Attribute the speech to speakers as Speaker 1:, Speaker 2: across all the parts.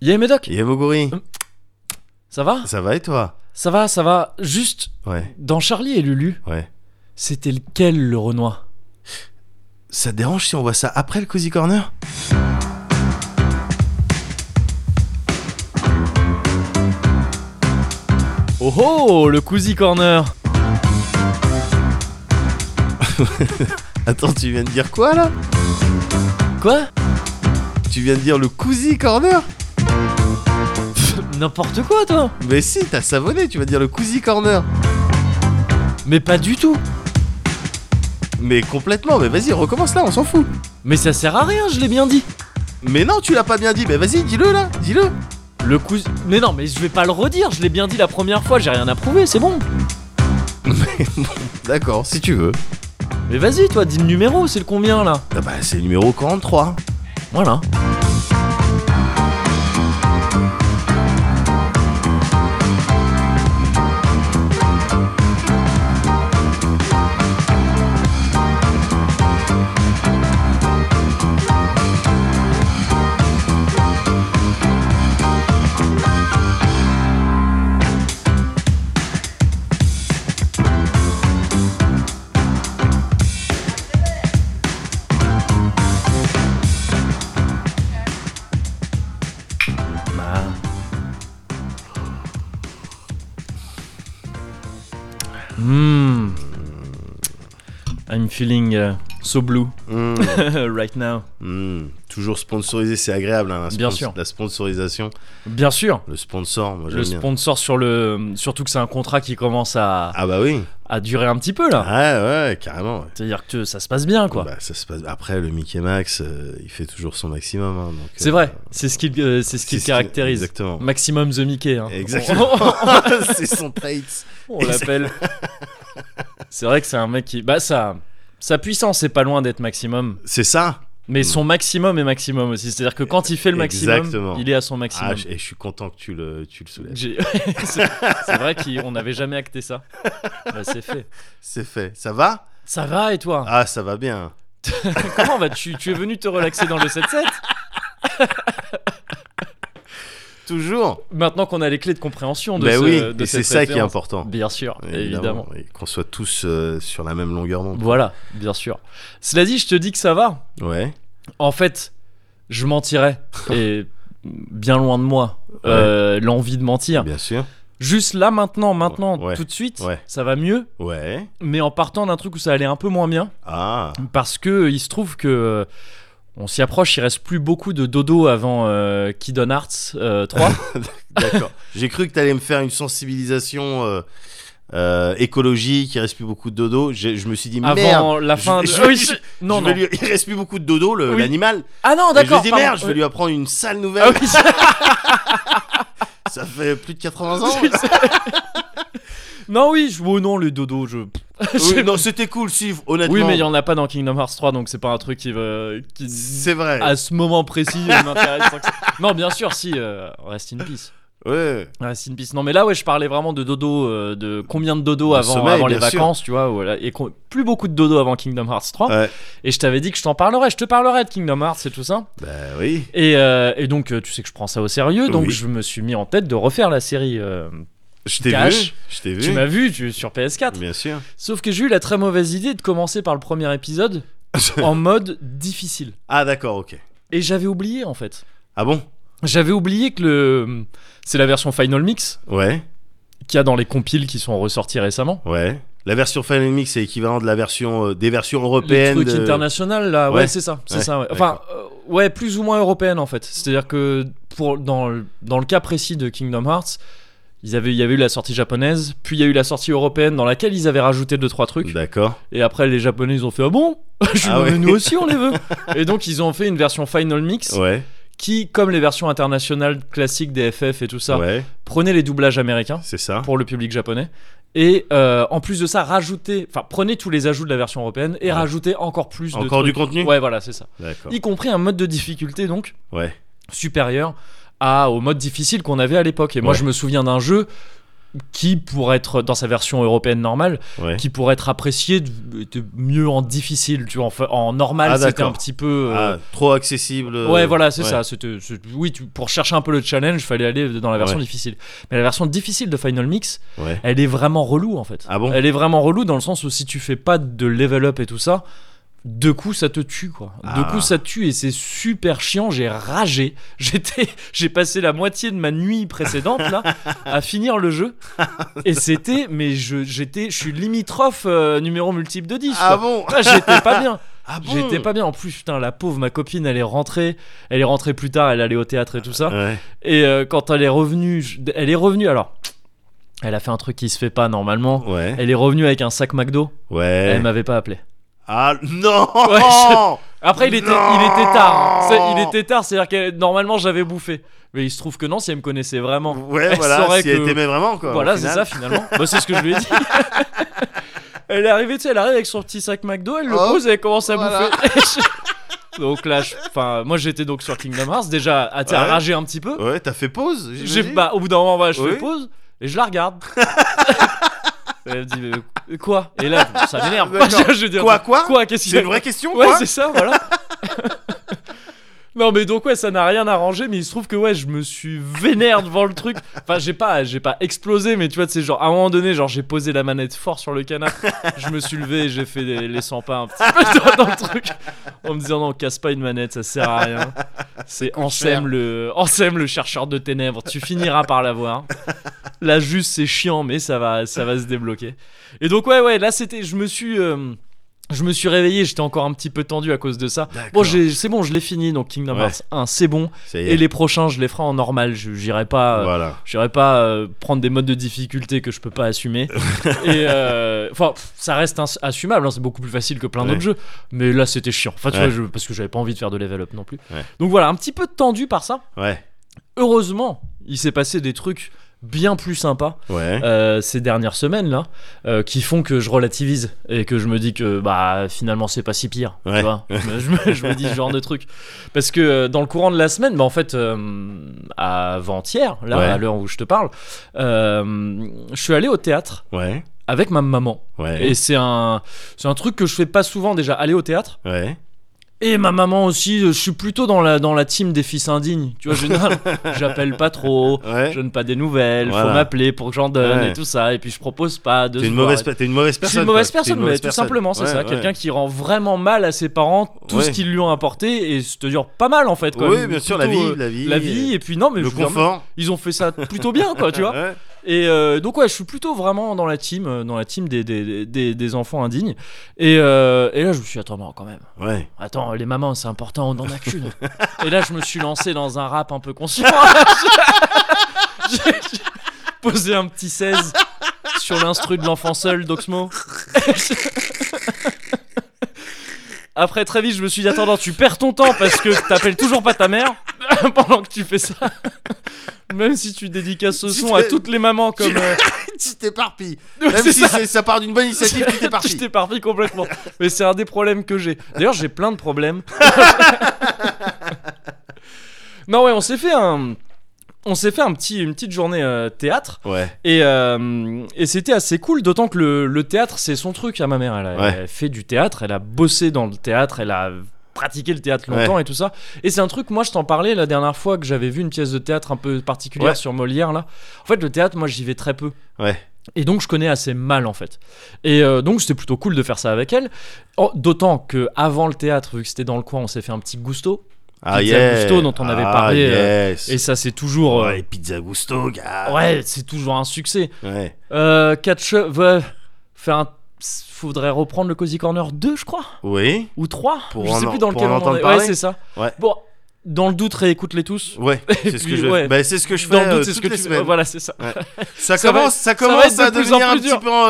Speaker 1: Yé Médoc,
Speaker 2: Yamoguri,
Speaker 1: ça va
Speaker 2: ça va et toi
Speaker 1: Ça va, ça va. Juste,
Speaker 2: Ouais,
Speaker 1: dans Charlie et Lulu,
Speaker 2: ouais.
Speaker 1: c'était lequel le Renoir
Speaker 2: Ça te dérange si on voit ça après le Cozy Corner
Speaker 1: Oh oh, le Cousy Corner
Speaker 2: Attends, tu viens de dire quoi là
Speaker 1: Quoi
Speaker 2: Tu viens de dire le Cozy Corner
Speaker 1: N'importe quoi, toi
Speaker 2: Mais si, t'as savonné, tu vas dire le Cozy Corner
Speaker 1: Mais pas du tout
Speaker 2: Mais complètement, mais vas-y, recommence là, on s'en fout
Speaker 1: Mais ça sert à rien, je l'ai bien dit
Speaker 2: Mais non, tu l'as pas bien dit, mais vas-y, dis-le là, dis-le
Speaker 1: Le Cousy... Mais non, mais je vais pas le redire, je l'ai bien dit la première fois, j'ai rien à prouver, c'est bon
Speaker 2: D'accord, si tu veux.
Speaker 1: Mais vas-y, toi, dis le numéro, c'est le combien, là
Speaker 2: Ah bah, c'est le numéro 43.
Speaker 1: Voilà. Hmm. I'm feeling uh, so blue
Speaker 2: Hmm,
Speaker 1: right now.
Speaker 2: hmm. Toujours sponsorisé, c'est agréable, hein, la,
Speaker 1: Bien
Speaker 2: spons-
Speaker 1: sûr.
Speaker 2: la sponsorisation,
Speaker 1: Bien sûr,
Speaker 2: le sponsor, moi j'aime
Speaker 1: le
Speaker 2: bien.
Speaker 1: sponsor sur le. Surtout que c'est un contrat qui commence à,
Speaker 2: Ah bah oui,
Speaker 1: à durer un petit peu là.
Speaker 2: ouais, ouais, carrément. ouais.
Speaker 1: C'est-à-dire que ça se passe bien quoi.
Speaker 2: Bah, ça se passe. Après, le Mickey Max, euh, il fait toujours son maximum. hein, donc,
Speaker 1: c'est
Speaker 2: euh,
Speaker 1: vrai, c'est ce qui, euh, c'est ce qui
Speaker 2: c'est
Speaker 1: le caractérise. Mm.
Speaker 2: Exactement.
Speaker 1: Maximum The Mickey. hein.
Speaker 2: Exactement.
Speaker 1: On-
Speaker 2: c'est son trait.
Speaker 1: On, l'appelle. c'est vrai que c'est un mec qui. Bah ça. Sa puissance est pas loin d'être maximum,
Speaker 2: C'est ça.
Speaker 1: mais son maximum est maximum aussi. C'est-à-dire que quand il fait le maximum,
Speaker 2: Hmm. Exactement.
Speaker 1: il est à son
Speaker 2: Ah,
Speaker 1: maximum.
Speaker 2: je- et je suis content que tu le, tu le soulèves.
Speaker 1: J'ai- c'est c'est vrai qu'on n'avait jamais acté ça. Bah, c'est fait.
Speaker 2: C'est fait. Ça va
Speaker 1: Ça va et toi
Speaker 2: Ah, ça va bien. Ah.
Speaker 1: Comment vas-tu Tu es venu te relaxer dans le 7-7
Speaker 2: Toujours.
Speaker 1: Maintenant qu'on a les clés de compréhension de
Speaker 2: Ben
Speaker 1: ce-
Speaker 2: oui,
Speaker 1: de
Speaker 2: et c'est
Speaker 1: cette
Speaker 2: ça qui est
Speaker 1: référence.
Speaker 2: important.
Speaker 1: Bien sûr, évidemment.
Speaker 2: Et Qu'on soit tous euh, sur la même longueur d'onde.
Speaker 1: Voilà, bien sûr. Cela dit, je te dis que ça va.
Speaker 2: Ouais.
Speaker 1: En fait, je mentirais. et bien loin de moi, euh, l'envie de mentir.
Speaker 2: Bien sûr.
Speaker 1: Juste là, maintenant, maintenant,
Speaker 2: Ouais.
Speaker 1: tout de suite,
Speaker 2: Ouais.
Speaker 1: ça va mieux.
Speaker 2: Ouais.
Speaker 1: Mais en partant d'un truc où ça allait un peu moins bien.
Speaker 2: Ah.
Speaker 1: Parce que il se trouve que euh, on s'y approche, il reste plus beaucoup de dodo avant euh, Kidon Hearts euh, 3.
Speaker 2: D'accord. J'ai cru que t'allais me faire une sensibilisation euh, euh, écologique. Il reste plus beaucoup de dodo. J'ai- Je me suis dit
Speaker 1: avant
Speaker 2: merde.
Speaker 1: la fin
Speaker 2: je-
Speaker 1: de.
Speaker 2: je-
Speaker 1: Ah oui, je-
Speaker 2: Je
Speaker 1: Non,
Speaker 2: vais
Speaker 1: non.
Speaker 2: lui- Il reste plus beaucoup de dodo, le-
Speaker 1: Oui.
Speaker 2: l'animal.
Speaker 1: Ah non,
Speaker 2: Et je lui
Speaker 1: d'accord.
Speaker 2: dis
Speaker 1: pardon.
Speaker 2: merde, je vais lui apprendre une sale nouvelle.
Speaker 1: Ah oui, c'est-
Speaker 2: Ça fait plus de 80 ans.
Speaker 1: non, oui, je... oh non, le dodo, je. je sais
Speaker 2: Oui, non, c'était cool, si, honnêtement.
Speaker 1: Oui, mais il n'y en a pas dans Kingdom Hearts 3, donc c'est pas un truc qui, va... qui
Speaker 2: C'est vrai.
Speaker 1: à ce moment précis, euh, m'intéresse. tant que ça. Non, bien sûr, si. euh, Rest in peace.
Speaker 2: Ouais.
Speaker 1: Rest in peace. Non, mais là, ouais, je parlais vraiment de dodo, euh, de combien de dodo
Speaker 2: Le
Speaker 1: avant,
Speaker 2: sommeil,
Speaker 1: avant les
Speaker 2: bien sûr.
Speaker 1: vacances, tu vois, voilà, et qu'on- plus beaucoup de dodo avant Kingdom Hearts 3.
Speaker 2: Ouais.
Speaker 1: Et je t'avais dit que je t'en parlerais, je te parlerais de Kingdom Hearts et tout ça.
Speaker 2: Bah oui.
Speaker 1: Et, euh, et donc, euh, tu sais que je prends ça au sérieux, donc
Speaker 2: Oui.
Speaker 1: je me suis mis en tête de refaire la série. euh,
Speaker 2: Je t'ai
Speaker 1: Cash.
Speaker 2: vu. Je t'ai vu.
Speaker 1: Tu m'as vu tu- sur PS4.
Speaker 2: Bien sûr.
Speaker 1: Sauf que j'ai eu la très mauvaise idée de commencer par le premier épisode en mode difficile.
Speaker 2: ah d'accord, ok.
Speaker 1: Et j'avais oublié en fait.
Speaker 2: Ah bon
Speaker 1: J'avais oublié que le. C'est la version Final Mix
Speaker 2: Ouais,
Speaker 1: qu'il y a dans les compiles qui sont ressortis récemment.
Speaker 2: ouais. La version Final Mix est équivalent de la version euh, des versions
Speaker 1: Les
Speaker 2: européennes.
Speaker 1: trucs
Speaker 2: de-
Speaker 1: internationaux là, ouais,
Speaker 2: Ouais.
Speaker 1: c'est ça, c'est
Speaker 2: Ouais,
Speaker 1: ça. ouais. Enfin, euh, ouais, plus ou moins européenne en fait. C'est-à-dire que pour dans le, dans le cas précis de Kingdom Hearts, ils avaient il y avait eu la sortie japonaise, puis il y a eu la sortie européenne dans laquelle ils avaient rajouté deux trois trucs.
Speaker 2: D'accord.
Speaker 1: Et après les japonais ils ont fait ah bon, je suis
Speaker 2: Ah ouais.
Speaker 1: mais nous aussi on les veut. et donc ils ont fait une version Final Mix
Speaker 2: Ouais.
Speaker 1: qui, comme les versions internationales classiques des FF et tout ça,
Speaker 2: Ouais.
Speaker 1: prenait les doublages américains
Speaker 2: C'est ça.
Speaker 1: pour le public japonais. Et euh, en plus de ça, rajoutez, enfin prenez tous les ajouts de la version européenne et
Speaker 2: Ouais.
Speaker 1: rajoutez encore plus de
Speaker 2: Encore du
Speaker 1: trucs.
Speaker 2: contenu.
Speaker 1: Ouais, voilà, c'est ça.
Speaker 2: D'accord.
Speaker 1: Y compris un mode de difficulté donc
Speaker 2: Ouais.
Speaker 1: supérieur à, au mode difficile qu'on avait à l'époque. Et moi,
Speaker 2: Ouais.
Speaker 1: je me souviens d'un jeu qui, pour être dans sa version européenne normale,
Speaker 2: Ouais.
Speaker 1: qui pour être appréciée de- était mieux en difficile, tu vois, en, fa- en normal,
Speaker 2: Ah,
Speaker 1: c'était
Speaker 2: d'accord.
Speaker 1: un petit peu. euh,
Speaker 2: Ah, trop accessible. euh,
Speaker 1: ouais, voilà, c'est
Speaker 2: ouais.
Speaker 1: ça. c'était- c'est- oui, tu- pour chercher un peu le challenge, fallait aller dans la version
Speaker 2: Ouais.
Speaker 1: difficile. Mais la version difficile de Final Mix,
Speaker 2: Ouais.
Speaker 1: elle est vraiment relou en fait.
Speaker 2: Ah bon
Speaker 1: Elle est vraiment relou dans le sens où si tu fais pas de level up et tout ça, de coup ça te tue quoi.
Speaker 2: Ah.
Speaker 1: De coup ça te tue et c'est super chiant. J'ai ragé. J'étais, j'ai passé la moitié de ma nuit précédente là à finir le jeu et c'était, mais je, j'étais, je suis limitrophe euh, numéro multiple de 10
Speaker 2: Ah
Speaker 1: quoi.
Speaker 2: bon
Speaker 1: Ah, j'étais pas bien.
Speaker 2: Ah bon
Speaker 1: J'étais pas bien. En plus, putain, la pauvre, ma copine, elle est rentrée. Elle est rentrée plus tard. Elle allait au théâtre et tout ça.
Speaker 2: Ouais.
Speaker 1: Et euh, quand elle est revenue, je- elle est revenue. Alors, elle a fait un truc qui se fait pas normalement.
Speaker 2: Ouais.
Speaker 1: Elle est revenue avec un sac McDo.
Speaker 2: Ouais.
Speaker 1: Elle m'avait pas appelé.
Speaker 2: Ah non
Speaker 1: Ouais, je- Après, il était,
Speaker 2: Non
Speaker 1: il était tard. hein. C'est- Il était tard. C'est-à-dire que normalement, j'avais bouffé. Mais il se trouve que non, si elle me connaissait vraiment.
Speaker 2: Ouais,
Speaker 1: Elle
Speaker 2: voilà,
Speaker 1: saurait
Speaker 2: si elle
Speaker 1: que-
Speaker 2: t'aimait vraiment, quoi. au
Speaker 1: voilà, c'est
Speaker 2: final.
Speaker 1: ça finalement. Bah, c'est ce que je lui ai dit. elle est arrivée, tu sais, elle arrive avec son petit sac McDo, elle le
Speaker 2: Hop,
Speaker 1: pose et elle commence à
Speaker 2: voilà.
Speaker 1: bouffer. Et je- donc là, je- enfin, moi j'étais donc sur Kingdom Hearts déjà à à
Speaker 2: Ouais.
Speaker 1: rager un petit peu.
Speaker 2: Ouais, t'as fait pause
Speaker 1: J'ai-
Speaker 2: j'imagine
Speaker 1: bah, au bout d'un moment, voilà, je
Speaker 2: Oui.
Speaker 1: fais pause et je la regarde. elle me dit mais, euh, quoi Et là, ça m'énerve.
Speaker 2: D'accord.
Speaker 1: je veux dire,
Speaker 2: Quoi, quoi
Speaker 1: Quoi Qu'est-ce qu'il y
Speaker 2: C'est
Speaker 1: a
Speaker 2: une vraie question,
Speaker 1: Ouais,
Speaker 2: quoi
Speaker 1: c'est ça, voilà. non, mais donc ouais, ça n'a rien arrangé, mais il se trouve que ouais, je me suis vénère devant le truc. Enfin, j'ai pas, j'ai pas explosé, mais tu vois, c'est genre à un moment donné, genre j'ai posé la manette fort sur le canapé, je me suis levé, et j'ai fait des- les 100 pas un petit peu dans, dans le truc, en me disant non, casse pas une manette, ça sert à rien. C'est Ansem le, Ansem le chercheur de ténèbres, tu finiras par l'avoir. Là, juste c'est chiant, mais ça va, ça va se débloquer. Et donc ouais, ouais, là c'était, je me suis. euh, je me suis réveillé, j'étais encore un petit peu tendu à cause de ça. Bon,
Speaker 2: D'accord.
Speaker 1: j'ai- c'est bon, je l'ai fini, donc Kingdom
Speaker 2: Ouais.
Speaker 1: Hearts 1, c'est bon.
Speaker 2: Ça y est.
Speaker 1: Et les prochains, je les ferai en normal. Je J'irai pas, euh,
Speaker 2: Voilà.
Speaker 1: j'irai pas euh, prendre des modes de difficulté que je peux pas assumer. et euh, enfin, pff, ça reste ins- assumable. hein, c'est beaucoup plus facile que plein
Speaker 2: Ouais.
Speaker 1: d'autres jeux. Mais là, c'était chiant. Enfin, tu
Speaker 2: Ouais.
Speaker 1: vois, je- parce que j'avais pas envie de faire de level up non plus.
Speaker 2: Ouais.
Speaker 1: Donc voilà, un petit peu tendu par ça.
Speaker 2: Ouais.
Speaker 1: Heureusement, il s'est passé des trucs bien plus sympas
Speaker 2: Ouais.
Speaker 1: euh, ces dernières semaines là euh, qui font que je relativise et que je me dis que bah finalement c'est pas si pire tu
Speaker 2: Ouais.
Speaker 1: vois je, me, je me- je me dis ce genre de truc parce que euh, dans le courant de la semaine bah en fait euh, avant-hier là
Speaker 2: Ouais.
Speaker 1: à l'heure où je te parle euh, je suis allé au théâtre
Speaker 2: Ouais.
Speaker 1: avec ma maman
Speaker 2: Ouais.
Speaker 1: et c'est un c'est un truc que je fais pas souvent déjà aller au théâtre
Speaker 2: Ouais.
Speaker 1: et ma maman aussi, euh, je suis plutôt dans la, dans la team des fils indignes. Tu vois, je- non, j'appelle pas trop,
Speaker 2: Ouais.
Speaker 1: je donne pas des nouvelles,
Speaker 2: Voilà.
Speaker 1: faut m'appeler pour que j'en donne
Speaker 2: Ouais.
Speaker 1: et tout ça. Et puis je propose pas de.
Speaker 2: T'es
Speaker 1: se
Speaker 2: une,
Speaker 1: voir.
Speaker 2: mauvaise pe- t'es une mauvaise
Speaker 1: Je suis
Speaker 2: personne.
Speaker 1: une mauvaise
Speaker 2: quoi. T'es
Speaker 1: personne, mais tout
Speaker 2: personne.
Speaker 1: simplement, c'est
Speaker 2: Ouais,
Speaker 1: ça.
Speaker 2: ouais.
Speaker 1: Quelqu'un qui rend vraiment mal à ses parents tout ce
Speaker 2: Ouais.
Speaker 1: qu'ils lui ont apporté et se te dire pas mal en fait. Quoi.
Speaker 2: Oui, bien sûr, la
Speaker 1: Plutôt,
Speaker 2: vie,
Speaker 1: euh,
Speaker 2: la vie.
Speaker 1: La vie, et puis non, mais
Speaker 2: le
Speaker 1: je veux dire,
Speaker 2: confort.
Speaker 1: ils ont fait ça plutôt bien, quoi, tu vois.
Speaker 2: Ouais.
Speaker 1: Et euh, donc ouais, je suis plutôt vraiment dans la team, euh, dans la team des, des, des, des enfants indignes. Et, euh, et là, je me suis dit, attends, non, quand même.
Speaker 2: Ouais.
Speaker 1: Attends, les mamans, c'est important, on en a qu'une. et là, je me suis lancé dans un rap un peu conscient. J'ai- J'ai posé un petit 16 sur l'instru de l'enfant seul d'Oxmo. Après, très vite, je me suis dit, attends, non, tu perds ton temps parce que t'appelles toujours pas ta mère pendant que tu fais ça. Même si tu dédicaces ce
Speaker 2: Tu
Speaker 1: son à
Speaker 2: fais-
Speaker 1: toutes les mamans comme... euh,
Speaker 2: tu t'éparpilles.
Speaker 1: c'est
Speaker 2: Même si
Speaker 1: ça.
Speaker 2: c'est- ça part d'une bonne initiative, tu
Speaker 1: Je
Speaker 2: t'éparpilles.
Speaker 1: t'éparpille complètement. Mais c'est un des problèmes que j'ai. D'ailleurs, j'ai plein de problèmes. non, ouais, on s'est fait un. On s'est fait un petit, une petite journée euh, théâtre
Speaker 2: Ouais.
Speaker 1: et, euh, et c'était assez cool, d'autant que le, le théâtre c'est son truc à ma mère. Elle a,
Speaker 2: Ouais.
Speaker 1: elle fait du théâtre, elle a bossé dans le théâtre, elle a pratiqué le théâtre longtemps et tout ça. Et c'est un truc, moi je t'en parlais la dernière fois que j'avais vu une pièce de théâtre un peu particulière
Speaker 2: Ouais.
Speaker 1: sur Molière là. En fait, le théâtre, moi j'y vais très peu.
Speaker 2: Ouais.
Speaker 1: Et donc je connais assez mal en fait. Et euh, donc c'était plutôt cool de faire ça avec elle. Oh, D'autant que avant le théâtre, vu que c'était dans le coin, on s'est fait un petit gusto.
Speaker 2: Ah,
Speaker 1: Pizza
Speaker 2: yeah.
Speaker 1: Gusto dont on avait
Speaker 2: Ah,
Speaker 1: parlé, euh,
Speaker 2: Yes.
Speaker 1: Et ça c'est toujours... euh,
Speaker 2: Ouais, Pizza Gusto, gars.
Speaker 1: ouais, c'est toujours un succès.
Speaker 2: Ouais.
Speaker 1: Euh, catch-up, va faire un. Faudrait reprendre le Cozy Corner 2, je crois,
Speaker 2: Oui.
Speaker 1: ou 3,
Speaker 2: Pour
Speaker 1: je
Speaker 2: en
Speaker 1: sais
Speaker 2: en-
Speaker 1: plus dans
Speaker 2: pour
Speaker 1: lequel on
Speaker 2: en
Speaker 1: en
Speaker 2: entendre
Speaker 1: est. Ouais,
Speaker 2: parler
Speaker 1: c'est ça.
Speaker 2: Ouais.
Speaker 1: Bon, dans le doute, réécoute-les tous.
Speaker 2: Ouais,
Speaker 1: Et
Speaker 2: c'est ce que
Speaker 1: puis,
Speaker 2: je,
Speaker 1: ouais.
Speaker 2: bah, c'est ce que je fais
Speaker 1: Dans le
Speaker 2: euh,
Speaker 1: doute, c'est ce
Speaker 2: toutes
Speaker 1: que
Speaker 2: les
Speaker 1: tu
Speaker 2: semaines.
Speaker 1: veux. Voilà, c'est ça.
Speaker 2: Ça
Speaker 1: Ça va
Speaker 2: commence,
Speaker 1: être-
Speaker 2: ça
Speaker 1: va
Speaker 2: commence
Speaker 1: être de
Speaker 2: à
Speaker 1: plus en
Speaker 2: devenir un
Speaker 1: plus
Speaker 2: petit
Speaker 1: dur.
Speaker 2: peu euh,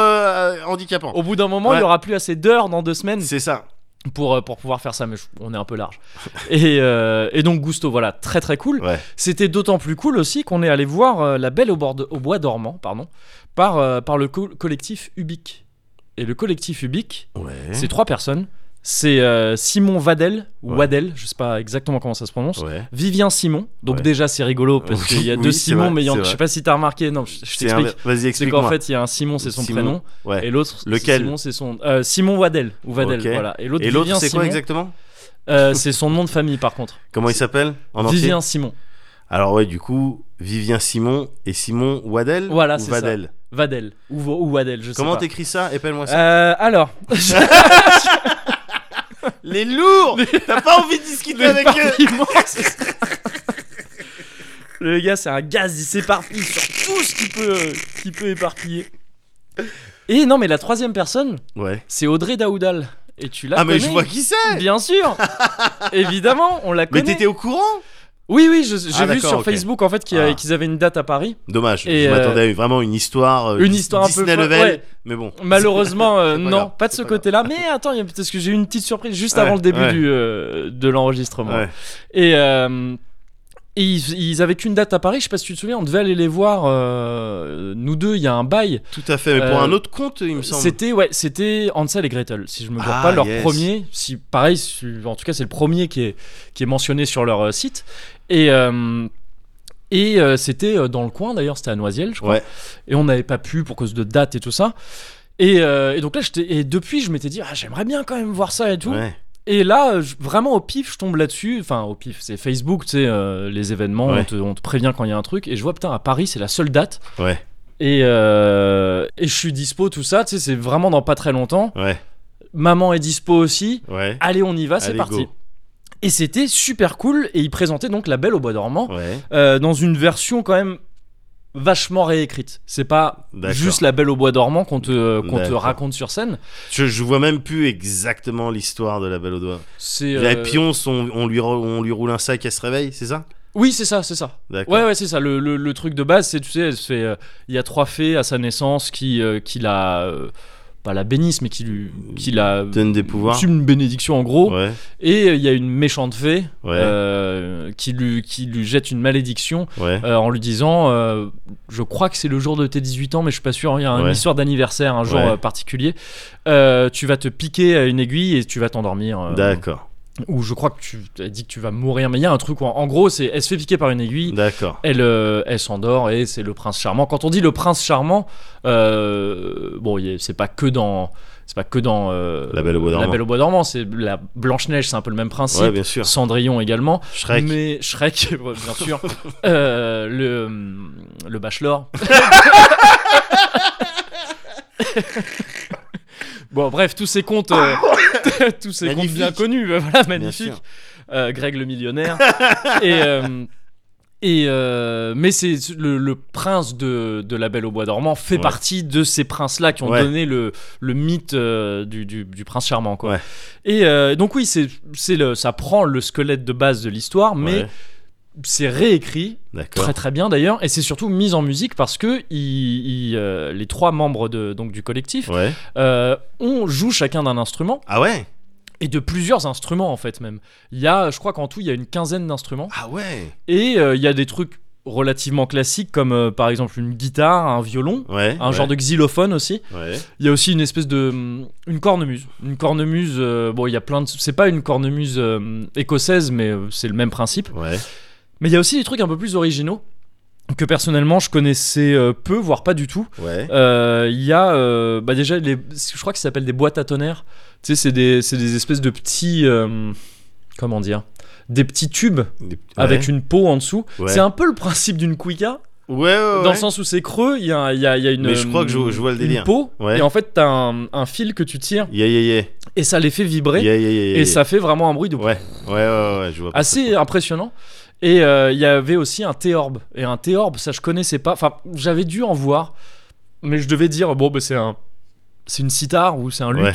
Speaker 2: euh, handicapant.
Speaker 1: Au bout d'un moment,
Speaker 2: Ouais.
Speaker 1: il y aura plus assez d'heures dans deux semaines
Speaker 2: C'est ça.
Speaker 1: pour, euh, pour pouvoir faire ça, mais je- on est un peu large. et, euh, et donc, Gusto, voilà, très très cool.
Speaker 2: Ouais.
Speaker 1: C'était d'autant plus cool aussi qu'on est allé voir euh, La Belle au, bord de- au Bois dormant, pardon, par, euh, par le co- collectif Ubique. Et le collectif Ubique,
Speaker 2: Ouais.
Speaker 1: C'est trois personnes c'est euh, Simon Vadel, ou
Speaker 2: Ouais.
Speaker 1: Wadel, je sais pas exactement comment ça se prononce.
Speaker 2: Ouais.
Speaker 1: Vivien Simon, donc
Speaker 2: Ouais.
Speaker 1: déjà c'est rigolo parce qu'il y a
Speaker 2: Oui,
Speaker 1: deux
Speaker 2: c'est
Speaker 1: Simon,
Speaker 2: vrai,
Speaker 1: mais il y en-
Speaker 2: c'est
Speaker 1: je sais
Speaker 2: vrai.
Speaker 1: pas si t'as remarqué, non, je, je
Speaker 2: C'est un-
Speaker 1: t'explique.
Speaker 2: Vas-y,
Speaker 1: C'est qu'en
Speaker 2: explique-moi.
Speaker 1: fait, il y a un Simon, c'est son
Speaker 2: Simon.
Speaker 1: prénom,
Speaker 2: Ouais.
Speaker 1: et l'autre, c'est
Speaker 2: Lequel
Speaker 1: Simon, c'est son euh, Simon Wadel ou Vadel,
Speaker 2: Ok.
Speaker 1: voilà. Et l'autre,
Speaker 2: Et l'autre,
Speaker 1: Vivien
Speaker 2: c'est quoi
Speaker 1: Simon,
Speaker 2: exactement
Speaker 1: euh, C'est son nom de famille, par contre.
Speaker 2: Comment il s'appelle en entier
Speaker 1: Vivien Simon,
Speaker 2: Alors ouais, du coup, Vivien Simon et Simon Wadel
Speaker 1: Voilà,
Speaker 2: ou
Speaker 1: c'est ça.
Speaker 2: Vadel.
Speaker 1: Vadel ou, Vo- ou Wadel, je sais
Speaker 2: Comment
Speaker 1: pas.
Speaker 2: t'écris ça Épelle-moi ça.
Speaker 1: Euh, alors, Ah.
Speaker 2: Les lourds T'as pas envie de discuter
Speaker 1: le,
Speaker 2: avec eux
Speaker 1: éparpillement, c'est ça. Le gars, c'est un gaz, il s'éparpille sur tout ce qu'il peut, euh, qu'il peut éparpiller. Et non, mais la troisième personne,
Speaker 2: Ouais.
Speaker 1: c'est Audrey Daoudal. Et tu la
Speaker 2: ah mais
Speaker 1: connais,
Speaker 2: je vois qui c'est
Speaker 1: Bien sûr Évidemment, on la
Speaker 2: Mais
Speaker 1: connaît.
Speaker 2: t'étais au courant
Speaker 1: Oui, oui, je- j'ai
Speaker 2: Ah,
Speaker 1: vu
Speaker 2: d'accord,
Speaker 1: sur
Speaker 2: ok.
Speaker 1: Facebook en fait qu'il y avait-
Speaker 2: Ah.
Speaker 1: qu'ils avaient une date à Paris.
Speaker 2: Dommage,
Speaker 1: Et,
Speaker 2: je
Speaker 1: euh,
Speaker 2: m'attendais à une- vraiment une histoire euh,
Speaker 1: une
Speaker 2: Dis-
Speaker 1: histoire un
Speaker 2: Disney
Speaker 1: peu.
Speaker 2: Level,
Speaker 1: ouais.
Speaker 2: mais bon.
Speaker 1: Malheureusement, euh,
Speaker 2: C'est pas
Speaker 1: non,
Speaker 2: grave,
Speaker 1: pas de
Speaker 2: c'est
Speaker 1: ce
Speaker 2: pas grave.
Speaker 1: côté-là. Mais attends, il y a- parce que j'ai eu une petite surprise juste
Speaker 2: Ouais,
Speaker 1: avant le début
Speaker 2: ouais.
Speaker 1: du, euh, de l'enregistrement.
Speaker 2: Ouais.
Speaker 1: Et, euh, et ils, ils avaient qu'une date à Paris. Je sais pas si tu te souviens, on devait aller les voir, euh, nous deux, il y a un bail.
Speaker 2: Tout à fait, mais pour
Speaker 1: Euh,
Speaker 2: un autre compte, il me semble.
Speaker 1: C'était ouais, c'était Hansel et Gretel, si je me trompe
Speaker 2: Ah,
Speaker 1: pas, leur
Speaker 2: yes.
Speaker 1: premier. Si pareil, si- en tout cas c'est le premier qui est qui est mentionné sur leur euh, site. Et euh, et euh, c'était euh, dans le coin d'ailleurs, c'était à Noisiel, je crois.
Speaker 2: Ouais.
Speaker 1: Et on n'avait pas pu pour cause de date et tout ça. Et, euh, et donc là, j'étais- et depuis, je m'étais dit, ah, j'aimerais bien quand même voir ça et tout.
Speaker 2: Ouais.
Speaker 1: Et là, euh, je- vraiment au pif, je tombe là-dessus. Enfin, au pif, c'est Facebook, tu sais, euh, les événements,
Speaker 2: Ouais.
Speaker 1: on, te, on te prévient quand il y a un truc. Et je vois, putain, à Paris, c'est la seule date.
Speaker 2: Ouais.
Speaker 1: Et, euh, et je suis dispo, tout ça, tu sais, c'est vraiment dans pas très longtemps.
Speaker 2: Ouais.
Speaker 1: Maman est dispo aussi.
Speaker 2: Ouais.
Speaker 1: Allez, on y va, Ah, c'est
Speaker 2: Allez,
Speaker 1: parti.
Speaker 2: go.
Speaker 1: Et c'était super cool. Et ils présentaient donc La Belle au Bois dormant
Speaker 2: Ouais.
Speaker 1: euh, dans une version quand même vachement réécrite. C'est pas
Speaker 2: D'accord.
Speaker 1: juste La Belle au Bois dormant qu'on te, euh, qu'on te
Speaker 2: D'accord.
Speaker 1: raconte sur scène.
Speaker 2: Je, je vois même plus exactement l'histoire de la Belle au doigt.
Speaker 1: C'est.
Speaker 2: La
Speaker 1: euh,
Speaker 2: pionce, on, on lui, re- on lui roule un sac, elle se réveille, c'est ça
Speaker 1: Oui, c'est ça, c'est ça.
Speaker 2: D'accord.
Speaker 1: Ouais, ouais, c'est ça. Le, le- le truc de base, c'est, tu sais, elle se fait, euh, il y a trois fées à sa naissance qui, euh, qui la. euh, pas la bénissent, mais qui, lui, qui la.
Speaker 2: Donne des pouvoirs.
Speaker 1: C'est une bénédiction en gros.
Speaker 2: Ouais.
Speaker 1: Et euh, il y a une méchante fée
Speaker 2: Ouais.
Speaker 1: euh, qui, lui, qui lui jette une malédiction
Speaker 2: Ouais.
Speaker 1: euh, en lui disant euh, Je crois que c'est le jour de tes 18 ans, mais je suis pas sûr. Il y a une
Speaker 2: Ouais.
Speaker 1: histoire d'anniversaire, un jour
Speaker 2: Ouais.
Speaker 1: euh, particulier. Euh, tu vas te piquer à une aiguille et tu vas t'endormir. euh,
Speaker 2: D'accord.
Speaker 1: ou je crois que tu as dit que tu vas mourir, mais il y a un truc où, en- en gros, c'est elle se fait piquer par une aiguille
Speaker 2: D'accord.
Speaker 1: elle, euh, elle s'endort et c'est le prince charmant. Quand on dit le prince charmant, euh, bon, il est- c'est pas que dans, c'est pas que dans euh,
Speaker 2: La Belle au Bois dormant.
Speaker 1: La Belle au Bois dormant, c'est la Blanche Neige, c'est un peu le même principe.
Speaker 2: Ouais, bien sûr.
Speaker 1: Cendrillon également,
Speaker 2: Shrek.
Speaker 1: mais Shrek, ouais, bien sûr, Euh, le le Bachelor. bon, bref, tous ces contes, euh, tous ces contes
Speaker 2: Magnifique.
Speaker 1: bien connus, voilà, magnifique.
Speaker 2: sûr.
Speaker 1: Euh, Greg le millionnaire. et euh, et euh, mais c'est le, le prince de, de La Belle au Bois dormant fait
Speaker 2: Ouais.
Speaker 1: partie de ces princes-là qui ont
Speaker 2: Ouais.
Speaker 1: donné le, le mythe euh, du, du, du prince charmant quoi.
Speaker 2: Ouais.
Speaker 1: Et euh, donc oui c'est c'est le ça prend le squelette de base de l'histoire mais
Speaker 2: Ouais.
Speaker 1: c'est réécrit
Speaker 2: D'accord.
Speaker 1: très très bien d'ailleurs et c'est surtout mis en musique parce que il- il, euh, les trois membres de donc du collectif
Speaker 2: Ouais.
Speaker 1: euh, on joue chacun d'un instrument
Speaker 2: Ah ouais
Speaker 1: et de plusieurs instruments en fait même. Il y a je crois qu'en tout il y a une quinzaine d'instruments.
Speaker 2: Ah ouais
Speaker 1: Et euh, il y a des trucs relativement classiques comme euh, par exemple une guitare, un violon,
Speaker 2: Ouais.
Speaker 1: un genre de xylophone aussi.
Speaker 2: Ouais.
Speaker 1: Il y a aussi une espèce de hum, une cornemuse. Une cornemuse euh, bon, il y a plein de c'est pas une cornemuse euh, écossaise mais euh, c'est le même principe.
Speaker 2: Ouais.
Speaker 1: Mais il y a aussi des trucs un peu plus originaux que personnellement je connaissais euh, peu voire pas du tout.
Speaker 2: Ouais.
Speaker 1: Euh, Il y a euh, bah déjà, les, je crois que ça s'appelle des boîtes à tonnerre. Tu sais, c'est des, c'est des espèces de petits. euh, comment dire Des petits tubes
Speaker 2: Des- ouais.
Speaker 1: avec une peau en dessous.
Speaker 2: Ouais.
Speaker 1: C'est un peu le principe d'une cuica,
Speaker 2: Ouais, ouais, ouais.
Speaker 1: dans le sens où c'est creux, il y a, il y a- il y a une.
Speaker 2: Mais je crois que je-
Speaker 1: euh,
Speaker 2: je vois le
Speaker 1: une
Speaker 2: délire.
Speaker 1: peau,
Speaker 2: Ouais.
Speaker 1: et en fait, t'as un, un fil que tu tires,
Speaker 2: Yeah, yeah, yeah.
Speaker 1: et ça les fait vibrer,
Speaker 2: Yeah, yeah, yeah, yeah,
Speaker 1: et
Speaker 2: yeah.
Speaker 1: ça Ah, fait vraiment un bruit de.
Speaker 2: Ouais, ouais, ouais, ouais, je vois. pas
Speaker 1: assez
Speaker 2: ça.
Speaker 1: impressionnant. Et euh, il y avait aussi un T-Orb. Et un T-Orb, ça je connaissais pas. Enfin, j'avais dû en voir. Mais je devais dire, bon, bah, c'est un. C'est une sitar ou c'est un luth.
Speaker 2: Ouais.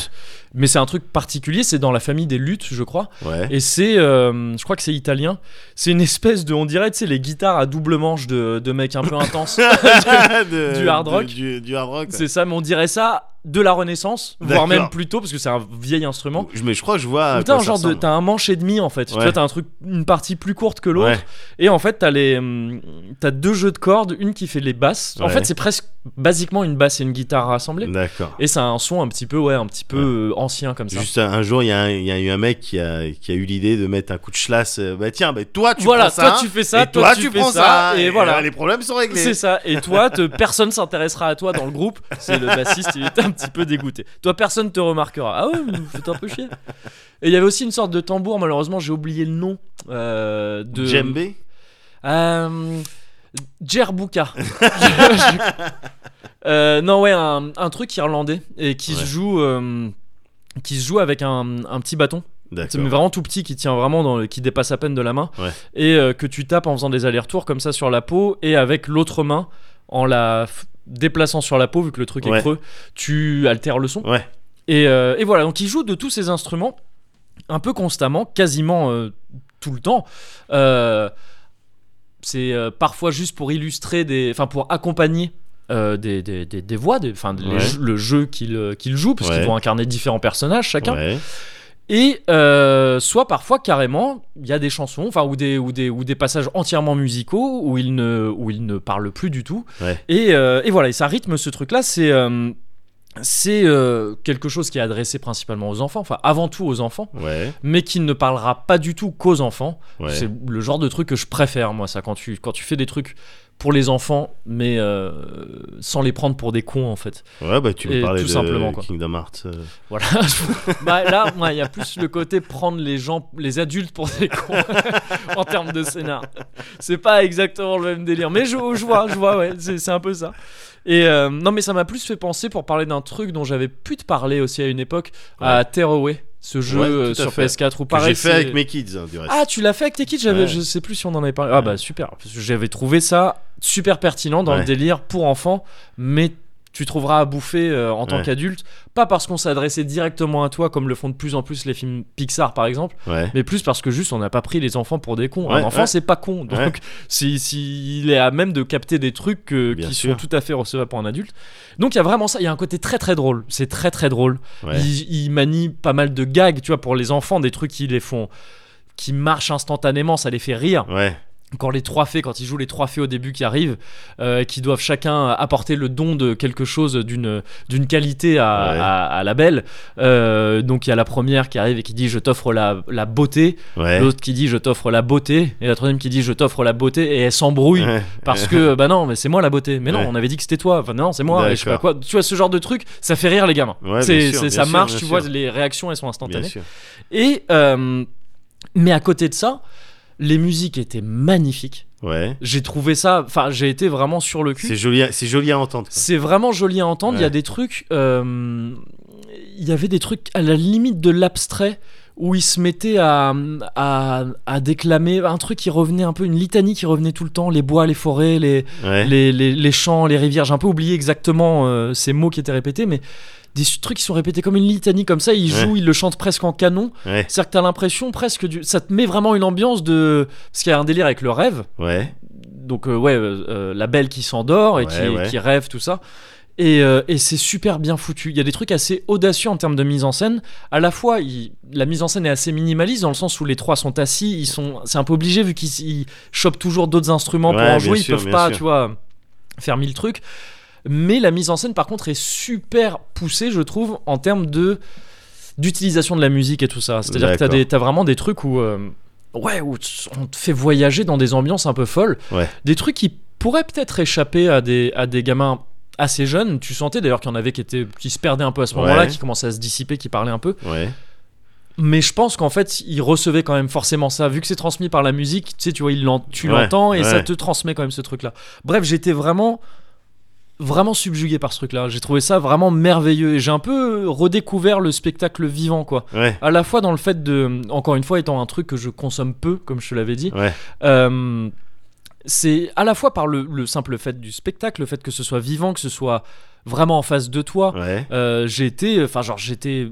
Speaker 1: Mais c'est un truc particulier. C'est dans la famille des luttes, je crois.
Speaker 2: Ouais.
Speaker 1: Et c'est. euh, je crois que c'est italien. C'est une espèce de. On dirait, tu sais, les guitares à double manche de, de mecs un peu intenses.
Speaker 2: De-
Speaker 1: du hard
Speaker 2: de-
Speaker 1: rock.
Speaker 2: du, du hard rock. ouais.
Speaker 1: c'est ça, mais on dirait ça de la Renaissance, voire
Speaker 2: D'accord.
Speaker 1: même plus tôt, parce que c'est un vieil instrument.
Speaker 2: Je- Mais je crois que je vois. à
Speaker 1: Ou T'as
Speaker 2: Ah, quoi
Speaker 1: un
Speaker 2: ça
Speaker 1: genre de,
Speaker 2: ressemble.
Speaker 1: t'as un manche et demi en fait. Tu
Speaker 2: Ouais.
Speaker 1: vois, t'as un truc, une partie plus courte que l'autre.
Speaker 2: Ouais.
Speaker 1: Et en fait, t'as les, hum, t'as deux jeux de cordes, une qui fait les basses. En
Speaker 2: Ouais. Mm.
Speaker 1: fait, c'est presque, basiquement une basse et une guitare rassemblées.
Speaker 2: D'accord.
Speaker 1: Et ça a un son un petit peu, ouais, un petit peu euh, ancien comme ça.
Speaker 2: Juste un, un jour, il y, a un- il y a eu un mec qui a, qui a eu l'idée de mettre un coup de schlass. euh, Bah tiens, bah, toi tu
Speaker 1: voilà,
Speaker 2: prends ça.
Speaker 1: toi tu fais ça,
Speaker 2: et toi, tu
Speaker 1: fais
Speaker 2: prends
Speaker 1: ça, et, voilà.
Speaker 2: euh, les problèmes sont réglés.
Speaker 1: C'est ça. Et toi, te- personne s'intéressera à toi dans le groupe. C'est le bassiste, il était un petit peu dégoûté. Toi, personne te remarquera. Ah ouais, vous faites un peu chier. Et il y avait aussi une sorte de tambour, malheureusement, j'ai oublié le nom. euh, de
Speaker 2: Djembé
Speaker 1: Euh, Djerbuka. Euh, non, ouais, un, un truc irlandais et qui
Speaker 2: Ouais.
Speaker 1: se joue. euh, qui se joue avec un, un petit bâton, c'est
Speaker 2: D'accord.
Speaker 1: vraiment tout petit, qui tient vraiment dans, le- qui dépasse à peine de la main,
Speaker 2: Ouais.
Speaker 1: et euh, que tu tapes en faisant des allers-retours comme ça sur la peau, et avec l'autre main en la f- déplaçant sur la peau vu que le truc
Speaker 2: Ouais.
Speaker 1: est creux, tu altères le son.
Speaker 2: Ouais.
Speaker 1: Et, euh, et voilà, donc il joue de tous ces instruments un peu constamment, quasiment euh, tout le temps. Euh, c'est euh, parfois juste pour illustrer, des, enfin pour accompagner euh, des, des, des- des voix, des, enfin, les
Speaker 2: Ouais.
Speaker 1: jeux- le jeu qu'il euh, qu'il joue, parce
Speaker 2: Ouais.
Speaker 1: qu'ils vont incarner différents personnages chacun.
Speaker 2: Ouais.
Speaker 1: Et euh, soit parfois carrément, il y a des chansons, enfin ou des, ou des, ou des passages entièrement musicaux où il ne, où il ne parle plus du tout.
Speaker 2: Ouais.
Speaker 1: Et, euh, et voilà, et ça rythme ce truc-là, c'est euh, c'est euh, quelque chose qui est adressé principalement aux enfants, enfin avant tout aux enfants,
Speaker 2: Ouais.
Speaker 1: mais qui ne parlera pas du tout qu'aux enfants.
Speaker 2: Ouais.
Speaker 1: C'est le genre de truc que je préfère, moi, ça, quand tu, quand tu fais des trucs pour les enfants, mais euh, sans les prendre pour des cons, en fait.
Speaker 2: Ouais, bah tu me
Speaker 1: Et
Speaker 2: parlais
Speaker 1: tout
Speaker 2: de
Speaker 1: simplement, quoi.
Speaker 2: Kingdom Hearts. euh.
Speaker 1: Voilà. bah, là, moi, il y a plus le côté prendre les gens, les adultes pour des cons en termes de scénar. C'est pas exactement le même délire, mais je, je vois, je vois, ouais, c'est c'est un peu ça. Et euh, non, mais ça m'a plus fait penser pour parler d'un truc dont j'avais pu te parler aussi à une époque, à Tearaway, ce jeu
Speaker 2: Ouais, tout
Speaker 1: euh,
Speaker 2: à
Speaker 1: sur
Speaker 2: fait.
Speaker 1: PS4 ou
Speaker 2: Que
Speaker 1: pareil.
Speaker 2: J'ai fait avec
Speaker 1: c'est-
Speaker 2: mes kids, hein, du reste.
Speaker 1: Ah, tu l'as fait avec tes kids j'avais,
Speaker 2: Ouais.
Speaker 1: Je sais plus si on en avait parlé. Ah, bah super, parce que j'avais trouvé ça super pertinent dans
Speaker 2: Ouais.
Speaker 1: le délire pour enfants, mais tu trouveras à bouffer euh, en tant
Speaker 2: Ouais.
Speaker 1: qu'adulte. Pas parce qu'on s'adressait directement à toi, comme le font de plus en plus les films Pixar par exemple,
Speaker 2: Ouais.
Speaker 1: mais plus parce que juste on n'a pas pris les enfants pour des cons.
Speaker 2: Ouais,
Speaker 1: Un enfant,
Speaker 2: ouais.
Speaker 1: c'est pas con.
Speaker 2: Ouais.
Speaker 1: Donc, s'il est à même de capter des trucs que-
Speaker 2: Bien
Speaker 1: qui
Speaker 2: sûr.
Speaker 1: sont tout à fait recevables pour un adulte. Donc, il y a vraiment ça. Il y a un côté très très drôle. C'est très très drôle.
Speaker 2: Ouais.
Speaker 1: Il, il manie pas mal de gags, tu vois, pour les enfants, des trucs qui les font qui marchent instantanément, ça les fait rire.
Speaker 2: Ouais.
Speaker 1: Quand les trois fées, quand ils jouent les trois fées au début qui arrivent, euh, qui doivent chacun apporter le don de quelque chose d'une d'une qualité à,
Speaker 2: Ouais.
Speaker 1: à- à la belle. Euh, donc il y a la première qui arrive et qui dit je t'offre la, la beauté,
Speaker 2: Ouais.
Speaker 1: l'autre qui dit je t'offre la beauté et la troisième qui dit je t'offre la beauté et elle s'embrouille
Speaker 2: Ouais.
Speaker 1: parce que bah non mais c'est moi la beauté mais non
Speaker 2: Ouais.
Speaker 1: on avait dit que c'était toi enfin non c'est moi et je sais pas
Speaker 2: D'accord.
Speaker 1: quoi tu vois ce genre de truc ça fait rire les gamins
Speaker 2: Ouais, bien
Speaker 1: c'est,
Speaker 2: sûr,
Speaker 1: c'est-
Speaker 2: bien
Speaker 1: ça
Speaker 2: sûr,
Speaker 1: marche
Speaker 2: bien
Speaker 1: tu
Speaker 2: sûr.
Speaker 1: vois les réactions elles sont instantanées
Speaker 2: Bien sûr.
Speaker 1: et euh, mais à côté de ça, les musiques étaient magnifiques.
Speaker 2: Ouais.
Speaker 1: J'ai trouvé ça, enfin j'ai été vraiment sur le
Speaker 2: C'est
Speaker 1: cul.
Speaker 2: joli, à- c'est joli à entendre. quoi.
Speaker 1: C'est vraiment joli à entendre. Il y a
Speaker 2: Ouais.
Speaker 1: des trucs, euh, il y avait des trucs à la limite de l'abstrait où ils se mettaient à, à, à déclamer un truc qui revenait un peu, une litanie qui revenait tout le temps, les bois, les forêts, les,
Speaker 2: Ouais.
Speaker 1: les, les- les champs, les rivières. J'ai un peu oublié exactement euh, ces mots qui étaient répétés, mais des trucs qui sont répétés comme une litanie comme ça. Ils
Speaker 2: Ouais.
Speaker 1: jouent, ils le chantent presque en canon.
Speaker 2: Ouais.
Speaker 1: C'est-à-dire que t'as l'impression presque du. Ça te met vraiment une ambiance de. Parce qu'il y a un délire avec le rêve.
Speaker 2: Ouais.
Speaker 1: Donc, euh, ouais, euh, euh, la belle qui s'endort et qui,
Speaker 2: Ouais, ouais.
Speaker 1: qui rêve, tout ça. Et, euh, et c'est super bien foutu. Il y a des trucs assez audacieux en termes de mise en scène. À la fois, il- la mise en scène est assez minimaliste dans le sens où les trois sont assis. Ils sont, c'est un peu obligé vu qu'ils ils chopent toujours d'autres instruments pour
Speaker 2: Ouais,
Speaker 1: en
Speaker 2: bien
Speaker 1: jouer.
Speaker 2: sûr,
Speaker 1: ils peuvent
Speaker 2: bien
Speaker 1: pas,
Speaker 2: sûr.
Speaker 1: tu vois, faire mille trucs. Mais la mise en scène, par contre, est super poussée, je trouve, en termes de d'utilisation de la musique et tout ça. C'est-à-dire que t'as
Speaker 2: D'accord.
Speaker 1: des- t'as vraiment des trucs où, euh, ouais, où t- on te fait voyager dans des ambiances un peu folles.
Speaker 2: Ouais.
Speaker 1: Des trucs qui pourraient peut-être échapper à des, à des gamins assez jeunes. Tu sentais d'ailleurs qu'il y en avait qui, étaient, qui se perdaient un peu à ce
Speaker 2: Ouais.
Speaker 1: moment-là, qui commençaient à se dissiper, qui parlaient un peu.
Speaker 2: Ouais.
Speaker 1: Mais je pense qu'en fait, ils recevaient quand même forcément ça. Vu que c'est transmis par la musique, tu sais, tu vois, ils l'en- tu
Speaker 2: Ouais,
Speaker 1: l'entends et ça
Speaker 2: ouais.
Speaker 1: te transmet quand même ce truc-là. Bref, j'étais vraiment vraiment subjugué par ce truc-là. J'ai trouvé ça vraiment merveilleux et j'ai un peu redécouvert le spectacle vivant, quoi.
Speaker 2: Ouais.
Speaker 1: À la fois dans le fait de, encore une fois, étant un truc que je consomme peu, comme je te l'avais dit,
Speaker 2: Ouais.
Speaker 1: euh, c'est à la fois par le, le simple fait du spectacle, le fait que ce soit vivant, que ce soit vraiment en face de toi.
Speaker 2: Ouais.
Speaker 1: Euh, j'ai été, enfin genre j'étais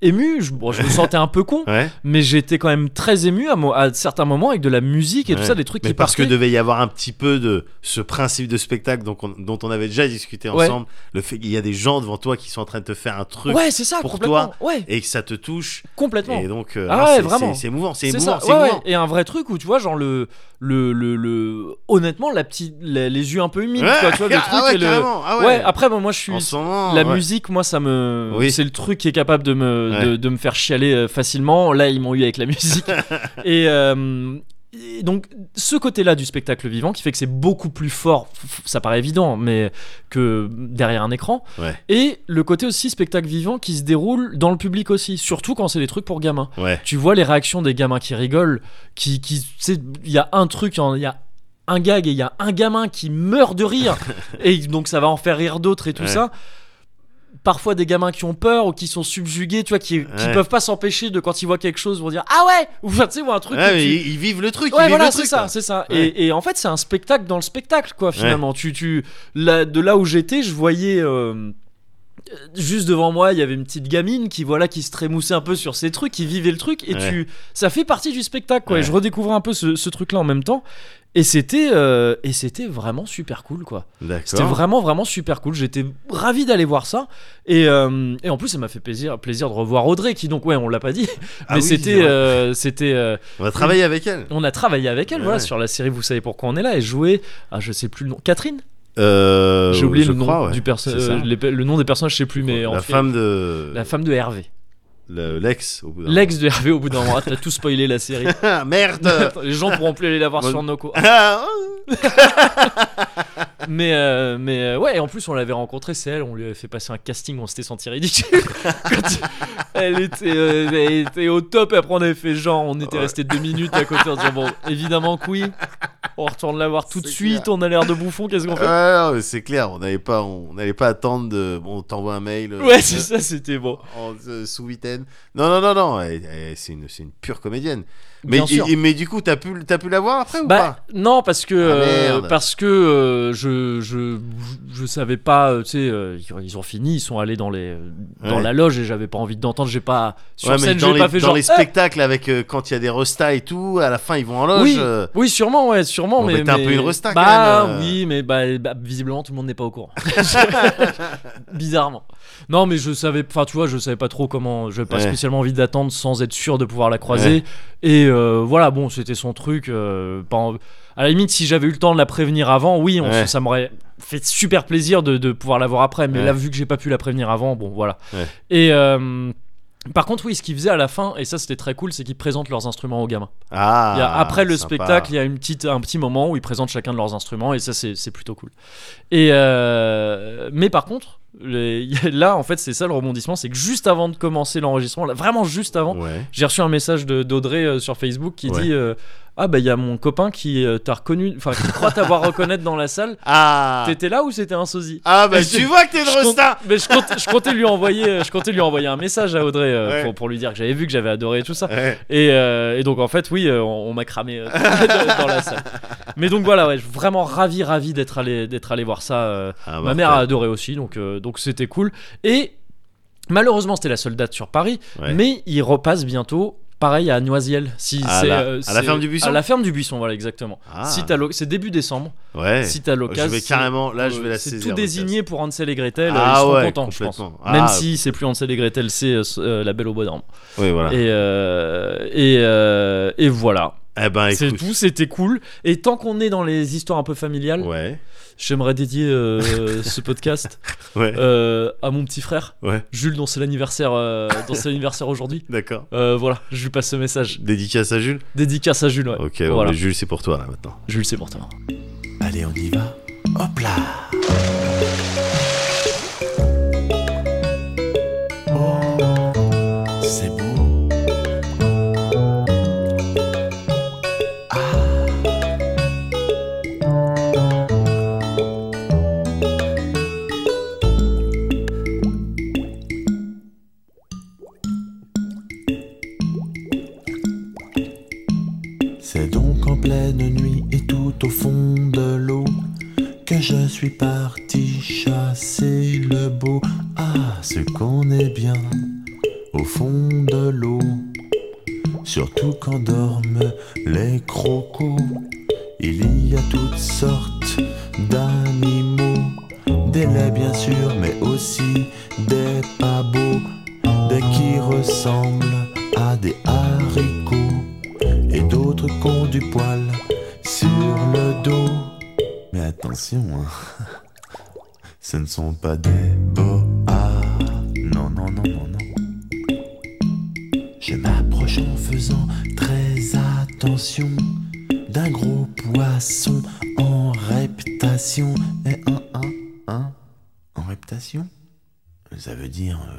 Speaker 1: ému. Je, bon, je me sentais un peu con,
Speaker 2: Ouais.
Speaker 1: mais j'étais quand même très ému à, mo- à certains moments avec de la musique et tout
Speaker 2: Ouais.
Speaker 1: ça, des trucs
Speaker 2: Mais
Speaker 1: qui
Speaker 2: parce que
Speaker 1: partaient.
Speaker 2: devait y avoir un petit peu de ce principe de spectacle donc on- dont on avait déjà discuté
Speaker 1: Ouais.
Speaker 2: ensemble, le fait qu'il y a des gens devant toi qui sont en train de te faire un truc
Speaker 1: Ouais, c'est ça,
Speaker 2: pour
Speaker 1: complètement. ouais,
Speaker 2: et que ça te touche
Speaker 1: complètement.
Speaker 2: et donc euh,
Speaker 1: Ah
Speaker 2: non,
Speaker 1: ouais,
Speaker 2: c'est-
Speaker 1: vraiment.
Speaker 2: c'est c'est émouvant, c'est
Speaker 1: C'est ça,
Speaker 2: émouvant, c'est
Speaker 1: ouais, ouais.
Speaker 2: émouvant.
Speaker 1: Et un vrai truc où tu vois, genre le. le, le, le- Honnêtement, la petite, les, les yeux un peu humides,
Speaker 2: Ouais.
Speaker 1: quoi, tu vois, le
Speaker 2: Ah
Speaker 1: truc
Speaker 2: ouais,
Speaker 1: et le-
Speaker 2: carrément, ah
Speaker 1: Ouais, après, bon, moi je suis.
Speaker 2: en ce moment,
Speaker 1: La
Speaker 2: ouais.
Speaker 1: musique, moi, ça me.
Speaker 2: Oui.
Speaker 1: C'est le truc qui est capable de me,
Speaker 2: Ouais.
Speaker 1: de, de me faire chialer euh, facilement. Là, ils m'ont eu avec la musique. et, euh, et donc, ce côté-là du spectacle vivant qui fait que c'est beaucoup plus fort, f- f- ça paraît évident, mais que derrière un écran.
Speaker 2: Ouais.
Speaker 1: Et le côté aussi spectacle vivant qui se déroule dans le public aussi, surtout quand c'est des trucs pour gamins.
Speaker 2: Ouais.
Speaker 1: Tu vois les réactions des gamins qui rigolent, qui, qui tu sais, il y a un truc, il y a un gag et il y a un gamin qui meurt de rire, et donc ça va en faire rire d'autres et tout
Speaker 2: Ouais.
Speaker 1: ça. Parfois des gamins qui ont peur ou qui sont subjugués, tu vois, qui, qui
Speaker 2: Ouais.
Speaker 1: peuvent pas s'empêcher de quand ils voient quelque chose, vont dire ah ouais, ou enfin, tu sais, ou un truc.
Speaker 2: Ouais,
Speaker 1: que
Speaker 2: mais
Speaker 1: tu-
Speaker 2: ils, ils vivent le truc, ils
Speaker 1: Ouais,
Speaker 2: vivent
Speaker 1: voilà,
Speaker 2: le
Speaker 1: c'est
Speaker 2: truc.
Speaker 1: ça,
Speaker 2: quoi.
Speaker 1: c'est ça.
Speaker 2: Ouais.
Speaker 1: Et, et en fait, c'est un spectacle dans le spectacle, quoi, finalement. Tu, tu, là, de là où j'étais, je voyais. euh, Juste devant moi, il y avait une petite gamine qui voilà qui se trémoussait un peu sur ces trucs, qui vivait le truc et
Speaker 2: Ouais.
Speaker 1: tu ça fait partie du spectacle quoi. Et
Speaker 2: Ouais.
Speaker 1: je redécouvrais un peu ce, ce truc là en même temps et c'était euh, et c'était vraiment super cool quoi.
Speaker 2: D'accord.
Speaker 1: C'était vraiment vraiment super cool. J'étais ravi d'aller voir ça et, euh, et en plus ça m'a fait plaisir plaisir de revoir Audrey qui donc ouais on l'a pas dit
Speaker 2: Ah
Speaker 1: mais
Speaker 2: oui, c'est
Speaker 1: c'était
Speaker 2: vrai.
Speaker 1: euh, c'était euh,
Speaker 2: On va travailler avec elle.
Speaker 1: on a travaillé avec elle,
Speaker 2: Eh Ouais,
Speaker 1: voilà,
Speaker 2: ouais.
Speaker 1: sur la série Vous savez pourquoi on est là et joué à je sais plus le nom. Catherine
Speaker 2: Euh,
Speaker 1: J'ai oublié
Speaker 2: je
Speaker 1: le nom
Speaker 2: crois, ouais.
Speaker 1: du perso-
Speaker 2: C'est ça.
Speaker 1: euh, les pe- le nom des personnages, je sais plus, mais en
Speaker 2: la
Speaker 1: tout cas,
Speaker 2: femme de
Speaker 1: la femme de Hervé,
Speaker 2: le- l'ex au bout d'un
Speaker 1: l'ex de Hervé au bout d'un moment. Ah, T'as tout spoilé la série.
Speaker 2: moment. Ah, merde.
Speaker 1: les gens pourront plus aller la voir
Speaker 2: Bon.
Speaker 1: sur Noco.
Speaker 2: Ah,
Speaker 1: Mais euh, mais euh, ouais, et en plus on l'avait rencontrée, c'est elle, on lui avait fait passer un casting, on s'était senti ridicule. Quand elle, était, euh, elle était au top, et après on avait fait genre, on était
Speaker 2: Ouais.
Speaker 1: resté deux minutes à côté en disant bon, évidemment que oui, on retourne la voir tout de
Speaker 2: C'est
Speaker 1: suite,
Speaker 2: clair.
Speaker 1: on a l'air de bouffon, qu'est-ce qu'on fait
Speaker 2: Ouais, non, mais c'est clair, on n'allait pas, on n'allait pas attendre de. Bon, on t'envoie un mail. euh,
Speaker 1: Ouais, c'est ça, c'était bon.
Speaker 2: en- euh, sous huitaine. Non, non, non, non. elle- elle- c'est une, c'est une pure comédienne. Mais,
Speaker 1: Bien sûr.
Speaker 2: et- et- mais du coup, t'as pu, t'as pu la voir après ou
Speaker 1: Bah non parce que
Speaker 2: Ah,
Speaker 1: euh,
Speaker 2: merde.
Speaker 1: parce que euh, je, je je savais pas euh, tu sais euh, ils ont fini ils sont allés dans les dans
Speaker 2: Ouais.
Speaker 1: la loge et j'avais pas envie d'entendre j'ai pas
Speaker 2: pas
Speaker 1: sur
Speaker 2: Ouais, mais
Speaker 1: scène
Speaker 2: dans
Speaker 1: j'ai
Speaker 2: les,
Speaker 1: pas fait
Speaker 2: dans
Speaker 1: genre
Speaker 2: les
Speaker 1: Eh
Speaker 2: spectacles avec euh, quand il y a des restas et tout, à la fin ils vont en loge.
Speaker 1: oui,
Speaker 2: euh,
Speaker 1: oui, sûrement, ouais, sûrement,
Speaker 2: Bon,
Speaker 1: mais,
Speaker 2: mais t'es un
Speaker 1: mais-
Speaker 2: peu une resta, quand
Speaker 1: Bah
Speaker 2: même, euh.
Speaker 1: oui, mais bah, bah, visiblement tout le monde n'est pas au courant. Bizarrement. Non, mais je savais, enfin tu vois, je savais pas trop comment. J'avais pas
Speaker 2: Ouais.
Speaker 1: spécialement envie d'attendre sans être sûr de pouvoir la croiser. Et euh, voilà, bon, c'était son truc. euh, pas en- À la limite, si j'avais eu le temps de la prévenir avant, oui, on-
Speaker 2: Ouais.
Speaker 1: ça m'aurait fait super plaisir de, de pouvoir la voir après. Mais
Speaker 2: Ouais.
Speaker 1: là, vu que j'ai pas pu la prévenir avant, bon, voilà.
Speaker 2: Ouais.
Speaker 1: Et euh, par contre, oui, ce qu'ils faisaient à la fin, et ça c'était très cool, c'est qu'ils présentent leurs instruments aux gamins.
Speaker 2: Ah,
Speaker 1: Il y a- après le
Speaker 2: sympa.
Speaker 1: spectacle, il y a une petite, un petit moment où ils présentent chacun de leurs instruments et ça c'est c'est plutôt cool. Et euh, mais par contre, les- là en fait c'est ça le rebondissement, c'est que juste avant de commencer l'enregistrement, là, vraiment juste avant,
Speaker 2: Ouais.
Speaker 1: j'ai reçu un message de- d'Audrey euh, sur Facebook qui
Speaker 2: Ouais.
Speaker 1: dit euh, ah bah il y a mon copain qui euh, t'a reconnu, enfin qui croit t'avoir reconnaître dans la salle.
Speaker 2: Ah,
Speaker 1: T'étais là ou c'était un sosie
Speaker 2: ah bah
Speaker 1: Et je-
Speaker 2: tu vois que t'es une
Speaker 1: je compte-
Speaker 2: resta.
Speaker 1: mais je compte- je comptais lui envoyer, je comptais lui envoyer un message à Audrey euh,
Speaker 2: Ouais.
Speaker 1: pour, pour lui dire que j'avais vu que j'avais adoré et tout ça.
Speaker 2: Ouais.
Speaker 1: Et, euh, et donc en fait oui euh, on, on m'a cramé euh, dans, dans la salle. Mais donc voilà ouais, je suis vraiment ravi ravi d'être allé d'être allé voir ça. euh.
Speaker 2: Ah,
Speaker 1: Ma
Speaker 2: bah,
Speaker 1: mère a adoré aussi donc euh, donc c'était cool. Et malheureusement c'était la seule date sur Paris,
Speaker 2: Ouais.
Speaker 1: mais il repasse bientôt. Pareil à Noisiel, si
Speaker 2: À
Speaker 1: c'est
Speaker 2: la-
Speaker 1: euh,
Speaker 2: à la
Speaker 1: c'est-
Speaker 2: ferme du Buisson
Speaker 1: À la ferme du Buisson, voilà exactement.
Speaker 2: Ah.
Speaker 1: Si t'as l'oc- c'est début décembre.
Speaker 2: Ouais.
Speaker 1: Si t'as
Speaker 2: je
Speaker 1: l'occasion,
Speaker 2: vais
Speaker 1: c'est-
Speaker 2: carrément. Là, je vais la
Speaker 1: c'est
Speaker 2: saisir.
Speaker 1: tout
Speaker 2: l'occasion.
Speaker 1: désigné pour Hansel et Gretel. euh, ils
Speaker 2: Ah
Speaker 1: seront
Speaker 2: ouais,
Speaker 1: contents, je pense.
Speaker 2: complètement. Ah,
Speaker 1: Même si c'est plus Hansel et Gretel, c'est euh, euh, La Belle au Bois Dormant.
Speaker 2: Oui, voilà.
Speaker 1: Et, euh, et, euh, et voilà.
Speaker 2: Eh ben,
Speaker 1: C'est
Speaker 2: écoute.
Speaker 1: tout, c'était cool. Et tant qu'on est dans les histoires un peu familiales,
Speaker 2: Ouais.
Speaker 1: j'aimerais dédier euh, ce podcast
Speaker 2: Ouais.
Speaker 1: euh, à mon petit frère,
Speaker 2: Ouais.
Speaker 1: Jules, dont c'est l'anniversaire, euh, dont c'est l'anniversaire aujourd'hui.
Speaker 2: D'accord.
Speaker 1: Euh, voilà, je lui passe ce message.
Speaker 2: Dédicace à Jules.
Speaker 1: Dédicace à Jules, ouais.
Speaker 2: Ok, bon,
Speaker 1: Voilà.
Speaker 2: mais Jules, c'est pour toi là maintenant.
Speaker 1: Jules, c'est pour toi.
Speaker 2: Allez, on y va. Hop là. c'est beau. Ah.
Speaker 3: C'est donc en pleine nuit et tout au fond de l'eau que je suis parti chasser le beau. Ah, ce qu'on est bien. au fond de l'eau. Surtout quand dorment les crocos. Il y a toutes sortes d'animaux. Des laits bien sûr, mais aussi des pas beaux. Des qui ressemblent à des haricots. Et d'autres qu'ont du poil sur le dos. Mais attention, hein. Ce ne sont pas des boas. Non, non, non, non, non. Je m'approche en faisant très attention d'un gros poisson en reptation. Et un, un, un, en reptation Ça veut dire euh,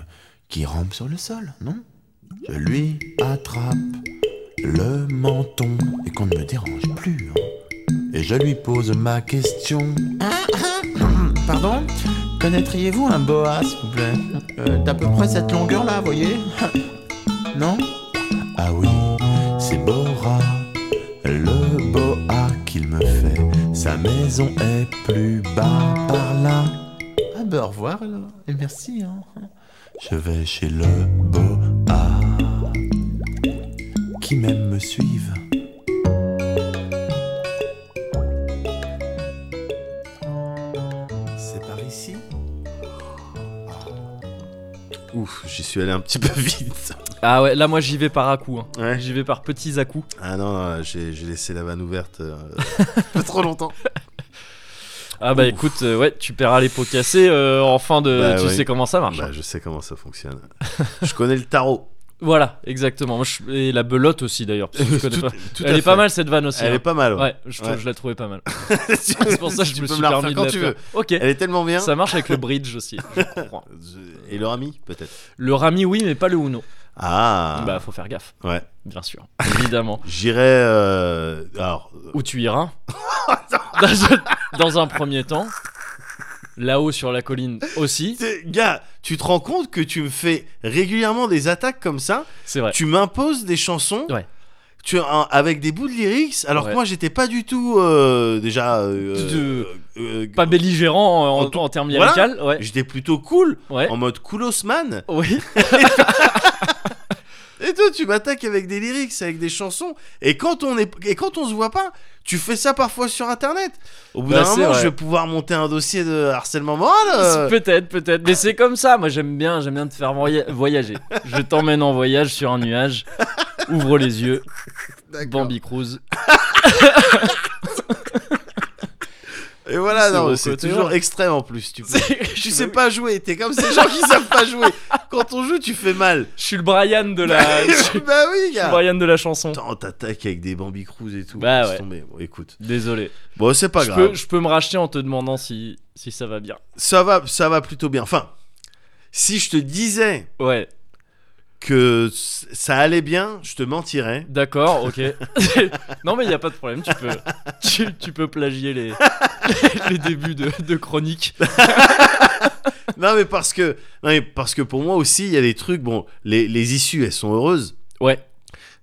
Speaker 3: qui rampe sur le sol, non Je lui attrape le menton et qu'on ne me dérange plus. hein. Et je lui pose ma question. Pardon Connaîtriez-vous un boa, s'il vous plaît Euh, D'à peu près cette longueur-là, voyez Non Ah oui, c'est Bora, le boa qu'il me fait. Sa maison est plus bas par là. Ah bah au revoir alors, et merci. hein. Je vais chez le boa, qui même me suivent. C'est par ici
Speaker 2: Ouf, j'y suis allé un petit peu vite.
Speaker 1: Ah ouais, là moi j'y vais par à coups. hein.
Speaker 2: Ouais.
Speaker 1: J'y vais par petits à coups.
Speaker 2: Ah non, non, j'ai j'ai laissé la vanne ouverte euh, un peu trop longtemps.
Speaker 1: Ah bah
Speaker 2: Ouf.
Speaker 1: écoute, euh, ouais, tu paieras les pots cassés euh, en fin de.
Speaker 2: Bah
Speaker 1: tu
Speaker 2: oui.
Speaker 1: sais comment ça marche.
Speaker 2: Bah, je sais comment ça fonctionne. je connais le tarot.
Speaker 1: Voilà, exactement. Moi, je- Et la belote aussi d'ailleurs. parce que je connais
Speaker 2: Tout-
Speaker 1: pas.
Speaker 2: tout à
Speaker 1: Elle est
Speaker 2: fait.
Speaker 1: pas mal cette vanne aussi.
Speaker 2: Elle
Speaker 1: hein.
Speaker 2: est pas mal. Ouais.
Speaker 1: Ouais, je, trouve-
Speaker 2: Ouais.
Speaker 1: je la trouvais pas mal.
Speaker 2: c'est
Speaker 1: C'est pour ça que je me suis
Speaker 2: la
Speaker 1: permis
Speaker 2: refaire
Speaker 1: de
Speaker 2: quand
Speaker 1: la
Speaker 2: tu
Speaker 1: faire.
Speaker 2: veux.
Speaker 1: Ok.
Speaker 2: Elle est tellement bien.
Speaker 1: Ça marche avec le bridge aussi. je comprends.
Speaker 2: Je- Et leur ami, peut-être.
Speaker 1: Le rami, oui, mais pas le Uno.
Speaker 2: Ah.
Speaker 1: Bah, faut faire gaffe,
Speaker 2: Ouais.
Speaker 1: bien sûr. Évidemment.
Speaker 2: J'irai. euh, Alors. euh,
Speaker 1: Où tu iras
Speaker 2: Oh,
Speaker 1: dans, un- dans un premier temps. Là-haut sur la colline aussi.
Speaker 2: t'es- euh, Gars, tu te rends compte que tu me fais régulièrement des attaques comme ça
Speaker 1: C'est vrai.
Speaker 2: Tu m'imposes des chansons
Speaker 1: Ouais.
Speaker 2: Tu, un- avec des bouts de lyrics, alors
Speaker 1: Ouais.
Speaker 2: que moi j'étais pas du tout euh, déjà. euh,
Speaker 1: De-
Speaker 2: euh,
Speaker 1: Pas belligérant en,
Speaker 2: En tout-
Speaker 1: en termes
Speaker 2: Voilà.
Speaker 1: lyrical. Ouais.
Speaker 2: J'étais plutôt cool,
Speaker 1: Ouais.
Speaker 2: en mode coolosman.
Speaker 1: Oui.
Speaker 2: Et toi, tu m'attaques avec des lyrics, avec des chansons. Et quand on est, et quand on se voit pas, tu fais ça parfois sur Internet. Au bout
Speaker 1: Bah,
Speaker 2: d'un
Speaker 1: c'est
Speaker 2: moment,
Speaker 1: vrai.
Speaker 2: je vais pouvoir monter un dossier de harcèlement moral. euh.
Speaker 1: Peut-être, peut-être. Mais c'est comme ça. Moi, j'aime bien, j'aime bien te faire voya- voyager. Je t'emmène en voyage sur un nuage. Ouvre les yeux.
Speaker 2: D'accord.
Speaker 1: Bambi Cruz.
Speaker 2: Et voilà,
Speaker 1: C'est
Speaker 2: non,
Speaker 1: mon
Speaker 2: c'est
Speaker 1: côté,
Speaker 2: toujours
Speaker 1: ouais.
Speaker 2: extrême en plus. Tu, peux- tu
Speaker 1: Je
Speaker 2: sais pas jouer. T'es comme ces gens qui savent pas jouer. Quand on joue, tu fais mal.
Speaker 1: Je suis le Brian de la. Ah, je suis
Speaker 2: bah oui,
Speaker 1: le
Speaker 2: gars.
Speaker 1: Brian de la chanson.
Speaker 2: Attends, t'attaques avec des Bambi Cruz et tout.
Speaker 1: Bah
Speaker 2: laisse
Speaker 1: ouais.
Speaker 2: tomber. Bon, écoute.
Speaker 1: Désolé.
Speaker 2: Bon, c'est pas
Speaker 1: je,
Speaker 2: grave.
Speaker 1: peux, je peux me racheter en te demandant si, si ça va bien.
Speaker 2: Ça va, ça va plutôt bien. Enfin, si je te disais
Speaker 1: Ouais,
Speaker 2: que c- ça allait bien, je te mentirais.
Speaker 1: d'accord, ok. non, mais il n'y a pas de problème, tu peux, tu, tu peux plagier les, les débuts de, de chronique.
Speaker 2: Non mais parce que non mais parce que pour moi aussi il y a des trucs bon les, les issues elles sont heureuses
Speaker 1: Ouais,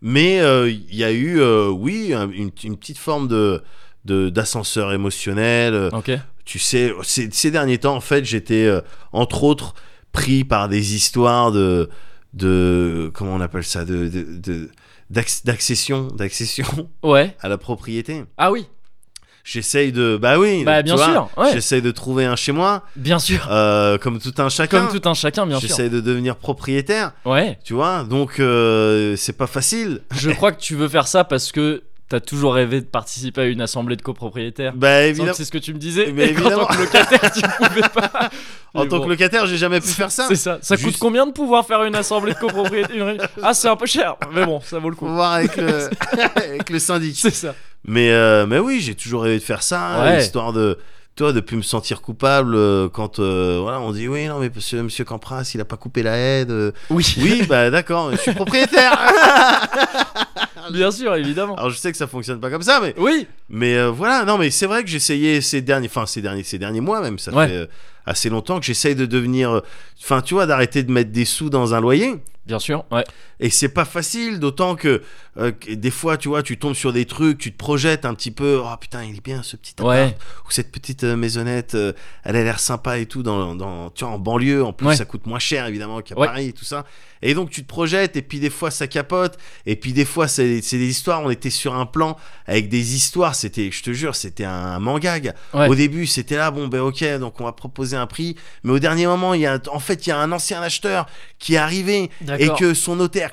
Speaker 2: mais euh, il y a eu euh, oui un- une, une petite forme de de- d'ascenseur émotionnel Euh,
Speaker 1: ok.
Speaker 2: tu sais ces, ces derniers temps en fait j'étais euh, entre autres pris par des histoires de de comment on appelle ça de de- de- d'acc- d'accession d'accession
Speaker 1: Ouais.
Speaker 2: à la propriété
Speaker 1: Ah oui,
Speaker 2: j'essaye de bah oui
Speaker 1: Bah,
Speaker 2: tu
Speaker 1: bien
Speaker 2: vois,
Speaker 1: sûr, ouais.
Speaker 2: j'essaye de trouver un chez moi
Speaker 1: bien sûr.
Speaker 2: euh, comme tout un chacun
Speaker 1: Comme tout un chacun, bien sûr.
Speaker 2: j'essaye de devenir propriétaire
Speaker 1: Ouais.
Speaker 2: Tu vois, donc euh, c'est pas facile.
Speaker 1: Je crois que tu veux faire ça parce que t'as toujours rêvé de participer à une assemblée de copropriétaires.
Speaker 2: Bah
Speaker 1: Il me semble que
Speaker 2: évidemment.
Speaker 1: C'est ce que tu me disais.
Speaker 2: Mais
Speaker 1: Et qu'en
Speaker 2: évidemment.
Speaker 1: tant que locataire, tu pouvais pas.
Speaker 2: En
Speaker 1: Mais
Speaker 2: tant
Speaker 1: bon.
Speaker 2: que locataire, j'ai jamais pu faire ça.
Speaker 1: C'est ça. Ça coûte
Speaker 2: Juste-
Speaker 1: combien de pouvoir faire une assemblée de copropriété une... réunion Ah, c'est un peu cher, mais bon, ça vaut le
Speaker 2: Faut
Speaker 1: coup.
Speaker 2: voir avec le, avec le syndic.
Speaker 1: C'est ça.
Speaker 2: Mais, euh, mais oui, j'ai toujours rêvé de faire ça,
Speaker 1: Ouais.
Speaker 2: histoire de toi de plus me sentir coupable euh, quand euh, voilà on dit oui non mais monsieur, monsieur Campras il a pas coupé la haie de-
Speaker 1: Oui,
Speaker 2: oui bah d'accord je suis propriétaire
Speaker 1: bien sûr, évidemment.
Speaker 2: alors je sais que ça fonctionne pas comme ça mais
Speaker 1: Oui,
Speaker 2: mais euh, voilà non mais c'est vrai que j'essayais ces derniers enfin ces derniers ces derniers mois même ça
Speaker 1: Ouais.
Speaker 2: euh, fait euh, assez longtemps que j'essaye de devenir enfin tu vois d'arrêter de mettre des sous dans un loyer
Speaker 1: Bien sûr, ouais.
Speaker 2: Et c'est pas facile, d'autant que, euh, que des fois, tu vois, tu tombes sur des trucs, tu te projettes un petit peu. Oh putain, il est bien ce petit appart,
Speaker 1: Ouais.
Speaker 2: ou cette petite euh, maisonnette, euh, elle a l'air sympa et tout, dans, dans, tu vois, en banlieue. En plus,
Speaker 1: Ouais.
Speaker 2: ça coûte moins cher, évidemment, qu'à
Speaker 1: Ouais.
Speaker 2: Paris et tout ça. Et donc, tu te projettes, et puis des fois, ça capote, et puis des fois, c'est c'est des histoires. On était sur un plan avec des histoires, c'était, je te jure, c'était un manga. gars.
Speaker 1: Ouais.
Speaker 2: Au début, c'était là, bon, ben ok, donc on va proposer un prix. Mais au dernier moment, il y a, en fait, il y a un ancien acheteur qui est arrivé et
Speaker 1: D'accord.
Speaker 2: que son notaire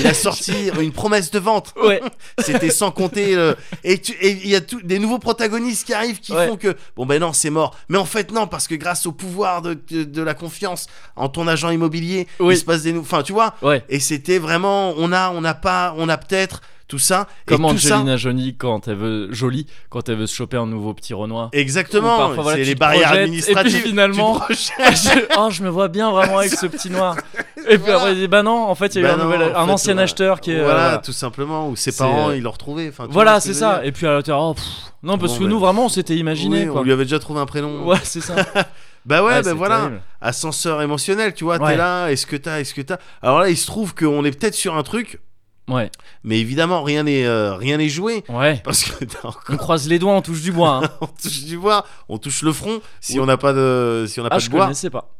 Speaker 2: il a sorti une promesse de vente
Speaker 1: Ouais.
Speaker 2: c'était sans compter le- et tu- et il y a tout- des nouveaux protagonistes qui arrivent qui
Speaker 1: Ouais.
Speaker 2: font que bon ben non c'est mort mais en fait non parce que grâce au pouvoir de, de, de la confiance en ton agent immobilier
Speaker 1: Oui.
Speaker 2: il se passe des nou- enfin tu vois
Speaker 1: Ouais.
Speaker 2: et c'était vraiment on a on n'a pas on a peut-être tout ça
Speaker 1: Comme
Speaker 2: et tout ça
Speaker 1: Angelina Jolie quand elle veut jolie quand elle veut se choper un nouveau petit Renoir.
Speaker 2: exactement
Speaker 1: Ou parfois, voilà,
Speaker 2: c'est
Speaker 1: tu
Speaker 2: les
Speaker 1: te
Speaker 2: barrières
Speaker 1: projettes, et puis
Speaker 2: administratives tu te
Speaker 1: finalement-
Speaker 2: projettes.
Speaker 1: Je- oh, je me vois bien vraiment avec ce petit noir. Et puis
Speaker 2: Voilà.
Speaker 1: après, il dit bah non, en fait, il y a eu
Speaker 2: Bah
Speaker 1: un,
Speaker 2: non,
Speaker 1: nouvel-
Speaker 2: en
Speaker 1: un
Speaker 2: fait,
Speaker 1: ancien
Speaker 2: voilà.
Speaker 1: acheteur qui est. euh,
Speaker 2: voilà
Speaker 1: voilà.
Speaker 2: tout simplement ou ses
Speaker 1: C'est,
Speaker 2: parents
Speaker 1: euh,
Speaker 2: ils l'ont retrouvé enfin tu
Speaker 1: Voilà,
Speaker 2: vois ce que
Speaker 1: c'est
Speaker 2: je veux
Speaker 1: ça.
Speaker 2: dire
Speaker 1: Et puis à l'auteur, oh, pff. non, parce
Speaker 2: Bon,
Speaker 1: que
Speaker 2: bah.
Speaker 1: nous vraiment, on s'était imaginé
Speaker 2: Oui,
Speaker 1: quoi.
Speaker 2: on lui avait déjà trouvé un prénom
Speaker 1: Ouais, c'est ça.
Speaker 2: bah ouais,
Speaker 1: Ouais,
Speaker 2: bah
Speaker 1: c'est
Speaker 2: voilà
Speaker 1: terrible.
Speaker 2: ascenseur émotionnel, tu vois,
Speaker 1: Ouais.
Speaker 2: t'es là, est-ce que t'as, est-ce que t'as. Alors là, il se trouve qu'on est peut-être sur un truc,
Speaker 1: Ouais,
Speaker 2: mais évidemment, rien n'est, euh, rien n'est joué.
Speaker 1: ouais.
Speaker 2: Parce que t'as encore-
Speaker 1: On croise les doigts, on touche du bois. hein.
Speaker 2: on touche du bois, on touche le front. Si
Speaker 1: Oui.
Speaker 2: on n'a pas de, si on n'a
Speaker 1: Ah,
Speaker 2: pas
Speaker 1: je
Speaker 2: de bois,
Speaker 1: connaissais pas.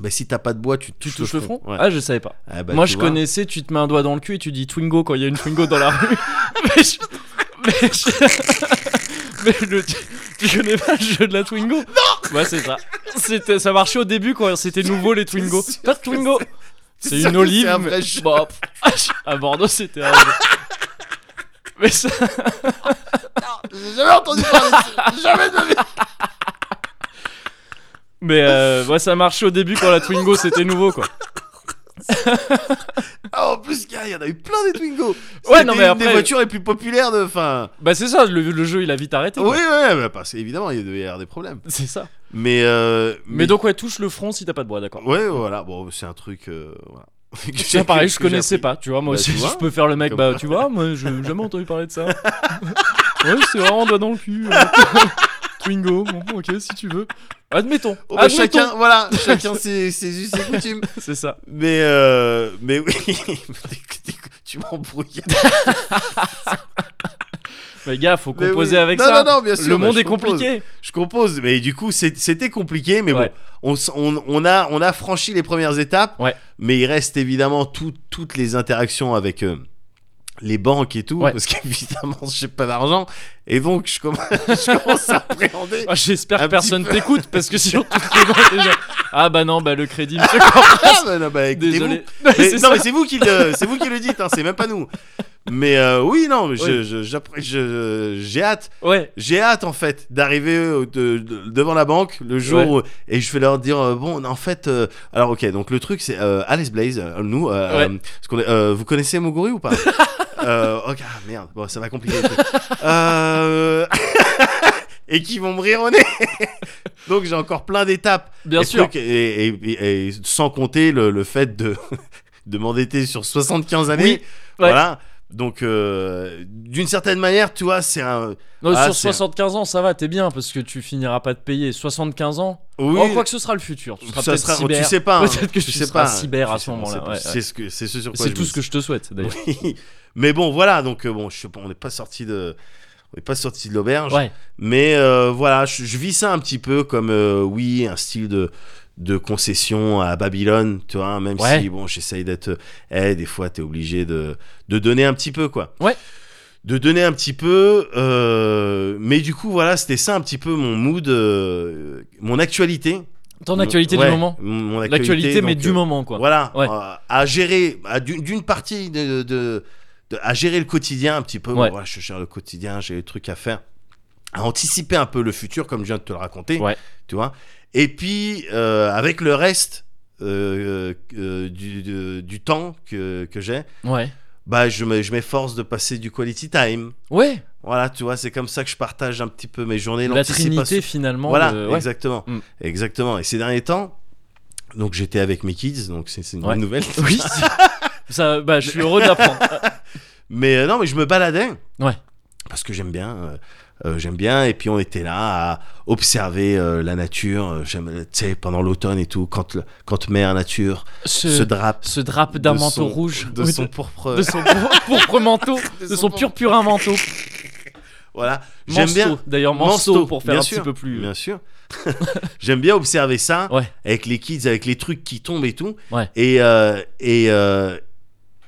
Speaker 2: bah si t'as pas de bois, tu
Speaker 1: Tu
Speaker 2: touches,
Speaker 1: touches le front
Speaker 2: Ouais.
Speaker 1: Ah, je savais pas.
Speaker 2: Ah bah,
Speaker 1: Moi,
Speaker 2: tu
Speaker 1: je
Speaker 2: vois.
Speaker 1: connaissais, tu te mets un doigt dans le cul et tu dis Twingo quand il y a une Twingo dans la rue. mais, je- mais je- mais le- tu- Tu connais pas le jeu de la Twingo Non Ouais, c'est ça. C'était, ça marchait au début quand c'était nouveau les Twingo.
Speaker 2: sûr
Speaker 1: Pas de Twingo
Speaker 2: T'es
Speaker 1: C'est
Speaker 2: sûr
Speaker 1: une
Speaker 2: que
Speaker 1: olive.
Speaker 2: c'est un
Speaker 1: mais-
Speaker 2: vrai jeu
Speaker 1: Bon, pff, à Bordeaux, c'était un jeu. Mais ça.
Speaker 2: J'ai jamais entendu parler de ça, jamais de ma vie.
Speaker 1: Mais euh, ouais, ça marchait au début quand la Twingo c'était nouveau quoi.
Speaker 2: Ah, en plus, gars, il y en a eu plein des Twingo.
Speaker 1: Ouais, non, mais
Speaker 2: C'était une des
Speaker 1: après-
Speaker 2: voitures les plus populaires de. Enfin.
Speaker 1: Bah, c'est ça, le, le jeu il a vite arrêté. quoi.
Speaker 2: Oui, ouais, bah, parce évidemment, il devait y avoir des problèmes.
Speaker 1: C'est ça.
Speaker 2: Mais. euh,
Speaker 1: Mais donc, ouais, touche le front si t'as pas de bois, d'accord.
Speaker 2: Ouais, voilà, bon, c'est un truc. euh, voilà. Que j'ai-
Speaker 1: Tiens, pareil,
Speaker 2: que
Speaker 1: je
Speaker 2: j'ai
Speaker 1: connaissais
Speaker 2: appris.
Speaker 1: pas, tu vois. Moi
Speaker 2: Bah,
Speaker 1: aussi,
Speaker 2: tu vois.
Speaker 1: je peux faire le mec,
Speaker 2: Comme
Speaker 1: bah,
Speaker 2: quoi.
Speaker 1: tu vois, moi, j'ai jamais entendu parler de ça. ouais, c'est vraiment doigt dans le cul. euh. Twingo, bon, ok, si tu veux. Admettons.
Speaker 2: Oh, bah,
Speaker 1: admettons.
Speaker 2: chacun, voilà, chacun ses, ses us et coutumes.
Speaker 1: C'est ça.
Speaker 2: Mais, euh, mais oui, tu m'embrouilles.
Speaker 1: Mais gars, faut
Speaker 2: Mais
Speaker 1: composer
Speaker 2: oui.
Speaker 1: avec
Speaker 2: Non,
Speaker 1: ça.
Speaker 2: non, non, bien sûr,
Speaker 1: le
Speaker 2: bah,
Speaker 1: monde
Speaker 2: je
Speaker 1: est
Speaker 2: compose.
Speaker 1: compliqué.
Speaker 2: Je compose, mais du coup, c'est- c'était compliqué, mais
Speaker 1: Ouais.
Speaker 2: bon, on, s- on, on a, on a franchi les premières étapes.
Speaker 1: Ouais.
Speaker 2: Mais il reste évidemment tout- toutes les interactions avec. euh, les banques et tout,
Speaker 1: Ouais.
Speaker 2: parce qu'évidemment, j'ai pas d'argent, et donc je commence, je commence à appréhender.
Speaker 1: Ah, J'espère que
Speaker 2: Un petit
Speaker 1: personne
Speaker 2: peu.
Speaker 1: t'écoute parce que sinon tout le monde est genre, Ah bah non, bah le crédit, monsieur,
Speaker 2: Ah, bah, non, bah, écoutez-vous.
Speaker 1: désolé.
Speaker 2: Mais-
Speaker 1: C'est
Speaker 2: non,
Speaker 1: ça.
Speaker 2: mais c'est vous qui le, c'est vous qui le dites, hein, c'est même pas nous. Mais euh, oui, non, mais je, je- j'appré- je- j'ai hâte,
Speaker 1: Ouais,
Speaker 2: j'ai hâte en fait d'arriver euh, de- de- devant la banque le jour
Speaker 1: Ouais.
Speaker 2: où- et je vais leur dire euh, bon, en fait, euh, alors ok, donc le truc c'est euh, Alice Blaze, euh, nous, euh,
Speaker 1: Ouais.
Speaker 2: euh, parce qu'on est- euh, vous connaissez Moguri ou pas euh, Ok, ah, merde, bon, ça va compliquer. le truc. Euh, et qui vont me rire au nez. donc j'ai encore plein d'étapes
Speaker 1: bien
Speaker 2: et
Speaker 1: sûr.
Speaker 2: truc, et, et- et- et sans compter le, le fait de, de m'endetter sur 75 années.
Speaker 1: Oui, ouais.
Speaker 2: Voilà. Donc, euh, d'une certaine manière, tu vois, c'est un.
Speaker 1: Non,
Speaker 2: Ah,
Speaker 1: sur
Speaker 2: c'est un-
Speaker 1: 75 ans, ça va, t'es bien parce que tu finiras pas de payer. 75 ans,
Speaker 2: Oui.
Speaker 1: Oh, quoi que ce sera le futur. Tu seras
Speaker 2: ça
Speaker 1: peut-être
Speaker 2: sera,
Speaker 1: cyber.
Speaker 2: tu sais pas, hein,
Speaker 1: Peut-être que
Speaker 2: tu
Speaker 1: tu
Speaker 2: sais
Speaker 1: seras
Speaker 2: pas
Speaker 1: cyber à
Speaker 2: Tu sais
Speaker 1: ce
Speaker 2: pas,
Speaker 1: moment-là.
Speaker 2: c'est-
Speaker 1: ouais,
Speaker 2: C'est
Speaker 1: ouais.
Speaker 2: ce que c'est ce sur quoi.
Speaker 1: C'est tout ce que je te souhaite d'ailleurs.
Speaker 2: que. mais bon, voilà. Donc euh, bon, je sais pas, on n'est pas sorti de, on n'est pas sorti de l'auberge.
Speaker 1: Ouais,
Speaker 2: Mais euh, voilà, je, je vis ça un petit peu comme, euh, oui, un style de, de concession à Babylone, tu vois, même
Speaker 1: Ouais.
Speaker 2: si, bon, j'essaye d'être... Eh, des fois, t'es obligé de, de donner un petit peu, quoi.
Speaker 1: Ouais.
Speaker 2: De donner un petit peu, euh, mais du coup, voilà, c'était ça un petit peu mon mood, euh, mon actualité.
Speaker 1: ton actualité
Speaker 2: Ouais,
Speaker 1: du moment.
Speaker 2: mon- mon
Speaker 1: L'actualité, mais
Speaker 2: donc,
Speaker 1: du
Speaker 2: euh,
Speaker 1: moment quoi.
Speaker 2: Voilà,
Speaker 1: Ouais.
Speaker 2: euh, à gérer, à d'une- d'une partie de, de- de- à gérer le quotidien un petit peu. Bon,
Speaker 1: Ouais.
Speaker 2: voilà, je gère le quotidien, j'ai des trucs à faire, à anticiper un peu le futur comme je viens de te le raconter.
Speaker 1: Ouais.
Speaker 2: Tu vois. Et puis euh, avec le reste euh, euh, du, de- du temps que, que j'ai,
Speaker 1: Ouais.
Speaker 2: bah je me- je m'efforce de passer du quality time.
Speaker 1: Ouais,
Speaker 2: Voilà, tu vois, c'est comme ça que je partage un petit peu mes journées.
Speaker 1: la
Speaker 2: l'anticipation.
Speaker 1: trinité finalement.
Speaker 2: Voilà,
Speaker 1: de- ouais.
Speaker 2: exactement.
Speaker 1: Mm.
Speaker 2: Exactement. Et ces derniers temps, donc j'étais avec mes kids, donc c'est c'est une
Speaker 1: Ouais.
Speaker 2: bonne nouvelle.
Speaker 1: Oui. Ça, bah, je suis heureux d'apprendre.
Speaker 2: Mais euh, non, mais je me baladais.
Speaker 1: Ouais.
Speaker 2: Parce que j'aime bien. euh, euh, j'aime bien. Et puis on était là à observer euh, la nature, euh, j'aime- tu sais, pendant l'automne et tout, quand, le- quand mère nature se
Speaker 1: Ce,
Speaker 2: drape
Speaker 1: ce drape d'un
Speaker 2: de
Speaker 1: manteau
Speaker 2: son-
Speaker 1: rouge.
Speaker 2: de
Speaker 1: Oui,
Speaker 2: son pourpre.
Speaker 1: de son pour- pourpre manteau. De, son, purpurin manteau.
Speaker 2: Voilà, j'aime bien.
Speaker 1: Manceau, D'ailleurs, manceau,
Speaker 2: Manceau,
Speaker 1: pour faire
Speaker 2: bien
Speaker 1: un
Speaker 2: sûr.
Speaker 1: petit peu plus.
Speaker 2: Bien sûr. J'aime bien observer ça
Speaker 1: Ouais.
Speaker 2: avec les kids, avec les trucs qui tombent et tout.
Speaker 1: Ouais.
Speaker 2: Et, euh, et, euh,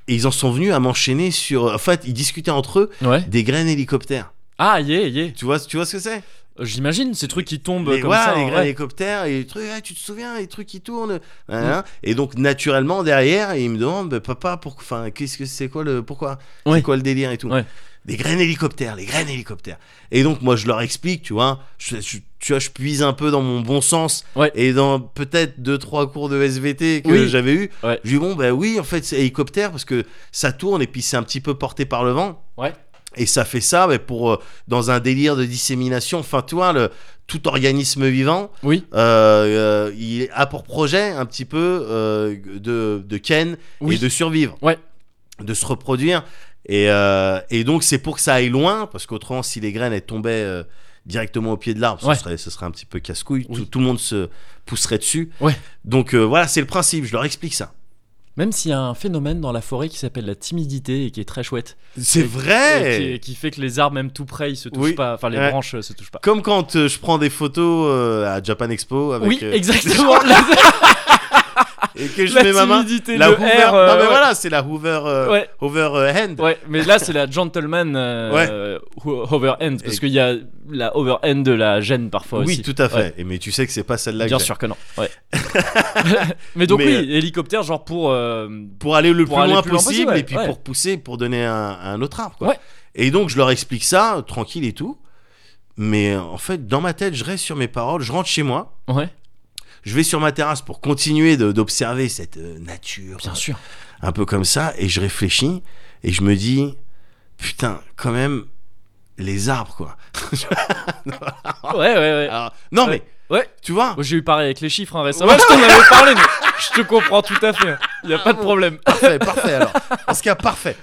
Speaker 2: et ils en sont venus à m'enchaîner sur. En fait, ils discutaient entre eux
Speaker 1: euh. Ouais.
Speaker 2: des graines hélicoptères.
Speaker 1: Ah, yeah, yeah.
Speaker 2: Tu vois, tu vois ce que c'est
Speaker 1: Euh, J'imagine ces trucs qui tombent
Speaker 2: Les,
Speaker 1: comme
Speaker 2: voilà,
Speaker 1: ça.
Speaker 2: les
Speaker 1: en
Speaker 2: graines
Speaker 1: vrai.
Speaker 2: hélicoptères, et les trucs, ah, tu te souviens, les trucs qui tournent.
Speaker 1: Mm.
Speaker 2: hein, hein. Et donc, naturellement, derrière, ils me demandent bah, Papa, pour, enfin, qu'est-ce que c'est quoi le. Pourquoi
Speaker 1: Ouais.
Speaker 2: C'est quoi le délire et tout
Speaker 1: Ouais.
Speaker 2: Des graines hélicoptères, les graines hélicoptères. Et donc, moi, je leur explique, tu vois, je, je- tu vois, je puise un peu dans mon bon sens
Speaker 1: Ouais.
Speaker 2: et dans peut-être deux, trois cours de SVT que
Speaker 1: Oui.
Speaker 2: j'avais eu.
Speaker 1: Ouais.
Speaker 2: Je dis Bon, bah oui, en fait, c'est hélicoptère parce que ça tourne et puis c'est un petit peu porté par le vent.
Speaker 1: Ouais.
Speaker 2: Et ça fait ça mais pour euh, dans un délire de dissémination. Enfin, toi, le, tout organisme vivant,
Speaker 1: Oui.
Speaker 2: euh, euh, il a pour projet un petit peu euh, de, de ken
Speaker 1: Oui.
Speaker 2: et de survivre,
Speaker 1: Ouais.
Speaker 2: de se reproduire. Et, euh, et donc, c'est pour que ça aille loin, parce qu'autrement, si les graines elles tombaient euh, directement au pied de l'arbre,
Speaker 1: Ouais.
Speaker 2: ce, serait, ce serait un petit peu casse-couille.
Speaker 1: Oui.
Speaker 2: Tout, tout le monde se pousserait dessus.
Speaker 1: Ouais.
Speaker 2: Donc, euh, voilà, c'est le principe. Je leur explique ça.
Speaker 1: Même s'il y a un phénomène dans la forêt qui s'appelle la timidité et qui est très chouette.
Speaker 2: C'est
Speaker 1: Et qui,
Speaker 2: vrai!
Speaker 1: et qui fait que les arbres, même tout près, ils se touchent
Speaker 2: Oui.
Speaker 1: pas. Enfin, les
Speaker 2: Ouais.
Speaker 1: branches euh, se touchent pas.
Speaker 2: Comme quand euh, je prends des photos euh, à Japan Expo avec,
Speaker 1: oui,
Speaker 2: euh,
Speaker 1: exactement. La,
Speaker 2: et que je
Speaker 1: la
Speaker 2: mets ma main.
Speaker 1: timidité,
Speaker 2: La
Speaker 1: le
Speaker 2: Hoover.
Speaker 1: R, euh,
Speaker 2: non, mais
Speaker 1: ouais.
Speaker 2: voilà, c'est la Hoover, euh,
Speaker 1: Ouais.
Speaker 2: Hoover euh, Hand.
Speaker 1: Ouais, mais là c'est la gentleman euh, ho- overhand parce
Speaker 2: Et-
Speaker 1: qu'il y a la overhand de la gêne parfois
Speaker 2: oui,
Speaker 1: aussi.
Speaker 2: tout à fait.
Speaker 1: Ouais.
Speaker 2: Et mais tu sais que c'est pas celle-là.
Speaker 1: Bien
Speaker 2: que j'ai.
Speaker 1: sûr que non. Ouais. mais donc
Speaker 2: Mais,
Speaker 1: oui, hélicoptère genre pour euh,
Speaker 2: Pour aller le
Speaker 1: Pour
Speaker 2: plus
Speaker 1: aller
Speaker 2: loin
Speaker 1: plus loin
Speaker 2: possible,
Speaker 1: possible, ouais,
Speaker 2: et puis
Speaker 1: ouais.
Speaker 2: pour pousser, pour donner un, un autre arbre. quoi.
Speaker 1: Ouais.
Speaker 2: Et donc je leur explique ça, euh, tranquille et tout. Mais euh, en fait, dans ma tête, je reste sur mes paroles. Je rentre chez moi.
Speaker 1: ouais,
Speaker 2: Je vais sur ma terrasse pour continuer de- d'observer cette euh, nature,
Speaker 1: bien sûr.
Speaker 2: un peu comme ça. Et je réfléchis et je me dis, putain, quand même, les arbres quoi.
Speaker 1: Ouais ouais ouais.
Speaker 2: Alors, non
Speaker 1: Ouais.
Speaker 2: mais,
Speaker 1: Ouais.
Speaker 2: tu vois,
Speaker 1: Moi, J'ai eu pareil avec les chiffres hein, récemment. Je t'en avais parlé, mais je te comprends tout à fait. Il y a pas de problème.
Speaker 2: parfait, parfait alors. En ce cas, parfait.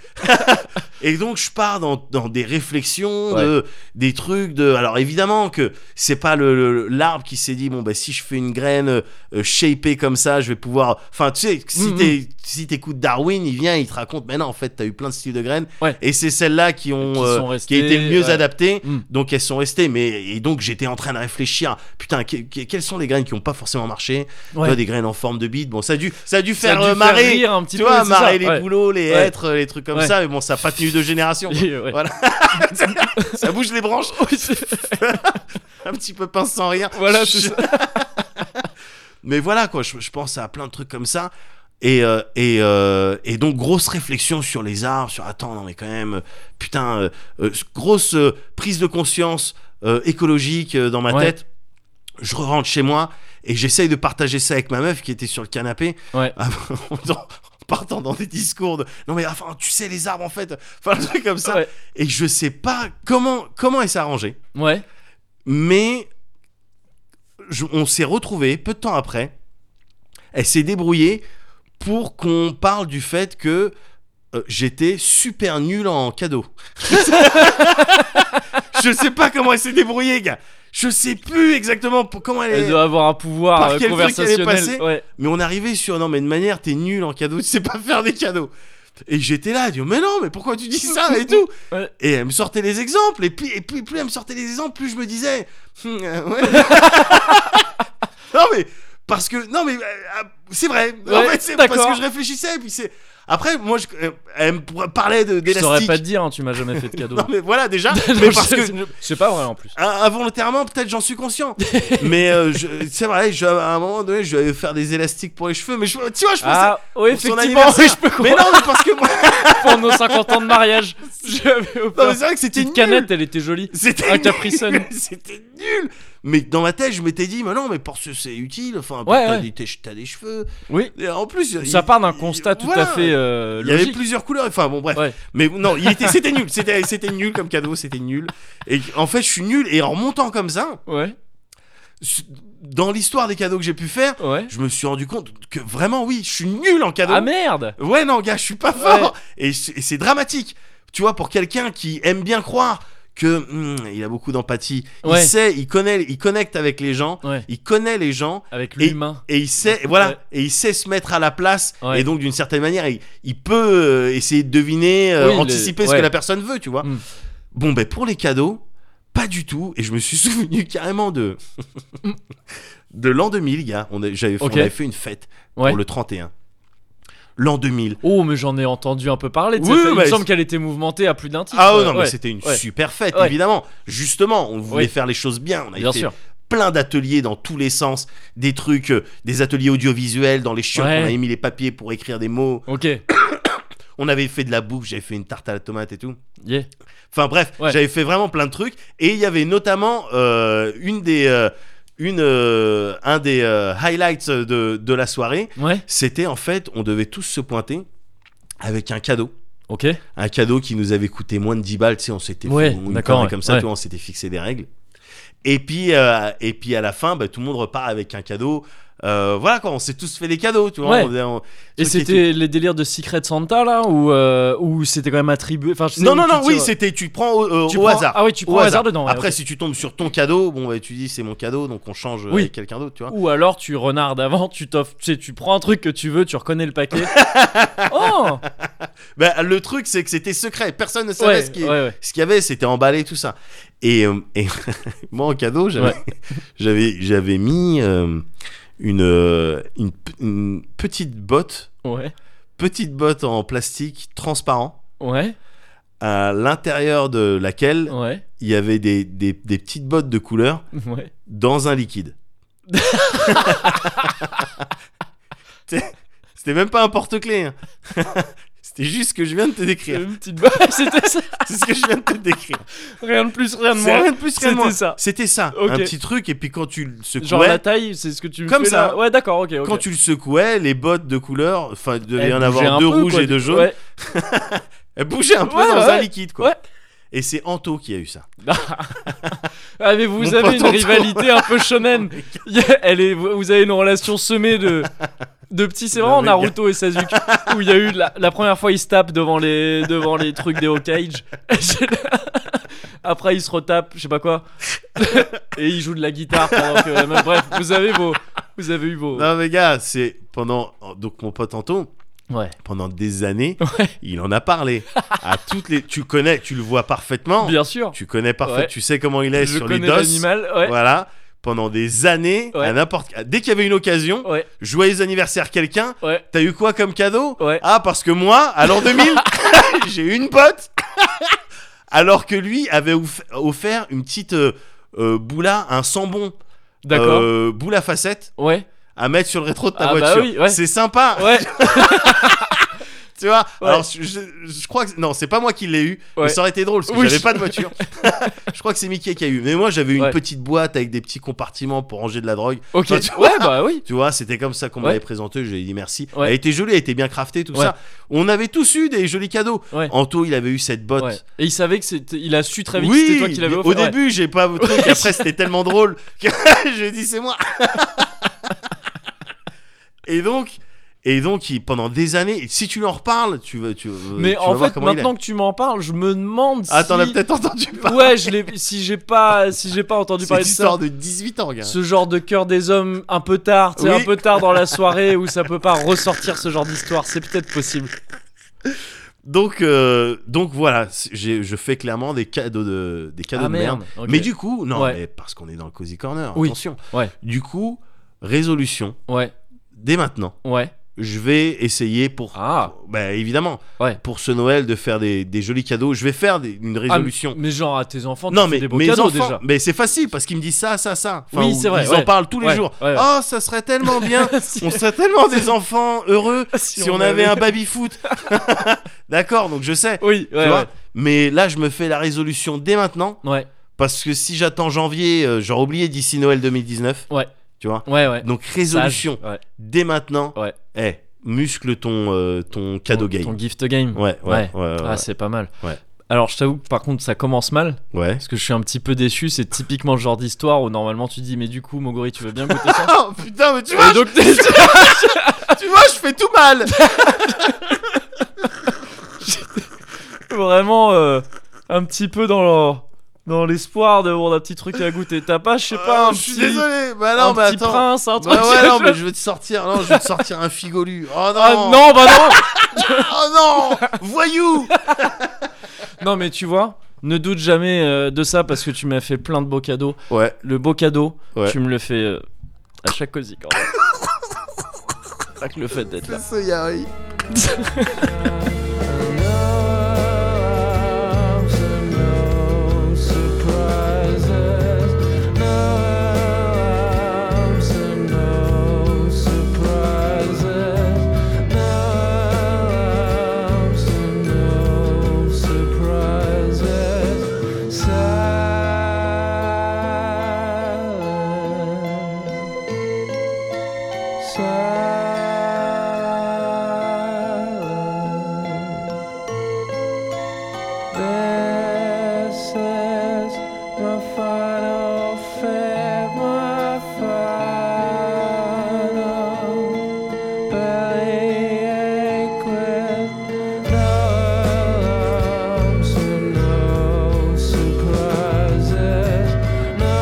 Speaker 2: et donc je pars dans, dans des réflexions, de, des trucs de. Alors évidemment que c'est pas le- le l'arbre qui s'est dit bon bah si je fais une graine euh, euh, shapée comme ça, je vais pouvoir. Enfin tu sais si
Speaker 1: Mhm.
Speaker 2: t'es- si t'écoutes Darwin, il vient, il te raconte. Mais non en fait t'as eu plein de styles de graines.
Speaker 1: Ouais.
Speaker 2: Et c'est celles-là qui ont
Speaker 1: Qui sont
Speaker 2: euh,
Speaker 1: restées,
Speaker 2: étaient le mieux
Speaker 1: ouais.
Speaker 2: adaptées.
Speaker 1: Mm.
Speaker 2: Donc elles sont restées. Mais et donc j'étais en train de réfléchir. Putain que- que- quelles sont les graines qui ont pas forcément marché
Speaker 1: Ouais.
Speaker 2: Toi, des graines en forme de bite. Bon ça a dû ça a dû
Speaker 1: Ça a
Speaker 2: faire
Speaker 1: dû
Speaker 2: euh, marrer
Speaker 1: rire un petit
Speaker 2: tu
Speaker 1: peu,
Speaker 2: vois,
Speaker 1: c'est ça,
Speaker 2: marrer les
Speaker 1: ouais.
Speaker 2: boulots, les
Speaker 1: Ouais.
Speaker 2: hêtres, les trucs comme
Speaker 1: Ouais.
Speaker 2: ça, mais bon, ça n'a pas tenu deux générations.
Speaker 1: Et, ouais.
Speaker 2: Voilà. ça bouge les branches, un petit peu pince sans rien.
Speaker 1: Voilà, c'est ça.
Speaker 2: Mais voilà, quoi, je, je pense à plein de trucs comme ça. Et, euh, et, euh, et donc, grosse réflexion sur les arbres, sur attends, non, mais quand même, euh, putain, euh, euh, grosse euh, prise de conscience euh, écologique euh, dans ma
Speaker 1: Ouais.
Speaker 2: tête. Je rentre chez moi et j'essaye de partager ça avec ma meuf qui était sur le canapé.
Speaker 1: Ouais.
Speaker 2: Ah, en partant dans des discours de non mais enfin tu sais les arbres en fait enfin un truc comme ça
Speaker 1: Ouais.
Speaker 2: et je sais pas comment comment elle s'est arrangée
Speaker 1: Ouais.
Speaker 2: mais je- on s'est retrouvés peu de temps après elle s'est débrouillée pour qu'on parle du fait que euh, j'étais super nul en cadeau je sais pas comment elle s'est débrouillée gars je sais plus exactement pour- comment elle
Speaker 1: Elle
Speaker 2: est
Speaker 1: doit avoir un pouvoir
Speaker 2: Par
Speaker 1: euh,
Speaker 2: quel truc elle est passée
Speaker 1: conversationnel. Ouais.
Speaker 2: mais on arrivait sur non mais de manière t'es nul en cadeau, tu sais pas faire des cadeaux. Et j'étais là, à dire mais non, mais pourquoi tu dis ça et tout
Speaker 1: Ouais.
Speaker 2: Et elle me sortait les exemples et puis et puis plus elle me sortait les exemples, plus je me disais Hum, euh, ouais. Non mais parce que non mais euh, euh, c'est vrai. en
Speaker 1: Ouais,
Speaker 2: fait, c'est
Speaker 1: d'accord.
Speaker 2: parce que je réfléchissais et puis c'est après moi je, euh, elle me parlait de
Speaker 1: Je saurais
Speaker 2: d'élastique.
Speaker 1: pas te dire, hein, tu m'as jamais fait de cadeau.
Speaker 2: Non mais voilà déjà, mais
Speaker 1: Donc,
Speaker 2: parce que
Speaker 1: c'est- C'est pas vrai en plus.
Speaker 2: ah, Involontairement, peut-être j'en suis conscient. mais euh, je- c'est vrai, je- à un moment donné, je vais faire des élastiques pour les cheveux. Mais je, tu vois, je pensais.
Speaker 1: Ah, oui,
Speaker 2: pour
Speaker 1: effectivement,
Speaker 2: son
Speaker 1: oui, je
Speaker 2: anniversaire.
Speaker 1: peux comprendre.
Speaker 2: mais non, mais parce que moi.
Speaker 1: pour nos 50 ans de mariage. J'avais
Speaker 2: Non,
Speaker 1: offert
Speaker 2: mais c'est vrai que
Speaker 1: une
Speaker 2: c'était
Speaker 1: petite
Speaker 2: nul.
Speaker 1: canette, Ah, elle était jolie.
Speaker 2: C'était
Speaker 1: Un
Speaker 2: nul.
Speaker 1: Capri Sun.
Speaker 2: C'était nul. Mais dans ma tête, je m'étais dit, mais non, mais parce que c'est utile. Enfin,
Speaker 1: Ouais,
Speaker 2: t'as,
Speaker 1: ouais.
Speaker 2: des- t'es- t'as des cheveux.
Speaker 1: Oui.
Speaker 2: Et en plus,
Speaker 1: Ça
Speaker 2: il-
Speaker 1: part d'un
Speaker 2: il-
Speaker 1: constat tout
Speaker 2: voilà.
Speaker 1: à fait euh,
Speaker 2: Il y avait
Speaker 1: logique.
Speaker 2: plusieurs couleurs, enfin bon bref.
Speaker 1: Ouais.
Speaker 2: Mais non, il était, c'était nul, c'était, c'était nul comme cadeau, c'était nul. Et en fait, je suis nul, et en remontant comme ça,
Speaker 1: Ouais,
Speaker 2: dans l'histoire des cadeaux que j'ai pu faire,
Speaker 1: ouais.
Speaker 2: je me suis rendu compte que vraiment, oui, je suis nul en cadeau.
Speaker 1: Ah merde
Speaker 2: Ouais, non, gars, je suis pas
Speaker 1: Ouais.
Speaker 2: fort. Et c'est et c'est dramatique. Tu vois, pour quelqu'un qui aime bien croire que hum, il a beaucoup d'empathie. Il
Speaker 1: Ouais.
Speaker 2: sait, il connaît, il connecte avec les gens,
Speaker 1: Ouais.
Speaker 2: il connaît les gens
Speaker 1: Avec l'humain.
Speaker 2: et il sait, et voilà,
Speaker 1: Ouais.
Speaker 2: et il sait se mettre à la place.
Speaker 1: Ouais.
Speaker 2: Et donc d'une certaine manière, il, il peut euh, essayer de deviner, euh,
Speaker 1: Oui, le-
Speaker 2: anticiper ce
Speaker 1: ouais.
Speaker 2: que la personne veut, tu vois.
Speaker 1: Mm.
Speaker 2: Bon ben pour les cadeaux, pas du tout. Et je me suis souvenu carrément de de l'an 2000, gars. On, a- j'avais,
Speaker 1: Ok.
Speaker 2: on avait fait une fête
Speaker 1: Ouais.
Speaker 2: pour le 31. L'an 2000.
Speaker 1: Oh, mais j'en ai entendu un peu parler. de
Speaker 2: Oui,
Speaker 1: cette- il me
Speaker 2: mais
Speaker 1: semble
Speaker 2: c'est-
Speaker 1: qu'elle était mouvementée à plus d'un titre.
Speaker 2: Ah
Speaker 1: ouais,
Speaker 2: ouais, non, mais
Speaker 1: ouais.
Speaker 2: c'était une
Speaker 1: ouais.
Speaker 2: super fête,
Speaker 1: Ouais.
Speaker 2: évidemment. Justement, on voulait
Speaker 1: Ouais.
Speaker 2: faire les choses bien. On a
Speaker 1: Bien
Speaker 2: fait
Speaker 1: sûr.
Speaker 2: plein d'ateliers dans tous les sens, des trucs, euh, des ateliers audiovisuels dans les chiottes.
Speaker 1: Ouais.
Speaker 2: On avait mis les papiers pour écrire des mots.
Speaker 1: Ok.
Speaker 2: On avait fait de la bouffe, j'avais fait une tarte à la tomate et tout.
Speaker 1: Yeah.
Speaker 2: Enfin bref,
Speaker 1: Ouais.
Speaker 2: j'avais fait vraiment plein de trucs. Et il y avait notamment euh, une des, euh, une, euh, un des euh, highlights de, de la soirée.
Speaker 1: Ouais.
Speaker 2: C'était en fait, on devait tous se pointer avec un cadeau.
Speaker 1: Ok.
Speaker 2: un cadeau qui nous avait coûté moins de 10 balles, tu sais, on s'était fait
Speaker 1: Ouais,
Speaker 2: une
Speaker 1: d'accord,
Speaker 2: connerie
Speaker 1: ouais,
Speaker 2: comme ça,
Speaker 1: ouais.
Speaker 2: tu vois, on s'était fixé des règles. Et puis, euh, et puis à la fin, bah, tout le monde repart avec un cadeau. Euh, voilà quoi, on s'est tous fait des cadeaux, tu vois.
Speaker 1: Ouais.
Speaker 2: on- on-
Speaker 1: Et
Speaker 2: truc
Speaker 1: c'était les délires de Secret Santa là ou euh, ou c'était quand même attribué. Enfin, je sais
Speaker 2: Non,
Speaker 1: où
Speaker 2: non,
Speaker 1: tu
Speaker 2: non, oui,
Speaker 1: tires.
Speaker 2: c'était tu prends au, euh,
Speaker 1: Tu
Speaker 2: au
Speaker 1: prends-
Speaker 2: hasard.
Speaker 1: Ah oui, tu
Speaker 2: Au
Speaker 1: prends au hasard dedans. ouais,
Speaker 2: Après,
Speaker 1: ok.
Speaker 2: si tu tombes sur ton cadeau, bon, bah, tu dis c'est mon cadeau, donc on change euh,
Speaker 1: Oui.
Speaker 2: avec quelqu'un d'autre, tu vois.
Speaker 1: Ou alors tu renardes avant, tu t'offres, tu sais, tu prends un truc que tu veux, tu reconnais le paquet. oh
Speaker 2: Bah, le truc, c'est que c'était secret, personne ne savait
Speaker 1: ouais,
Speaker 2: ce qui,
Speaker 1: ouais, ouais.
Speaker 2: ce qu'il y avait, c'était emballé tout ça. Et, euh, et moi en cadeau, j'avais
Speaker 1: Ouais.
Speaker 2: j'avais j'avais mis euh, une, euh, une p- une petite botte,
Speaker 1: Ouais.
Speaker 2: petite botte en plastique transparent
Speaker 1: Ouais.
Speaker 2: à l'intérieur de laquelle
Speaker 1: Ouais.
Speaker 2: il y avait des, des- des petites bottes de couleur
Speaker 1: Ouais.
Speaker 2: dans un liquide. C'était c'était même pas un porte-clés. hein. C'était juste ce que je viens de te décrire.
Speaker 1: Une petite balle, c'était ça.
Speaker 2: C'est ce que je viens de te décrire.
Speaker 1: Rien de plus, rien de
Speaker 2: C'est
Speaker 1: moins.
Speaker 2: rien de plus, rien de
Speaker 1: C'était
Speaker 2: moins.
Speaker 1: ça.
Speaker 2: C'était ça,
Speaker 1: Ok.
Speaker 2: un petit truc et puis quand tu le secouais,
Speaker 1: Genre la taille, c'est ce que tu me
Speaker 2: Comme
Speaker 1: fais
Speaker 2: ça.
Speaker 1: là. Ouais, d'accord, ok. ok.
Speaker 2: quand tu le secouais, les bottes de couleur, enfin il devait
Speaker 1: Elle
Speaker 2: y en
Speaker 1: bougeait
Speaker 2: avoir
Speaker 1: un
Speaker 2: deux
Speaker 1: peu,
Speaker 2: rouges
Speaker 1: quoi,
Speaker 2: et deux
Speaker 1: du-
Speaker 2: jaunes,
Speaker 1: ouais.
Speaker 2: elles bougeaient un peu
Speaker 1: Ouais,
Speaker 2: dans
Speaker 1: ouais.
Speaker 2: un liquide quoi.
Speaker 1: Ouais.
Speaker 2: Et c'est Anto qui a eu ça.
Speaker 1: Ah mais vous
Speaker 2: Mon
Speaker 1: avez
Speaker 2: pote
Speaker 1: une
Speaker 2: Antoine.
Speaker 1: rivalité un peu shonen. Il y a- Elle est, vous avez une relation semée de de petits. C'est
Speaker 2: Non,
Speaker 1: vraiment
Speaker 2: mais gars.
Speaker 1: Naruto et Sasuke où il y a eu la, la première fois ils se tapent devant les devant les trucs des Hokage. Après ils se retapent, je sais pas quoi. Et ils jouent de la guitare pendant que. mais bref, vous avez vos vous avez eu vos.
Speaker 2: Non mais gars, c'est pendant donc mon pote Anto
Speaker 1: Ouais.
Speaker 2: pendant des années,
Speaker 1: Ouais.
Speaker 2: il en a parlé à toutes les tu connais, tu le vois parfaitement.
Speaker 1: Bien sûr.
Speaker 2: Tu connais parfaitement,
Speaker 1: Ouais.
Speaker 2: tu sais comment il est
Speaker 1: je
Speaker 2: sur les
Speaker 1: connais
Speaker 2: dos.
Speaker 1: l'animal. Ouais.
Speaker 2: Voilà. Pendant des années,
Speaker 1: Ouais.
Speaker 2: à n'importe dès qu'il y avait une occasion,
Speaker 1: Ouais.
Speaker 2: joyeux anniversaire quelqu'un,
Speaker 1: Ouais.
Speaker 2: T'as eu quoi comme cadeau
Speaker 1: Ouais.
Speaker 2: Ah, parce que moi, à l'an 2000, j'ai eu une botte. Alors que lui avait ouf- offert une petite euh, euh, boule à un sambon.
Speaker 1: D'accord.
Speaker 2: Euh, boule à facettes
Speaker 1: Ouais.
Speaker 2: à mettre sur le rétro de ta
Speaker 1: Ah bah
Speaker 2: voiture.
Speaker 1: oui, ouais.
Speaker 2: C'est sympa,
Speaker 1: Ouais.
Speaker 2: tu vois.
Speaker 1: Ouais.
Speaker 2: Alors, je, je- je crois que. Non, c'est pas moi qui l'ai eu.
Speaker 1: Ouais.
Speaker 2: Mais ça aurait été drôle parce que
Speaker 1: Oui.
Speaker 2: j'avais pas de voiture. je crois que c'est Mickey qui a eu. Mais moi, j'avais une
Speaker 1: Ouais.
Speaker 2: petite boîte avec des petits compartiments pour ranger de la drogue.
Speaker 1: Ok.
Speaker 2: Enfin, tu
Speaker 1: Ouais bah oui.
Speaker 2: Tu vois, c'était comme ça qu'on
Speaker 1: Ouais.
Speaker 2: m'avait présenté. Je lui ai dit merci.
Speaker 1: Ouais.
Speaker 2: Elle était jolie, elle était bien craftée, tout
Speaker 1: Ouais.
Speaker 2: ça. On avait tous eu des jolis cadeaux.
Speaker 1: Ouais.
Speaker 2: Anto, il avait eu cette botte.
Speaker 1: Ouais. Et il savait que c'était, il a su très vite que
Speaker 2: Oui,
Speaker 1: c'était toi qui l'avais
Speaker 2: mais
Speaker 1: offert.
Speaker 2: au
Speaker 1: ouais.
Speaker 2: début, j'ai pas votre truc.
Speaker 1: Ouais,
Speaker 2: Après, c'était tellement drôle que je dis c'est moi. et donc, et donc, il- pendant des années, si tu lui en reparles, tu vas, tu,
Speaker 1: Mais
Speaker 2: tu vas
Speaker 1: en
Speaker 2: voir
Speaker 1: fait,
Speaker 2: comment il est.
Speaker 1: maintenant que tu m'en parles, je me demande
Speaker 2: Ah,
Speaker 1: si.
Speaker 2: t'en as peut-être entendu parler.
Speaker 1: Ouais, je l'ai. Si j'ai pas, si j'ai pas entendu
Speaker 2: C'est
Speaker 1: parler de ça.
Speaker 2: l'histoire de 18 ans, gars.
Speaker 1: Ce genre de cœur des hommes un peu tard, tu sais,
Speaker 2: Oui.
Speaker 1: un peu tard dans la soirée où ça peut pas ressortir ce genre d'histoire, c'est peut-être possible.
Speaker 2: Donc, euh, donc voilà, c'est- j'ai- je fais clairement des cadeaux de, des cadeaux
Speaker 1: ah
Speaker 2: de merde.
Speaker 1: merde. ok.
Speaker 2: Mais du coup, non,
Speaker 1: Ouais.
Speaker 2: mais parce qu'on est dans le cozy corner,
Speaker 1: Oui.
Speaker 2: attention.
Speaker 1: Ouais.
Speaker 2: Du coup, résolution,
Speaker 1: Ouais,
Speaker 2: dès maintenant,
Speaker 1: ouais.
Speaker 2: je vais essayer pour,
Speaker 1: Ah.
Speaker 2: pour- bah, évidemment,
Speaker 1: Ouais.
Speaker 2: pour ce Noël de faire des, des jolis cadeaux. Je vais faire des- une
Speaker 1: Ah,
Speaker 2: résolution.
Speaker 1: mais genre à tes enfants, tu
Speaker 2: non
Speaker 1: fais
Speaker 2: mais
Speaker 1: des beaux
Speaker 2: mes
Speaker 1: cadeaux
Speaker 2: enfants,
Speaker 1: déjà.
Speaker 2: mais c'est facile parce qu'ils me disent ça, ça, ça.
Speaker 1: Oui, c'est vrai,
Speaker 2: Ils en
Speaker 1: ouais.
Speaker 2: parlent tous les
Speaker 1: Ouais,
Speaker 2: jours.
Speaker 1: ouais, ouais.
Speaker 2: Oh, ça serait tellement bien.
Speaker 1: Si-
Speaker 2: On serait tellement des enfants heureux si, on, avait un baby foot. D'accord, donc je sais.
Speaker 1: Oui,
Speaker 2: tu
Speaker 1: ouais,
Speaker 2: vois.
Speaker 1: ouais.
Speaker 2: Mais là, je me fais la résolution dès maintenant.
Speaker 1: Ouais,
Speaker 2: Parce que si j'attends janvier, euh, j'aurais oublié d'ici Noël 2019.
Speaker 1: Ouais.
Speaker 2: Tu vois
Speaker 1: ouais, ouais.
Speaker 2: Donc résolution,
Speaker 1: Sage, ouais.
Speaker 2: dès maintenant.
Speaker 1: Ouais.
Speaker 2: Eh, muscle ton, euh, ton cadeau
Speaker 1: Ton-
Speaker 2: game.
Speaker 1: Ton gift game.
Speaker 2: Ouais, ouais, ouais.
Speaker 1: Ouais.
Speaker 2: ouais,
Speaker 1: Ah, c'est pas mal.
Speaker 2: Ouais.
Speaker 1: Alors, je t'avoue que par contre, ça commence mal.
Speaker 2: ouais.
Speaker 1: Parce que je suis un petit peu déçu, c'est typiquement le genre d'histoire où normalement tu dis mais du coup Mogori tu veux bien goûter ça
Speaker 2: Oh putain, mais tu vois,
Speaker 1: Et donc
Speaker 2: je- tu vois, je fais tout mal.
Speaker 1: vraiment euh, un petit peu dans le dans l'espoir d'avoir un petit truc à goûter. T'as pas, je sais pas,
Speaker 2: Ah,
Speaker 1: un
Speaker 2: je suis
Speaker 1: petit,
Speaker 2: désolé. Bah non,
Speaker 1: un
Speaker 2: mais
Speaker 1: petit
Speaker 2: attends.
Speaker 1: prince, un truc.
Speaker 2: Bah ouais, non,
Speaker 1: je-
Speaker 2: mais je vais te sortir. Non, je vais te sortir un figolu. Oh non.
Speaker 1: Ah non, bah non.
Speaker 2: Oh non. Voyou.
Speaker 1: non, mais tu vois, ne doute jamais euh, de ça parce que tu m'as fait plein de beaux cadeaux.
Speaker 2: Ouais.
Speaker 1: Le beau cadeau,
Speaker 2: Ouais.
Speaker 1: tu me le fais euh, à chaque cosique. en vrai. Rien que le fait d'être là.
Speaker 2: Soyari.
Speaker 4: This is my final fate, my final bellyache with alarms and no surprises, no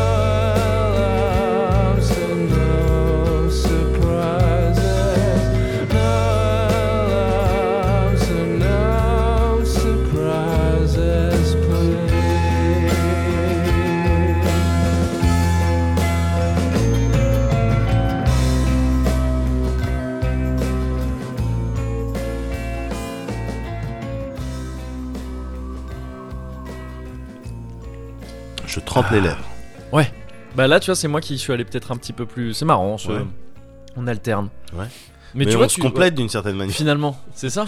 Speaker 4: alarms and no surprises, no alarms and no surprises, please.
Speaker 2: Je trempe les lèvres.
Speaker 1: Bah là, tu vois, c'est moi qui suis allé peut-être un petit peu plus. C'est marrant, on, se-
Speaker 2: Ouais.
Speaker 1: on alterne.
Speaker 2: Ouais.
Speaker 1: Mais, tu vois,
Speaker 2: on se
Speaker 1: tu
Speaker 2: complète d'une certaine
Speaker 1: ouais,
Speaker 2: manière.
Speaker 1: finalement, c'est ça.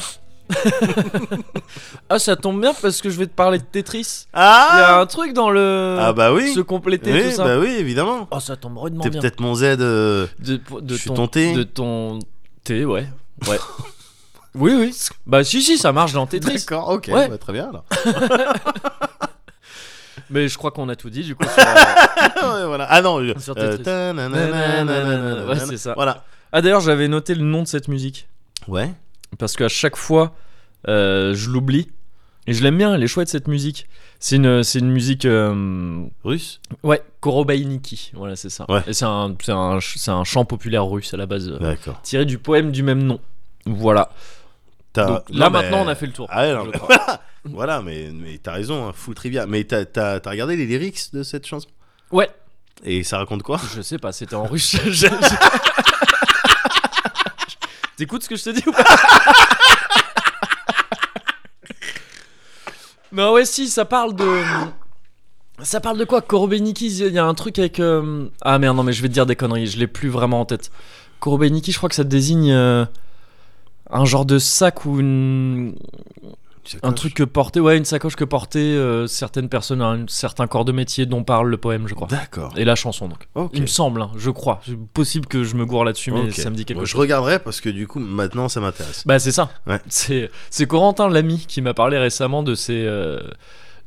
Speaker 1: ah, ça tombe bien parce que je vais te parler de Tetris. Il y a
Speaker 2: Ah.
Speaker 1: un truc dans le
Speaker 2: Ah bah oui.
Speaker 1: se compléter
Speaker 2: Oui,
Speaker 1: tout ça.
Speaker 2: bah oui, évidemment.
Speaker 1: Oh, ça tombe rudement
Speaker 2: T'es
Speaker 1: bien.
Speaker 2: peut-être mon Z. euh,
Speaker 1: De, pour- de
Speaker 2: Je suis
Speaker 1: ton,
Speaker 2: tenté.
Speaker 1: De ton thé, ouais. Ouais. oui, oui. Bah, si, si, ça marche dans Tetris.
Speaker 2: D'accord, ok,
Speaker 1: Ouais.
Speaker 2: bah, très bien alors.
Speaker 1: Mais je crois qu'on a tout dit, du coup. sur-
Speaker 2: Ouais, voilà. Ah non, je-
Speaker 1: Sur
Speaker 2: euh,
Speaker 1: Tetris.
Speaker 2: tananana, nanana,
Speaker 1: Ouais, c'est ça.
Speaker 2: Voilà.
Speaker 1: Ah, d'ailleurs, j'avais noté le nom de cette musique.
Speaker 2: Ouais.
Speaker 1: Parce qu'à chaque fois, euh, je l'oublie. Et je l'aime bien, elle est chouette cette musique. C'est une, c'est une musique. euh,
Speaker 2: Russe.
Speaker 1: ouais, Korobaïniki. Voilà, c'est ça.
Speaker 2: Ouais.
Speaker 1: Et c'est un, c'est, un, ch- c'est un chant populaire russe à la base, euh,
Speaker 2: D'accord.
Speaker 1: tiré du poème du même nom. Voilà.
Speaker 2: T'as-
Speaker 1: Donc, là,
Speaker 2: Ah, non, mais-
Speaker 1: maintenant, on a fait le tour.
Speaker 2: Ah ouais, non,
Speaker 1: je
Speaker 2: mais-
Speaker 1: crois.
Speaker 2: Voilà, mais, mais t'as raison, hein, full trivia. Mais t'as, t'as- t'as regardé les lyrics de cette chanson
Speaker 1: Ouais,
Speaker 2: Et ça raconte quoi
Speaker 1: Je sais pas, c'était en russe. Je- je- T'écoutes ce que je te dis ou pas Non, ouais, si, ça parle de. Ça parle de quoi Korobeniki, il y a un truc avec. euh, Ah merde, non, mais je vais te dire des conneries, je l'ai plus vraiment en tête. Korobeniki, je crois que ça désigne. euh, Un genre de sac ou une... un truc que portait, ouais, une sacoche que portaient euh, certaines personnes à un certain corps de métier dont parle le poème, je crois.
Speaker 2: D'accord.
Speaker 1: Et la chanson donc.
Speaker 2: Ok.
Speaker 1: Il me semble, hein, je crois. C'est possible que je me gourre là-dessus, mais
Speaker 2: Ok.
Speaker 1: ça me dit quelque
Speaker 2: Bon,
Speaker 1: chose.
Speaker 2: Je regarderai parce que du coup, maintenant, ça m'intéresse.
Speaker 1: Bah c'est ça.
Speaker 2: Ouais.
Speaker 1: C'est c'est Corentin l'ami qui m'a parlé récemment de ces euh,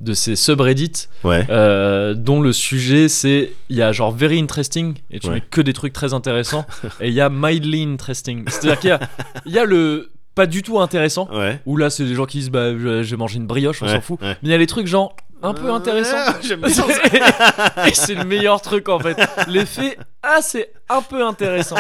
Speaker 1: de ces subreddits
Speaker 2: Ouais.
Speaker 1: euh, dont le sujet c'est il y a genre very interesting et tu
Speaker 2: Ouais.
Speaker 1: mets que des trucs très intéressants et il y a mildly interesting. C'est-à-dire qu'il y a il y a le pas du tout intéressant
Speaker 2: Ouais.
Speaker 1: où là c'est des gens qui disent bah je- j'ai mangé une brioche, on
Speaker 2: Ouais,
Speaker 1: s'en fout.
Speaker 2: ouais.
Speaker 1: Mais il y a les trucs genre un peu intéressants.
Speaker 2: Ouais, J'aime bien ça.
Speaker 1: Et c'est le meilleur truc en fait. L'effet, ah, c'est un peu intéressant.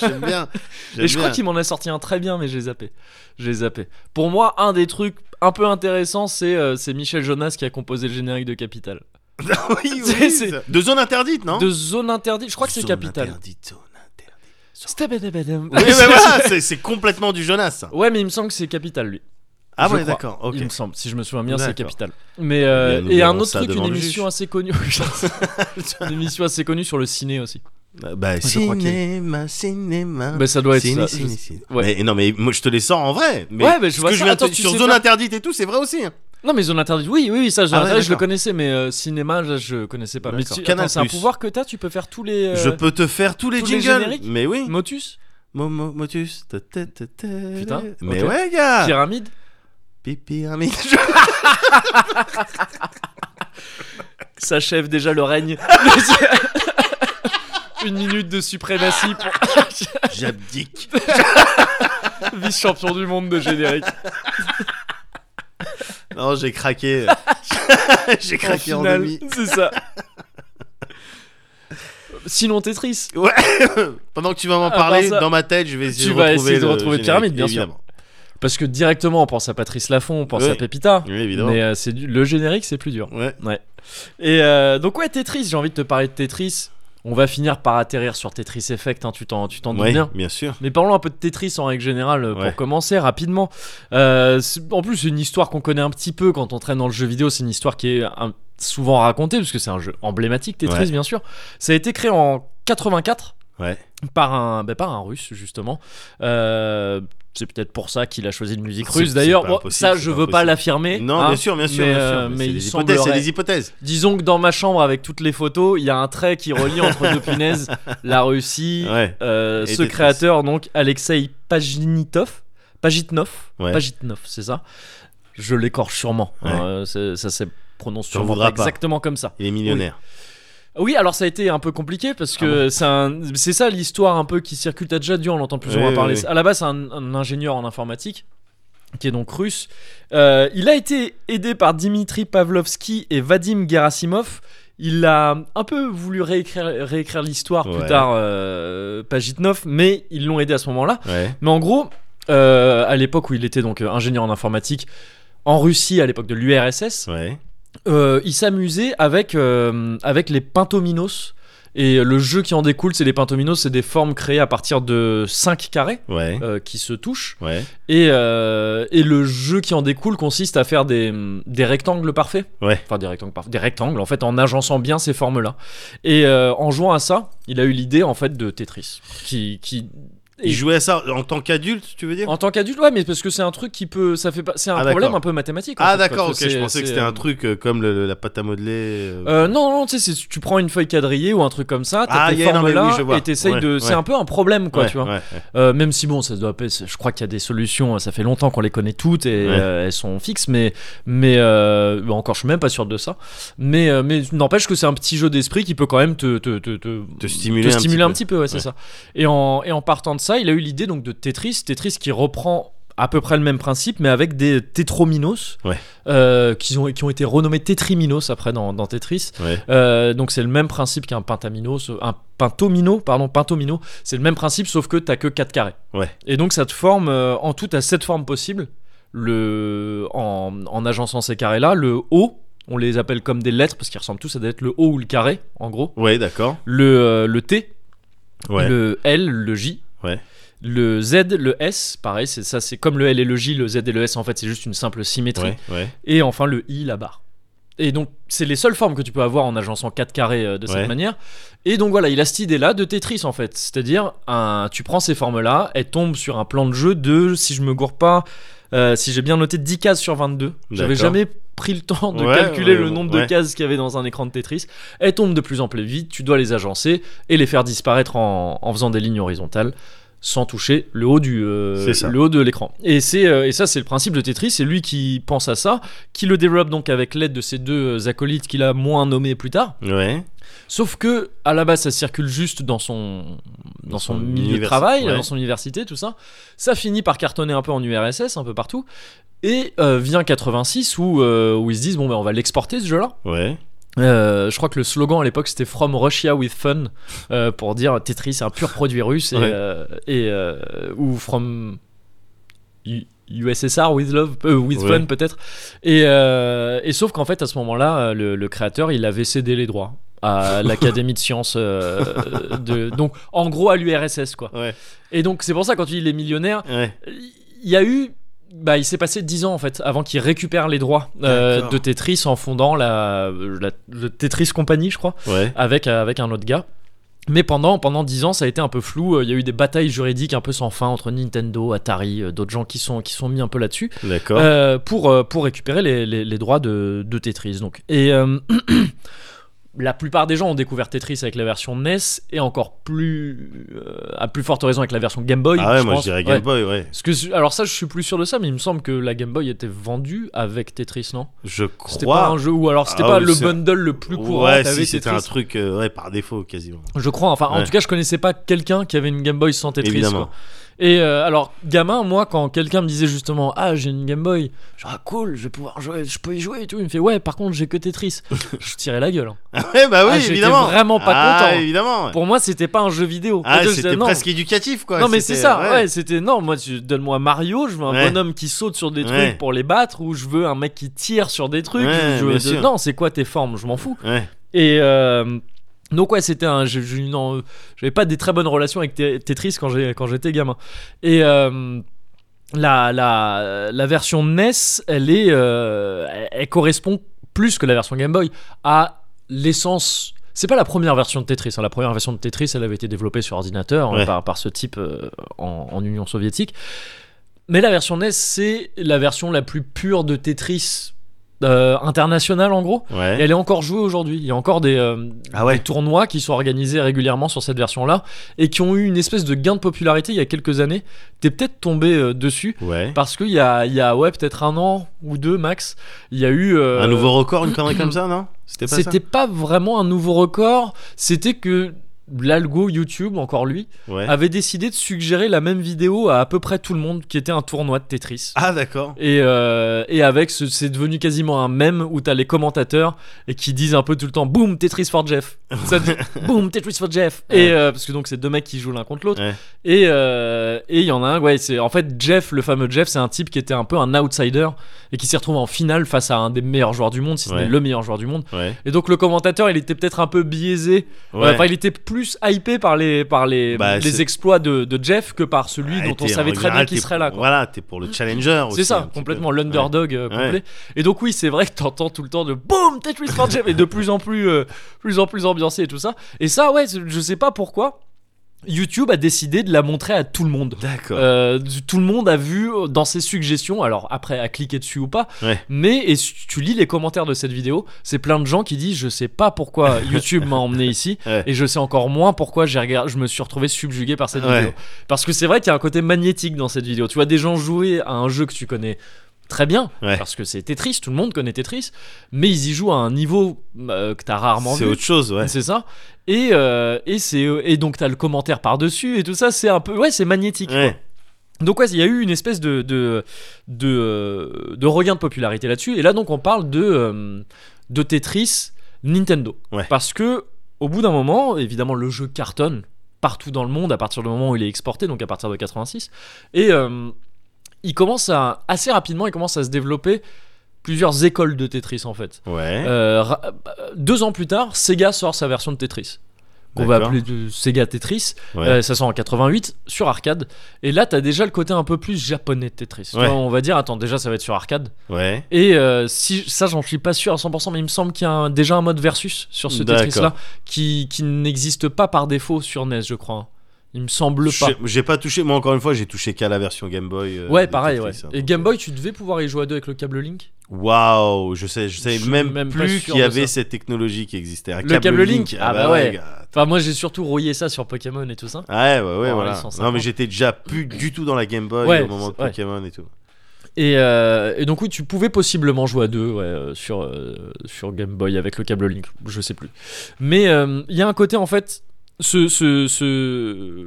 Speaker 2: J'aime bien. J'aime
Speaker 1: Et je crois
Speaker 2: bien.
Speaker 1: qu'il m'en a sorti un très bien, mais j'ai zappé. J'ai zappé. Pour moi, un des trucs un peu intéressants, c'est euh, c'est Michel Jonas qui a composé le générique de Capital.
Speaker 2: Oui, oui,
Speaker 1: C'est- c'est-
Speaker 2: ça. De zone interdite, non
Speaker 1: De Zone Interdite, je crois que c'est
Speaker 2: Zone
Speaker 1: Capital.
Speaker 2: interdite, zone interdite.
Speaker 1: Stabadabadam.
Speaker 2: Oui, bah, voilà, c'est- c'est complètement du Jonas. ça.
Speaker 1: Ouais, mais il me semble que c'est Capital lui.
Speaker 2: Ah
Speaker 1: Oh, Je
Speaker 2: ouais,
Speaker 1: crois.
Speaker 2: d'accord. Ok.
Speaker 1: Il me semble, si je me souviens bien, c'est
Speaker 2: D'accord.
Speaker 1: Capital. Mais euh,
Speaker 2: Eh bien, nous
Speaker 1: et un
Speaker 2: verrons
Speaker 1: autre
Speaker 2: ça
Speaker 1: truc, une
Speaker 2: devant le
Speaker 1: émission
Speaker 2: juge.
Speaker 1: assez connue. une émission assez connue sur le ciné aussi.
Speaker 2: Euh, Bah,
Speaker 1: Je crois qu'il-
Speaker 2: cinéma, cinéma.
Speaker 1: Bah, ça doit être
Speaker 2: Ah. ciné,
Speaker 1: ça.
Speaker 2: ciné, ciné.
Speaker 1: Ouais.
Speaker 2: Mais, non, mais moi je te les sors en vrai. Mais
Speaker 1: Ouais, mais je
Speaker 2: ce
Speaker 1: vois
Speaker 2: que
Speaker 1: ça.
Speaker 2: je viens de te-
Speaker 1: Attends, tu
Speaker 2: sur
Speaker 1: sais
Speaker 2: zone
Speaker 1: faire-
Speaker 2: interdite et tout, c'est vrai aussi. hein.
Speaker 1: Non, mais Zone Interdite, oui, oui, oui, ça, Zone
Speaker 2: Ah ouais,
Speaker 1: Interdite, je le
Speaker 2: d'accord.
Speaker 1: connaissais, mais euh, cinéma, je, je connaissais pas. Mais
Speaker 2: D'accord.
Speaker 1: tu-
Speaker 2: Canal+.
Speaker 1: attends, c'est un pouvoir que t'as, tu peux faire tous les. euh,
Speaker 2: Je peux te faire tous les
Speaker 1: tous les
Speaker 2: jingles.
Speaker 1: génériques
Speaker 2: mais oui.
Speaker 1: Motus
Speaker 2: Mo- mo- Motus. Ta- ta- ta- ta-
Speaker 1: Putain,
Speaker 2: Mais
Speaker 1: ok.
Speaker 2: ouais, gars.
Speaker 1: Pyramide
Speaker 2: Pyramide.
Speaker 1: S'achève déjà le règne. Une minute de suprématie pour
Speaker 2: J'abdique.
Speaker 1: vice-champion du monde de générique.
Speaker 2: Non, j'ai craqué. J'ai
Speaker 1: en
Speaker 2: craqué en,
Speaker 1: finale.
Speaker 2: demi.
Speaker 1: C'est ça. Sinon Tetris.
Speaker 2: Ouais. Pendant que tu vas m'en
Speaker 1: À part
Speaker 2: parler,
Speaker 1: Ah, ça,
Speaker 2: dans ma tête, je vais essayer
Speaker 1: tu
Speaker 2: de
Speaker 1: vas
Speaker 2: retrouver
Speaker 1: essayer de
Speaker 2: le
Speaker 1: retrouver
Speaker 2: générique,
Speaker 1: Pyramide, bien sûr.
Speaker 2: évidemment.
Speaker 1: Parce que directement, on pense à Patrice Laffont, on pense
Speaker 2: Oui.
Speaker 1: à Pépita.
Speaker 2: Oui, évidemment.
Speaker 1: Mais euh, c'est du- le générique, c'est plus dur.
Speaker 2: Ouais.
Speaker 1: Et euh, donc, ouais, Tetris, j'ai envie de te parler de Tetris. On va finir par atterrir sur Tetris Effect, hein, tu t'en tu t'en doutes
Speaker 2: Ouais,
Speaker 1: bien.
Speaker 2: bien sûr.
Speaker 1: Mais parlons un peu de Tetris en règle générale euh, pour
Speaker 2: Ouais.
Speaker 1: commencer rapidement. Euh, c'est- en plus, c'est une histoire qu'on connaît un petit peu quand on traîne dans le jeu vidéo. C'est une histoire qui est un- souvent racontée parce que c'est un jeu emblématique, Tetris
Speaker 2: Ouais.
Speaker 1: bien sûr. Ça a été créé en 84
Speaker 2: Ouais.
Speaker 1: par un, bah, par un russe justement. Euh, c'est peut-être pour ça qu'il a choisi une musique
Speaker 2: C'est-
Speaker 1: russe
Speaker 2: c'est
Speaker 1: d'ailleurs.
Speaker 2: pas
Speaker 1: Bon,
Speaker 2: impossible,
Speaker 1: ça,
Speaker 2: c'est
Speaker 1: je
Speaker 2: pas
Speaker 1: veux pas
Speaker 2: impossible.
Speaker 1: l'affirmer.
Speaker 2: Non,
Speaker 1: hein.
Speaker 2: bien sûr, bien sûr,
Speaker 1: mais,
Speaker 2: bien sûr.
Speaker 1: euh,
Speaker 2: Mais
Speaker 1: mais
Speaker 2: c'est
Speaker 1: il
Speaker 2: des hypothèses, c'est
Speaker 1: semblerait-
Speaker 2: des hypothèses.
Speaker 1: Disons que dans ma chambre, avec toutes les photos, il y a un trait qui relie entre deux punaises la Russie,
Speaker 2: Ouais.
Speaker 1: euh,
Speaker 2: Et
Speaker 1: ce
Speaker 2: Tetris.
Speaker 1: créateur, donc Alexei Pajitnov, Pajitnov,
Speaker 2: Ouais.
Speaker 1: Pajitnov, c'est ça. Je l'écorche sûrement.
Speaker 2: Ouais.
Speaker 1: Euh, c'est- ça se prononce
Speaker 2: T'en
Speaker 1: sûrement
Speaker 2: voudras
Speaker 1: pas
Speaker 2: pas.
Speaker 1: exactement comme ça.
Speaker 2: Il est millionnaire.
Speaker 1: Oui, alors ça a été un peu compliqué parce
Speaker 2: Ah
Speaker 1: que c'est un- c'est ça l'histoire un peu qui circule. T'as déjà dû en entendre plus ou
Speaker 2: Oui,
Speaker 1: moins
Speaker 2: oui,
Speaker 1: parler.
Speaker 2: oui.
Speaker 1: À la base, c'est un, un ingénieur en informatique qui est donc russe. Euh, il a été aidé par Dimitri Pavlovsky et Vadim Gerasimov. Il a un peu voulu réécrire, réécrire l'histoire
Speaker 2: Ouais.
Speaker 1: plus tard, euh, Pagitnov, mais ils l'ont aidé à ce moment-là.
Speaker 2: Ouais.
Speaker 1: Mais en gros, euh, à l'époque où il était donc euh, ingénieur en informatique en Russie, à l'époque de l'URSS,
Speaker 2: Ouais.
Speaker 1: euh, il s'amusait avec, euh, avec les pentominos. Et le jeu qui en découle, c'est les pentominos, c'est des formes créées à partir de 5 carrés
Speaker 2: Ouais.
Speaker 1: euh, qui se touchent.
Speaker 2: Ouais.
Speaker 1: Et, euh, et le jeu qui en découle consiste à faire des, des rectangles parfaits.
Speaker 2: Ouais.
Speaker 1: Enfin, des rectangles parfaits. Des rectangles, en fait, en agençant bien ces formes-là. Et euh, en jouant à ça, il a eu l'idée, en fait, de Tetris. Qui, qui...
Speaker 2: Il jouait à ça en tant qu'adulte, tu veux dire
Speaker 1: En tant qu'adulte, ouais, mais parce que c'est un truc qui peut. ça fait pas... C'est un
Speaker 2: Ah,
Speaker 1: problème
Speaker 2: d'accord.
Speaker 1: un peu mathématique. en
Speaker 2: Ah
Speaker 1: fait,
Speaker 2: d'accord,
Speaker 1: parce
Speaker 2: ok, je
Speaker 1: c'est-
Speaker 2: pensais que
Speaker 1: c'est,
Speaker 2: c'était
Speaker 1: euh,
Speaker 2: un truc euh, comme le- le- la pâte à modeler. euh,
Speaker 1: Euh, non, non, tu sais, c'est- tu prends une feuille quadrillée ou un truc comme ça, t'as
Speaker 2: Ah,
Speaker 1: tes
Speaker 2: yeah, non,
Speaker 1: formes
Speaker 2: mais
Speaker 1: là
Speaker 2: oui, je vois.
Speaker 1: et t'essayes
Speaker 2: Ouais,
Speaker 1: de.
Speaker 2: ouais.
Speaker 1: C'est un peu un problème, quoi,
Speaker 2: ouais,
Speaker 1: tu vois.
Speaker 2: ouais, ouais.
Speaker 1: Euh, même si bon, ça se doit. pas- Je crois qu'il y a des solutions. Ça fait longtemps qu'on les connaît toutes et
Speaker 2: Ouais.
Speaker 1: euh, elles sont fixes, mais mais euh, bah, encore, je suis même pas sûr de ça. Mais euh, mais n'empêche que c'est un petit jeu d'esprit qui peut quand même te te te, te,
Speaker 2: Te stimuler
Speaker 1: te
Speaker 2: un
Speaker 1: stimuler
Speaker 2: petit
Speaker 1: un
Speaker 2: peu.
Speaker 1: petit peu, ouais, c'est
Speaker 2: Ouais.
Speaker 1: ça. Et en et en partant de ça, il a eu l'idée donc de Tetris, Tetris qui reprend à peu près le même principe, mais avec des tétrominos
Speaker 2: Ouais.
Speaker 1: euh, qui, ont, qui ont été renommés tétriminos après dans, dans Tetris.
Speaker 2: Ouais.
Speaker 1: Euh, donc c'est le même principe qu'un pentamino, sa- un pentomino, pardon, pentomino, c'est le même principe sauf que t'as que 4 carrés.
Speaker 2: Ouais.
Speaker 1: Et donc ça te forme, euh, en tout, t'as 7 formes possibles le, en, en agençant ces carrés-là. Le haut, on les appelle comme des lettres parce qu'ils ressemblent tous à des lettres, le haut ou le carré, en gros.
Speaker 2: Ouais, d'accord.
Speaker 1: Le, euh, le T,
Speaker 2: Ouais.
Speaker 1: le L, le J.
Speaker 2: Ouais.
Speaker 1: Le Z, le S, pareil, c'est ça, c'est comme le L et le J, le Z et le S, en fait, c'est juste une simple symétrie
Speaker 2: Ouais, ouais.
Speaker 1: et enfin le i la barre. Et donc c'est les seules formes que tu peux avoir en agençant 4 carrés euh, de cette
Speaker 2: Ouais.
Speaker 1: manière. Et donc voilà, il a cette idée là de Tetris en fait, c'est-à-dire un- tu prends ces formes là, elles tombent sur un plan de jeu de si je me gourre pas euh, si j'ai bien noté 10 cases sur 22, j'avais
Speaker 2: D'accord.
Speaker 1: jamais pris le temps de
Speaker 2: Ouais,
Speaker 1: calculer
Speaker 2: ouais,
Speaker 1: le nombre
Speaker 2: ouais.
Speaker 1: de cases qu'il y avait dans un écran de Tetris. Elles tombent de plus en plus vite, tu dois les agencer et les faire disparaître en, en faisant des lignes horizontales sans toucher le haut du euh,
Speaker 2: C'est ça.
Speaker 1: le haut de l'écran. Et c'est euh, et ça c'est le principe de Tetris, c'est lui qui pense à ça, qui le développe donc avec l'aide de ses deux euh, acolytes qu'il a moins nommés plus tard.
Speaker 2: Ouais.
Speaker 1: Sauf que à la base ça circule juste dans son dans,
Speaker 2: Dans
Speaker 1: son,
Speaker 2: son
Speaker 1: milieu de
Speaker 2: universi-
Speaker 1: travail,
Speaker 2: ouais.
Speaker 1: dans son université, tout ça. Ça finit par cartonner un peu en URSS, un peu partout. Et euh, vient 86 où, euh, où ils se disent bon ben on va l'exporter ce jeu-là.
Speaker 2: Ouais.
Speaker 1: Euh, je crois que le slogan à l'époque c'était From Russia with Fun euh, pour dire Tetris c'est un pur produit russe et,
Speaker 2: Ouais.
Speaker 1: euh, et, euh, ou From U- USSR with love euh, with
Speaker 2: Ouais.
Speaker 1: fun peut-être et, euh, et sauf qu'en fait à ce moment-là euh, le, le créateur il avait cédé les droits à l'académie de sciences euh, de donc en gros à l'URSS quoi
Speaker 2: Ouais.
Speaker 1: et donc c'est pour ça quand tu dis les millionnaires
Speaker 2: Ouais.
Speaker 1: il y a eu bah, il s'est passé 10 ans en fait avant qu'il récupère les droits euh,
Speaker 2: D'accord.
Speaker 1: de Tetris en fondant la, la- le Tetris Company je crois
Speaker 2: Ouais.
Speaker 1: avec, euh, avec un autre gars mais pendant, pendant 10 ans, ça a été un peu flou. Euh, Il y a eu des batailles juridiques un peu sans fin entre Nintendo, Atari, euh, d'autres gens qui sont, qui sont mis un peu là-dessus
Speaker 2: D'accord.
Speaker 1: euh, pour, euh, pour récupérer les, les- les droits de, de Tetris. Donc. Et euh, la plupart des gens ont découvert Tetris avec la version NES et encore plus, euh, à plus forte raison avec la version Game Boy.
Speaker 2: ah ouais,
Speaker 1: je
Speaker 2: moi
Speaker 1: pense.
Speaker 2: je dirais
Speaker 1: Ouais.
Speaker 2: Game Boy, ouais.
Speaker 1: Parce que, alors ça, je suis plus sûr de ça, mais il me semble que la Game Boy était vendue avec Tetris, non
Speaker 2: Je
Speaker 1: C'était pas un
Speaker 2: crois.
Speaker 1: jeu ou alors c'était
Speaker 2: Ah
Speaker 1: pas
Speaker 2: oui,
Speaker 1: le
Speaker 2: c'est-
Speaker 1: bundle le plus courant.
Speaker 2: ouais,
Speaker 1: t'avais
Speaker 2: si c'était un
Speaker 1: Tetris.
Speaker 2: truc euh, ouais, par défaut quasiment.
Speaker 1: Je crois. Enfin, en
Speaker 2: Ouais.
Speaker 1: tout cas, je connaissais pas quelqu'un qui avait une Game Boy sans Tetris.
Speaker 2: Évidemment.
Speaker 1: quoi. Et euh, alors, gamin, moi, quand quelqu'un me disait justement Ah, j'ai une Game Boy, genre ah, cool, je vais pouvoir jouer, je peux y jouer et tout. Il me fait Ouais, par contre, j'ai que Tetris. je tirais la gueule. hein.
Speaker 2: Ouais, bah oui,
Speaker 1: Ah, j'étais
Speaker 2: évidemment.
Speaker 1: vraiment pas
Speaker 2: ah,
Speaker 1: content.
Speaker 2: évidemment.
Speaker 1: Pour moi, c'était pas un jeu vidéo.
Speaker 2: Ah,
Speaker 1: Et donc,
Speaker 2: c'était
Speaker 1: non.
Speaker 2: presque éducatif, quoi.
Speaker 1: non mais
Speaker 2: C'était-
Speaker 1: c'est ça, ouais, c'était non, moi tu donne-moi Mario, je veux un
Speaker 2: Ouais.
Speaker 1: bonhomme qui saute sur des trucs
Speaker 2: Ouais.
Speaker 1: pour les battre, ou je veux un mec qui tire sur des trucs,
Speaker 2: Ouais,
Speaker 1: je veux
Speaker 2: bien
Speaker 1: de-
Speaker 2: sûr.
Speaker 1: non c'est quoi tes formes, je m'en fous.
Speaker 2: Ouais.
Speaker 1: Et euh, donc ouais, c'était un, j'ai- j'ai eu une en- j'avais pas des très bonnes relations avec Te- Tetris quand j'ai quand j'étais gamin. Et euh, la, la la version NES, elle est, euh, elle, elle correspond plus que la version Game Boy à l'essence. C'est pas la première version de Tetris. hein. La première version de Tetris, elle avait été développée sur ordinateur hein,
Speaker 2: Ouais.
Speaker 1: par, par ce type euh, en, en Union soviétique. Mais la version NES, c'est la version la plus pure de Tetris euh, internationale en gros.
Speaker 2: Ouais.
Speaker 1: Et elle est encore jouée aujourd'hui. Il y a encore des, euh,
Speaker 2: Ah ouais.
Speaker 1: des tournois qui sont organisés régulièrement sur cette version-là et qui ont eu une espèce de gain de popularité il y a quelques années. T'es peut-être tombé euh, dessus
Speaker 2: Ouais.
Speaker 1: parce qu'il y a, il y a ouais, peut-être un an ou deux max, il y a eu. euh,
Speaker 2: Un nouveau record, une connerie comme ça, non C'était pas ça
Speaker 1: C'était pas vraiment un nouveau record, c'était que l'algo YouTube, encore lui,
Speaker 2: Ouais.
Speaker 1: avait décidé de suggérer la même vidéo à à peu près tout le monde qui était un tournoi de Tetris.
Speaker 2: Ah, d'accord.
Speaker 1: Et, euh, et avec, ce- c'est devenu quasiment un mème où t'as les commentateurs et qui disent un peu tout le temps Boom Tetris for Jeff, Ça dit, Boom Tetris for Jeff. Et euh, parce que donc c'est deux mecs qui jouent l'un contre l'autre.
Speaker 2: Ouais.
Speaker 1: Et euh, et il y en a un, ouais, c'est en fait Jeff, le fameux Jeff, c'est un type qui était un peu un outsider et qui s'est retrouvé en finale face à un des meilleurs joueurs du monde, si ce n'est
Speaker 2: Ouais.
Speaker 1: le meilleur joueur du monde.
Speaker 2: Ouais.
Speaker 1: Et donc le commentateur, il était peut-être un peu biaisé.
Speaker 2: Ouais.
Speaker 1: Enfin, il était plus hypé par les par les
Speaker 2: Bah,
Speaker 1: les
Speaker 2: c'est-
Speaker 1: exploits de, de Jeff que par celui
Speaker 2: Ah,
Speaker 1: dont on
Speaker 2: t'es-
Speaker 1: savait
Speaker 2: en
Speaker 1: très bien
Speaker 2: général,
Speaker 1: qu'il
Speaker 2: t'es-
Speaker 1: serait là. quoi.
Speaker 2: Voilà, t'es pour le challenger aussi.
Speaker 1: C'est
Speaker 2: un
Speaker 1: ça,
Speaker 2: petit peu.
Speaker 1: complètement l'underdog euh, complet. Et donc oui, c'est vrai que t'entends tout le temps de boum Tetris for Jeff et de plus en plus, euh, plus en plus ambiancé et tout ça. Et ça, ouais, c'est- je sais pas pourquoi. YouTube a décidé de la montrer à tout le monde.
Speaker 2: D'accord.
Speaker 1: Euh, du- tout le monde a vu euh, dans ses suggestions, alors après à cliquer dessus ou pas,
Speaker 2: Ouais.
Speaker 1: mais et si tu lis les commentaires de cette vidéo, c'est plein de gens qui disent je sais pas pourquoi YouTube m'a emmené ici
Speaker 2: Ouais.
Speaker 1: et je sais encore moins pourquoi j'ai regard- je me suis retrouvé subjugué par cette
Speaker 2: Ouais.
Speaker 1: vidéo. Parce que c'est vrai qu'il y a un côté magnétique dans cette vidéo. Tu vois des gens jouer à un jeu que tu connais très bien
Speaker 2: Ouais.
Speaker 1: parce que c'est Tetris, tout le monde connaît Tetris, mais ils y jouent à un niveau euh, que t'as rarement
Speaker 2: C'est
Speaker 1: vu.
Speaker 2: autre chose, ouais.
Speaker 1: C'est ça. Et, euh, et, c'est, et donc t'as le commentaire par-dessus et tout ça, c'est un peu... Ouais, c'est magnétique.
Speaker 2: Ouais.
Speaker 1: Donc ouais, il y a eu une espèce de, de, de, euh, de regain de popularité là-dessus. Et là donc on parle de, euh, de Tetris Nintendo.
Speaker 2: Ouais.
Speaker 1: Parce que au bout d'un moment, évidemment le jeu cartonne partout dans le monde à partir du moment où il est exporté, donc à partir de 86. Et euh, il commence à, assez rapidement, il commence à se développer plusieurs écoles de Tetris en fait.
Speaker 2: Ouais.
Speaker 1: Euh, ra- euh, deux ans plus tard, Sega sort sa version de Tetris. Qu'on va
Speaker 2: D'accord.
Speaker 1: appeler de Sega Tetris.
Speaker 2: Ouais.
Speaker 1: Euh, ça sort en 88 sur arcade. Et là, t'as déjà le côté un peu plus japonais de Tetris. Tu
Speaker 2: Ouais.
Speaker 1: vois, on va dire, attends, déjà ça va être sur arcade.
Speaker 2: Ouais.
Speaker 1: Et euh, si ça, j'en suis pas sûr à 100%, mais il me semble qu'il y a un- déjà un mode versus sur ce
Speaker 2: D'accord.
Speaker 1: Tetris là qui, qui n'existe pas par défaut sur NES, je crois. Il me semble pas.
Speaker 2: J'ai- J'ai pas touché, moi encore une fois, j'ai touché qu'à la version Game Boy. euh,
Speaker 1: Ouais,
Speaker 2: de
Speaker 1: pareil, ouais.
Speaker 2: Tetris, hein,
Speaker 1: Et
Speaker 2: donc,
Speaker 1: Game Boy, tu devais pouvoir y jouer à deux avec le câble Link
Speaker 2: Waouh, je sais, je savais
Speaker 1: Je suis
Speaker 2: même,
Speaker 1: même pas
Speaker 2: plus
Speaker 1: sûr
Speaker 2: qu'il y
Speaker 1: de
Speaker 2: avait
Speaker 1: ça.
Speaker 2: cette technologie qui existait. Un
Speaker 1: Le câble Link, ah bah ouais.
Speaker 2: gars.
Speaker 1: Enfin, moi j'ai surtout rouillé ça sur Pokémon et tout ça.
Speaker 2: Ouais, ouais, ouais,
Speaker 1: Oh,
Speaker 2: voilà.
Speaker 1: les 150.
Speaker 2: Non, mais j'étais déjà plus du tout dans la Game Boy
Speaker 1: Ouais,
Speaker 2: au moment de
Speaker 1: c'est- ouais.
Speaker 2: Pokémon et tout.
Speaker 1: Et, euh, et donc oui, tu pouvais possiblement jouer à deux ouais, euh, sur, euh, sur Game Boy avec le câble Link, je sais plus. Mais euh, il y a un côté en fait, ce, ce, ce,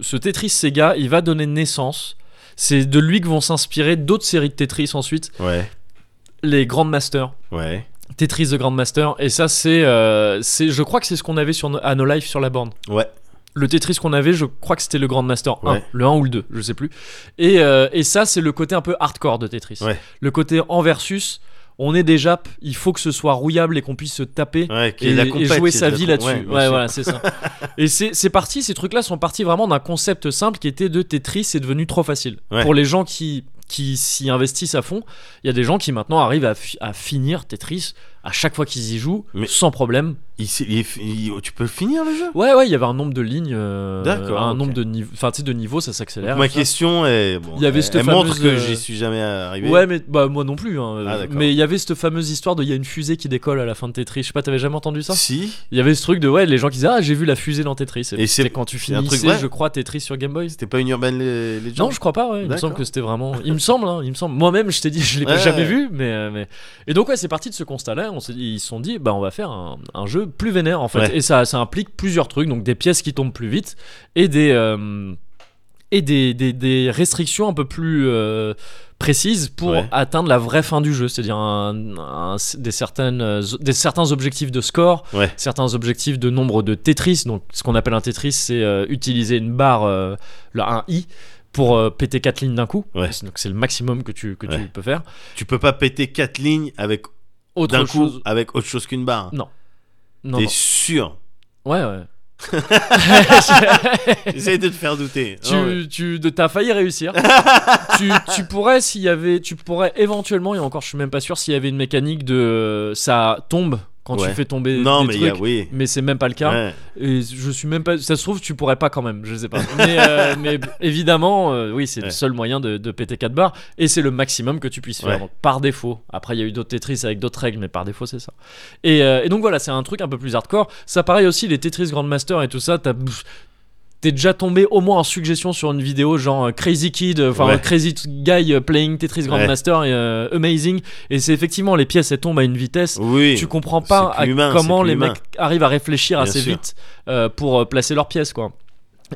Speaker 1: ce Tetris Sega, il va donner naissance. C'est de lui que vont s'inspirer d'autres séries de Tetris ensuite,
Speaker 2: Ouais,
Speaker 1: les Grandmasters.
Speaker 2: ouais,
Speaker 1: Tetris de Grandmaster, et ça c'est, euh, c'est- je crois que c'est ce qu'on avait sur no- à No Life sur la borne.
Speaker 2: ouais.
Speaker 1: Le Tetris qu'on avait, je crois que c'était le Grand Master 1,
Speaker 2: Ouais.
Speaker 1: le 1 ou le 2, je sais plus. Et, euh, et ça, c'est le côté un peu hardcore de Tetris.
Speaker 2: Ouais.
Speaker 1: Le côté en versus, on est des Japs, il faut que ce soit rouillable et qu'on puisse se taper.
Speaker 2: Ouais, qui est
Speaker 1: Et,
Speaker 2: la
Speaker 1: et
Speaker 2: compète,
Speaker 1: jouer
Speaker 2: qui est
Speaker 1: sa
Speaker 2: de la
Speaker 1: vie
Speaker 2: com-
Speaker 1: là-dessus.
Speaker 2: ouais,
Speaker 1: Ouais,
Speaker 2: bien sûr.
Speaker 1: voilà, c'est ça. et c'est c'est parti, ces trucs-là sont partis vraiment d'un concept simple qui était de Tetris est devenu trop facile.
Speaker 2: Ouais.
Speaker 1: Pour les gens qui, qui s'y investissent à fond, il y a des gens qui maintenant arrivent à, fi- à finir Tetris à chaque fois qu'ils y jouent,
Speaker 2: Mais-
Speaker 1: sans problème,
Speaker 2: Il s'est- il est- il- oh, tu peux le finir le jeu
Speaker 1: Ouais, ouais, il y avait un nombre de lignes, euh,
Speaker 2: D'accord,
Speaker 1: un
Speaker 2: ok.
Speaker 1: nombre de niveaux, enfin tu sais de niveaux, ça s'accélère.
Speaker 2: Ma
Speaker 1: et tout ça.
Speaker 2: question est. Bon,
Speaker 1: Il y avait cette
Speaker 2: elle montre
Speaker 1: fameuse,
Speaker 2: que
Speaker 1: euh,
Speaker 2: j'y suis jamais arrivé.
Speaker 1: Ouais, mais bah moi non plus. hein.
Speaker 2: Ah, d'accord.
Speaker 1: mais il y avait cette fameuse histoire de il y a une fusée qui décolle à la fin de Tetris. Je sais pas, t'avais jamais entendu ça
Speaker 2: Si,
Speaker 1: Il y avait ce truc de ouais, les gens qui disaient ah j'ai vu la fusée dans Tetris.
Speaker 2: Et c'est-
Speaker 1: c'est quand tu
Speaker 2: c'est un
Speaker 1: finissais,
Speaker 2: truc vrai
Speaker 1: je crois Tetris sur Game Boy.
Speaker 2: c'était pas une Urban Le- Legend
Speaker 1: Non, je crois pas. Ouais. Il me
Speaker 2: D'accord.
Speaker 1: semble que c'était vraiment. Il me semble. hein, il me semble. Moi-même, je t'ai dit, je l'ai
Speaker 2: Ouais,
Speaker 1: jamais
Speaker 2: ouais.
Speaker 1: vu. Mais, euh, mais et donc ouais, c'est parti de ce constat-là. On s'est dit- ils se sont dit, bah on va faire un, un jeu plus vénère en fait.
Speaker 2: Ouais.
Speaker 1: Et ça, ça implique plusieurs trucs, donc des pièces qui tombent plus vite et des euh, et des, des- des restrictions un peu plus euh, précises pour
Speaker 2: Ouais.
Speaker 1: atteindre la vraie fin du jeu, c'est-à-dire un- un- des, certaines, euh, des certains objectifs de score,
Speaker 2: Ouais.
Speaker 1: certains objectifs de nombre de Tetris. Donc, ce qu'on appelle un Tetris, c'est euh, utiliser une barre, euh, là, un i, pour euh, péter quatre lignes d'un coup.
Speaker 2: Ouais.
Speaker 1: Donc, c'est le maximum que tu, que
Speaker 2: Ouais.
Speaker 1: tu peux faire.
Speaker 2: Tu peux pas péter quatre lignes avec
Speaker 1: Autre
Speaker 2: d'un coup
Speaker 1: chose.
Speaker 2: avec autre chose qu'une barre.
Speaker 1: Non,
Speaker 2: T'es
Speaker 1: non.
Speaker 2: sûr
Speaker 1: Ouais, ouais.
Speaker 2: J'essaie de te faire douter.
Speaker 1: tu,
Speaker 2: Non, mais-
Speaker 1: tu de- t'as failli réussir. tu, tu pourrais s'il y avait, tu pourrais éventuellement et encore je suis même pas sûr s'il y avait une mécanique de euh, ça tombe quand
Speaker 2: Ouais.
Speaker 1: tu fais tomber
Speaker 2: Non,
Speaker 1: des
Speaker 2: mais il y
Speaker 1: trucs.
Speaker 2: a oui.
Speaker 1: Mais c'est même pas le cas.
Speaker 2: Ouais.
Speaker 1: Et je suis même pas. Ça se trouve, tu pourrais pas quand même. Je sais pas. Mais, euh, mais évidemment, euh, oui, c'est
Speaker 2: Ouais.
Speaker 1: le seul moyen de, de péter 4 barres. Et c'est le maximum que tu puisses faire.
Speaker 2: Ouais.
Speaker 1: Donc, par défaut. Après, il y a eu d'autres Tetris avec d'autres règles, mais par défaut, c'est ça. Et, euh, et donc voilà, c'est un truc un peu plus hardcore. Ça, pareil aussi, les Tetris Grandmaster et tout ça, t'as. pff, T'es déjà tombé au moins en suggestion sur une vidéo genre euh, Crazy Kid, euh, enfin
Speaker 2: Ouais.
Speaker 1: Crazy Guy euh, playing Tetris Grandmaster et euh, Amazing. Et c'est effectivement les pièces elles tombent à une vitesse
Speaker 2: Oui.
Speaker 1: tu comprends
Speaker 2: c'est
Speaker 1: pas
Speaker 2: plus
Speaker 1: à
Speaker 2: humain,
Speaker 1: comment
Speaker 2: c'est plus
Speaker 1: les
Speaker 2: humain.
Speaker 1: mecs arrivent à réfléchir
Speaker 2: Bien
Speaker 1: assez
Speaker 2: sûr.
Speaker 1: vite euh, pour euh, placer leurs pièces quoi.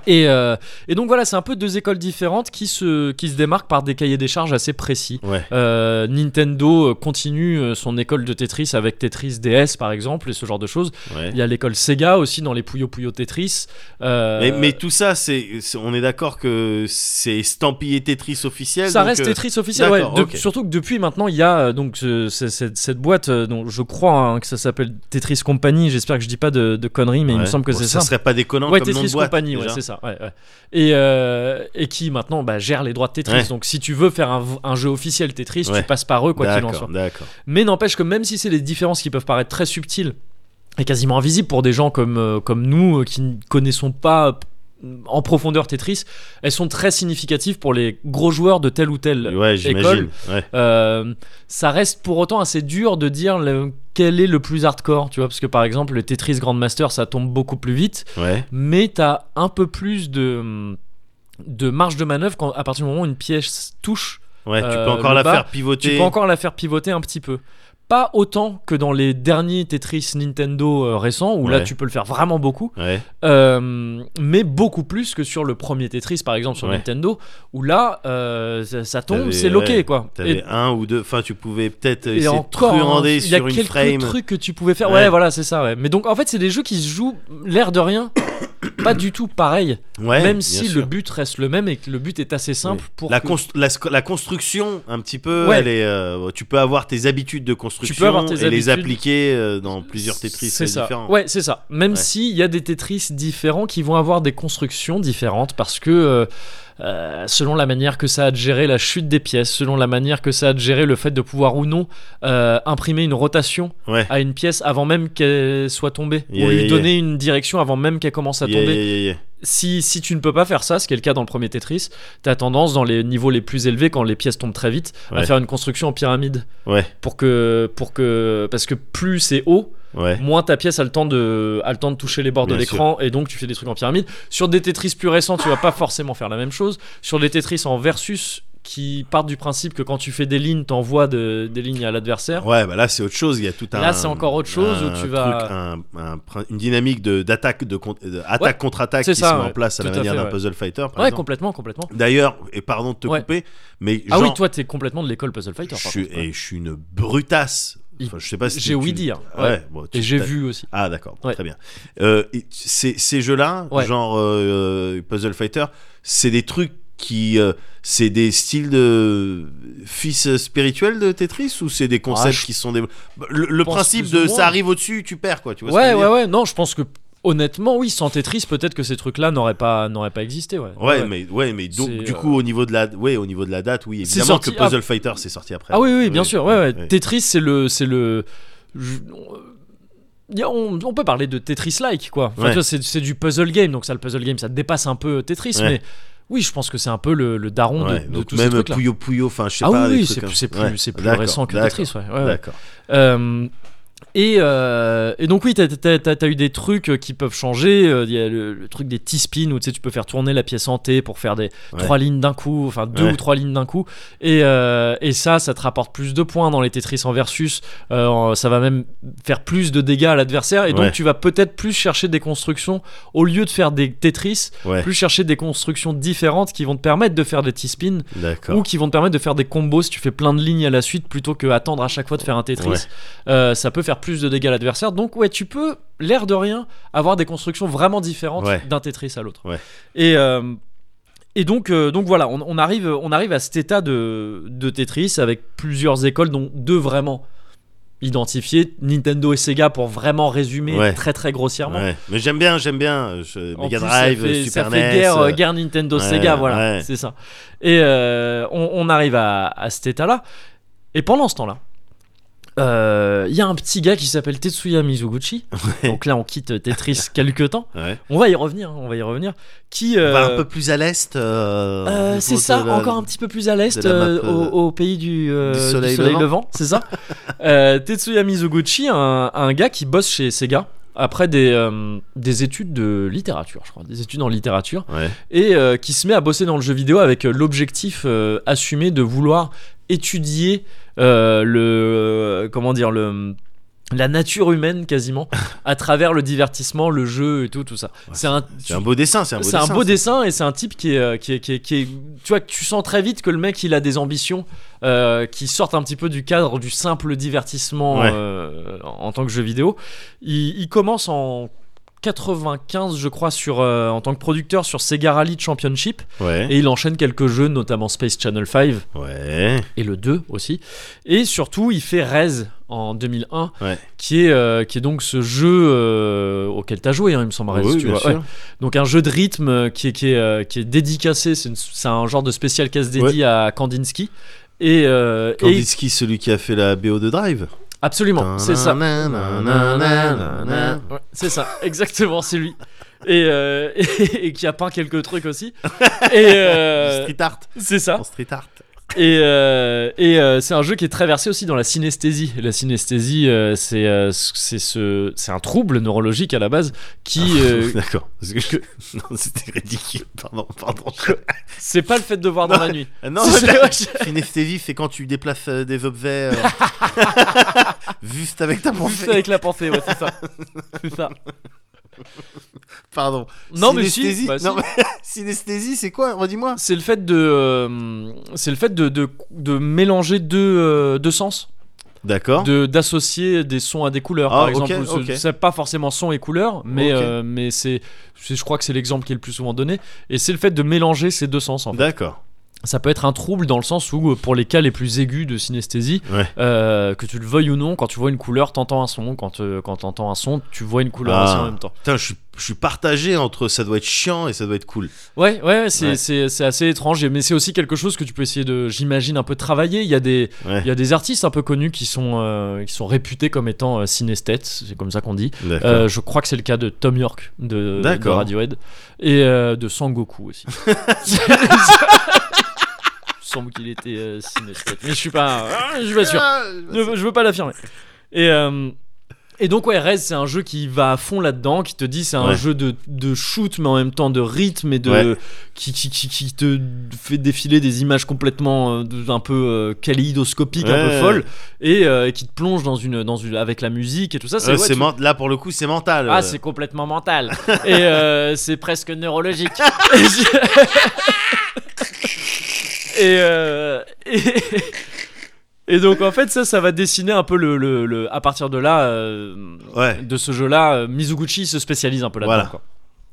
Speaker 1: Et, euh, et donc voilà, c'est un peu deux écoles différentes qui se, qui se démarquent par des cahiers des charges assez précis.
Speaker 2: Ouais.
Speaker 1: Euh, Nintendo euh, continue euh, son école de Tetris avec Tetris DS par exemple et ce genre de choses.
Speaker 2: Ouais.
Speaker 1: Il y a l'école Sega aussi dans les Puyo Puyo Tetris. Euh,
Speaker 2: Mais, mais tout ça, c'est, c'est- on est d'accord que c'est estampillé Tetris officiel.
Speaker 1: ça
Speaker 2: donc,
Speaker 1: reste
Speaker 2: euh,
Speaker 1: Tetris officiel, ouais.
Speaker 2: d'accord,
Speaker 1: De-
Speaker 2: ok.
Speaker 1: Surtout que depuis maintenant, il y a euh, donc ce- ce- cette, cette boîte euh, dont je crois hein, que ça s'appelle Tetris Company. J'espère que je dis pas de, de conneries, mais il me
Speaker 2: ouais.
Speaker 1: semble que
Speaker 2: Bon,
Speaker 1: c'est
Speaker 2: ça.
Speaker 1: ça.
Speaker 2: serait pas déconnant
Speaker 1: ouais,
Speaker 2: comme nom
Speaker 1: Tetris
Speaker 2: de boîte,
Speaker 1: Company, ouais,
Speaker 2: déjà.
Speaker 1: c'est ça. ouais, ouais. Et, euh, et qui maintenant bah, gère les droits de Tetris.
Speaker 2: Ouais.
Speaker 1: Donc si tu veux faire un, v- un jeu officiel Tetris,
Speaker 2: Ouais.
Speaker 1: tu passes par eux, quoi qu'il en
Speaker 2: D'accord,
Speaker 1: soit.
Speaker 2: d'accord.
Speaker 1: Mais n'empêche que même si c'est des différences qui peuvent paraître très subtiles et quasiment invisibles pour des gens comme, euh, comme nous euh, qui ne connaissons pas euh, en profondeur Tetris, elles sont très significatives pour les gros joueurs de tel ou tel
Speaker 2: Ouais, j'imagine. Ouais.
Speaker 1: euh, ça reste pour autant assez dur de dire le- quel est le plus hardcore, tu vois, parce que par exemple le Tetris Grandmaster ça tombe beaucoup plus vite,
Speaker 2: ouais.
Speaker 1: mais t'as un peu plus de de marge de manœuvre quand à partir du moment où une pièce touche,
Speaker 2: Ouais, tu
Speaker 1: Euh,
Speaker 2: peux encore
Speaker 1: le
Speaker 2: la
Speaker 1: bas,
Speaker 2: faire pivoter.
Speaker 1: tu peux encore la faire pivoter un petit peu. Pas autant que dans les derniers Tetris Nintendo euh, récents où là
Speaker 2: Ouais.
Speaker 1: tu peux le faire vraiment beaucoup,
Speaker 2: Ouais,
Speaker 1: euh, mais beaucoup plus que sur le premier Tetris par exemple sur
Speaker 2: Ouais.
Speaker 1: Nintendo où là euh, ça, ça tombe,
Speaker 2: T'avais-
Speaker 1: c'est loqué
Speaker 2: ouais,
Speaker 1: quoi. Et-
Speaker 2: t'avais un ou deux. Enfin, tu pouvais peut-être essayer
Speaker 1: et
Speaker 2: de
Speaker 1: encore
Speaker 2: truander
Speaker 1: hein, il y a
Speaker 2: sur une
Speaker 1: quelques
Speaker 2: frame.
Speaker 1: trucs que tu pouvais faire ouais,
Speaker 2: Ouais.
Speaker 1: voilà c'est ça ouais mais donc en fait c'est des jeux qui se jouent l'air de rien pas du tout pareil
Speaker 2: Ouais, Eh, bien
Speaker 1: même si
Speaker 2: sûr.
Speaker 1: le but reste le même et que le but est assez simple
Speaker 2: Oui.
Speaker 1: pour
Speaker 2: la,
Speaker 1: que
Speaker 2: const- la, sc- la construction un petit peu
Speaker 1: Ouais.
Speaker 2: elle est, euh, tu peux avoir tes habitudes de construction
Speaker 1: avoir tes
Speaker 2: et
Speaker 1: habitudes.
Speaker 2: les appliquer euh, dans plusieurs Tetris
Speaker 1: c'est ça
Speaker 2: différents
Speaker 1: ouais c'est ça même
Speaker 2: Ouais.
Speaker 1: s'il y a des Tetris différents qui vont avoir des constructions différentes parce que euh, euh, selon la manière que ça a de gérer la chute des pièces, selon la manière que ça a de gérer le fait de pouvoir ou non euh, imprimer une rotation
Speaker 2: Ouais.
Speaker 1: à une pièce avant même qu'elle soit tombée,
Speaker 2: Yeah,
Speaker 1: ou
Speaker 2: yeah,
Speaker 1: lui
Speaker 2: yeah.
Speaker 1: donner une direction avant même qu'elle commence à
Speaker 2: Yeah,
Speaker 1: tomber.
Speaker 2: yeah, yeah, yeah.
Speaker 1: si, si tu ne peux pas faire ça, ce qui est le cas dans le premier Tetris, t'as tendance dans les niveaux les plus élevés, quand les pièces tombent très vite, à
Speaker 2: Ouais.
Speaker 1: faire une construction en pyramide.
Speaker 2: Ouais.
Speaker 1: Pour que, pour que, parce que plus c'est haut,
Speaker 2: ouais
Speaker 1: moins ta pièce a le temps de, a le temps de toucher les bords de
Speaker 2: Bien
Speaker 1: l'écran, et donc tu fais des trucs en pyramide. Sur des Tetris plus récents, tu vas pas forcément faire la même chose. Sur des Tetris en versus, qui partent du principe que quand tu fais des lignes, t'envoies de- des lignes à l'adversaire.
Speaker 2: Ouais, bah là c'est autre chose. Il y a tout un.
Speaker 1: Là, c'est encore autre chose où
Speaker 2: un
Speaker 1: tu vas-
Speaker 2: truc, un- un prin- une dynamique de d'attaque, de, con- de attaque contre attaque
Speaker 1: c'est
Speaker 2: qui
Speaker 1: ça,
Speaker 2: se met
Speaker 1: ouais.
Speaker 2: en place à la
Speaker 1: Tout à
Speaker 2: manière
Speaker 1: fait,
Speaker 2: d'un
Speaker 1: ouais.
Speaker 2: puzzle fighter. Par
Speaker 1: ouais,
Speaker 2: exemple.
Speaker 1: complètement, complètement.
Speaker 2: D'ailleurs, et pardon de te
Speaker 1: Ouais.
Speaker 2: couper, mais
Speaker 1: Ah
Speaker 2: genre,
Speaker 1: oui, toi, t'es complètement de l'école Puzzle Fighter.
Speaker 2: je
Speaker 1: par
Speaker 2: suis
Speaker 1: contre.
Speaker 2: et je suis une brutasse.
Speaker 1: Il-
Speaker 2: Enfin, je sais pas si
Speaker 1: J'ai
Speaker 2: tu-
Speaker 1: ouï dire.
Speaker 2: Ouais.
Speaker 1: ouais.
Speaker 2: bon, tu-
Speaker 1: Et j'ai
Speaker 2: t'as-
Speaker 1: vu aussi.
Speaker 2: Ah d'accord, bon,
Speaker 1: Ouais.
Speaker 2: très bien. Euh, et ces ces jeux-là,
Speaker 1: Ouais.
Speaker 2: genre euh, Puzzle Fighter, c'est des trucs qui, euh, c'est des styles de fils spirituels de Tetris ou c'est des concepts
Speaker 1: Ah, je
Speaker 2: qui sont des. Le, le
Speaker 1: pense
Speaker 2: principe
Speaker 1: plus ou
Speaker 2: de
Speaker 1: moins.
Speaker 2: ça arrive au-dessus, tu perds quoi, tu vois. ce que
Speaker 1: Ouais,
Speaker 2: je veux
Speaker 1: ouais,
Speaker 2: dire
Speaker 1: ouais. Non, je pense que honnêtement, oui, sans Tetris, peut-être que ces trucs-là n'auraient pas, n'auraient pas existé. Ouais.
Speaker 2: Ouais, mais ouais, mais donc,
Speaker 1: C'est,
Speaker 2: du
Speaker 1: euh,
Speaker 2: coup au niveau de la, ouais, au niveau de la date, oui,
Speaker 1: C'est
Speaker 2: évidemment
Speaker 1: sorti
Speaker 2: que Puzzle Fighter c'est sorti après.
Speaker 1: Ah oui, oui, bien
Speaker 2: Oui,
Speaker 1: sûr. Ouais, ouais.
Speaker 2: oui.
Speaker 1: Tetris, c'est le, c'est le. je- on- y a- On, on peut parler de Tetris-like, quoi. Enfin,
Speaker 2: Ouais.
Speaker 1: tu vois, c'est, c'est du puzzle game, donc ça, le puzzle game, ça dépasse un peu Tetris,
Speaker 2: Ouais.
Speaker 1: mais oui, je pense que c'est un peu le, le daron de-
Speaker 2: Ouais,
Speaker 1: de,
Speaker 2: donc
Speaker 1: tous ces
Speaker 2: même
Speaker 1: trucs-là.
Speaker 2: Puyo Puyo, enfin je sais
Speaker 1: Ah oui,
Speaker 2: pas. des
Speaker 1: oui,
Speaker 2: trucs
Speaker 1: c'est,
Speaker 2: comme-
Speaker 1: c'est plus,
Speaker 2: Ouais,
Speaker 1: c'est plus
Speaker 2: d'accord,
Speaker 1: récent que
Speaker 2: d'accord,
Speaker 1: Tetris, ouais. ouais, ouais.
Speaker 2: D'accord.
Speaker 1: Euh, Et, euh, et donc oui, t'as as, eu des trucs qui peuvent changer. Euh, Il y a le, le truc des T-spins où tu sais tu peux faire tourner la pièce hantée pour faire des trois lignes d'un coup, enfin deux
Speaker 2: Ouais.
Speaker 1: ou trois lignes d'un coup. Et, euh, et ça, ça te rapporte plus de points dans les Tetris en versus. Euh, en- ça va même faire plus de dégâts à l'adversaire. Et donc
Speaker 2: Ouais.
Speaker 1: tu vas peut-être plus chercher des constructions au lieu de faire des Tetris,
Speaker 2: Ouais.
Speaker 1: plus chercher des constructions différentes qui vont te permettre de faire des T-spins ou
Speaker 2: D'accord.
Speaker 1: qui vont te permettre de faire des combos si tu fais plein de lignes à la suite plutôt que attendre à chaque fois de faire un Tetris.
Speaker 2: Ouais.
Speaker 1: Euh, ça peut faire plus de dégâts à l'adversaire. Donc ouais, tu peux, l'air de rien, avoir des constructions vraiment différentes
Speaker 2: Ouais.
Speaker 1: d'un Tetris à l'autre.
Speaker 2: Ouais.
Speaker 1: Et euh, et donc, euh, donc voilà, on, on arrive, on arrive à cet état de, de Tetris avec plusieurs écoles, dont deux vraiment identifiées, Nintendo et Sega pour vraiment résumer
Speaker 2: Ouais.
Speaker 1: très très grossièrement.
Speaker 2: Ouais. Mais j'aime bien, j'aime bien. Je...
Speaker 1: En
Speaker 2: euh, Mega
Speaker 1: plus,
Speaker 2: Drive,
Speaker 1: ça fait,
Speaker 2: Super
Speaker 1: ça fait
Speaker 2: NES.
Speaker 1: guerre,
Speaker 2: euh,
Speaker 1: guerre Nintendo
Speaker 2: ouais,
Speaker 1: Sega, voilà,
Speaker 2: ouais.
Speaker 1: c'est ça. Et euh, on, on arrive à, à cet état-là. Et pendant ce temps-là, euh, il y a un petit gars qui s'appelle Tetsuya Mizuguchi. Donc là, on quitte Tetris quelques temps.
Speaker 2: ouais.
Speaker 1: On va y revenir, hein, on va y revenir. Qui
Speaker 2: On
Speaker 1: euh,
Speaker 2: va un peu plus à l'est. euh, au
Speaker 1: euh,
Speaker 2: niveau
Speaker 1: c'est
Speaker 2: de
Speaker 1: ça,
Speaker 2: la-
Speaker 1: encore un petit peu plus à l'est,
Speaker 2: de la map,
Speaker 1: euh, au,
Speaker 2: euh,
Speaker 1: au pays du, euh,
Speaker 2: du
Speaker 1: du soleil,
Speaker 2: soleil
Speaker 1: levant,
Speaker 2: levant.
Speaker 1: c'est ça. Euh, Tetsuya Mizoguchi, un, un gars qui bosse chez Sega après des, euh, des études de littérature, je crois, des études en littérature,
Speaker 2: Ouais.
Speaker 1: et euh, qui se met à bosser dans le jeu vidéo avec euh, l'objectif euh, assumé de vouloir étudier euh, le comment dire le la nature humaine quasiment à travers le divertissement, le jeu et tout tout ça. c'est un,
Speaker 2: C'est un beau dessin. C'est un beau
Speaker 1: c'est un
Speaker 2: dessin.
Speaker 1: beau dessin et c'est un type qui est, euh, qui, est, qui, est, qui est- Tu vois, que tu sens très vite que le mec il a des ambitions euh, qui sortent un petit peu du cadre du simple divertissement
Speaker 2: Ouais.
Speaker 1: euh, en tant que jeu vidéo. Il, il commence en 95, je crois, sur, euh, en tant que producteur sur Sega Rally Championship
Speaker 2: Ouais.
Speaker 1: et il enchaîne quelques jeux, notamment Space Channel 5
Speaker 2: Ouais.
Speaker 1: et le 2 aussi. Et surtout, il fait Rez en 2001,
Speaker 2: Ouais.
Speaker 1: qui, est, euh, qui est donc ce jeu euh, auquel tu as joué, hein, il me semble, Rez.
Speaker 2: Oui,
Speaker 1: tu
Speaker 2: bien
Speaker 1: vois.
Speaker 2: sûr.
Speaker 1: Ouais. Donc un jeu de rythme euh, qui est, qui est, euh, qui est dédicacé, c'est une- c'est un genre de spécial casse dédié à Kandinsky. Et, euh, et-
Speaker 2: Kandinsky, celui qui a fait la BO de Drive.
Speaker 1: absolument, c'est ça. Ouais, c'est ça, exactement, c'est lui. Et, euh, et, qui a peint quelques trucs aussi. Et euh,
Speaker 2: Street art.
Speaker 1: c'est ça.
Speaker 2: En street art.
Speaker 1: Et, euh, et euh, c'est un jeu qui est traversé aussi dans la synesthésie. La synesthésie, euh, c'est euh, c'est ce, c'est un trouble neurologique à la base qui, euh,
Speaker 2: D'accord. Parce que je... Non, c'était ridicule. Pardon, pardon.
Speaker 1: c'est pas le fait de voir dans la nuit.
Speaker 2: Non,
Speaker 1: C'est-
Speaker 2: mais-
Speaker 1: ouais, je-
Speaker 2: Synesthésie, c'est quand tu déplaces euh, des objets euh, juste avec ta
Speaker 1: Juste
Speaker 2: pensée.
Speaker 1: avec la pensée, ouais, c'est ça. C'est ça.
Speaker 2: Pardon.
Speaker 1: Non, mais si,
Speaker 2: synesthésie,
Speaker 1: bah, si.
Speaker 2: non, mais- synesthésie, c'est quoi Redis-moi.
Speaker 1: C'est le fait de, euh, c'est le fait de, de, de mélanger deux, euh, deux sens,
Speaker 2: D'accord.
Speaker 1: de d'associer des sons à des couleurs.
Speaker 2: Ah,
Speaker 1: par
Speaker 2: ok,
Speaker 1: exemple, Ce-
Speaker 2: ok.
Speaker 1: c'est pas forcément son et couleur, mais
Speaker 2: Ok.
Speaker 1: euh, mais c'est, c'est- je crois que c'est l'exemple qui est le plus souvent donné. Et c'est le fait de mélanger ces deux sens en fait.
Speaker 2: D'accord.
Speaker 1: ça peut être un trouble dans le sens où euh, pour les cas les plus aigus de synesthésie
Speaker 2: Ouais.
Speaker 1: euh, que tu le veuilles ou non quand tu vois une couleur t'entends un son quand euh, quand t'entends un son tu vois une couleur
Speaker 2: Ah.
Speaker 1: aussi en même temps
Speaker 2: Putain, je suis, je suis partagé entre ça doit être chiant et ça doit être cool.
Speaker 1: ouais ouais, ouais, c'est,
Speaker 2: Ouais.
Speaker 1: c'est- c'est assez étrange mais c'est aussi quelque chose que tu peux essayer de j'imagine un peu travailler il y a des
Speaker 2: Ouais.
Speaker 1: il y a des artistes un peu connus qui sont euh, qui sont réputés comme étant euh, synesthètes c'est comme ça qu'on dit
Speaker 2: D'accord.
Speaker 1: Euh, je crois que c'est le cas de Tom York de, de
Speaker 2: D'accord.
Speaker 1: Radiohead et euh, de Sangoku aussi. Il semble qu'il était euh, synesthète, mais je suis pas, euh, je suis pas sûr. Je, je veux pas l'affirmer. Et euh, et donc ouais, Rez c'est un jeu qui va à fond là-dedans, qui te dit c'est un
Speaker 2: Ouais.
Speaker 1: jeu de, de shoot mais en même temps de rythme et de
Speaker 2: Ouais.
Speaker 1: qui, qui, qui, qui te fait défiler des images complètement euh, de- un peu euh, kaléidoscopiques, un peu
Speaker 2: Ouais.
Speaker 1: folles et euh, qui te plonge dans une dans une avec la musique et tout ça.
Speaker 2: Euh,
Speaker 1: ouais,
Speaker 2: c'est
Speaker 1: tu-
Speaker 2: men- Là, pour le coup, c'est mental.
Speaker 1: ah,
Speaker 2: euh.
Speaker 1: c'est complètement mental. Et euh, c'est presque neurologique. et je- et, euh, et- et donc, en fait, ça, ça va dessiner un peu le. le- le- à partir de là, euh,
Speaker 2: Ouais.
Speaker 1: de ce jeu-là, euh, Mizuguchi se spécialise un peu là-dedans.
Speaker 2: Voilà.
Speaker 1: quoi.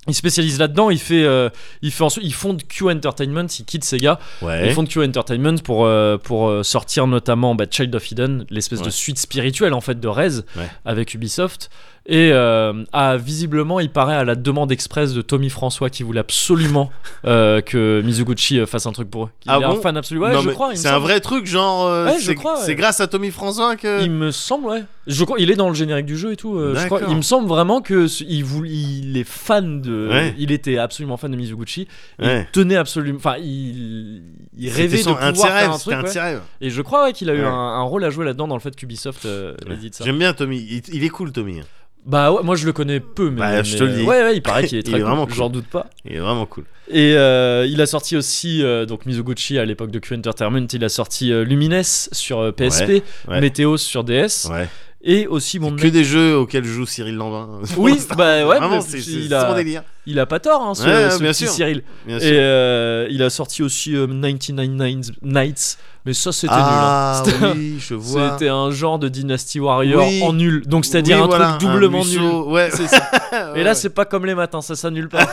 Speaker 1: Il se spécialise là-dedans, il fait, euh, il fait ensuite, il fonde Q Entertainment, il quitte Sega,
Speaker 2: Ouais.
Speaker 1: ils font de Q Entertainment pour, euh, pour euh, sortir notamment bah, Child of Eden, l'espèce de
Speaker 2: Ouais.
Speaker 1: suite spirituelle en fait de Rez
Speaker 2: Ouais.
Speaker 1: avec Ubisoft. Et euh, ah, visiblement, il paraît à la demande express de Tommy François qui voulait absolument euh, que Mizuguchi euh, fasse un truc pour eux. Il
Speaker 2: Ah
Speaker 1: est un
Speaker 2: bon
Speaker 1: fan absolu. Ouais,
Speaker 2: Non,
Speaker 1: je
Speaker 2: mais
Speaker 1: crois. il me
Speaker 2: C'est un
Speaker 1: semble.
Speaker 2: vrai truc, genre. euh,
Speaker 1: Ouais, je
Speaker 2: c'est
Speaker 1: crois, ouais.
Speaker 2: c'est grâce à Tommy François que.
Speaker 1: Il me semble, ouais. Je crois, il est dans le générique du jeu et tout. euh, je crois-
Speaker 2: D'accord.
Speaker 1: il me semble vraiment que ce- il, voulait- il est fan de.
Speaker 2: Ouais.
Speaker 1: Il était absolument fan de Mizuguchi.
Speaker 2: Ouais.
Speaker 1: Il tenait absolument. Enfin, il, il
Speaker 2: C'était
Speaker 1: rêvait de
Speaker 2: son-
Speaker 1: pouvoir
Speaker 2: un de ses
Speaker 1: faire
Speaker 2: rêves,
Speaker 1: un
Speaker 2: c'était
Speaker 1: truc.
Speaker 2: un de
Speaker 1: ouais.
Speaker 2: ses rêves.
Speaker 1: Et je crois ouais, qu'il a eu
Speaker 2: Ouais.
Speaker 1: un, un rôle à jouer là-dedans dans le fait qu'Ubisoft euh, ait dit de ça.
Speaker 2: J'aime bien Tommy, il, il est cool Tommy. hein.
Speaker 1: Bah ouais, moi je le connais peu, mais.
Speaker 2: Bah, je
Speaker 1: mais,
Speaker 2: te le
Speaker 1: euh,
Speaker 2: dis.
Speaker 1: Ouais, ouais, il paraît qu'il est
Speaker 2: Il
Speaker 1: très
Speaker 2: est
Speaker 1: cool,
Speaker 2: vraiment cool.
Speaker 1: J'en doute pas.
Speaker 2: Il est vraiment cool.
Speaker 1: Et euh, il a sorti aussi euh, donc Mizoguchi à l'époque de Q Entertainment. Il a sorti euh, Lumines sur euh, PSP,
Speaker 2: ouais.
Speaker 1: Météos sur DS,
Speaker 2: Ouais.
Speaker 1: et aussi mon
Speaker 2: C'est que des jeux auxquels joue Cyril Lambin.
Speaker 1: Oui, bah ouais,
Speaker 2: Vraiment,
Speaker 1: mais
Speaker 2: c'est c'est
Speaker 1: il,
Speaker 2: son
Speaker 1: a,
Speaker 2: délire.
Speaker 1: il a pas tort, hein, ce,
Speaker 2: Ouais,
Speaker 1: ce
Speaker 2: bien
Speaker 1: petit
Speaker 2: sûr.
Speaker 1: Cyril.
Speaker 2: Bien sûr.
Speaker 1: Et euh, il a sorti aussi euh, 99 Nights- Nights, mais ça c'était
Speaker 2: ah
Speaker 1: nul. hein. C'était-
Speaker 2: oui, je vois.
Speaker 1: C'était un genre de Dynasty Warrior
Speaker 2: Oui.
Speaker 1: en nul, donc c'est-à-dire
Speaker 2: Oui,
Speaker 1: un
Speaker 2: voilà,
Speaker 1: truc doublement
Speaker 2: Musso,
Speaker 1: nul.
Speaker 2: Ouais.
Speaker 1: C'est ça. Et
Speaker 2: Ouais,
Speaker 1: là,
Speaker 2: ouais.
Speaker 1: c'est pas comme les matins, ça s'annule pas.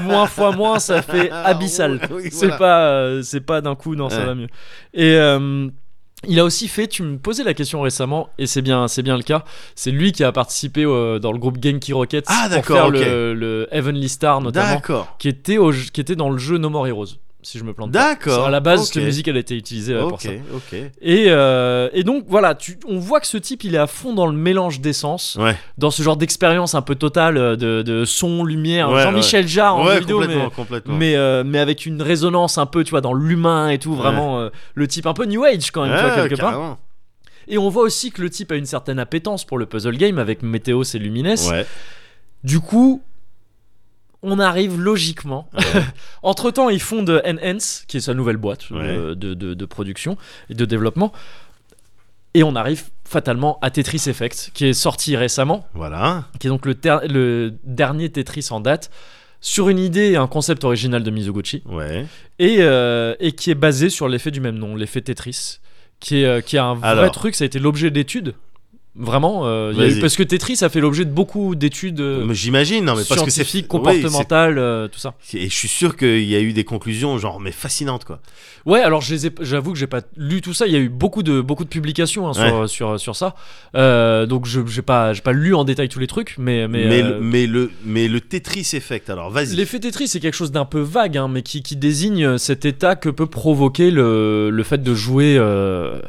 Speaker 1: moins fois moins, ça fait abyssal.
Speaker 2: Ah, Oui,
Speaker 1: c'est
Speaker 2: voilà.
Speaker 1: pas, euh, c'est pas d'un coup, non, ça
Speaker 2: Ouais.
Speaker 1: va mieux. Et euh, il a aussi fait, tu me posais la question récemment, et c'est bien, c'est bien le cas. C'est lui qui a participé euh, dans le groupe Genki Rockets
Speaker 2: Ah,
Speaker 1: pour
Speaker 2: d'accord,
Speaker 1: faire
Speaker 2: ok.
Speaker 1: le, le Heavenly Star notamment,
Speaker 2: D'accord.
Speaker 1: qui était au- qui était dans le jeu No More Heroes, si je me plante. pas.
Speaker 2: D'accord.
Speaker 1: À la base,
Speaker 2: ok.
Speaker 1: cette musique, elle a été utilisée euh, pour
Speaker 2: Ok,
Speaker 1: ça.
Speaker 2: ok.
Speaker 1: Et, euh, et donc voilà, tu, on voit que ce type il est à fond dans le mélange d'essence,
Speaker 2: Ouais.
Speaker 1: dans ce genre d'expérience un peu totale euh, de, de son, lumière,
Speaker 2: Ouais,
Speaker 1: Jean-Michel Jarre en
Speaker 2: ouais,
Speaker 1: jeu vidéo, mais,
Speaker 2: complètement, complètement.
Speaker 1: mais, euh, mais avec une résonance un peu, tu vois, dans l'humain et tout, vraiment euh, le type un peu New Age quand même, tu vois,
Speaker 2: Ouais,
Speaker 1: quelque part.
Speaker 2: carrément.
Speaker 1: Et on voit aussi que le type a une certaine appétence pour le puzzle game avec Météos et Lumines.
Speaker 2: Ouais.
Speaker 1: Du coup, on arrive logiquement. Entre temps, ils font de Enhance, qui est sa nouvelle boîte
Speaker 2: Ouais.
Speaker 1: euh, de, de- de production et de développement. Et on arrive fatalement à Tetris Effect, qui est sorti récemment,
Speaker 2: Voilà.
Speaker 1: qui est donc le, ter- le dernier Tetris en date, sur une idée et un concept original de Mizoguchi,
Speaker 2: Ouais.
Speaker 1: et, euh, et qui est basé sur l'effet du même nom, l'effet Tetris, qui est, euh, qui est un vrai
Speaker 2: Alors.
Speaker 1: truc, ça a été l'objet d'études. Vraiment, euh, il y a eu-
Speaker 2: Vas-y.
Speaker 1: parce que Tetris a fait l'objet de beaucoup d'études. euh,
Speaker 2: Mais J'imagine, non, mais parce que c'est
Speaker 1: scientifique,
Speaker 2: oui,
Speaker 1: comportemental, euh, tout ça.
Speaker 2: c'est- Et je suis sûr qu'il y a eu des conclusions, genre, mais fascinantes, quoi.
Speaker 1: Ouais, alors je les ai- j'avoue que j'ai pas lu tout ça. Il y a eu beaucoup de beaucoup de publications hein, sur,
Speaker 2: Ouais.
Speaker 1: sur sur ça. Euh, donc je j'ai pas j'ai pas lu en détail tous les trucs, mais mais.
Speaker 2: Mais,
Speaker 1: euh,
Speaker 2: le, mais, le, mais le Tetris Effect, alors, vas-y.
Speaker 1: L'effet Tetris, c'est quelque chose d'un peu vague, hein, mais qui, qui désigne cet état que peut provoquer le, le fait de jouer euh,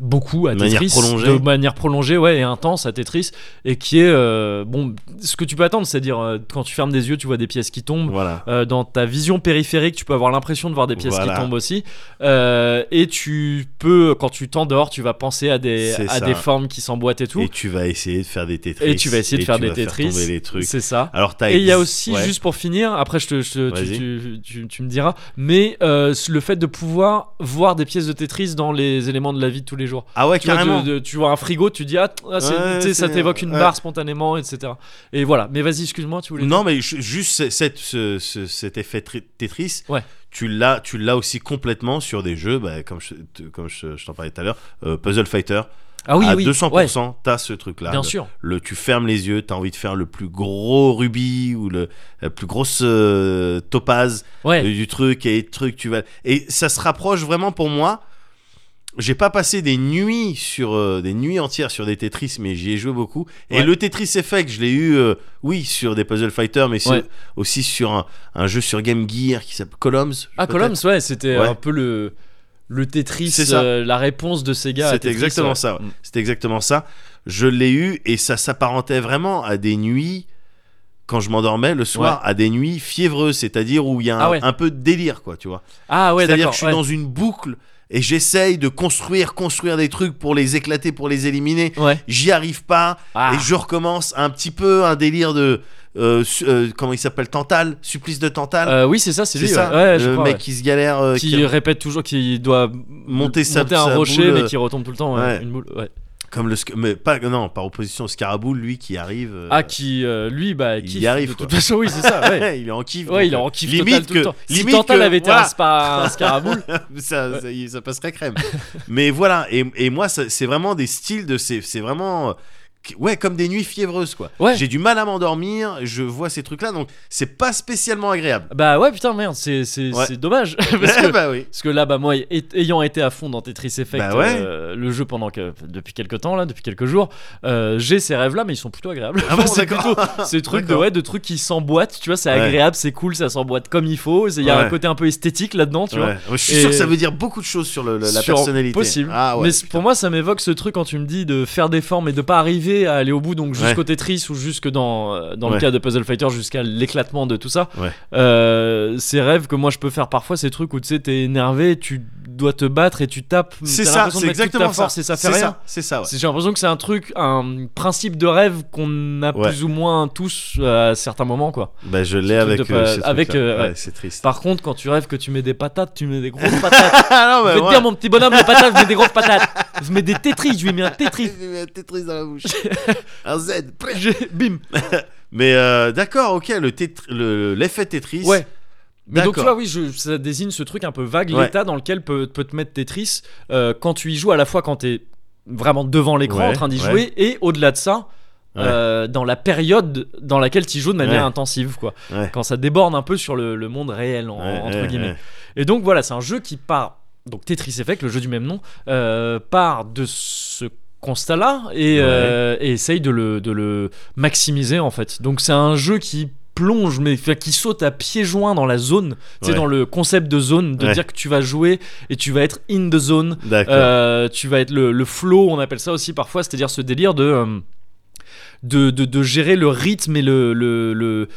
Speaker 1: beaucoup à
Speaker 2: De manière
Speaker 1: Tetris,
Speaker 2: prolongée.
Speaker 1: de manière prolongée, ouais, et intense à Tetris, et qui est euh, bon. Ce que tu peux attendre, c'est-à-dire euh, quand tu fermes des yeux, tu vois des pièces qui tombent,
Speaker 2: Voilà.
Speaker 1: Euh, dans ta vision périphérique, tu peux avoir l'impression de voir des pièces
Speaker 2: Voilà.
Speaker 1: qui tombent aussi. Euh, et tu peux, quand tu t'endors, tu vas penser à des,
Speaker 2: C'est
Speaker 1: à
Speaker 2: ça.
Speaker 1: des formes qui s'emboîtent et tout.
Speaker 2: Et tu vas essayer de faire des Tetris.
Speaker 1: Et tu vas essayer de
Speaker 2: et
Speaker 1: faire
Speaker 2: tu
Speaker 1: des
Speaker 2: vas
Speaker 1: Tetris.
Speaker 2: tomber les trucs.
Speaker 1: C'est ça.
Speaker 2: Alors, t'as
Speaker 1: Et il y a
Speaker 2: Ah, ex-
Speaker 1: aussi,
Speaker 2: ouais.
Speaker 1: juste pour finir, après je te, je te- tu,
Speaker 2: Vas-y.
Speaker 1: tu- tu- tu me diras, mais euh, le fait de pouvoir voir des pièces de Tetris dans les éléments de la vie de tous les jours.
Speaker 2: Ah ouais,
Speaker 1: Tu vois, de-
Speaker 2: carrément.
Speaker 1: de- tu vois un frigo, tu dis, ah, t- ah, c'est-
Speaker 2: Ouais,
Speaker 1: tu sais, ça
Speaker 2: c'est-
Speaker 1: t'évoque une
Speaker 2: ouais.
Speaker 1: barre spontanément, etc. Et voilà, mais vas-y, excuse-moi, tu voulais...
Speaker 2: Non, mais ju- juste c- cette, ce- ce- cet effet tri- Tetris,
Speaker 1: Ouais.
Speaker 2: tu l'as, tu l'as aussi complètement sur des jeux, bah, comme je, te- comme je, je t'en parlais tout à l'heure, euh, Puzzle Fighter.
Speaker 1: Ah oui,
Speaker 2: à
Speaker 1: oui,
Speaker 2: 200%, t'as ce
Speaker 1: ouais,
Speaker 2: truc-là.
Speaker 1: bien
Speaker 2: Le-
Speaker 1: sûr.
Speaker 2: le- tu fermes les yeux, t'as envie de faire le plus gros rubis ou le, la plus grosse euh, topaze
Speaker 1: Ouais.
Speaker 2: euh, du truc et truc tu vas et ça se rapproche vraiment pour moi. J'ai pas passé des nuits sur euh, des nuits entières sur des Tetris, mais j'y ai joué beaucoup.
Speaker 1: Ouais.
Speaker 2: Et le Tetris Effect, je l'ai eu, euh, oui, sur des Puzzle Fighter, mais sur-
Speaker 1: Ouais.
Speaker 2: aussi sur un, un jeu sur Game Gear qui s'appelle Columns.
Speaker 1: Ah,
Speaker 2: peut-être.
Speaker 1: Columns, ouais, c'était
Speaker 2: Ouais.
Speaker 1: un peu le, le Tetris,
Speaker 2: C'est ça.
Speaker 1: euh, la réponse de Sega. à
Speaker 2: C'était
Speaker 1: Tetris,
Speaker 2: exactement
Speaker 1: ouais.
Speaker 2: ça, ouais.
Speaker 1: Mm.
Speaker 2: C'était exactement ça. Je l'ai eu et ça s'apparentait vraiment à des nuits quand je m'endormais le soir, à des nuits fiévreuses, c'est-à-dire où il y a un,
Speaker 1: Ah ouais.
Speaker 2: un peu de délire, quoi, tu vois.
Speaker 1: Ah ouais,
Speaker 2: C'est-à-dire
Speaker 1: d'accord.
Speaker 2: que je suis
Speaker 1: ouais.
Speaker 2: dans une boucle et j'essaye de construire, construire des trucs pour les éclater, pour les éliminer.
Speaker 1: Ouais.
Speaker 2: J'y arrive pas
Speaker 1: Ah.
Speaker 2: et je recommence un petit peu un délire de euh, su- euh, comment il s'appelle Tantal, supplice de Tantal.
Speaker 1: Euh, oui, c'est ça, c'est
Speaker 2: c'est
Speaker 1: lui.
Speaker 2: ça,
Speaker 1: ouais. Ouais, je
Speaker 2: le
Speaker 1: crois,
Speaker 2: mec
Speaker 1: ouais.
Speaker 2: qui se galère, euh,
Speaker 1: qui,
Speaker 2: qui-
Speaker 1: répète toujours, qui doit monter,
Speaker 2: sa-
Speaker 1: un
Speaker 2: sa
Speaker 1: rocher,
Speaker 2: boule,
Speaker 1: mais
Speaker 2: euh,
Speaker 1: qui retombe tout le temps. ouais,
Speaker 2: ouais.
Speaker 1: Une boule, ouais.
Speaker 2: comme le sc- mais pas non par opposition au Scaraboule, lui qui arrive. euh,
Speaker 1: Ah, qui, euh, lui, bah,
Speaker 2: il
Speaker 1: qui.
Speaker 2: y arrive,
Speaker 1: De toute
Speaker 2: quoi.
Speaker 1: façon, oui, c'est ça, ouais.
Speaker 2: il est en kiff.
Speaker 1: Ouais,
Speaker 2: donc,
Speaker 1: il est en
Speaker 2: euh,
Speaker 1: kiff
Speaker 2: limite
Speaker 1: total tout le
Speaker 2: que-
Speaker 1: temps. Si
Speaker 2: limite
Speaker 1: Tantal
Speaker 2: que-
Speaker 1: avait été
Speaker 2: voilà.
Speaker 1: un, spa, un scaraboule,
Speaker 2: ça, ça y est, ça passerait crème. Mais voilà, et, et moi, ça- c'est vraiment des styles de. C'est c'est vraiment. euh, qui- ouais, comme des nuits fiévreuses, quoi.
Speaker 1: Ouais.
Speaker 2: J'ai du mal à m'endormir, je vois ces trucs-là, donc c'est pas spécialement agréable.
Speaker 1: Bah ouais, putain, merde, c'est c'est-
Speaker 2: Ouais.
Speaker 1: c'est dommage. parce, que,
Speaker 2: bah oui.
Speaker 1: parce que là, bah moi, ay- ayant été à fond dans Tetris Effect,
Speaker 2: Bah ouais.
Speaker 1: euh, le jeu pendant que, depuis quelques temps, là, depuis quelques jours, euh, j'ai ces rêves-là, mais ils sont plutôt agréables.
Speaker 2: Ah bon,
Speaker 1: c'est
Speaker 2: d'accord.
Speaker 1: plutôt ces trucs de,
Speaker 2: D'accord.
Speaker 1: ouais, de trucs qui s'emboîtent, tu vois, c'est
Speaker 2: Ouais.
Speaker 1: agréable, c'est cool, ça s'emboîte comme il faut. c'est- Il y a un
Speaker 2: Ouais.
Speaker 1: côté un peu esthétique là-dedans, tu vois.
Speaker 2: Ouais. Je suis sûr
Speaker 1: Et-
Speaker 2: que ça veut dire beaucoup de choses sur le- le- la
Speaker 1: Sur-
Speaker 2: personnalité.
Speaker 1: Possible.
Speaker 2: Ah ouais.
Speaker 1: mais c- pour moi, ça m'évoque ce truc quand tu me dis de faire des formes et de pas arriver à aller au bout, donc jusqu'au Tetris ou jusque dans, euh, dans
Speaker 2: Ouais.
Speaker 1: le cas de Puzzle Fighter, jusqu'à l'éclatement de tout ça.
Speaker 2: Ouais.
Speaker 1: Euh, ces rêves que moi je peux faire parfois, ces trucs où tu sais, t'es énervé, tu dois te battre et tu tapes.
Speaker 2: c'est
Speaker 1: t'as
Speaker 2: ça,
Speaker 1: l'impression de
Speaker 2: c'est
Speaker 1: mettre toute
Speaker 2: exactement
Speaker 1: ta force
Speaker 2: ça.
Speaker 1: et ça fait
Speaker 2: C'est
Speaker 1: rien.
Speaker 2: C'est ça, ouais.
Speaker 1: C'est- J'ai l'impression que c'est un truc, un principe de rêve qu'on a
Speaker 2: Ouais.
Speaker 1: plus ou moins tous à certains moments, quoi.
Speaker 2: Bah je l'ai
Speaker 1: Ce truc
Speaker 2: avec.
Speaker 1: de
Speaker 2: euh,
Speaker 1: pas-
Speaker 2: ce
Speaker 1: avec,
Speaker 2: truc-là.
Speaker 1: euh, ouais.
Speaker 2: ouais, c'est triste.
Speaker 1: Par contre, quand tu rêves que tu mets des patates, tu mets des grosses patates.
Speaker 2: Ah non,
Speaker 1: Je
Speaker 2: mais
Speaker 1: vais te
Speaker 2: ouais.
Speaker 1: dire, mon petit bonhomme, les patates, je mets des grosses patates. Je mets des Tetris, je lui mets un Tetris.
Speaker 2: J'ai mis un Tetris dans la bouche. un Z.
Speaker 1: Je- Bim.
Speaker 2: Mais euh, d'accord, ok, le tétr- le- l'effet Tetris.
Speaker 1: Ouais. Mais donc tu vois,
Speaker 2: D'accord.
Speaker 1: oui, je- ça désigne ce truc un peu vague,
Speaker 2: Ouais.
Speaker 1: l'état dans lequel peut, peut te mettre Tetris euh, quand tu y joues à la fois quand t'es vraiment devant l'écran
Speaker 2: Ouais,
Speaker 1: en train d'y
Speaker 2: ouais.
Speaker 1: jouer et au-delà de ça.
Speaker 2: Ouais.
Speaker 1: euh, dans la période dans laquelle tu joues de manière
Speaker 2: Ouais.
Speaker 1: intensive quoi
Speaker 2: Ouais.
Speaker 1: quand ça déborde un peu sur le, le monde réel en-
Speaker 2: Ouais,
Speaker 1: entre
Speaker 2: ouais,
Speaker 1: guillemets
Speaker 2: ouais.
Speaker 1: et donc voilà, c'est un jeu qui part, donc Tetris Effect, le jeu du même nom, euh, part de ce constat-là et,
Speaker 2: Ouais.
Speaker 1: euh, et essaye de le, de le maximiser en fait. Donc c'est un jeu qui plonge, mais enfin, qui saute à pieds joints dans la zone, tu sais,
Speaker 2: Ouais.
Speaker 1: dans le concept de zone, de
Speaker 2: Ouais.
Speaker 1: dire que tu vas jouer et tu vas être in the zone,
Speaker 2: D'accord.
Speaker 1: euh, tu vas être le, le flow, on appelle ça aussi parfois, c'est-à-dire ce délire de, euh, de, de- de gérer le rythme et le. le- le-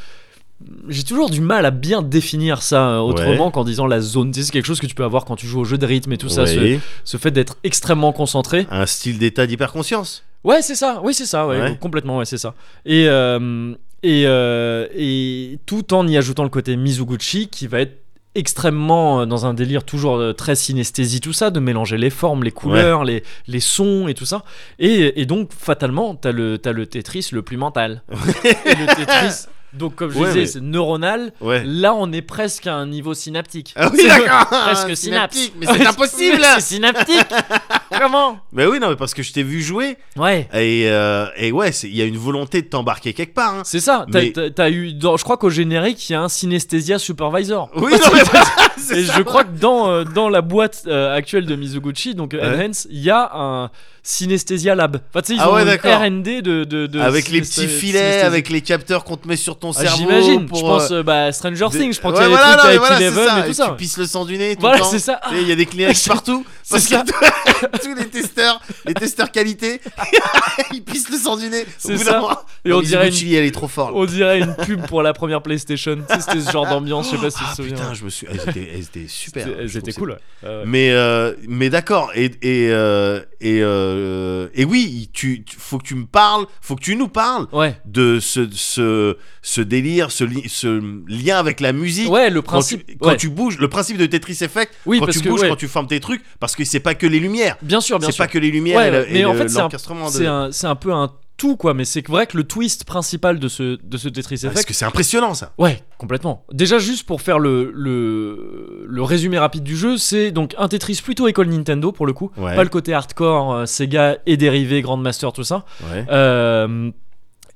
Speaker 1: j'ai toujours du mal à bien définir ça euh, autrement qu'en disant la zone. Tu sais, C'est quelque chose que tu peux avoir quand tu joues au jeu de rythme et tout ça, ce,
Speaker 2: Oui.
Speaker 1: ce fait d'être extrêmement concentré.
Speaker 2: Un style d'état d'hyperconscience.
Speaker 1: Ouais, c'est ça, oui, c'est ça, ouais,
Speaker 2: Ouais.
Speaker 1: complètement, ouais, c'est ça. Et, euh, et, euh, et tout en y ajoutant le côté Mizuguchi qui va être extrêmement euh, dans un délire toujours euh, très synesthésie tout ça de mélanger les formes les couleurs les, les sons et tout ça et, et donc fatalement t'as le, t'as le Tetris le plus mental et le Tetris donc comme je
Speaker 2: Ouais,
Speaker 1: disais
Speaker 2: mais-
Speaker 1: c'est neuronal
Speaker 2: Ouais.
Speaker 1: là on est presque à un niveau synaptique
Speaker 2: Ah oui,
Speaker 1: C'est-
Speaker 2: d'accord.
Speaker 1: presque synapse
Speaker 2: Synaptique, Mais c'est impossible.
Speaker 1: c'est synaptique comment
Speaker 2: Mais oui, non, mais parce que je t'ai vu jouer
Speaker 1: ouais
Speaker 2: et, euh, et ouais, c'est- il y a une volonté de t'embarquer quelque part. hein.
Speaker 1: C'est ça, t'as,
Speaker 2: Mais-
Speaker 1: t'as- t'as eu. dans- je crois qu'au générique, il y a un Synesthesia Supervisor.
Speaker 2: Oui, non, mais c'est
Speaker 1: Et
Speaker 2: ça.
Speaker 1: je crois que dans, euh, dans la boîte euh, actuelle de Mizuguchi, donc euh,
Speaker 2: Ouais.
Speaker 1: Enhance, il y a un Synesthesia Lab. Enfin, tu sais, ils
Speaker 2: Ah
Speaker 1: ont
Speaker 2: ouais,
Speaker 1: une
Speaker 2: d'accord.
Speaker 1: RND de. de, de
Speaker 2: avec
Speaker 1: synesthe-
Speaker 2: les petits filets,
Speaker 1: synesthésie.
Speaker 2: avec les capteurs qu'on te met sur ton
Speaker 1: Ah,
Speaker 2: cerveau.
Speaker 1: J'imagine,
Speaker 2: pour,
Speaker 1: je pense
Speaker 2: euh,
Speaker 1: euh, bah, Stranger
Speaker 2: des-
Speaker 1: Things, je pense
Speaker 2: Ouais,
Speaker 1: qu'il y a des
Speaker 2: voilà, non,
Speaker 1: trucs
Speaker 2: mais
Speaker 1: avec
Speaker 2: voilà, c'est
Speaker 1: Eleven
Speaker 2: ça.
Speaker 1: et tout
Speaker 2: Tu
Speaker 1: ça.
Speaker 2: pisses le sang du nez tout le
Speaker 1: Voilà,
Speaker 2: temps.
Speaker 1: c'est ça. Ah,
Speaker 2: Tu sais, Il y a des cliniques
Speaker 1: C'est
Speaker 2: partout. Parce
Speaker 1: ça.
Speaker 2: que tous les testeurs, les testeurs qualité, ils pissent le sang du nez. Au
Speaker 1: C'est
Speaker 2: bout
Speaker 1: ça.
Speaker 2: d'un moment.
Speaker 1: Et
Speaker 2: Non,
Speaker 1: on
Speaker 2: mais
Speaker 1: dirait, une, Oh,
Speaker 2: Mizuguchi, elle est trop forte.
Speaker 1: on dirait une pub pour la première PlayStation. Tu sais, c'était ce genre d'ambiance, je sais pas si tu te
Speaker 2: Ah,
Speaker 1: souviens.
Speaker 2: putain, je me suis. Elles étaient, elles étaient super.
Speaker 1: C'était-
Speaker 2: je trouve
Speaker 1: C'était
Speaker 2: ça.
Speaker 1: cool. ouais. Ah ouais.
Speaker 2: Mais euh, mais d'accord et et euh, et euh, et oui, tu, tu- faut que tu me parles, faut que tu nous parles
Speaker 1: Ouais.
Speaker 2: de ce ce ce délire, ce, li- ce lien avec la musique.
Speaker 1: Ouais, le
Speaker 2: Quand tu,
Speaker 1: principe.
Speaker 2: quand
Speaker 1: ouais.
Speaker 2: tu bouges, le principe de Tetris Effect,
Speaker 1: oui,
Speaker 2: quand
Speaker 1: parce
Speaker 2: tu
Speaker 1: que,
Speaker 2: bouges,
Speaker 1: ouais.
Speaker 2: quand tu formes tes trucs, parce que c'est pas que les lumières,
Speaker 1: Bien sûr, bien
Speaker 2: c'est
Speaker 1: sûr.
Speaker 2: pas que les lumières
Speaker 1: Ouais,
Speaker 2: et la-
Speaker 1: ouais, mais
Speaker 2: et
Speaker 1: en
Speaker 2: le-
Speaker 1: fait, c'est un-
Speaker 2: l'enregistrement de- Ah,
Speaker 1: C'est un, c'est un peu un tout quoi, mais c'est vrai que le twist principal de ce, de ce Tetris
Speaker 2: Ah, Parce
Speaker 1: Effect.
Speaker 2: que c'est impressionnant ça.
Speaker 1: Ouais, complètement. Déjà, juste pour faire le, le, le résumé rapide du jeu, c'est donc un Tetris plutôt école Nintendo pour le coup.
Speaker 2: Ouais.
Speaker 1: Pas le côté hardcore, euh, Sega et dérivé, Grandmaster, tout ça.
Speaker 2: Ouais.
Speaker 1: Euh,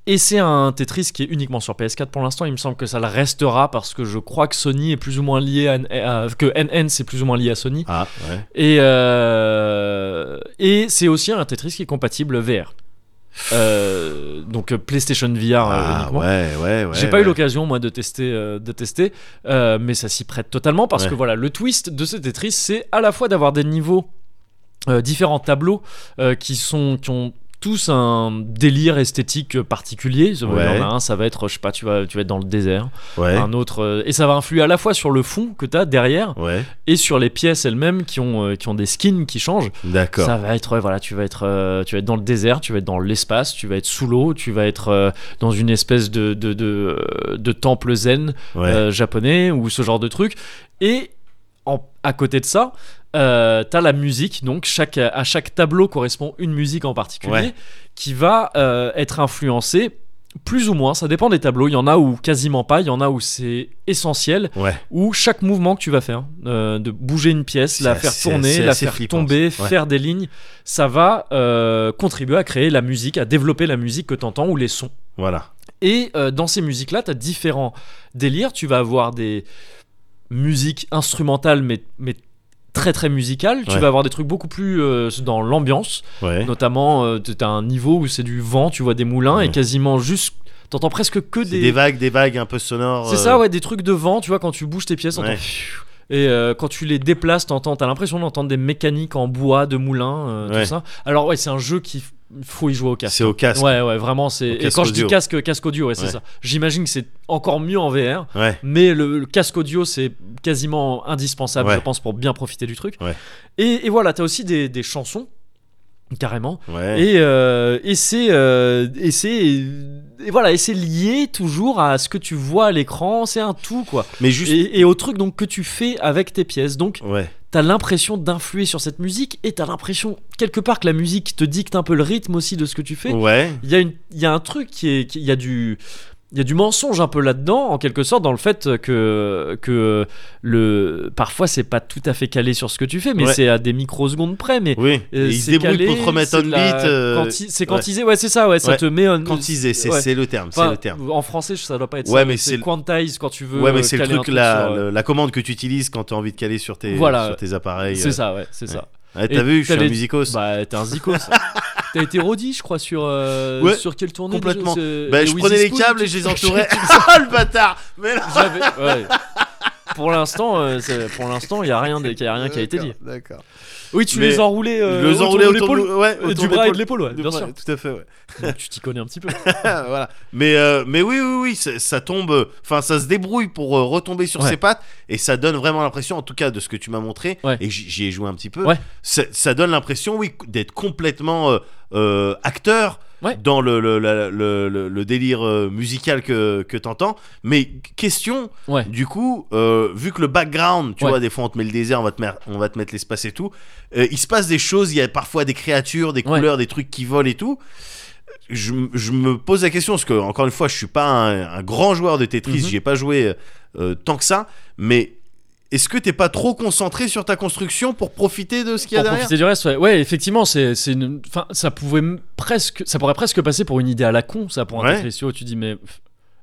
Speaker 1: et c'est un Tetris qui est uniquement sur PS4 pour l'instant. Il me semble que ça le restera parce que je crois que Sony est plus ou moins lié à. à- que NN c'est plus ou moins lié à Sony.
Speaker 2: Ah ouais.
Speaker 1: Et, euh, et c'est aussi un Tetris qui est compatible VR. Euh, donc euh, PlayStation VR euh,
Speaker 2: Ah
Speaker 1: uniquement.
Speaker 2: ouais ouais ouais.
Speaker 1: J'ai pas eu
Speaker 2: ouais.
Speaker 1: l'occasion moi de tester, euh, de tester, euh, mais ça s'y prête totalement parce
Speaker 2: Ouais.
Speaker 1: que voilà, le twist de ce Tetris, c'est à la fois d'avoir des niveaux, euh, différents tableaux euh, qui sont, qui ont tous un délire esthétique particulier. Il y en a
Speaker 2: Ouais.
Speaker 1: un, ça va être, je sais pas, tu vas, tu vas être dans le désert.
Speaker 2: Ouais.
Speaker 1: Un autre, euh, et ça va influer à la fois sur le fond que t'as derrière
Speaker 2: Ouais.
Speaker 1: et sur les pièces elles-mêmes qui ont, euh, qui ont des skins qui changent.
Speaker 2: D'accord.
Speaker 1: Ça va être, ouais, voilà, tu vas être, euh, tu vas être dans le désert, tu vas être dans l'espace, tu vas être sous l'eau, tu vas être euh, dans une espèce de, de, de, euh, de temple zen
Speaker 2: Ouais.
Speaker 1: euh, japonais ou ce genre de truc. Et en- à côté de ça, euh, t'as la musique, donc chaque, à chaque tableau correspond une musique en particulier
Speaker 2: Ouais.
Speaker 1: qui va euh, être influencée plus ou moins, ça dépend des tableaux. Il y en a où quasiment pas, il y en a où c'est essentiel,
Speaker 2: Ouais.
Speaker 1: où chaque mouvement que tu vas faire, euh, de bouger une pièce,
Speaker 2: C'est
Speaker 1: la
Speaker 2: assez-
Speaker 1: faire
Speaker 2: c'est-
Speaker 1: tourner,
Speaker 2: c'est
Speaker 1: la
Speaker 2: assez
Speaker 1: faire
Speaker 2: flippant,
Speaker 1: tomber,
Speaker 2: ça. Ouais.
Speaker 1: faire des lignes, ça va euh, contribuer à créer la musique, à développer la musique que tu entends ou les sons.
Speaker 2: Voilà.
Speaker 1: Et euh, dans ces musiques-là, tu as différents délires. Tu vas avoir des musiques instrumentales, mais, mais très très musicales. Tu
Speaker 2: Ouais.
Speaker 1: vas avoir des trucs beaucoup plus euh, dans l'ambiance.
Speaker 2: Ouais.
Speaker 1: Notamment, euh, t- t'as un niveau où c'est du vent, tu vois des moulins et
Speaker 2: Ouais.
Speaker 1: quasiment juste. T'entends presque que
Speaker 2: C'est
Speaker 1: des.
Speaker 2: des... vagues, des vagues un peu sonores. euh,
Speaker 1: C'est ça, ouais, des trucs de vent, tu vois, quand tu bouges tes pièces, t'entends.
Speaker 2: Ouais.
Speaker 1: Et euh, quand tu les déplaces, t'entends, t'as l'impression d'entendre des mécaniques en bois, de moulins, euh,
Speaker 2: Ouais.
Speaker 1: tout ça. Alors, ouais, c'est un jeu qui. f- Faut y jouer au casque.
Speaker 2: C'est au casque.
Speaker 1: hein. Ouais, ouais, vraiment, c'est.
Speaker 2: Au
Speaker 1: Et
Speaker 2: casque
Speaker 1: quand je dis
Speaker 2: audio.
Speaker 1: casque, casque audio, ouais, c'est
Speaker 2: Ouais.
Speaker 1: ça. J'imagine que c'est encore mieux en VR,
Speaker 2: Ouais.
Speaker 1: mais le, le casque audio, c'est quasiment indispensable,
Speaker 2: Ouais.
Speaker 1: je pense, pour bien profiter du truc.
Speaker 2: Ouais.
Speaker 1: Et, et voilà, t'as aussi des, des chansons, carrément.
Speaker 2: Ouais.
Speaker 1: Et, euh, et c'est. euh, et c'est. Et voilà, et c'est lié toujours à ce que tu vois à l'écran, c'est un tout, quoi.
Speaker 2: Mais juste.
Speaker 1: Et, et au truc donc que tu fais avec tes pièces. Donc,
Speaker 2: Ouais.
Speaker 1: t'as l'impression d'influer sur cette musique et t'as l'impression, quelque part, que la musique te dicte un peu le rythme aussi de ce que tu fais
Speaker 2: Ouais.
Speaker 1: il y a une il y a un truc qui est qui- il y a du il y a du mensonge un peu là-dedans, en quelque sorte, dans le fait que, que le, parfois c'est pas tout à fait calé sur ce que tu fais, mais
Speaker 2: Ouais.
Speaker 1: c'est à des microsecondes près. Mais
Speaker 2: Oui.
Speaker 1: euh,
Speaker 2: Et ils se
Speaker 1: c'est
Speaker 2: débrouillent
Speaker 1: calé,
Speaker 2: pour te remettre
Speaker 1: c'est
Speaker 2: on
Speaker 1: de la
Speaker 2: beat. euh,
Speaker 1: quanti- c'est
Speaker 2: ouais.
Speaker 1: quantisé, ouais, c'est ça, ouais, ça
Speaker 2: Ouais.
Speaker 1: te met on.
Speaker 2: Quantisé, c'est
Speaker 1: ouais.
Speaker 2: c'est le terme.
Speaker 1: Enfin,
Speaker 2: C'est le terme.
Speaker 1: En français, ça doit pas être
Speaker 2: Ouais,
Speaker 1: ça,
Speaker 2: mais c'est
Speaker 1: c'est
Speaker 2: le-
Speaker 1: quantize quand tu veux.
Speaker 2: Ouais,
Speaker 1: euh,
Speaker 2: mais c'est le
Speaker 1: caler un
Speaker 2: truc, la,
Speaker 1: sur, euh,
Speaker 2: le- la commande que tu utilises quand tu as envie de caler sur tes,
Speaker 1: Voilà.
Speaker 2: sur tes appareils.
Speaker 1: C'est
Speaker 2: euh.
Speaker 1: ça, ouais, c'est ça.
Speaker 2: Ouais,
Speaker 1: Et
Speaker 2: T'as vu, je suis
Speaker 1: t'allais-
Speaker 2: un musicos.
Speaker 1: Bah, t'es un zico, ça. T'as été rodi, je crois, sur, euh,
Speaker 2: Ouais,
Speaker 1: sur quelle tournée
Speaker 2: complètement.
Speaker 1: déjà, ce-
Speaker 2: Bah, je
Speaker 1: With
Speaker 2: prenais
Speaker 1: This
Speaker 2: les
Speaker 1: Spoon,
Speaker 2: câbles
Speaker 1: tu-
Speaker 2: et je les entourais. Ah, le bâtard Mais là
Speaker 1: J'avais- ouais. Pour l'instant, euh, c'est- pour l'instant, il y a rien, de- il y a rien qui a été dit.
Speaker 2: D'accord.
Speaker 1: Oui, tu
Speaker 2: Mais
Speaker 1: les enroulais, euh,
Speaker 2: Je les
Speaker 1: autour
Speaker 2: enroulais
Speaker 1: de
Speaker 2: autour de
Speaker 1: l'épaule,
Speaker 2: ouais,
Speaker 1: euh,
Speaker 2: autour
Speaker 1: du
Speaker 2: de
Speaker 1: bras et de
Speaker 2: l'épaule.
Speaker 1: l'épaule, ouais,
Speaker 2: Du
Speaker 1: bien
Speaker 2: bras,
Speaker 1: sûr.
Speaker 2: Tout à fait, ouais.
Speaker 1: Donc, tu t'y connais un petit peu.
Speaker 2: voilà. Mais, euh, mais oui, oui, oui, ça, ça tombe. euh, Enfin, ça se débrouille pour euh, retomber sur
Speaker 1: Ouais.
Speaker 2: ses pattes. Et ça donne vraiment l'impression, en tout cas de ce que tu m'as montré,
Speaker 1: Ouais.
Speaker 2: et j'y j'y ai joué un petit peu.
Speaker 1: Ouais.
Speaker 2: Ça, ça donne l'impression, oui, d'être complètement euh, euh, acteur.
Speaker 1: Ouais.
Speaker 2: Dans le, le, la- le- le- le délire euh, musical que, que t'entends. Mais question,
Speaker 1: Ouais.
Speaker 2: du coup, euh, vu que le background, tu
Speaker 1: Ouais.
Speaker 2: vois, des fois on te met le désert, on va te, mer- on va te mettre l'espace et tout, euh, il se passe des choses, il y a parfois des créatures, des
Speaker 1: Ouais.
Speaker 2: couleurs, des trucs qui volent et tout je, m- je me pose la question parce que encore une fois je suis pas un, un grand joueur de Tetris
Speaker 1: Mhm.
Speaker 2: j'y ai pas joué euh, tant que ça mais est-ce que t'es pas trop concentré sur ta construction pour profiter de ce qu'il y a
Speaker 1: Pour
Speaker 2: derrière
Speaker 1: profiter du reste, ouais, Ouais, effectivement, c'est, c'est une, enfin, ça pouvait m- presque, ça pourrait presque passer pour une idée à la con, ça pour un
Speaker 2: Ouais.
Speaker 1: Tetris, tu vois, tu dis mais.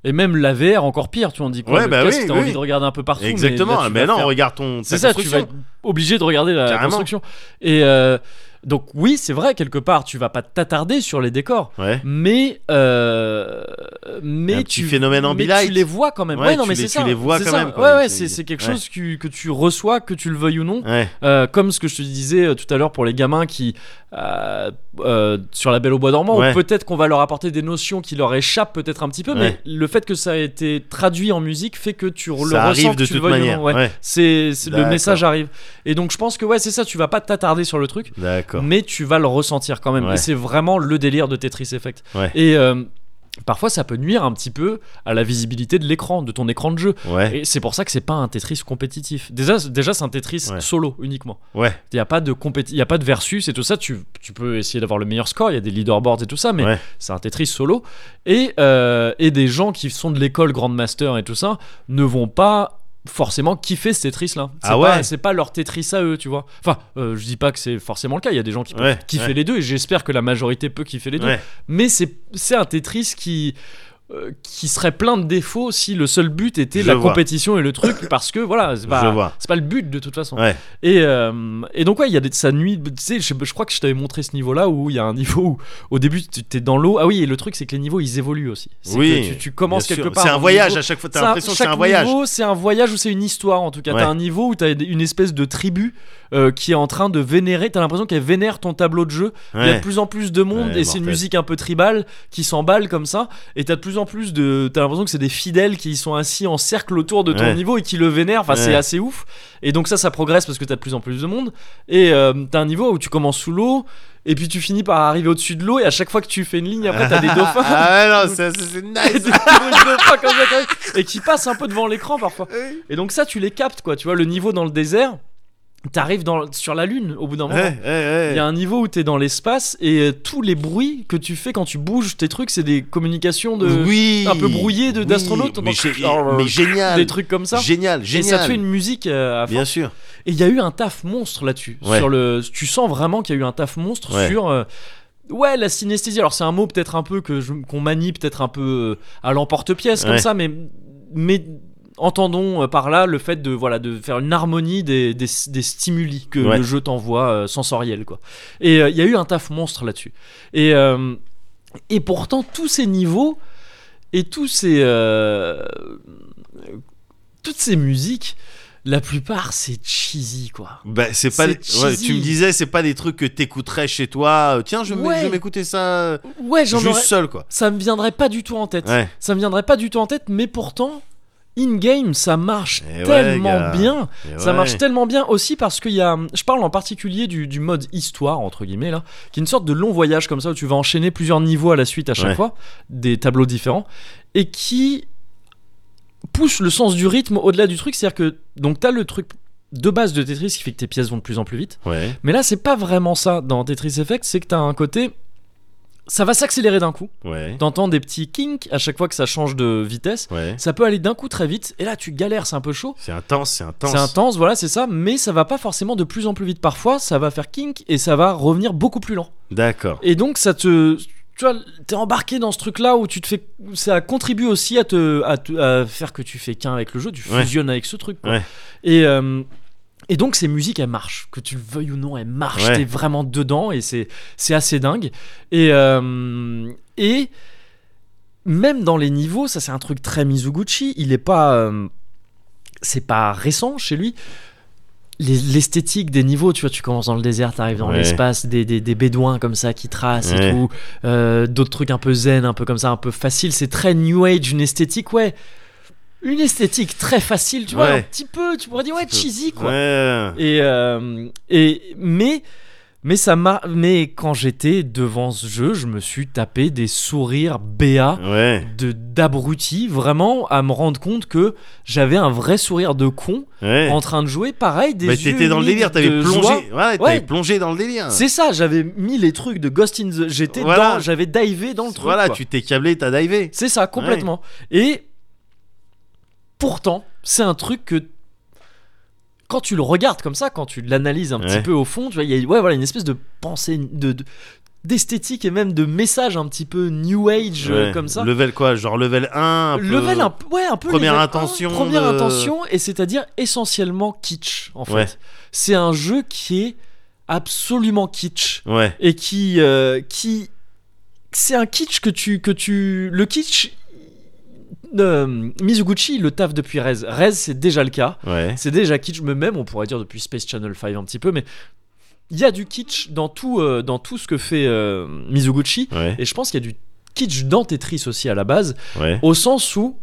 Speaker 1: Et même la VR encore pire, tu en dis quoi
Speaker 2: Ouais,
Speaker 1: le
Speaker 2: bah
Speaker 1: casque,
Speaker 2: oui,
Speaker 1: t'as
Speaker 2: oui.
Speaker 1: envie de regarder un peu partout. mais là,
Speaker 2: exactement
Speaker 1: tu
Speaker 2: mais,
Speaker 1: vas
Speaker 2: non
Speaker 1: faire-
Speaker 2: regarde ton ta
Speaker 1: C'est ça, tu vas
Speaker 2: construction
Speaker 1: être obligé de regarder la
Speaker 2: Carrément.
Speaker 1: construction. Et euh, donc oui, c'est vrai quelque part, tu vas pas t'attarder sur les décors.
Speaker 2: ouais
Speaker 1: mais euh, mais
Speaker 2: Un
Speaker 1: tu
Speaker 2: petit phénomène
Speaker 1: mais
Speaker 2: ambilight.
Speaker 1: tu les vois quand même ouais,
Speaker 2: Ouais,
Speaker 1: non
Speaker 2: tu
Speaker 1: mais
Speaker 2: les-
Speaker 1: c'est
Speaker 2: tu
Speaker 1: ça
Speaker 2: les vois
Speaker 1: c'est
Speaker 2: quand
Speaker 1: ça.
Speaker 2: même, quoi.
Speaker 1: ouais ouais
Speaker 2: Tu-
Speaker 1: c'est c'est quelque
Speaker 2: ouais.
Speaker 1: chose que, que tu reçois que tu le veuilles ou non
Speaker 2: ouais
Speaker 1: Euh, comme ce que je te disais euh, tout à l'heure pour les gamins qui euh, euh, sur la Belle au bois dormant
Speaker 2: Ouais.
Speaker 1: où peut-être qu'on va leur apporter des notions qui leur échappent peut-être un petit peu
Speaker 2: Ouais.
Speaker 1: mais le fait que ça a été traduit en musique fait que tu le
Speaker 2: ça
Speaker 1: ressens
Speaker 2: arrive
Speaker 1: que
Speaker 2: de
Speaker 1: tu le
Speaker 2: toute
Speaker 1: veuilles ou
Speaker 2: manière
Speaker 1: non. Ouais.
Speaker 2: ouais.
Speaker 1: c'est c'est- le
Speaker 2: D'accord.
Speaker 1: message arrive et donc je pense que ouais c'est ça tu vas pas t'attarder sur le truc
Speaker 2: d'accord
Speaker 1: mais tu vas le ressentir quand même.
Speaker 2: Ouais.
Speaker 1: Et c'est vraiment le délire de Tetris Effect.
Speaker 2: Ouais.
Speaker 1: Et euh, parfois, ça peut nuire un petit peu à la visibilité de l'écran, de ton écran de jeu.
Speaker 2: ouais
Speaker 1: Et c'est pour ça que c'est pas un Tetris compétitif. Déjà, déjà c'est un Tetris
Speaker 2: Ouais.
Speaker 1: solo uniquement.
Speaker 2: ouais
Speaker 1: Il n'y a, pas de compéti- il y a pas de versus et tout ça. Tu, tu peux essayer d'avoir le meilleur score, il y a des leaderboards et tout ça, mais
Speaker 2: Ouais.
Speaker 1: c'est un Tetris solo. Et, euh, et des gens qui sont de l'école Grandmaster et tout ça ne vont pas forcément kiffer ce Tetris là. C'est
Speaker 2: Ah
Speaker 1: pas-
Speaker 2: ouais.
Speaker 1: C'est pas leur Tetris à eux, tu vois. Enfin, euh, je dis pas que c'est forcément le cas, il y a des gens qui peuvent
Speaker 2: ouais
Speaker 1: kiffer
Speaker 2: ouais.
Speaker 1: les deux et j'espère que la majorité peut kiffer les deux.
Speaker 2: Ouais.
Speaker 1: Mais c'est c'est un Tetris qui euh, qui serait plein de défauts si le seul but était
Speaker 2: Je
Speaker 1: la
Speaker 2: vois.
Speaker 1: compétition et le truc parce que voilà c'est
Speaker 2: Je
Speaker 1: pas
Speaker 2: vois.
Speaker 1: c'est pas le but de toute façon
Speaker 2: Ouais.
Speaker 1: et, euh, et donc ouais il y a des, ça nuit tu sais je, je crois que je t'avais montré ce niveau là où il y a un niveau où au début tu t'es dans l'eau ah oui et le truc c'est que les niveaux ils évoluent aussi C'est
Speaker 2: Oui,
Speaker 1: que tu, tu commences
Speaker 2: Bien
Speaker 1: quelque
Speaker 2: sûr.
Speaker 1: part
Speaker 2: c'est
Speaker 1: dans
Speaker 2: un
Speaker 1: le
Speaker 2: voyage
Speaker 1: niveau-
Speaker 2: à chaque fois t'as
Speaker 1: ça-
Speaker 2: l'impression que c'est
Speaker 1: chaque
Speaker 2: un voyage
Speaker 1: niveau, c'est un voyage ou c'est une histoire en tout cas.
Speaker 2: Ouais.
Speaker 1: T'as un niveau où t'as une espèce de tribu euh, qui est en train de vénérer. T'as l'impression qu'elle vénère ton tableau de jeu. Il y a
Speaker 2: Ouais.
Speaker 1: de plus en plus de monde
Speaker 2: Ouais,
Speaker 1: et c'est une
Speaker 2: mortel.
Speaker 1: musique un peu tribale qui s'emballe comme ça. Et t'as de plus en plus de. T'as l'impression que c'est des fidèles qui sont assis en cercle autour de ton
Speaker 2: Ouais.
Speaker 1: niveau et qui le vénèrent. Enfin, c'est
Speaker 2: Ouais.
Speaker 1: assez ouf. Et donc ça, ça progresse parce que t'as de plus en plus de monde. Et euh, t'as un niveau où tu commences sous l'eau et puis tu finis par arriver au-dessus de l'eau et à chaque fois que tu fais une ligne, après t'as des dauphins.
Speaker 2: ah ouais, non c'est- c'est c'est
Speaker 1: Et
Speaker 2: nice
Speaker 1: des petits bruits de pas comme ça, quand même, et qui passent un peu devant l'écran parfois. Et donc ça, tu les captes, quoi. Tu vois, le niveau dans le désert. t'arrives dans- sur la Lune au bout d'un
Speaker 2: Ouais,
Speaker 1: moment.
Speaker 2: ouais, ouais.
Speaker 1: Il y a un niveau où t'es dans l'espace et euh, tous les bruits que tu fais quand tu bouges tes trucs, c'est des communications de
Speaker 2: oui,
Speaker 1: un peu brouillées de-
Speaker 2: oui,
Speaker 1: d'astronautes.
Speaker 2: mais,
Speaker 1: Donc,
Speaker 2: gé-
Speaker 1: alors,
Speaker 2: mais génial,
Speaker 1: euh, des trucs comme ça.
Speaker 2: génial,
Speaker 1: Et
Speaker 2: génial.
Speaker 1: ça te fait une musique euh, à fond.
Speaker 2: Bien sûr.
Speaker 1: Et il y a eu un taf monstre là-dessus.
Speaker 2: Ouais.
Speaker 1: Sur le, tu sens vraiment qu'il y a eu un taf monstre
Speaker 2: Ouais.
Speaker 1: sur. euh, Ouais, la synesthésie. Alors c'est un mot peut-être un peu que je- qu'on manie peut-être un peu euh, à l'emporte-pièce comme
Speaker 2: Ouais.
Speaker 1: ça, mais mais entendons euh, par là le fait de voilà de faire une harmonie des, des, des stimuli que
Speaker 2: Ouais.
Speaker 1: le jeu t'envoie euh, sensoriel quoi. Et euh, il y a eu un taf monstre là-dessus. Et euh, et pourtant tous ces niveaux et tous ces euh, toutes ces musiques, la plupart c'est cheesy quoi.
Speaker 2: Bah, c'est pas.
Speaker 1: C'est
Speaker 2: les- ouais,
Speaker 1: cheesy.
Speaker 2: tu me disais, c'est pas des trucs que t'écouterais chez toi. euh, Tiens, je vais
Speaker 1: Ouais.
Speaker 2: je vais m'écouter ça euh,
Speaker 1: Ouais, j'en
Speaker 2: juste
Speaker 1: aurais...
Speaker 2: seul, quoi.
Speaker 1: ça me viendrait pas du tout en tête.
Speaker 2: Ouais.
Speaker 1: Ça me viendrait pas du tout en tête, mais pourtant in game ça marche
Speaker 2: Eh ouais,
Speaker 1: tellement
Speaker 2: gars.
Speaker 1: bien.
Speaker 2: Et
Speaker 1: Ça
Speaker 2: ouais.
Speaker 1: marche tellement bien aussi parce qu'il y a. Je parle en particulier du, du mode histoire, entre guillemets, là, qui est une sorte de long voyage comme ça où tu vas enchaîner plusieurs niveaux à la suite à chaque
Speaker 2: Ouais.
Speaker 1: fois, des tableaux différents, et qui pousse le sens du rythme au-delà du truc. C'est-à-dire que. Donc, t'as le truc de base de Tetris qui fait que tes pièces vont de plus en plus vite.
Speaker 2: Ouais.
Speaker 1: Mais là, c'est pas vraiment ça dans Tetris Effect, c'est que t'as un côté. Ça va s'accélérer d'un coup.
Speaker 2: Ouais.
Speaker 1: T'entends des petits kinks à chaque fois que ça change de vitesse.
Speaker 2: Ouais.
Speaker 1: Ça peut aller d'un coup très vite, et là, tu galères, c'est un peu chaud.
Speaker 2: C'est intense, c'est intense.
Speaker 1: C'est intense, voilà, c'est ça, mais ça va pas forcément de plus en plus vite. Parfois, ça va faire kink et ça va revenir beaucoup plus lent.
Speaker 2: D'accord.
Speaker 1: Et donc, ça te. Tu vois, t'es embarqué dans ce truc-là où tu te fais. Ça contribue aussi à te. à, te- à faire que tu fais qu'un avec le jeu, tu
Speaker 2: Ouais.
Speaker 1: fusionnes avec ce truc. quoi.
Speaker 2: Ouais.
Speaker 1: Et. euh, et donc ces musiques elles marchent, que tu le veuilles ou non, elles marchent,
Speaker 2: Ouais.
Speaker 1: t'es vraiment dedans et c'est c'est assez dingue. Et euh, et même dans les niveaux, ça c'est un truc très Mizuguchi, il est pas euh, c'est pas récent chez lui. Les- L'esthétique des niveaux, tu vois, tu commences dans le désert, t'arrives dans
Speaker 2: Ouais.
Speaker 1: l'espace, des, des, des bédouins comme ça qui tracent et
Speaker 2: Ouais.
Speaker 1: tout, euh, d'autres trucs un peu zen, un peu comme ça, un peu facile, c'est très new age, une esthétique, ouais, une esthétique très facile, tu vois,
Speaker 2: Ouais.
Speaker 1: un petit peu, tu pourrais dire, ouais,
Speaker 2: Petit peu.
Speaker 1: cheesy quoi.
Speaker 2: Ouais.
Speaker 1: Et, euh, et mais mais ça m'a mais quand j'étais devant ce jeu, je me suis tapé des sourires béats
Speaker 2: Ouais.
Speaker 1: de d'abruti vraiment à me rendre compte que j'avais un vrai sourire de con
Speaker 2: Ouais.
Speaker 1: en train de jouer pareil des
Speaker 2: Bah,
Speaker 1: yeux
Speaker 2: t'étais dans le
Speaker 1: humides
Speaker 2: délire,
Speaker 1: de
Speaker 2: t'avais
Speaker 1: joie.
Speaker 2: plongé. Ouais,
Speaker 1: Ouais.
Speaker 2: t'avais plongé dans le délire.
Speaker 1: C'est ça, j'avais mis les trucs de Ghost in the j'étais
Speaker 2: Ah. Voilà.
Speaker 1: dans j'avais divé dans le truc.
Speaker 2: Voilà,
Speaker 1: quoi.
Speaker 2: tu t'es câblé, t'as divé.
Speaker 1: C'est ça, complètement. Et pourtant, c'est un truc que quand tu le regardes comme ça, quand tu l'analyses un petit
Speaker 2: Ouais.
Speaker 1: peu au fond, tu vois, il y a ouais, voilà, une espèce de pensée, de de- d'esthétique et même de message un petit peu new age euh,
Speaker 2: Ouais.
Speaker 1: comme ça.
Speaker 2: Level quoi Genre level 1. un peu-
Speaker 1: Level un peu, ouais, un peu
Speaker 2: Première
Speaker 1: level un,
Speaker 2: intention
Speaker 1: première
Speaker 2: de-
Speaker 1: intention, et c'est-à-dire essentiellement kitsch en fait.
Speaker 2: Ouais.
Speaker 1: C'est un jeu qui est absolument kitsch
Speaker 2: Ouais.
Speaker 1: et qui euh, qui c'est un kitsch que tu que tu le kitsch euh, Mizuguchi il le taf depuis Rez. Rez c'est déjà le cas.
Speaker 2: Ouais.
Speaker 1: C'est déjà kitsch mais même on pourrait dire depuis Space Channel 5 un petit peu mais il y a du kitsch dans tout euh, dans tout ce que fait euh, Mizuguchi
Speaker 2: Ouais.
Speaker 1: et je pense qu'il y a du kitsch dans Tetris aussi à la base
Speaker 2: Ouais.
Speaker 1: au sens où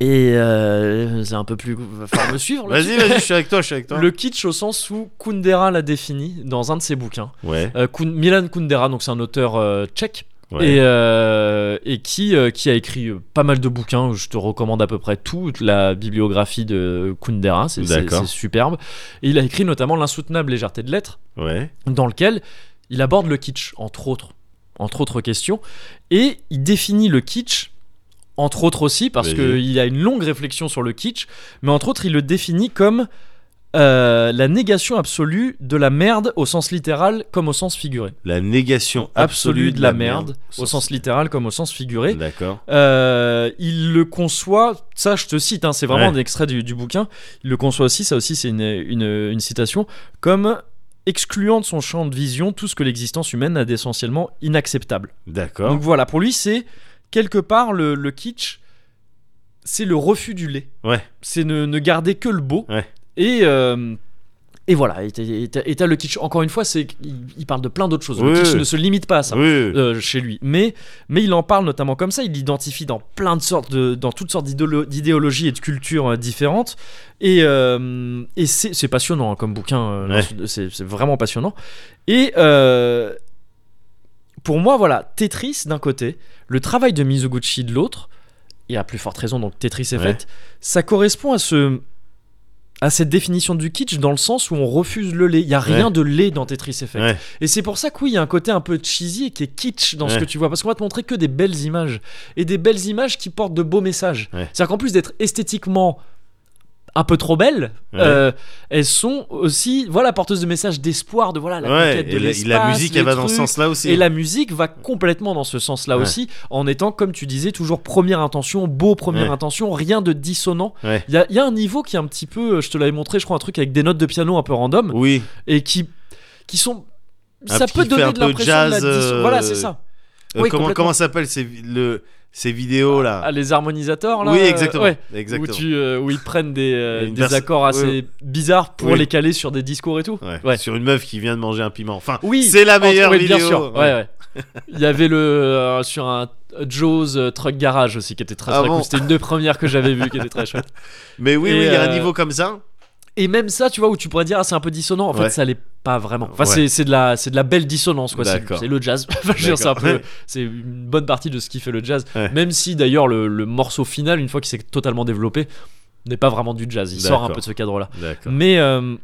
Speaker 1: et euh, c'est un peu plus va falloir me suivre là-dessus.
Speaker 2: Vas-y, vas-y, je suis avec toi, je suis avec toi.
Speaker 1: le kitsch au sens où Kundera l'a défini dans un de ses bouquins
Speaker 2: Ouais.
Speaker 1: euh, Kun- Milan Kundera, donc c'est un auteur euh, tchèque.
Speaker 2: Ouais.
Speaker 1: Et, euh, et qui, euh, qui a écrit euh, pas mal de bouquins, je te recommande à peu près toute la bibliographie de Kundera, c'est c'est-
Speaker 2: D'accord.
Speaker 1: c'est superbe. Et il a écrit notamment L'insoutenable légèreté de l'être,
Speaker 2: Ouais.
Speaker 1: dans lequel il aborde le kitsch, entre autres, entre autres questions, et il définit le kitsch, entre autres aussi, parce
Speaker 2: Vas-y.
Speaker 1: qu'il a une longue réflexion sur le kitsch, mais entre autres, il le définit comme euh, la négation absolue de la merde au sens littéral comme au sens figuré
Speaker 2: La négation
Speaker 1: absolu de la merde, au sens littéral comme au sens figuré.
Speaker 2: D'accord.
Speaker 1: Euh, il le conçoit, ça je te cite, hein, c'est vraiment
Speaker 2: Ouais.
Speaker 1: un extrait du, du bouquin, il le conçoit aussi, ça aussi c'est une, une- une citation, comme excluant de son champ de vision tout ce que l'existence humaine a d'essentiellement inacceptable.
Speaker 2: D'accord.
Speaker 1: Donc voilà, pour lui c'est quelque part le, le kitsch, c'est le refus du lait,
Speaker 2: Ouais.
Speaker 1: c'est ne, ne garder que le beau.
Speaker 2: Ouais.
Speaker 1: Et... euh, et voilà, et t'as- et t'as et t'as le kitsch. Encore une fois, c'est il il parle de plein d'autres choses. Le
Speaker 2: Oui,
Speaker 1: kitsch
Speaker 2: oui.
Speaker 1: ne se limite pas à ça.
Speaker 2: Oui.
Speaker 1: Euh, chez lui. Mais, mais il en parle notamment comme ça, il l'identifie dans plein de sortes, de, dans toutes sortes d'idéolo- d'idéologies et de cultures euh, différentes. Et, euh, et c'est c'est passionnant hein, comme bouquin, euh,
Speaker 2: Ouais.
Speaker 1: non, c'est c'est vraiment passionnant. Et euh, pour moi, voilà, Tetris d'un côté, le travail de Mizoguchi de l'autre, et à plus forte raison, donc Tetris Effect, ça correspond à ce à cette définition du kitsch dans le sens où on refuse le lait. Il y a rien
Speaker 2: Ouais.
Speaker 1: de lait dans Tetris Effect.
Speaker 2: Ouais.
Speaker 1: Et c'est pour ça que oui, il y a un côté un peu cheesy et qui est kitsch dans ce
Speaker 2: Ouais.
Speaker 1: que tu vois. Parce qu'on va te montrer que des belles images. Et des belles images qui portent de beaux messages.
Speaker 2: Ouais.
Speaker 1: C'est-à-dire qu'en plus d'être esthétiquement un peu trop belles,
Speaker 2: Ouais.
Speaker 1: euh, elles sont aussi voilà porteuses de messages d'espoir, de voilà la
Speaker 2: Ouais,
Speaker 1: conquête de
Speaker 2: et la,
Speaker 1: l'espace,
Speaker 2: la musique,
Speaker 1: les
Speaker 2: elle va dans ce
Speaker 1: trucs.
Speaker 2: sens-là aussi.
Speaker 1: Et la musique va complètement dans ce sens-là
Speaker 2: Ouais.
Speaker 1: aussi, en étant, comme tu disais, toujours première intention, beau première
Speaker 2: Ouais.
Speaker 1: intention, rien de dissonant. Il
Speaker 2: Ouais.
Speaker 1: y, a, il y a un niveau qui est un petit peu, euh, je te l'avais montré, je crois, un truc avec des notes de piano un peu random,
Speaker 2: Oui, Euh,
Speaker 1: et qui, qui sont...
Speaker 2: Un
Speaker 1: ça
Speaker 2: petit
Speaker 1: peut
Speaker 2: fait un
Speaker 1: donner de
Speaker 2: peu
Speaker 1: l'impression de la
Speaker 2: jazz,
Speaker 1: disso-
Speaker 2: euh,
Speaker 1: Voilà, c'est ça.
Speaker 2: Euh,
Speaker 1: Oui,
Speaker 2: comment
Speaker 1: complètement.
Speaker 2: comment s'appellent ces, vi- le- ces vidéos là
Speaker 1: Ah, les harmonisateurs, là
Speaker 2: Oui,
Speaker 1: euh,
Speaker 2: exactement.
Speaker 1: ouais,
Speaker 2: exactement.
Speaker 1: Où, tu, euh, où ils prennent des, euh,
Speaker 2: Une
Speaker 1: des
Speaker 2: verse-
Speaker 1: accords assez
Speaker 2: ouais.
Speaker 1: bizarres pour
Speaker 2: Oui.
Speaker 1: les caler sur des discours et tout.
Speaker 2: Ouais,
Speaker 1: Ouais.
Speaker 2: Sur une meuf qui vient de manger un piment. Enfin,
Speaker 1: Oui,
Speaker 2: c'est la
Speaker 1: entre-
Speaker 2: meilleure
Speaker 1: oui,
Speaker 2: vidéo.
Speaker 1: Bien sûr. Ouais, ouais. Il y avait le euh, sur un Joe's euh, Truck Garage aussi qui était très
Speaker 2: Ah
Speaker 1: très
Speaker 2: bon
Speaker 1: cool. C'était une des premières que j'avais vues qui était très chouette.
Speaker 2: Mais oui,
Speaker 1: Et,
Speaker 2: oui, il y a un
Speaker 1: euh,
Speaker 2: niveau comme ça.
Speaker 1: Et même ça, tu vois, où tu pourrais dire ah, c'est un peu dissonant. En fait,
Speaker 2: Ouais.
Speaker 1: ça l'est pas vraiment. Enfin,
Speaker 2: Ouais.
Speaker 1: c'est- c'est de la c'est de la belle dissonance quoi. C'est
Speaker 2: D'accord.
Speaker 1: c'est le jazz. Enfin, je veux dire, c'est un
Speaker 2: D'accord.
Speaker 1: peu c'est une bonne partie de ce qui fait le jazz.
Speaker 2: Ouais.
Speaker 1: Même si d'ailleurs le, le morceau final, une fois qu'il s'est totalement développé, n'est pas vraiment du jazz. Il sort un
Speaker 2: D'accord.
Speaker 1: peu de ce cadre là.
Speaker 2: D'accord.
Speaker 1: Mais, euh,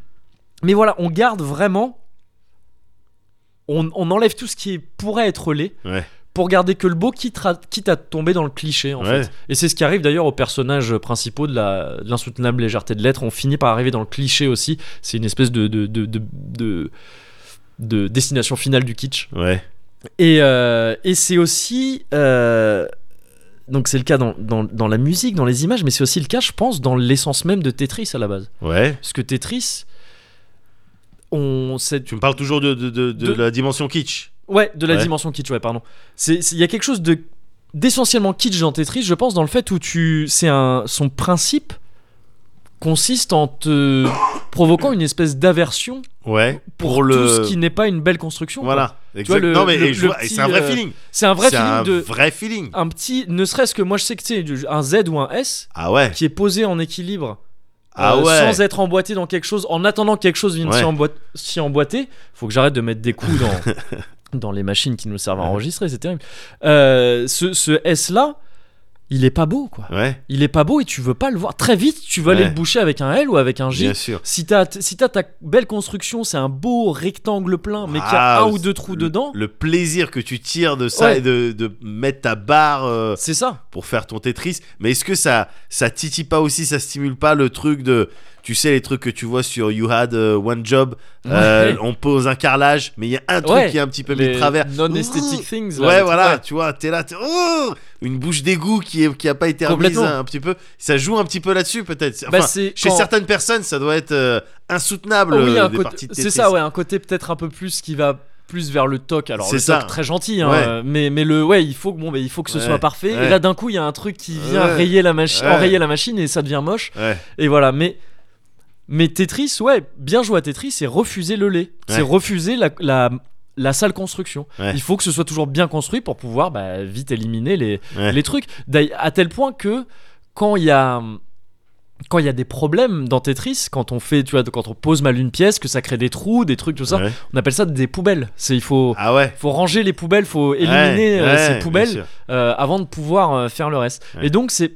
Speaker 1: mais voilà, on garde vraiment. On, on enlève tout ce qui est- pourrait être laid
Speaker 2: Ouais.
Speaker 1: pour garder que le beau, quitte à, quitte à tomber dans le cliché en
Speaker 2: Ouais.
Speaker 1: fait. Et c'est ce qui arrive d'ailleurs aux personnages principaux de la- de l'insoutenable légèreté de l'être. On finit par arriver dans le cliché aussi. C'est une espèce de. de, de, de, de- de destination finale du kitsch
Speaker 2: Ouais.
Speaker 1: et, euh, et c'est aussi euh, donc c'est le cas dans, dans, dans la musique dans les images mais c'est aussi le cas je pense dans l'essence même de Tetris à la base
Speaker 2: Ouais.
Speaker 1: parce que Tetris, on cette
Speaker 2: Tu me parles toujours de, de, de, de
Speaker 1: De-
Speaker 2: la dimension kitsch.
Speaker 1: ouais de la
Speaker 2: Ouais.
Speaker 1: dimension kitsch, ouais, pardon. C'est c'est- il y a quelque chose de d'essentiellement kitsch dans Tetris, je pense, dans le fait où tu c'est un son principe consiste en te provoquant une espèce d'aversion
Speaker 2: Ouais.
Speaker 1: pour,
Speaker 2: Pour le-
Speaker 1: tout ce qui n'est pas une belle construction. quoi.
Speaker 2: Voilà.
Speaker 1: vois,
Speaker 2: Exact.
Speaker 1: le-
Speaker 2: non, mais
Speaker 1: le-
Speaker 2: et je
Speaker 1: le
Speaker 2: vois- et
Speaker 1: petit,
Speaker 2: c'est un vrai
Speaker 1: euh,
Speaker 2: feeling.
Speaker 1: C'est un vrai
Speaker 2: C'est
Speaker 1: feeling
Speaker 2: un
Speaker 1: de
Speaker 2: vrai feeling.
Speaker 1: un petit ne serait-ce que moi je sais que c'est un Z ou un S
Speaker 2: Ah ouais.
Speaker 1: qui est posé en équilibre
Speaker 2: Ah
Speaker 1: euh,
Speaker 2: ouais.
Speaker 1: sans être emboîté dans quelque chose, en attendant que quelque chose vienne
Speaker 2: Ouais.
Speaker 1: s'y emboi- s'y emboîter, faut que j'arrête de mettre des coups dans, dans les machines qui nous servent à
Speaker 2: Ouais.
Speaker 1: enregistrer, c'est terrible. Euh, ce, ce S là, il est pas beau quoi.
Speaker 2: Ouais.
Speaker 1: Il est pas beau et tu veux pas le voir. Très vite, tu vas aller
Speaker 2: Ouais.
Speaker 1: le boucher avec un L ou avec un J.
Speaker 2: Bien sûr.
Speaker 1: Si t'as si t'as ta belle construction, c'est un beau rectangle plein, mais qui a
Speaker 2: Ah,
Speaker 1: un ou deux trous
Speaker 2: le-
Speaker 1: dedans,
Speaker 2: Le plaisir que tu tires de ça
Speaker 1: Ouais.
Speaker 2: et de, de mettre ta barre. euh,
Speaker 1: c'est ça.
Speaker 2: pour faire ton Tetris. Mais est-ce que ça ça titille pas aussi, ça stimule pas le truc de, tu sais les trucs que tu vois sur You Had euh, One Job, euh,
Speaker 1: Ouais.
Speaker 2: on pose un carrelage, mais il y a un truc
Speaker 1: Ouais.
Speaker 2: qui est un petit peu mis de
Speaker 1: Les
Speaker 2: travers.
Speaker 1: non-aesthetic
Speaker 2: Ouh.
Speaker 1: things. là,
Speaker 2: Ouais
Speaker 1: les-
Speaker 2: voilà, tu vois, t'es là, t'es- oh une bouche d'égout qui est, qui a pas été remise
Speaker 1: Complètement.
Speaker 2: un, un petit peu. Ça joue un petit peu là-dessus peut-être.
Speaker 1: Bah,
Speaker 2: Enfin,
Speaker 1: c'est
Speaker 2: chez
Speaker 1: quand-
Speaker 2: certaines personnes, ça doit être euh, insoutenable
Speaker 1: Oh oui,
Speaker 2: euh,
Speaker 1: un
Speaker 2: des
Speaker 1: côté-
Speaker 2: parties de
Speaker 1: C'est
Speaker 2: Tetris.
Speaker 1: ça, ouais, un côté peut-être un peu plus qui va plus vers le toc. Alors
Speaker 2: C'est
Speaker 1: le
Speaker 2: ça.
Speaker 1: toc très gentil, hein,
Speaker 2: Ouais.
Speaker 1: euh, mais mais le ouais, il faut que bon, mais il faut que ce
Speaker 2: Ouais,
Speaker 1: soit parfait.
Speaker 2: ouais.
Speaker 1: Et là d'un coup, il y a un truc qui vient
Speaker 2: Ouais.
Speaker 1: rayer la machine,
Speaker 2: Ouais.
Speaker 1: enrayer la machine et ça devient moche.
Speaker 2: Ouais.
Speaker 1: Et voilà, mais mais Tetris, ouais, bien joué à Tetris, c'est refuser le lait, c'est
Speaker 2: Ouais.
Speaker 1: refuser la, la la sale construction.
Speaker 2: Ouais.
Speaker 1: Il faut que ce soit toujours bien construit pour pouvoir bah, vite éliminer les,
Speaker 2: Ouais.
Speaker 1: les trucs. D'ail- À tel point que quand il y a quand il y a des problèmes dans Tetris, quand on fait, tu vois, quand on pose mal une pièce, que ça crée des trous, des trucs, tout ça,
Speaker 2: Ouais.
Speaker 1: on appelle ça des poubelles. C'est il faut
Speaker 2: Ah ouais.
Speaker 1: faut ranger les poubelles, faut éliminer
Speaker 2: Ouais,
Speaker 1: euh,
Speaker 2: ouais,
Speaker 1: ces
Speaker 2: bien
Speaker 1: poubelles
Speaker 2: sûr.
Speaker 1: euh, avant de pouvoir euh, faire le reste.
Speaker 2: Ouais.
Speaker 1: Et donc c'est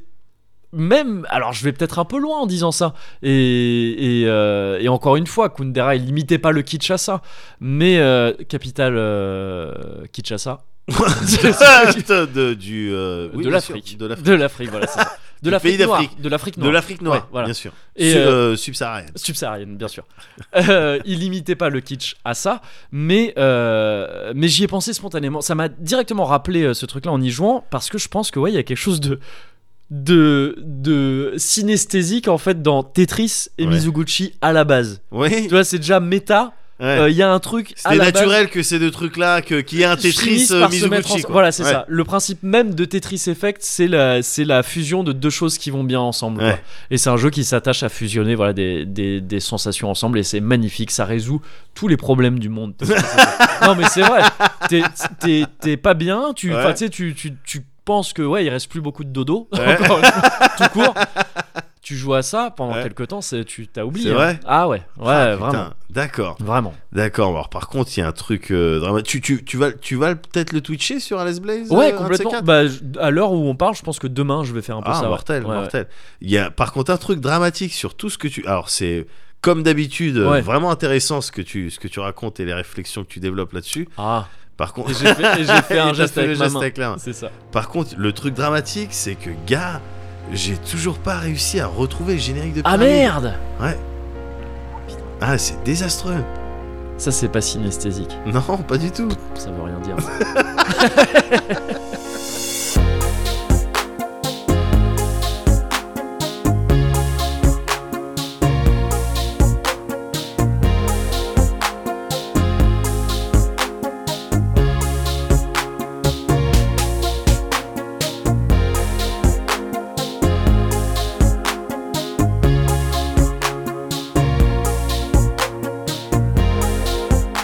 Speaker 1: même, alors je vais peut-être un peu loin en disant ça, et, et, euh, et encore une fois, Kundera il limitait pas le kitsch à ça, mais euh, capital euh, kitsch à ça.
Speaker 2: de, de- du, euh, oui,
Speaker 1: de
Speaker 2: bien sûr,
Speaker 1: l'Afrique.
Speaker 2: de l'Afrique.
Speaker 1: De l'Afrique, voilà, c'est ça. De
Speaker 2: Du
Speaker 1: l'Afrique
Speaker 2: pays
Speaker 1: noire.
Speaker 2: d'Afrique.
Speaker 1: De l'Afrique
Speaker 2: De
Speaker 1: noire.
Speaker 2: l'afrique noire,
Speaker 1: Ouais, voilà.
Speaker 2: bien sûr.
Speaker 1: Et,
Speaker 2: Su-
Speaker 1: euh,
Speaker 2: euh, subsaharienne.
Speaker 1: Subsaharienne, bien sûr. Euh, il limitait pas le kitsch à ça, mais, euh, mais j'y ai pensé spontanément. Ça m'a directement rappelé euh, ce truc-là en y jouant, parce que je pense que ouais, il y a quelque chose de de de synesthésique en fait dans Tetris et
Speaker 2: Ouais.
Speaker 1: Mizuguchi à la base.
Speaker 2: Oui.
Speaker 1: Tu vois, c'est déjà méta.
Speaker 2: Ouais.
Speaker 1: Euh, Il y a un truc à
Speaker 2: C'était
Speaker 1: la base
Speaker 2: naturel que ces deux trucs-là, que- qu'il y ait un Tetris
Speaker 1: finissent
Speaker 2: euh,
Speaker 1: par se mettre
Speaker 2: Mizuguchi.
Speaker 1: ense-
Speaker 2: quoi.
Speaker 1: Voilà, c'est
Speaker 2: Ouais.
Speaker 1: ça. Le principe même de Tetris Effect, c'est la, c'est la fusion de deux choses qui vont bien ensemble. quoi.
Speaker 2: Ouais.
Speaker 1: Et c'est un jeu qui s'attache à fusionner voilà, des, des, des sensations ensemble et c'est magnifique. Ça résout tous les problèmes du monde. Tetris Effect. non, mais c'est vrai. T'es- T'es t'es pas bien, tu,
Speaker 2: Ouais.
Speaker 1: enfin, tu, sais, tu, tu, tu penses que ouais, il reste plus beaucoup de dodo,
Speaker 2: Ouais.
Speaker 1: Encore une fois, tout court. tu joues à ça pendant
Speaker 2: Ouais.
Speaker 1: quelque temps, c'est tu t'as oublié.
Speaker 2: C'est
Speaker 1: hein.
Speaker 2: vrai
Speaker 1: Ah ouais, ouais,
Speaker 2: Ah, putain,
Speaker 1: vraiment,
Speaker 2: D'accord,
Speaker 1: vraiment.
Speaker 2: d'accord. Alors par contre, il y a un truc euh, dramatique. Tu, tu, tu vas, tu vas peut-être le twitcher sur Alice Blaze
Speaker 1: Ouais,
Speaker 2: euh, un de ces
Speaker 1: complètement.
Speaker 2: quatre
Speaker 1: Bah, je- à l'heure où on parle, je pense que demain, je vais faire un peu
Speaker 2: Ah,
Speaker 1: ça. ouais.
Speaker 2: mortel,
Speaker 1: Ouais, ouais.
Speaker 2: mortel. Il y a par contre un truc dramatique sur tout ce que tu. Alors c'est comme d'habitude euh,
Speaker 1: Ouais.
Speaker 2: vraiment intéressant ce que tu ce que tu racontes et les réflexions que tu développes là-dessus.
Speaker 1: Ah,
Speaker 2: Par contre,
Speaker 1: et j'ai fait, et j'ai fait
Speaker 2: il
Speaker 1: un
Speaker 2: t'a
Speaker 1: geste
Speaker 2: fait le
Speaker 1: avec ma
Speaker 2: geste
Speaker 1: main.
Speaker 2: avec la main.
Speaker 1: C'est ça.
Speaker 2: Par contre, le truc dramatique, c'est que gars, j'ai toujours pas réussi à retrouver le générique de
Speaker 1: Ah
Speaker 2: Pyramide.
Speaker 1: merde
Speaker 2: Ah, c'est désastreux.
Speaker 1: Ça, c'est pas synesthésique.
Speaker 2: Non, pas du tout.
Speaker 1: Ça veut rien dire.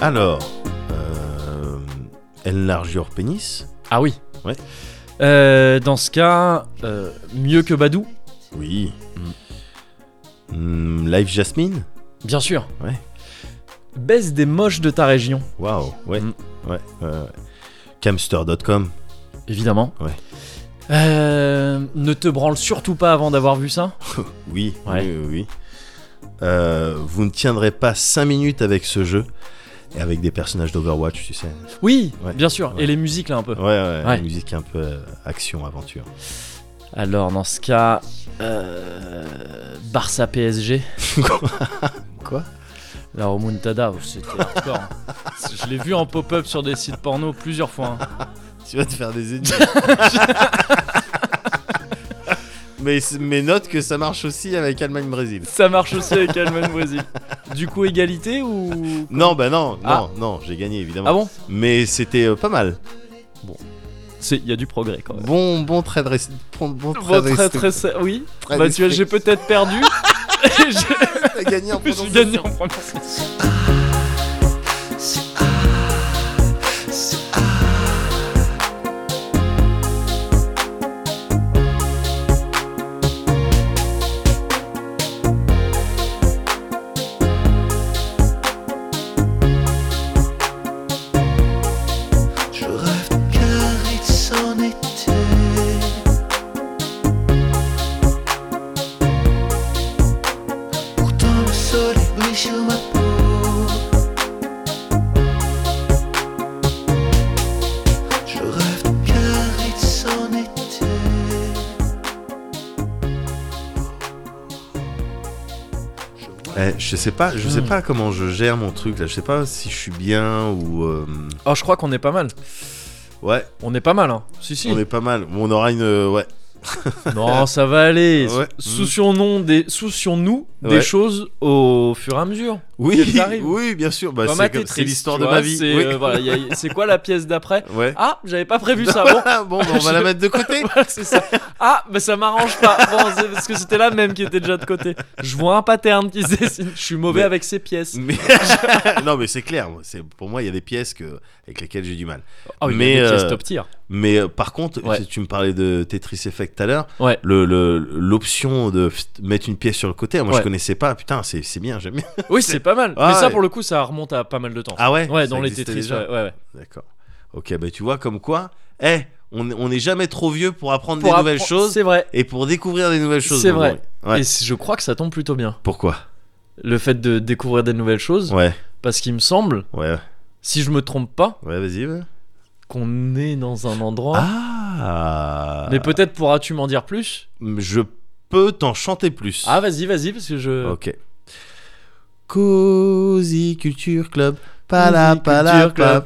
Speaker 2: Alors, euh, enlarge your pénis.
Speaker 1: Ah oui.
Speaker 2: Ouais.
Speaker 1: Euh, dans ce cas, euh, mieux que Badou,
Speaker 2: Oui. Hmm, live Jasmine.
Speaker 1: bien sûr.
Speaker 2: Ouais.
Speaker 1: Baisse des moches de ta région,
Speaker 2: Waouh. Ouais.
Speaker 1: Mm.
Speaker 2: Ouais. euh, Camster.com.
Speaker 1: évidemment.
Speaker 2: Ouais.
Speaker 1: Euh, ne te branle surtout pas avant d'avoir vu ça.
Speaker 2: Oui,
Speaker 1: Ouais.
Speaker 2: oui, oui, oui. Euh, vous ne tiendrez pas 5 minutes avec ce jeu et avec des personnages d'Overwatch, tu sais.
Speaker 1: Oui,
Speaker 2: Ouais.
Speaker 1: bien sûr.
Speaker 2: Ouais.
Speaker 1: Et les musiques là un peu.
Speaker 2: Ouais, ouais,
Speaker 1: Ouais.
Speaker 2: la musique un peu euh, action, aventure.
Speaker 1: Alors dans ce cas, euh, Barça PSG.
Speaker 2: Quoi
Speaker 1: La remontada, oh, c'était hardcore. hein. Je l'ai vu en pop-up sur des sites porno plusieurs fois. hein.
Speaker 2: Tu vas te faire des ennemis. mais, mais note que ça marche aussi avec Allemagne-Brésil.
Speaker 1: Ça marche aussi avec Allemagne Brésil. Du coup égalité ou
Speaker 2: Non, bah non, non,
Speaker 1: Ah.
Speaker 2: non, j'ai gagné évidemment.
Speaker 1: Ah bon
Speaker 2: Mais c'était euh, pas mal.
Speaker 1: C'est il y a du progrès quand même.
Speaker 2: Bon, bon trait de res- bon, bon trait
Speaker 1: Bon,
Speaker 2: de
Speaker 1: très
Speaker 2: res-
Speaker 1: très sé- oui.
Speaker 2: trait de
Speaker 1: Bah tu vois, j'ai
Speaker 2: respect.
Speaker 1: peut-être perdu. Et j'ai-
Speaker 2: T'as gagné en
Speaker 1: J'ai
Speaker 2: prononciation.
Speaker 1: gagné en prononciation.
Speaker 5: Je rêve car il s'en était Pourtant le soleil brille sur ma peau Je rêve car il s'en était
Speaker 2: Eh, je sais pas, je sais
Speaker 1: Hmm.
Speaker 2: pas comment je gère mon truc là. Je sais pas si je suis bien ou. euh,
Speaker 1: Oh, je crois qu'on est pas mal.
Speaker 2: Ouais,
Speaker 1: On est pas mal hein. Si si.
Speaker 2: on est pas mal. On aura une. euh, ouais.
Speaker 1: Non, ça va aller.
Speaker 2: Ouais.
Speaker 1: Soucions-nous des, soucions-nous des
Speaker 2: Ouais.
Speaker 1: choses au fur et à mesure.
Speaker 2: Oui,
Speaker 1: Qu'elle t'arrive.
Speaker 2: oui, bien sûr. Bah,
Speaker 1: Pas
Speaker 2: c'est
Speaker 1: mater
Speaker 2: comme- c'est
Speaker 1: triste,
Speaker 2: l'histoire
Speaker 1: tu
Speaker 2: de
Speaker 1: vois,
Speaker 2: ma vie.
Speaker 1: C'est
Speaker 2: Oui.
Speaker 1: euh, voilà, y a- c'est quoi la pièce d'après
Speaker 2: Ouais.
Speaker 1: Ah, j'avais pas prévu ça. Bon,
Speaker 2: Ah, bon, bah, on va la mettre de côté.
Speaker 1: voilà, c'est ça. Ah, bah ça m'arrange pas. Bon, c'est parce que c'était la même qui était déjà de côté. Je vois un pattern qui se dessine. Je suis mauvais
Speaker 2: Mais-
Speaker 1: avec ces pièces.
Speaker 2: Mais- non, mais c'est clair. moi, C'est pour moi, il y a des pièces que avec lesquelles j'ai du mal.
Speaker 1: Oh, il y a
Speaker 2: mais,
Speaker 1: des pièces
Speaker 2: euh,
Speaker 1: top tier.
Speaker 2: Mais euh, par contre,
Speaker 1: Ouais.
Speaker 2: tu- tu me parlais de Tetris Effect tout à l'heure.
Speaker 1: Ouais.
Speaker 2: Le le- l'option de pff, mettre une pièce sur le côté, moi
Speaker 1: Ouais.
Speaker 2: je connaissais pas. Putain, c'est c'est bien, j'aime bien.
Speaker 1: Oui, c'est pas mal.
Speaker 2: Ah,
Speaker 1: mais ça,
Speaker 2: ouais.
Speaker 1: pour le coup, ça remonte à pas mal de temps.
Speaker 2: Ah ouais.
Speaker 1: ouais,
Speaker 2: ça
Speaker 1: dans les
Speaker 2: existait
Speaker 1: Tetris.
Speaker 2: déjà
Speaker 1: Ouais, ouais, ouais.
Speaker 2: D'accord. Ok, bah tu vois comme quoi. Eh, on on n'est jamais trop vieux pour apprendre
Speaker 1: Pour
Speaker 2: des nouvelles
Speaker 1: appren-
Speaker 2: choses
Speaker 1: C'est vrai.
Speaker 2: et pour découvrir des nouvelles choses.
Speaker 1: C'est
Speaker 2: mon
Speaker 1: vrai.
Speaker 2: gros. Ouais.
Speaker 1: Et c- je crois que ça tombe plutôt bien.
Speaker 2: Pourquoi
Speaker 1: Le fait de découvrir des nouvelles choses.
Speaker 2: Ouais,
Speaker 1: Parce qu'il me semble,
Speaker 2: ouais,
Speaker 1: si je me trompe pas,
Speaker 2: ouais. Vas-y. ouais.
Speaker 1: qu'on est dans un endroit.
Speaker 2: Ah.
Speaker 1: Mais peut-être pourras-tu m'en dire plus
Speaker 2: Je peux t'en chanter plus.
Speaker 1: Ah, vas-y, vas-y, parce que je.
Speaker 2: Ok. euh. Cozy Culture Club.
Speaker 1: Pala,
Speaker 2: Pala
Speaker 1: pala,
Speaker 2: pala
Speaker 1: club.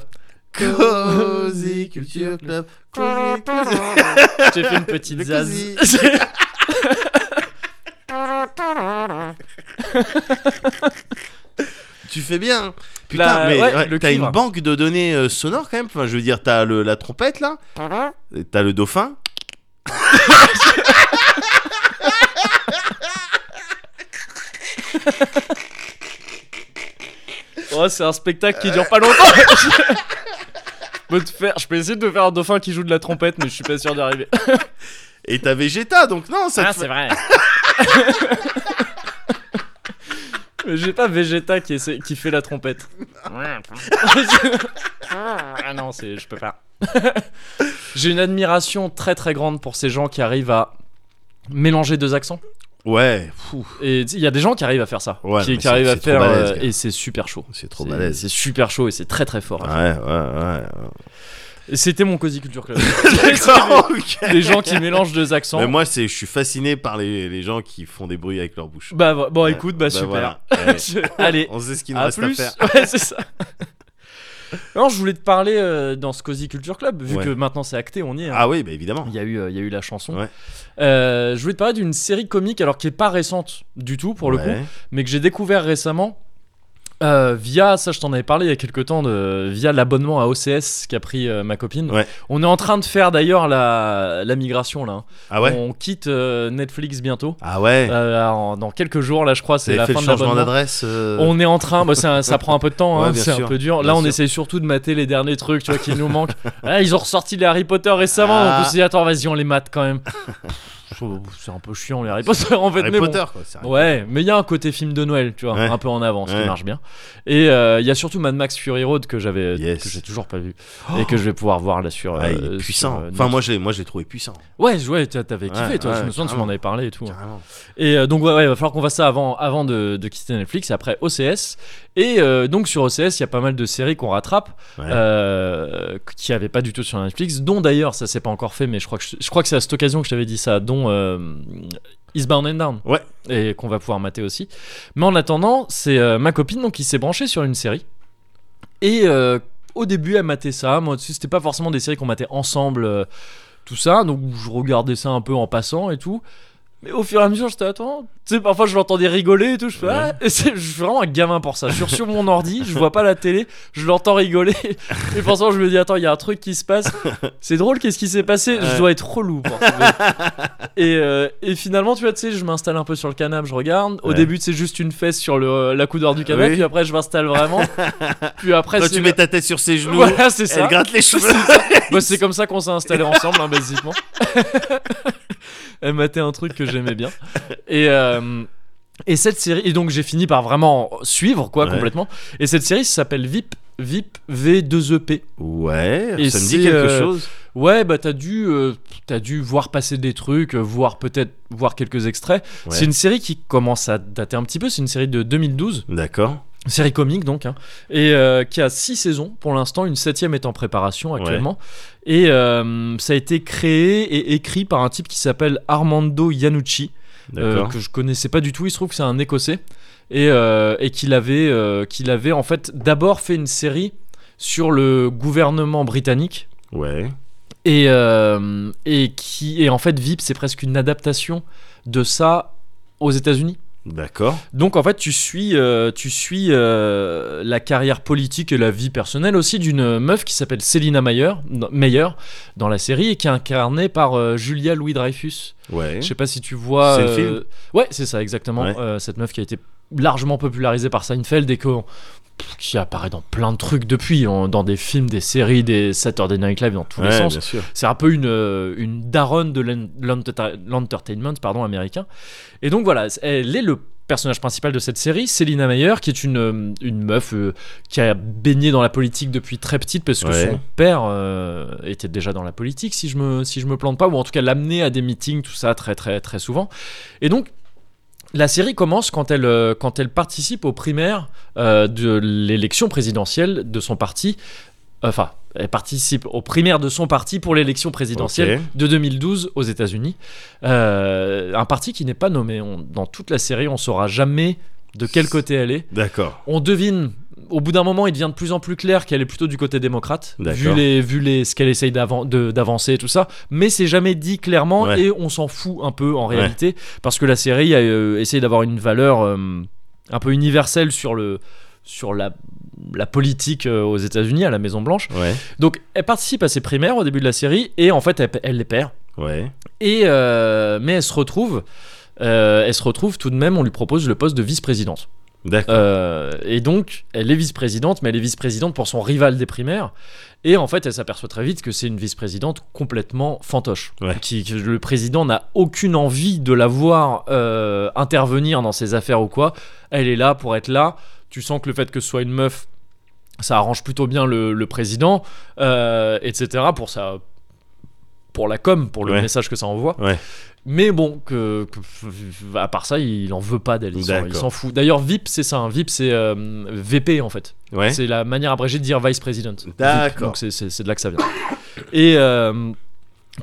Speaker 2: club.
Speaker 1: Cozy
Speaker 2: Cozy
Speaker 1: Culture
Speaker 2: Culture Club.
Speaker 1: J'ai fait une petite
Speaker 2: Le
Speaker 1: zaz.
Speaker 2: cosy. tu fais bien. Putain,
Speaker 1: La-
Speaker 2: mais
Speaker 1: ouais,
Speaker 2: ouais,
Speaker 1: le
Speaker 2: t'as
Speaker 1: cuivre.
Speaker 2: une banque de données euh, sonores quand même. Enfin, je veux dire, t'as le- la trompette là. T'as le dauphin.
Speaker 1: Oh, c'est un spectacle qui dure pas longtemps. je... peux te faire... je peux essayer de te faire un dauphin qui joue de la trompette, mais je suis pas sûr d'y arriver.
Speaker 2: Et t'as Vegeta, donc non, ça
Speaker 1: Ah,
Speaker 2: te fait-
Speaker 1: c'est vrai. Mais J'ai pas Vegeta qui, essaie- qui fait la trompette. ah non, c'est, je peux pas. J'ai une admiration très très grande pour ces gens qui arrivent à mélanger deux accents.
Speaker 2: Ouais, fou,
Speaker 1: Et il y a des gens qui arrivent à faire ça.
Speaker 2: Ouais, mais
Speaker 1: qui, qui
Speaker 2: c'est-
Speaker 1: arrivent à
Speaker 2: c'est trop
Speaker 1: faire.
Speaker 2: balèze,
Speaker 1: euh,
Speaker 2: gars.
Speaker 1: et c'est super chaud.
Speaker 2: c'est trop
Speaker 1: C'est-
Speaker 2: balèze.
Speaker 1: C'est super chaud et c'est très très fort.
Speaker 2: Ouais, ouais, ouais.
Speaker 1: Et c'était mon Cozy Culture Club.
Speaker 2: D'accord, ok.
Speaker 1: des gens qui mélangent deux accents.
Speaker 2: Mais moi, c'est, je suis fasciné par les, les gens qui font des bruits avec leur bouche.
Speaker 1: Bah bon, écoute, bah,
Speaker 2: Bah,
Speaker 1: super.
Speaker 2: voilà. Ouais.
Speaker 1: Allez,
Speaker 2: On sait ce qu'il nous
Speaker 1: à
Speaker 2: reste
Speaker 1: plus.
Speaker 2: à faire.
Speaker 1: Ouais, c'est ça. Non, je voulais te parler euh, dans ce Cozy Culture Club, vu
Speaker 2: Ouais.
Speaker 1: que maintenant c'est acté, on y est. hein.
Speaker 2: Ah oui, bah évidemment.
Speaker 1: Il y, a eu, euh, il y a eu la chanson.
Speaker 2: Ouais.
Speaker 1: Euh, je voulais te parler d'une série comique, alors qui est pas récente du tout pour le coup,
Speaker 2: Ouais.
Speaker 1: mais que j'ai découvert récemment euh, via, ça je t'en avais parlé il y a quelques temps, de, via l'abonnement à OCS qu'a pris euh, ma copine.
Speaker 2: Ouais.
Speaker 1: On est en train de faire d'ailleurs la, la migration là. hein.
Speaker 2: Ah ouais
Speaker 1: On quitte euh, Netflix bientôt.
Speaker 2: Ah ouais
Speaker 1: Euh, en- dans quelques jours là, je crois,
Speaker 2: Vous
Speaker 1: c'est
Speaker 2: avez
Speaker 1: la
Speaker 2: fait
Speaker 1: fin
Speaker 2: le
Speaker 1: de
Speaker 2: changement
Speaker 1: l'abonnement.
Speaker 2: d'adresse euh,
Speaker 1: On est en train, bah, c'est un- ça prend un peu de temps, hein,
Speaker 2: Ouais, bien
Speaker 1: c'est un
Speaker 2: sûr,
Speaker 1: peu dur. Là,
Speaker 2: bien
Speaker 1: on
Speaker 2: sûr.
Speaker 1: essaye surtout de mater les derniers trucs, tu vois, qui nous manquent. Ah, ils ont ressorti les Harry Potter récemment,
Speaker 2: Ah.
Speaker 1: donc on s'est dit, attends, vas-y, on les mate quand même. Je trouve- c'est un peu chiant, les Harry Potter, en fait.
Speaker 2: Harry
Speaker 1: mais bon.
Speaker 2: Potter, quoi. c'est vrai.
Speaker 1: Ouais, mais il y a un côté film de Noël, tu vois,
Speaker 2: Ouais.
Speaker 1: un peu en avant, ce
Speaker 2: Ouais.
Speaker 1: qui marche bien. Et euh, il y a surtout Mad Max Fury Road que j'avais,
Speaker 2: Yes. Oh.
Speaker 1: que j'ai toujours pas vu et que je vais pouvoir voir là sur.
Speaker 2: Ah, il
Speaker 1: euh,
Speaker 2: est puissant.
Speaker 1: sur, euh,
Speaker 2: enfin, moi, je l'ai, moi, je l'ai trouvé puissant.
Speaker 1: Ouais, ouais, t'a- t'avais kiffé,
Speaker 2: Ouais,
Speaker 1: toi. je
Speaker 2: ouais,
Speaker 1: me souviens, tu
Speaker 2: carrément.
Speaker 1: m'en avais parlé et tout. hein.
Speaker 2: Carrément.
Speaker 1: Et euh, donc, ouais, ouais, il va falloir qu'on fasse ça avant, avant de, de quitter Netflix, et après OCS. Et euh, donc, sur OCS, il y a pas mal de séries qu'on rattrape,
Speaker 2: Ouais.
Speaker 1: euh, qui n'avaient pas du tout sur Netflix, dont d'ailleurs, ça s'est pas encore fait, mais je crois que, je, je crois que c'est à cette occasion que je t'avais dit ça, dont euh, Eastbound and Down.
Speaker 2: Ouais.
Speaker 1: Et qu'on va pouvoir mater aussi. Mais en attendant, c'est euh, ma copine donc, qui s'est branchée sur une série. Et euh, au début, elle matait ça. Moi, dessus, c'était pas forcément des séries qu'on matait ensemble, euh, tout ça. Donc, je regardais ça un peu en passant et tout. Mais au fur et à mesure, j'étais attends. Tu sais, parfois, je l'entendais rigoler et tout. Je fais, ah, et c'est- je suis vraiment un gamin pour ça. Je suis sur mon ordi, je vois pas la télé, je l'entends rigoler. Et forcément, je me dis, attends, il y a un truc qui se passe. C'est drôle, qu'est-ce qui s'est passé Je
Speaker 2: Ouais.
Speaker 1: dois être relou pour trouver. et, euh, et finalement, tu vois, tu sais, je m'installe un peu sur le canapé, je regarde. Au
Speaker 2: Ouais.
Speaker 1: début, c'est juste une fesse sur le, la coudeur du canapé.
Speaker 2: Oui.
Speaker 1: Puis après, je m'installe vraiment. puis après,
Speaker 2: Toi,
Speaker 1: c'est
Speaker 2: tu
Speaker 1: le-
Speaker 2: mets ta tête sur ses genoux.
Speaker 1: Voilà, c'est ça.
Speaker 2: Elle gratte les cheveux.
Speaker 1: Bah, c'est comme ça qu'on s'est installé ensemble, hein, basiquement. Elle matait un truc que j'aimais bien. Et, euh, et cette série, et donc j'ai fini par vraiment suivre, quoi,
Speaker 2: Ouais.
Speaker 1: complètement. Et cette série s'appelle VIP, VIP V2EP.
Speaker 2: Ouais,
Speaker 1: Et
Speaker 2: ça me
Speaker 1: c'est,
Speaker 2: dit quelque
Speaker 1: euh,
Speaker 2: chose.
Speaker 1: E Ouais, bah t'as dû, euh, t'as dû voir passer des trucs, euh, voir peut-être voir quelques extraits.
Speaker 2: Ouais.
Speaker 1: C'est une série qui commence à dater un petit peu, c'est une série de 2012.
Speaker 2: D'accord.
Speaker 1: Série comique donc, hein. et euh, qui a six saisons pour l'instant, une septième est en préparation actuellement. Et euh, ça a été créé et écrit par un type qui s'appelle Armando Iannucci, euh,
Speaker 2: D'accord.
Speaker 1: que je connaissais pas du tout. Il se trouve que c'est un Écossais et, euh, et qu'il avait, euh, qu'il avait en fait d'abord fait une série sur le gouvernement britannique
Speaker 2: Ouais.
Speaker 1: et, euh, et qui et en fait VIP c'est presque une adaptation de ça aux États-Unis.
Speaker 2: D'accord.
Speaker 1: Donc en fait, tu suis, euh, tu suis euh, la carrière politique et la vie personnelle aussi d'une meuf qui s'appelle Selina Meyer, dans- Meyer dans la série et qui est incarnée par euh, Julia Louis Dreyfus.
Speaker 2: Ouais.
Speaker 1: Je sais pas si tu vois. euh,
Speaker 2: C'est le film
Speaker 1: Ouais, c'est ça exactement.
Speaker 2: Ouais.
Speaker 1: Euh, cette meuf qui a été largement popularisée par Seinfeld et qu'on- qui apparaît dans plein de trucs depuis, en- dans des films, des séries, des Saturday Night Live, dans tous les
Speaker 2: Ouais,
Speaker 1: sens.
Speaker 2: bien sûr.
Speaker 1: C'est un peu une, euh, une daronne de l'en- l'enterta- l'entertainment pardon, américain. Et donc voilà, elle est le personnage principal de cette série, Selina Meyer, qui est une, euh, une meuf euh, qui a baigné dans la politique depuis très petite parce que
Speaker 2: Ouais.
Speaker 1: son père euh, était déjà dans la politique, si je me, si je me plante pas, ou en tout cas l'amener à des meetings, tout ça, très très très souvent. Et donc, la série commence quand elle, euh, quand elle participe aux primaires euh, de l'élection présidentielle de son parti. Enfin, elle participe aux primaires de son parti pour l'élection présidentielle
Speaker 2: Ok.
Speaker 1: de 2012 aux États-Unis. Euh, un parti qui n'est pas nommé. On- dans toute la série, on saura jamais de quel côté elle est.
Speaker 2: D'accord.
Speaker 1: On devine. Au bout d'un moment, il devient de plus en plus clair qu'elle est plutôt du côté démocrate,
Speaker 2: D'accord.
Speaker 1: vu, les, vu les, ce qu'elle essaye d'avan- de- d'avancer et tout ça. Mais c'est jamais dit clairement
Speaker 2: Ouais.
Speaker 1: et on s'en fout un peu en
Speaker 2: Ouais.
Speaker 1: réalité, parce que la série a euh, essayé d'avoir une valeur euh, un peu universelle sur, le, sur la, la politique euh, aux États-Unis, à la Maison-Blanche.
Speaker 2: Ouais.
Speaker 1: Donc elle participe à ses primaires au début de la série et en fait elle, elle les perd.
Speaker 2: Ouais.
Speaker 1: Et, euh, mais elle se retrouve. euh, elle se retrouve tout de même, on lui propose le poste de vice-présidente.
Speaker 2: D'accord.
Speaker 1: Euh, et donc, elle est vice-présidente, mais elle est vice-présidente pour son rival des primaires. Et en fait, elle s'aperçoit très vite que c'est une vice-présidente complètement fantoche.
Speaker 2: Ouais.
Speaker 1: Qui, que le président n'a aucune envie de la voir euh, intervenir dans ses affaires ou quoi. Elle est là pour être là. Tu sens que le fait que ce soit une meuf, ça arrange plutôt bien le, le président, euh, etc. Pour sa pour la com, pour le
Speaker 2: Ouais.
Speaker 1: message que ça envoie.
Speaker 2: Ouais.
Speaker 1: Mais bon, que, que- à part ça, il en veut pas d'elle. il s'en- Il
Speaker 2: D'accord.
Speaker 1: s'en fout. D'ailleurs, VIP, c'est ça. un VIP, c'est euh, VP en fait.
Speaker 2: Ouais.
Speaker 1: C'est la manière abrégée de dire vice president.
Speaker 2: D'accord.
Speaker 1: Donc c'est- c'est c'est de là que ça vient. Et euh,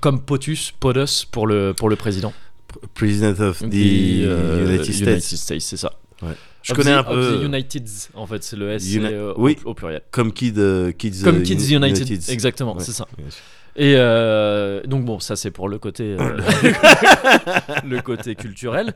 Speaker 1: comme POTUS, POTUS pour le, pour le président.
Speaker 2: President of the, uh,
Speaker 1: Des, euh,
Speaker 2: United States.
Speaker 1: c'est ça.
Speaker 2: Je
Speaker 1: Of
Speaker 2: connais
Speaker 1: the-
Speaker 2: un
Speaker 1: of
Speaker 2: peu
Speaker 1: the Uniteds, en fait, c'est le S
Speaker 2: Uni-
Speaker 1: et, euh, au-
Speaker 2: Oui.
Speaker 1: au, pluriel.
Speaker 2: comme Kid, euh, Kids
Speaker 1: Comme
Speaker 2: euh,
Speaker 1: Kids
Speaker 2: Uni-
Speaker 1: United,
Speaker 2: Uniteds.
Speaker 1: exactement,
Speaker 2: Ouais.
Speaker 1: c'est ça.
Speaker 2: Bien sûr.
Speaker 1: Et euh, donc bon, ça c'est pour le côté, euh, le côté culturel.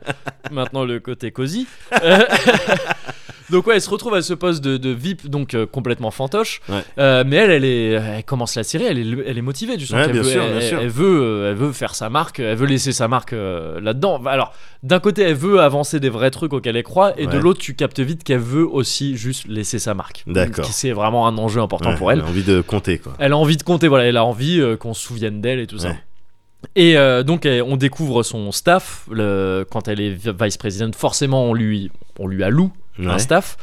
Speaker 1: Maintenant le côté cosy. Euh, donc ouais, elle se retrouve à ce poste de, de VIP, donc euh, complètement fantoche.
Speaker 2: Ouais.
Speaker 1: Euh, mais elle, elle est, elle commence la série, elle est, elle est motivée du sens
Speaker 2: Ouais,
Speaker 1: qu'elle
Speaker 2: bien
Speaker 1: veut,
Speaker 2: sûr,
Speaker 1: elle,
Speaker 2: bien
Speaker 1: elle-
Speaker 2: sûr.
Speaker 1: elle veut, euh, elle veut faire sa marque, elle veut laisser sa marque euh, là-dedans. Alors d'un côté, elle veut avancer des vrais trucs auxquels elle croit, et de
Speaker 2: Ouais.
Speaker 1: l'autre, tu captes vite qu'elle veut aussi juste laisser sa marque.
Speaker 2: D'accord.
Speaker 1: Qui c'est vraiment un enjeu important
Speaker 2: Ouais,
Speaker 1: pour elle.
Speaker 2: j'ai envie de compter quoi.
Speaker 1: Elle a envie de compter, voilà, elle a envie euh, qu'on se souvienne d'elle et tout ça.
Speaker 2: Ouais.
Speaker 1: Et euh, donc elle- on découvre son staff le- quand elle est vi- vice-présidente. Forcément, on lui, on lui alloue un
Speaker 2: Ouais.
Speaker 1: staff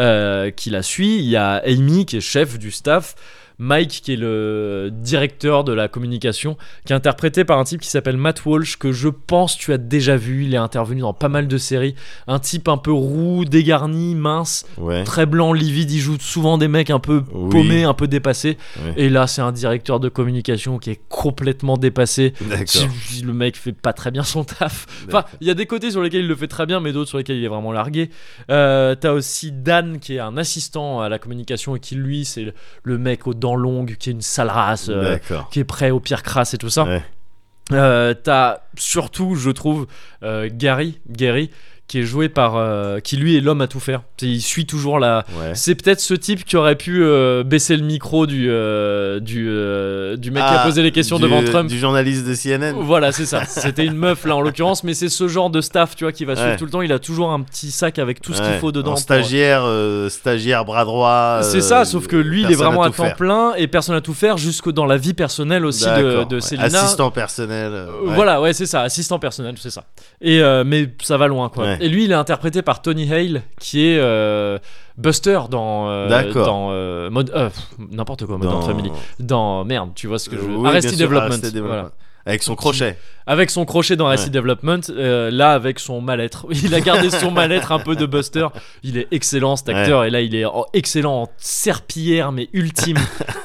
Speaker 1: euh, qui la suit. Il y a Amy qui est chef du staff, Mike qui est le directeur de la communication, qui est interprété par un type qui s'appelle Matt Walsh que je pense tu as déjà vu. Il est intervenu dans pas mal de séries. Un type un peu roux, dégarni, mince,
Speaker 2: Ouais.
Speaker 1: très blanc, livide, il joue souvent des mecs un peu
Speaker 2: Oui.
Speaker 1: paumés, un peu dépassés.
Speaker 2: Ouais.
Speaker 1: Et là, c'est un directeur de communication qui est complètement dépassé.
Speaker 2: D'accord.
Speaker 1: Si- Le mec fait pas très bien son taf. Enfin, il y a des côtés sur lesquels il le fait très bien, mais d'autres sur lesquels il est vraiment largué. Euh, T'as aussi Dan qui est un assistant à la communication et qui, lui, c'est le- le mec aux dents longues, qui est une sale race, euh,
Speaker 2: D'accord.
Speaker 1: qui est prêt aux pires crasses et tout ça.
Speaker 2: Ouais.
Speaker 1: Euh, T'as surtout, je trouve, euh, Gary, Gary, qui est joué par, euh, qui lui est l'homme à tout faire. C'est- Il suit toujours la.
Speaker 2: Ouais.
Speaker 1: C'est peut-être ce type qui aurait pu euh, baisser le micro du euh, du euh, du mec qui a
Speaker 2: Ah,
Speaker 1: posé les questions
Speaker 2: du-
Speaker 1: devant Trump. Oh,
Speaker 2: Du journaliste de CNN.
Speaker 1: Voilà, c'est ça. C'était une meuf là en l'occurrence, mais c'est ce genre de staff, tu vois, qui va suivre
Speaker 2: Ouais.
Speaker 1: tout le temps. Il a toujours un petit sac avec tout ce qu'il
Speaker 2: Ouais.
Speaker 1: faut dedans.
Speaker 2: En
Speaker 1: pour-
Speaker 2: stagiaire, euh, stagiaire bras droit.
Speaker 1: C'est
Speaker 2: euh,
Speaker 1: ça, sauf que lui, il est
Speaker 2: personne
Speaker 1: vraiment à,
Speaker 2: tout
Speaker 1: temps
Speaker 2: faire.
Speaker 1: plein et personne à tout faire, jusque dans la vie personnelle aussi de,
Speaker 2: D'accord,
Speaker 1: de
Speaker 2: ouais.
Speaker 1: Célina.
Speaker 2: Assistant personnel. euh, ouais.
Speaker 1: Voilà, ouais, c'est ça, assistant personnel, c'est ça. Et euh, mais ça va loin, quoi.
Speaker 2: Ouais.
Speaker 1: Et lui, il est interprété par Tony Hale, qui est euh, Buster dans euh,
Speaker 2: D'accord.
Speaker 1: dans euh, mode euh, pff, n'importe quoi, mode
Speaker 2: Dans-
Speaker 1: dans... Family, dans merde, tu vois ce que je
Speaker 2: Euh,
Speaker 1: veux.
Speaker 2: oui, bien
Speaker 1: Arrested
Speaker 2: sûr,
Speaker 1: Development,
Speaker 2: Arrested
Speaker 1: voilà.
Speaker 2: Avec son crochet.
Speaker 1: Avec son crochet dans Arrested Development, euh, là avec son mal-être, il a gardé son mal-être un peu de Buster. Il est excellent cet acteur et là il est en- excellent en serpillière mais ultime.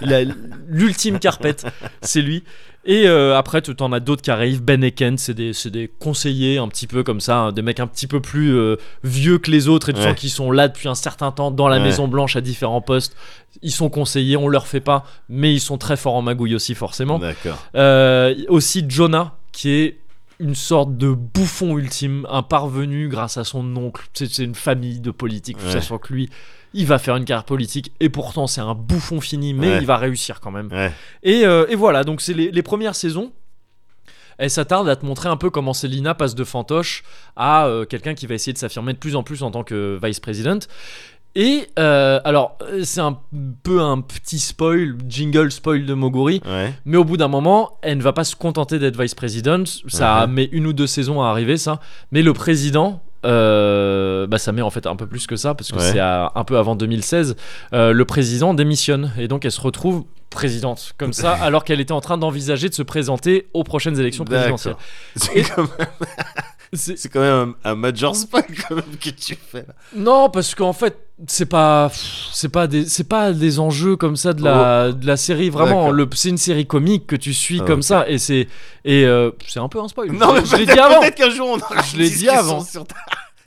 Speaker 1: Il a l'ultime carpette, c'est lui. Et euh, après, tu en as d'autres qui arrivent. Ben et Ken, c'est des, c'est des conseillers un petit peu comme ça, hein, des mecs un petit peu plus euh, vieux que les autres et tout
Speaker 2: Ouais.
Speaker 1: ça, qui sont là depuis un certain temps dans la
Speaker 2: Ouais.
Speaker 1: Maison Blanche à différents postes. Ils sont conseillers, on leur fait pas, mais ils sont très forts en magouille aussi forcément.
Speaker 2: D'accord.
Speaker 1: Euh, aussi Jonah, qui est une sorte de bouffon ultime, un parvenu grâce à son oncle. C'est c'est une famille de politiques,
Speaker 2: Ouais.
Speaker 1: sachant que lui, il va faire une carrière politique, et pourtant c'est un bouffon fini, mais
Speaker 2: Ouais.
Speaker 1: il va réussir quand même.
Speaker 2: Ouais.
Speaker 1: Et, euh, et voilà, donc c'est les, les premières saisons. Elle s'attarde à te montrer un peu comment Célina passe de fantoche à euh, quelqu'un qui va essayer de s'affirmer de plus en plus en tant que vice-présidente. Et euh, alors, euh, c'est un peu un petit spoil, jingle spoil de Moguri.
Speaker 2: Ouais.
Speaker 1: Mais au bout d'un moment, elle ne va pas se contenter d'être vice président. Ça
Speaker 2: Ouais.
Speaker 1: met une ou deux saisons à arriver, ça. Mais le président. euh, bah ça met en fait un peu plus que ça parce que
Speaker 2: Ouais.
Speaker 1: c'est à- un peu avant 2016 euh, le président démissionne et donc elle se retrouve présidente comme ça alors qu'elle était en train d'envisager de se présenter aux prochaines élections présidentielles
Speaker 2: D'accord. C'est quand même-
Speaker 1: C'est-
Speaker 2: c'est quand même un, un major spoil quand même que tu fais là.
Speaker 1: non parce qu'en fait c'est pas pff, c'est pas des c'est pas des enjeux comme ça de la de la série vraiment
Speaker 2: Oh. D'accord.
Speaker 1: Le- c'est une série comique que tu suis
Speaker 2: Ah,
Speaker 1: comme
Speaker 2: ok.
Speaker 1: ça et c'est et euh, c'est un peu un spoil
Speaker 2: Non, mais
Speaker 1: je l'ai
Speaker 2: peut-être-
Speaker 1: dit avant
Speaker 2: Peut-être qu'un jour on aura
Speaker 1: Je
Speaker 2: une
Speaker 1: l'ai dit
Speaker 2: discussion
Speaker 1: avant.
Speaker 2: Sur ta,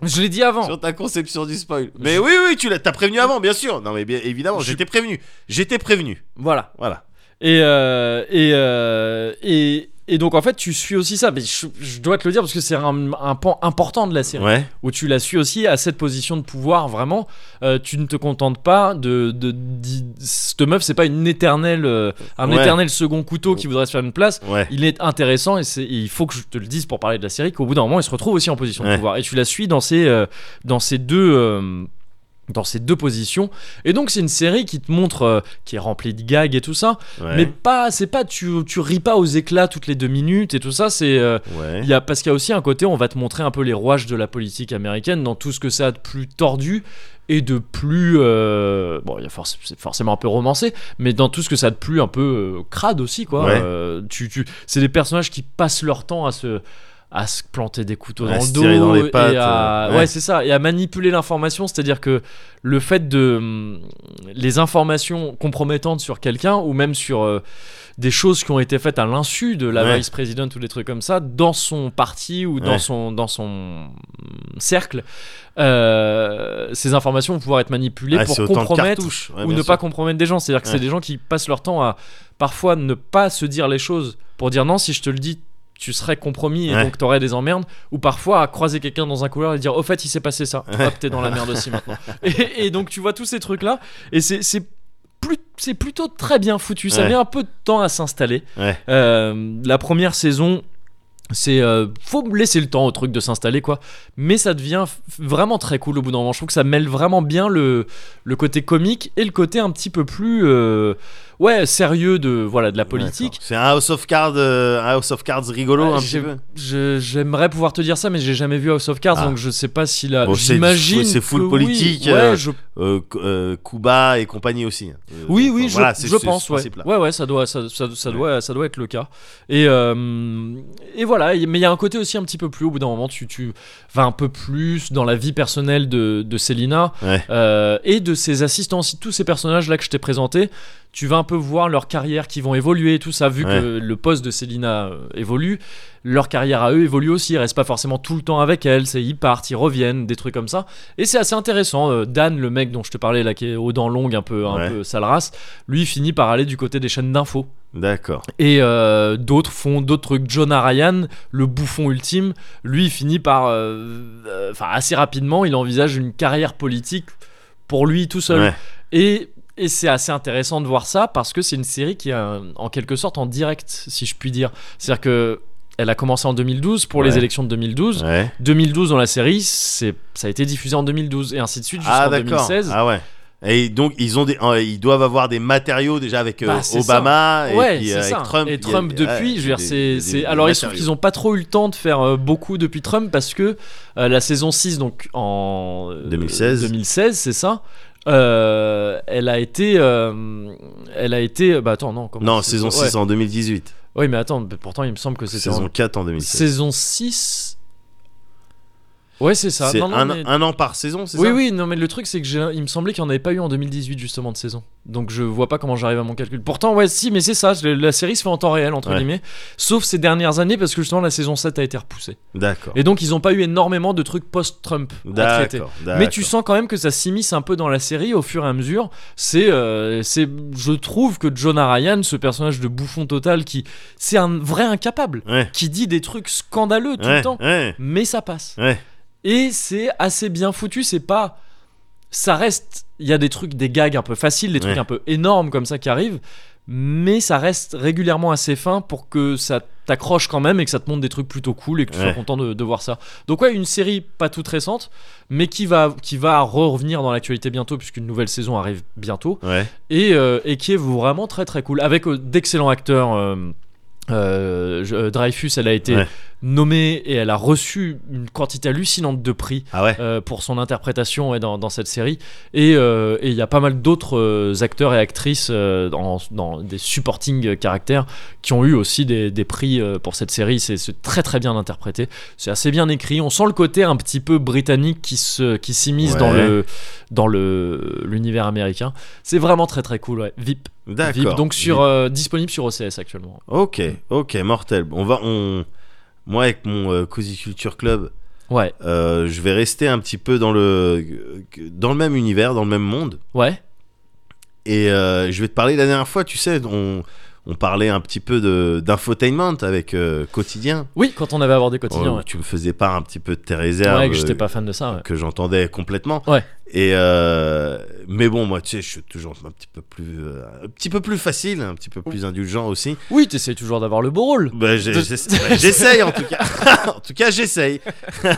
Speaker 1: Je l'ai dit avant.
Speaker 2: sur ta conception du spoil. Mais oui, oui, tu l'as t'as prévenu avant, bien sûr. Non, mais bien évidemment,
Speaker 1: Je-
Speaker 2: j'étais prévenu. J'étais prévenu.
Speaker 1: Voilà.
Speaker 2: Voilà.
Speaker 1: Et, euh, et, euh, et, Et donc en fait, tu suis aussi ça. Mais je, je dois te le dire parce que c'est un, un pan important de la série
Speaker 2: Ouais.
Speaker 1: où tu la suis aussi à cette position de pouvoir. Vraiment, Euh, tu ne te contentes pas de, de, d'i- cette meuf. C'est pas une éternelle, euh, un
Speaker 2: Ouais.
Speaker 1: éternel second couteau qui voudrait se faire une place.
Speaker 2: Ouais.
Speaker 1: Il est intéressant et, c'est- et il faut que je te le dise pour parler de la série qu'au bout d'un moment, il se retrouve aussi en position de
Speaker 2: Ouais.
Speaker 1: pouvoir. Et tu la suis dans ces, euh, dans ces deux. euh, dans ces deux positions et donc c'est une série qui te montre euh, qui est remplie de gags et tout ça
Speaker 2: Ouais.
Speaker 1: mais pas c'est pas tu tu ris pas aux éclats toutes les deux minutes et tout ça c'est euh,
Speaker 2: Ouais.
Speaker 1: il y a, parce qu'il y a aussi un côté, on va te montrer un peu les rouages de la politique américaine dans tout ce que ça a de plus tordu et de plus. euh, bon, il y a forc- c'est forcément un peu romancé, mais dans tout ce que ça a de plus un peu euh, crade aussi, quoi.
Speaker 2: Ouais.
Speaker 1: Euh, tu, tu, c'est des personnages qui passent leur temps à se à se planter des couteaux
Speaker 2: À
Speaker 1: dans
Speaker 2: se
Speaker 1: le
Speaker 2: tirer
Speaker 1: dos
Speaker 2: dans les pattes,
Speaker 1: et à
Speaker 2: euh, ouais.
Speaker 1: ouais, c'est ça et à manipuler l'information c'est-à-dire que le fait de hum, les informations compromettantes sur quelqu'un ou même sur euh, des choses qui ont été faites à l'insu de la
Speaker 2: Ouais.
Speaker 1: vice-présidente ou des trucs comme ça dans son parti ou dans
Speaker 2: Ouais.
Speaker 1: son dans son hum, cercle euh, ces informations vont pouvoir être manipulées
Speaker 2: Ah,
Speaker 1: pour
Speaker 2: c'est autant de
Speaker 1: compromettre
Speaker 2: cartouches. Ouais,
Speaker 1: ou
Speaker 2: bien
Speaker 1: ne
Speaker 2: sûr.
Speaker 1: pas compromettre des gens c'est-à-dire que
Speaker 2: Ouais.
Speaker 1: c'est des gens qui passent leur temps à parfois ne pas se dire les choses pour dire non si je te le dis tu serais compromis et
Speaker 2: Ouais.
Speaker 1: donc t'aurais des emmerdes ou parfois à croiser quelqu'un dans un couloir et dire au fait il s'est passé ça hop t'es dans la merde aussi maintenant et, et donc tu vois tous ces trucs là et c'est c'est plus- c'est plutôt très bien foutu ça
Speaker 2: Ouais.
Speaker 1: met un peu de temps à s'installer
Speaker 2: Ouais.
Speaker 1: Euh, la première saison c'est euh, faut laisser le temps au truc de s'installer quoi mais ça devient f- vraiment très cool au bout d'un moment je trouve que ça mêle vraiment bien le, le côté comique et le côté un petit peu plus euh, ouais sérieux de voilà de la politique
Speaker 2: D'accord. C'est un House of Cards, euh, un House of Cards rigolo
Speaker 1: Ouais,
Speaker 2: un
Speaker 1: j'ai-
Speaker 2: petit peu.
Speaker 1: Je- J'aimerais pouvoir te dire ça, mais j'ai jamais vu House of Cards,
Speaker 2: Ah.
Speaker 1: donc je sais pas si la.
Speaker 2: Bon, c'est-
Speaker 1: J'imagine.
Speaker 2: c'est full
Speaker 1: que oui.
Speaker 2: politique,
Speaker 1: Ouais,
Speaker 2: euh,
Speaker 1: je-
Speaker 2: Euh, K- euh, Kuba et compagnie aussi. Euh,
Speaker 1: Oui,
Speaker 2: donc,
Speaker 1: oui,
Speaker 2: euh,
Speaker 1: je,
Speaker 2: voilà, c'est-
Speaker 1: je
Speaker 2: c'est
Speaker 1: pense,
Speaker 2: ce
Speaker 1: ouais.
Speaker 2: principe-là.
Speaker 1: Ouais, ouais, ça doit, ça, ça- ça doit, ça doit être le cas. Et, euh, et voilà, y- mais il y a un côté aussi un petit peu plus, au bout d'un moment, tu, tu vas un peu plus dans la vie personnelle de, de Selina
Speaker 2: Ouais.
Speaker 1: euh, et de ses assistants aussi, tous ces personnages-là que je t'ai présentés. Tu vas un peu voir leur carrière qui vont évoluer, tout ça, vu que le poste de Selina euh, évolue, leur carrière à eux évolue aussi, ils restent pas forcément tout le temps avec elle, c'est ils partent, ils reviennent, des trucs comme ça. Et c'est assez intéressant. euh, Dan, le mec dont je te parlais là, qui est aux dents longues, un peu, un
Speaker 2: Ouais.
Speaker 1: peu sale race, lui finit par aller du côté des chaînes d'infos.
Speaker 2: D'accord.
Speaker 1: Et euh, d'autres font d'autres trucs. Jonah Ryan, le bouffon ultime, lui il finit par, euh, euh, enfin assez rapidement, il envisage une carrière politique pour lui tout seul.
Speaker 2: Ouais.
Speaker 1: Et, et c'est assez intéressant de voir ça parce que c'est une série qui est euh, en quelque sorte en direct, si je puis dire. C'est-à-dire que elle a commencé en 2012 pour les
Speaker 2: Ouais.
Speaker 1: élections de 2012.
Speaker 2: Ouais.
Speaker 1: 2012 dans la série, c'est ça a été diffusé en 2012 et ainsi de suite jusqu'en
Speaker 2: Ah d'accord.
Speaker 1: 2016.
Speaker 2: Ah ouais. Et donc ils ont des, euh, ils doivent avoir des matériaux déjà avec euh,
Speaker 1: Bah, c'est
Speaker 2: Obama et
Speaker 1: ouais,
Speaker 2: puis,
Speaker 1: c'est
Speaker 2: euh,
Speaker 1: ça. hein.
Speaker 2: avec Trump.
Speaker 1: et
Speaker 2: il y a-
Speaker 1: Trump
Speaker 2: ouais,
Speaker 1: depuis, je
Speaker 2: des-
Speaker 1: veux dire,
Speaker 2: des-
Speaker 1: c'est,
Speaker 2: des-
Speaker 1: c'est-
Speaker 2: des
Speaker 1: alors il se trouve
Speaker 2: matériaux.
Speaker 1: qu'ils n'ont pas trop eu le temps de faire euh, beaucoup depuis Trump parce que euh, la saison 6 donc en euh,
Speaker 2: 2016.
Speaker 1: 2016, c'est ça. euh, elle a été, euh, elle a été, bah attends non, comment
Speaker 2: Non,
Speaker 1: c'est-
Speaker 2: saison 6
Speaker 1: ouais.
Speaker 2: en 2018.
Speaker 1: Oui, mais attends, mais pourtant il me semble que c'était
Speaker 2: Saison
Speaker 1: en-
Speaker 2: 4 en 2016.
Speaker 1: saison 6. Ouais, c'est ça.
Speaker 2: C'est
Speaker 1: Non, non,
Speaker 2: un,
Speaker 1: mais-
Speaker 2: un an par saison, c'est
Speaker 1: oui,
Speaker 2: ça
Speaker 1: oui, non, mais le truc, c'est que j'ai- il me semblait qu'il n'y en avait pas eu en 2018, justement, de saison. Donc je vois pas comment j'arrive à mon calcul. Pourtant, ouais, si, mais c'est ça, je- la série se fait en temps réel, entre
Speaker 2: Ouais.
Speaker 1: guillemets. Sauf ces dernières années, parce que justement, la saison 7 a été repoussée.
Speaker 2: D'accord.
Speaker 1: Et donc, ils n'ont pas eu énormément de trucs post-Trump à traiter.
Speaker 2: D'accord.
Speaker 1: Mais tu
Speaker 2: d'accord.
Speaker 1: sens quand même que ça s'immisce un peu dans la série au fur et à mesure. C'est, euh, c'est, je trouve que Jonah Ryan, ce personnage de bouffon total, qui, c'est un vrai incapable,
Speaker 2: Ouais.
Speaker 1: qui dit des trucs scandaleux tout
Speaker 2: ouais,
Speaker 1: le temps
Speaker 2: Ouais.
Speaker 1: mais ça passe.
Speaker 2: Ouais.
Speaker 1: Et c'est assez bien foutu, c'est pas. Ça reste. Il y a des trucs, des gags un peu faciles, des trucs
Speaker 2: Ouais.
Speaker 1: un peu énormes comme ça qui arrivent, mais ça reste régulièrement assez fin pour que ça t'accroche quand même et que ça te montre des trucs plutôt cool et que tu sois
Speaker 2: Ouais.
Speaker 1: content de, de voir ça. Donc, ouais, une série pas toute récente, mais qui va, qui va revenir dans l'actualité bientôt, puisqu'une nouvelle saison arrive bientôt
Speaker 2: Ouais.
Speaker 1: et, euh, et qui est vraiment très très cool avec euh, d'excellents acteurs euh, euh, je- euh, Dreyfus elle a été
Speaker 2: Ouais.
Speaker 1: nommée et elle a reçu une quantité hallucinante de prix
Speaker 2: Ah ouais.
Speaker 1: euh, pour son interprétation ouais, dans, dans cette série et euh, et il y a pas mal d'autres euh, acteurs et actrices euh, dans, dans des supporting euh, caractères qui ont eu aussi des, des prix euh, pour cette série c'est c'est très très bien interprété c'est assez bien écrit on sent le côté un petit peu britannique qui se qui s'immisce dans
Speaker 2: Ouais.
Speaker 1: le dans le l'univers américain c'est vraiment très très cool ouais. VIP
Speaker 2: D'accord.
Speaker 1: VIP donc sur euh, disponible sur OCS actuellement
Speaker 2: Ok, ok, mortel. On va, on, moi avec mon euh, Cozy Culture Club,
Speaker 1: ouais
Speaker 2: euh, je vais rester un petit peu dans le, dans le même univers, dans le même monde.
Speaker 1: ouais
Speaker 2: Et euh, je vais te parler la dernière fois, tu sais, on, on parlait un petit peu de- d'infotainment avec euh, Quotidien.
Speaker 1: Oui, quand on avait abordé quotidien.
Speaker 2: Oh,
Speaker 1: ouais.
Speaker 2: Tu me faisais part un petit peu de tes
Speaker 1: Ouais,
Speaker 2: réserves.
Speaker 1: que j'étais
Speaker 2: euh,
Speaker 1: pas fan de ça. ouais.
Speaker 2: que j'entendais complètement.
Speaker 1: Ouais.
Speaker 2: Et euh, mais bon, moi, tu sais, je suis toujours un petit peu plus, euh, un petit peu plus facile, un petit peu plus indulgent aussi.
Speaker 1: Oui, t'essayes toujours d'avoir le beau rôle.
Speaker 2: Bah, j'ai-
Speaker 1: De-
Speaker 2: j'essa- ouais, j'essaye en tout cas. en tout cas, j'essaye.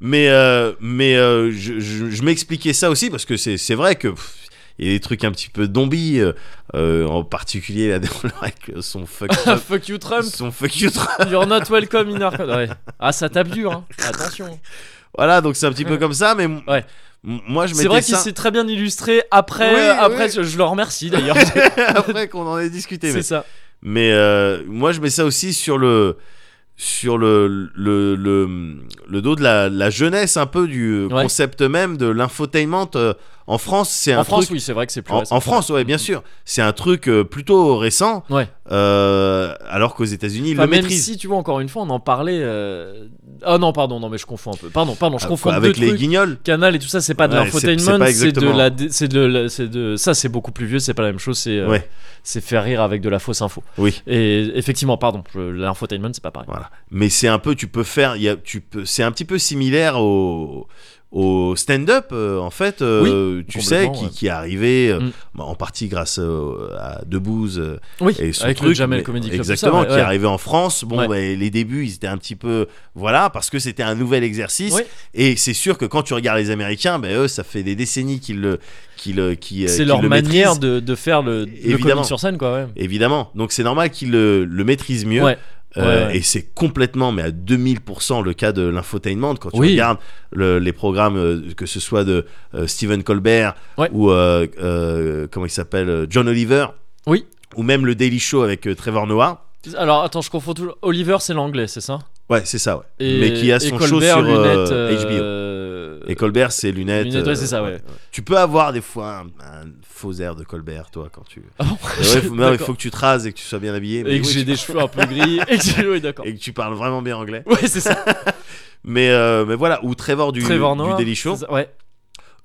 Speaker 2: mais euh, mais euh, je, je- je m'expliquais ça aussi parce que c'est c'est vrai que. pff, il y a des trucs un petit peu zombies, euh, euh, en particulier là, avec son fuck,
Speaker 1: Ah, fuck you Trump,
Speaker 2: son fuck you Trump.
Speaker 1: you're not welcome in our... Ouais. Ah, ça tape dur, hein. attention.
Speaker 2: Voilà, donc c'est un petit peu comme ça, mais m-
Speaker 1: Ouais.
Speaker 2: m- moi je
Speaker 1: C'est vrai
Speaker 2: mettais
Speaker 1: qu'il
Speaker 2: ça
Speaker 1: s'est très bien illustré après.
Speaker 2: Oui,
Speaker 1: euh, après,
Speaker 2: oui.
Speaker 1: je- je le remercie d'ailleurs.
Speaker 2: après qu'on en ait discuté. mais-
Speaker 1: C'est ça.
Speaker 2: Mais euh, moi, je mets ça aussi sur le sur le le, le, le dos de la, la jeunesse un peu du euh,
Speaker 1: Ouais.
Speaker 2: concept même de l'infotainment euh, en France c'est un
Speaker 1: En France,
Speaker 2: truc
Speaker 1: oui, c'est vrai que c'est plus.
Speaker 2: en,
Speaker 1: récent.
Speaker 2: en France ouais bien sûr c'est un truc euh, plutôt récent
Speaker 1: Ouais.
Speaker 2: euh, alors qu'aux États-Unis ils
Speaker 1: Enfin,
Speaker 2: le
Speaker 1: même
Speaker 2: maîtrisent
Speaker 1: si, tu vois, encore une fois, on en parlait. euh, Ah non, pardon, non, mais je confonds un peu. Pardon, pardon, je
Speaker 2: Ah,
Speaker 1: confonds
Speaker 2: avec
Speaker 1: deux
Speaker 2: les
Speaker 1: trucs.
Speaker 2: guignols
Speaker 1: Canal et tout ça, c'est pas de
Speaker 2: Ouais, c'est- c'est
Speaker 1: l'infotainment,
Speaker 2: pas
Speaker 1: c'est de
Speaker 2: exactement.
Speaker 1: la, dé- c'est de, la- c'est de, ça c'est beaucoup plus vieux, c'est pas la même chose, c'est, euh,
Speaker 2: Ouais.
Speaker 1: c'est faire rire avec de la fausse info.
Speaker 2: oui
Speaker 1: Et effectivement, pardon, je- l'infotainment c'est pas pareil.
Speaker 2: voilà mais c'est un peu tu peux faire il y a, tu peux c'est un petit peu similaire au au stand-up euh, en fait euh, tu sais
Speaker 1: complètement,
Speaker 2: qui,
Speaker 1: ouais.
Speaker 2: qui est arrivé euh,
Speaker 1: Mm.
Speaker 2: bah, en partie grâce euh, à Debouze euh,
Speaker 1: Oui,
Speaker 2: et son
Speaker 1: avec
Speaker 2: truc
Speaker 1: le Jamel
Speaker 2: mais-
Speaker 1: Comedy Club, tout ça,
Speaker 2: exactement
Speaker 1: ouais,
Speaker 2: qui
Speaker 1: ouais.
Speaker 2: est arrivé en France bon
Speaker 1: Ouais.
Speaker 2: bah, les débuts ils étaient un petit peu voilà parce que c'était un nouvel exercice
Speaker 1: Oui.
Speaker 2: et c'est sûr que quand tu regardes les Américains ben eux ça fait des décennies qu'ils le qu'ils le- qui euh,
Speaker 1: C'est
Speaker 2: qu'ils
Speaker 1: leur
Speaker 2: le
Speaker 1: manière
Speaker 2: maîtrisent,
Speaker 1: de, de faire le, le
Speaker 2: Évidemment.
Speaker 1: comique sur scène, quoi. Ouais.
Speaker 2: évidemment donc c'est normal qu'ils le, le maîtrisent mieux
Speaker 1: Ouais.
Speaker 2: Euh,
Speaker 1: Ouais, ouais.
Speaker 2: Et c'est complètement, mais à 2000% le cas de l'infotainment. Quand tu
Speaker 1: Oui.
Speaker 2: regardes le- les programmes, euh, que ce soit de euh, Stephen Colbert
Speaker 1: Ouais.
Speaker 2: ou, euh, euh, comment il s'appelle, euh, John Oliver.
Speaker 1: Oui.
Speaker 2: Ou même le Daily Show avec euh, Trevor Noah.
Speaker 1: Alors attends, je confonds tout. Oliver, c'est l'anglais, c'est ça
Speaker 2: Ouais, c'est ça, ouais.
Speaker 1: Et,
Speaker 2: Mais qui a
Speaker 1: et
Speaker 2: son show
Speaker 1: Colbert,
Speaker 2: sur euh,
Speaker 1: lunettes,
Speaker 2: HBO.
Speaker 1: euh,
Speaker 2: Et Colbert, c'est lunettes.
Speaker 1: lunettes, ouais, c'est ça, ouais.
Speaker 2: Tu peux avoir des fois un, un faux air de Colbert, toi, quand tu.
Speaker 1: Ah bon
Speaker 2: Ouais, faut- non, il
Speaker 1: D'accord.
Speaker 2: faut que tu te rases et que tu sois bien habillé. mais
Speaker 1: Et que
Speaker 2: oui,
Speaker 1: j'ai
Speaker 2: tu-
Speaker 1: des cheveux un peu gris. Et que oui, d'accord.
Speaker 2: et que tu parles vraiment bien anglais.
Speaker 1: Ouais, c'est ça.
Speaker 2: Mais, euh, mais voilà, ou Trevor du,
Speaker 1: Trevor
Speaker 2: du
Speaker 1: Noah.
Speaker 2: Daily Show.
Speaker 1: c'est ça, Ouais.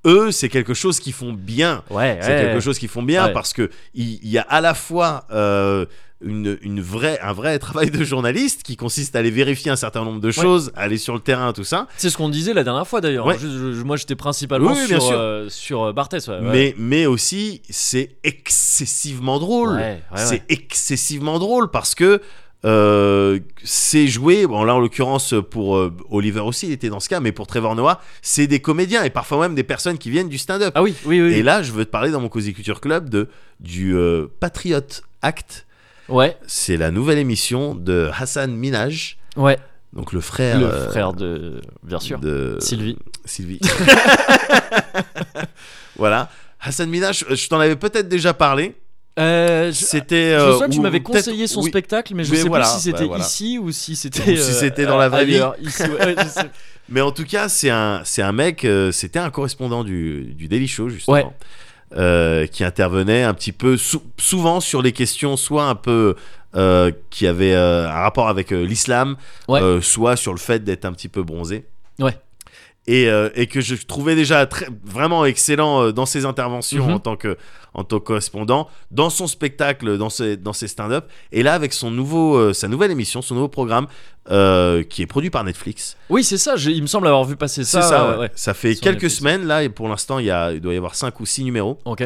Speaker 2: eux, c'est quelque chose qu'ils font bien.
Speaker 1: Ouais.
Speaker 2: C'est quelque chose qu'ils font bien
Speaker 1: Ouais.
Speaker 2: parce que il il y, a à la fois euh, une, une vraie, un vrai travail de journaliste qui consiste à aller vérifier un certain nombre de choses, aller sur le terrain, tout ça.
Speaker 1: C'est ce qu'on disait la dernière fois d'ailleurs.
Speaker 2: Ouais.
Speaker 1: Je- je- moi j'étais principalement
Speaker 2: Oui, oui, bien
Speaker 1: sur,
Speaker 2: sûr.
Speaker 1: euh, sur euh, Barthès. ouais, ouais.
Speaker 2: Mais, mais aussi, c'est excessivement drôle.
Speaker 1: Ouais, ouais,
Speaker 2: c'est
Speaker 1: ouais.
Speaker 2: excessivement drôle parce que euh, c'est joué. Bon, là en l'occurrence pour euh, Oliver aussi, il était dans ce cas, mais pour Trevor Noah, c'est des comédiens et parfois même des personnes qui viennent du stand-up.
Speaker 1: Ah oui, oui, oui.
Speaker 2: Et là, je veux te parler dans mon Cozy Culture Club de, du euh, Patriot Act.
Speaker 1: Ouais,
Speaker 2: C'est la nouvelle émission de Hassan Minaj,
Speaker 1: ouais.
Speaker 2: donc le frère,
Speaker 1: Le
Speaker 2: euh,
Speaker 1: frère de. Bien sûr.
Speaker 2: de
Speaker 1: Sylvie.
Speaker 2: Sylvie. voilà. Hassan Minaj, euh, je t'en avais peut-être déjà parlé.
Speaker 1: Euh, je,
Speaker 2: C'était.
Speaker 1: je me
Speaker 2: euh,
Speaker 1: souviens que tu
Speaker 2: ou-
Speaker 1: m'avais
Speaker 2: ou peut-être-
Speaker 1: conseillé son
Speaker 2: oui.
Speaker 1: spectacle, mais je
Speaker 2: Mais
Speaker 1: sais
Speaker 2: voilà,
Speaker 1: plus si c'était
Speaker 2: bah voilà.
Speaker 1: ici ou si c'était.
Speaker 2: Ou si
Speaker 1: euh,
Speaker 2: c'était dans la vraie vie.
Speaker 1: ailleurs, ici, ouais, ouais, je sais.
Speaker 2: Mais en tout cas, c'est un, c'est un mec, euh, c'était un correspondant du, du Daily Show, justement.
Speaker 1: Ouais.
Speaker 2: euh, qui intervenait un petit peu sou- souvent sur les questions, soit un peu euh, qui avaient euh, un rapport avec euh, l'islam,
Speaker 1: Ouais.
Speaker 2: euh, soit sur le fait d'être un petit peu bronzé.
Speaker 1: Ouais.
Speaker 2: Et, euh, et que je trouvais déjà très- vraiment excellent euh, dans ses interventions
Speaker 1: Mhm.
Speaker 2: en, tant que, en tant que correspondant, dans son spectacle, dans ses, dans ses stand-up, et là avec son nouveau, euh, sa nouvelle émission, son nouveau programme euh, qui est produit par Netflix.
Speaker 1: Oui, c'est ça, j'ai- il me semble avoir vu passer
Speaker 2: C'est
Speaker 1: ça.
Speaker 2: ça,
Speaker 1: euh,
Speaker 2: ouais.
Speaker 1: ouais.
Speaker 2: ça fait
Speaker 1: Sur
Speaker 2: quelques
Speaker 1: Netflix.
Speaker 2: semaines là, et pour l'instant il, y a- il doit y avoir 5 ou 6 numéros
Speaker 1: Ok.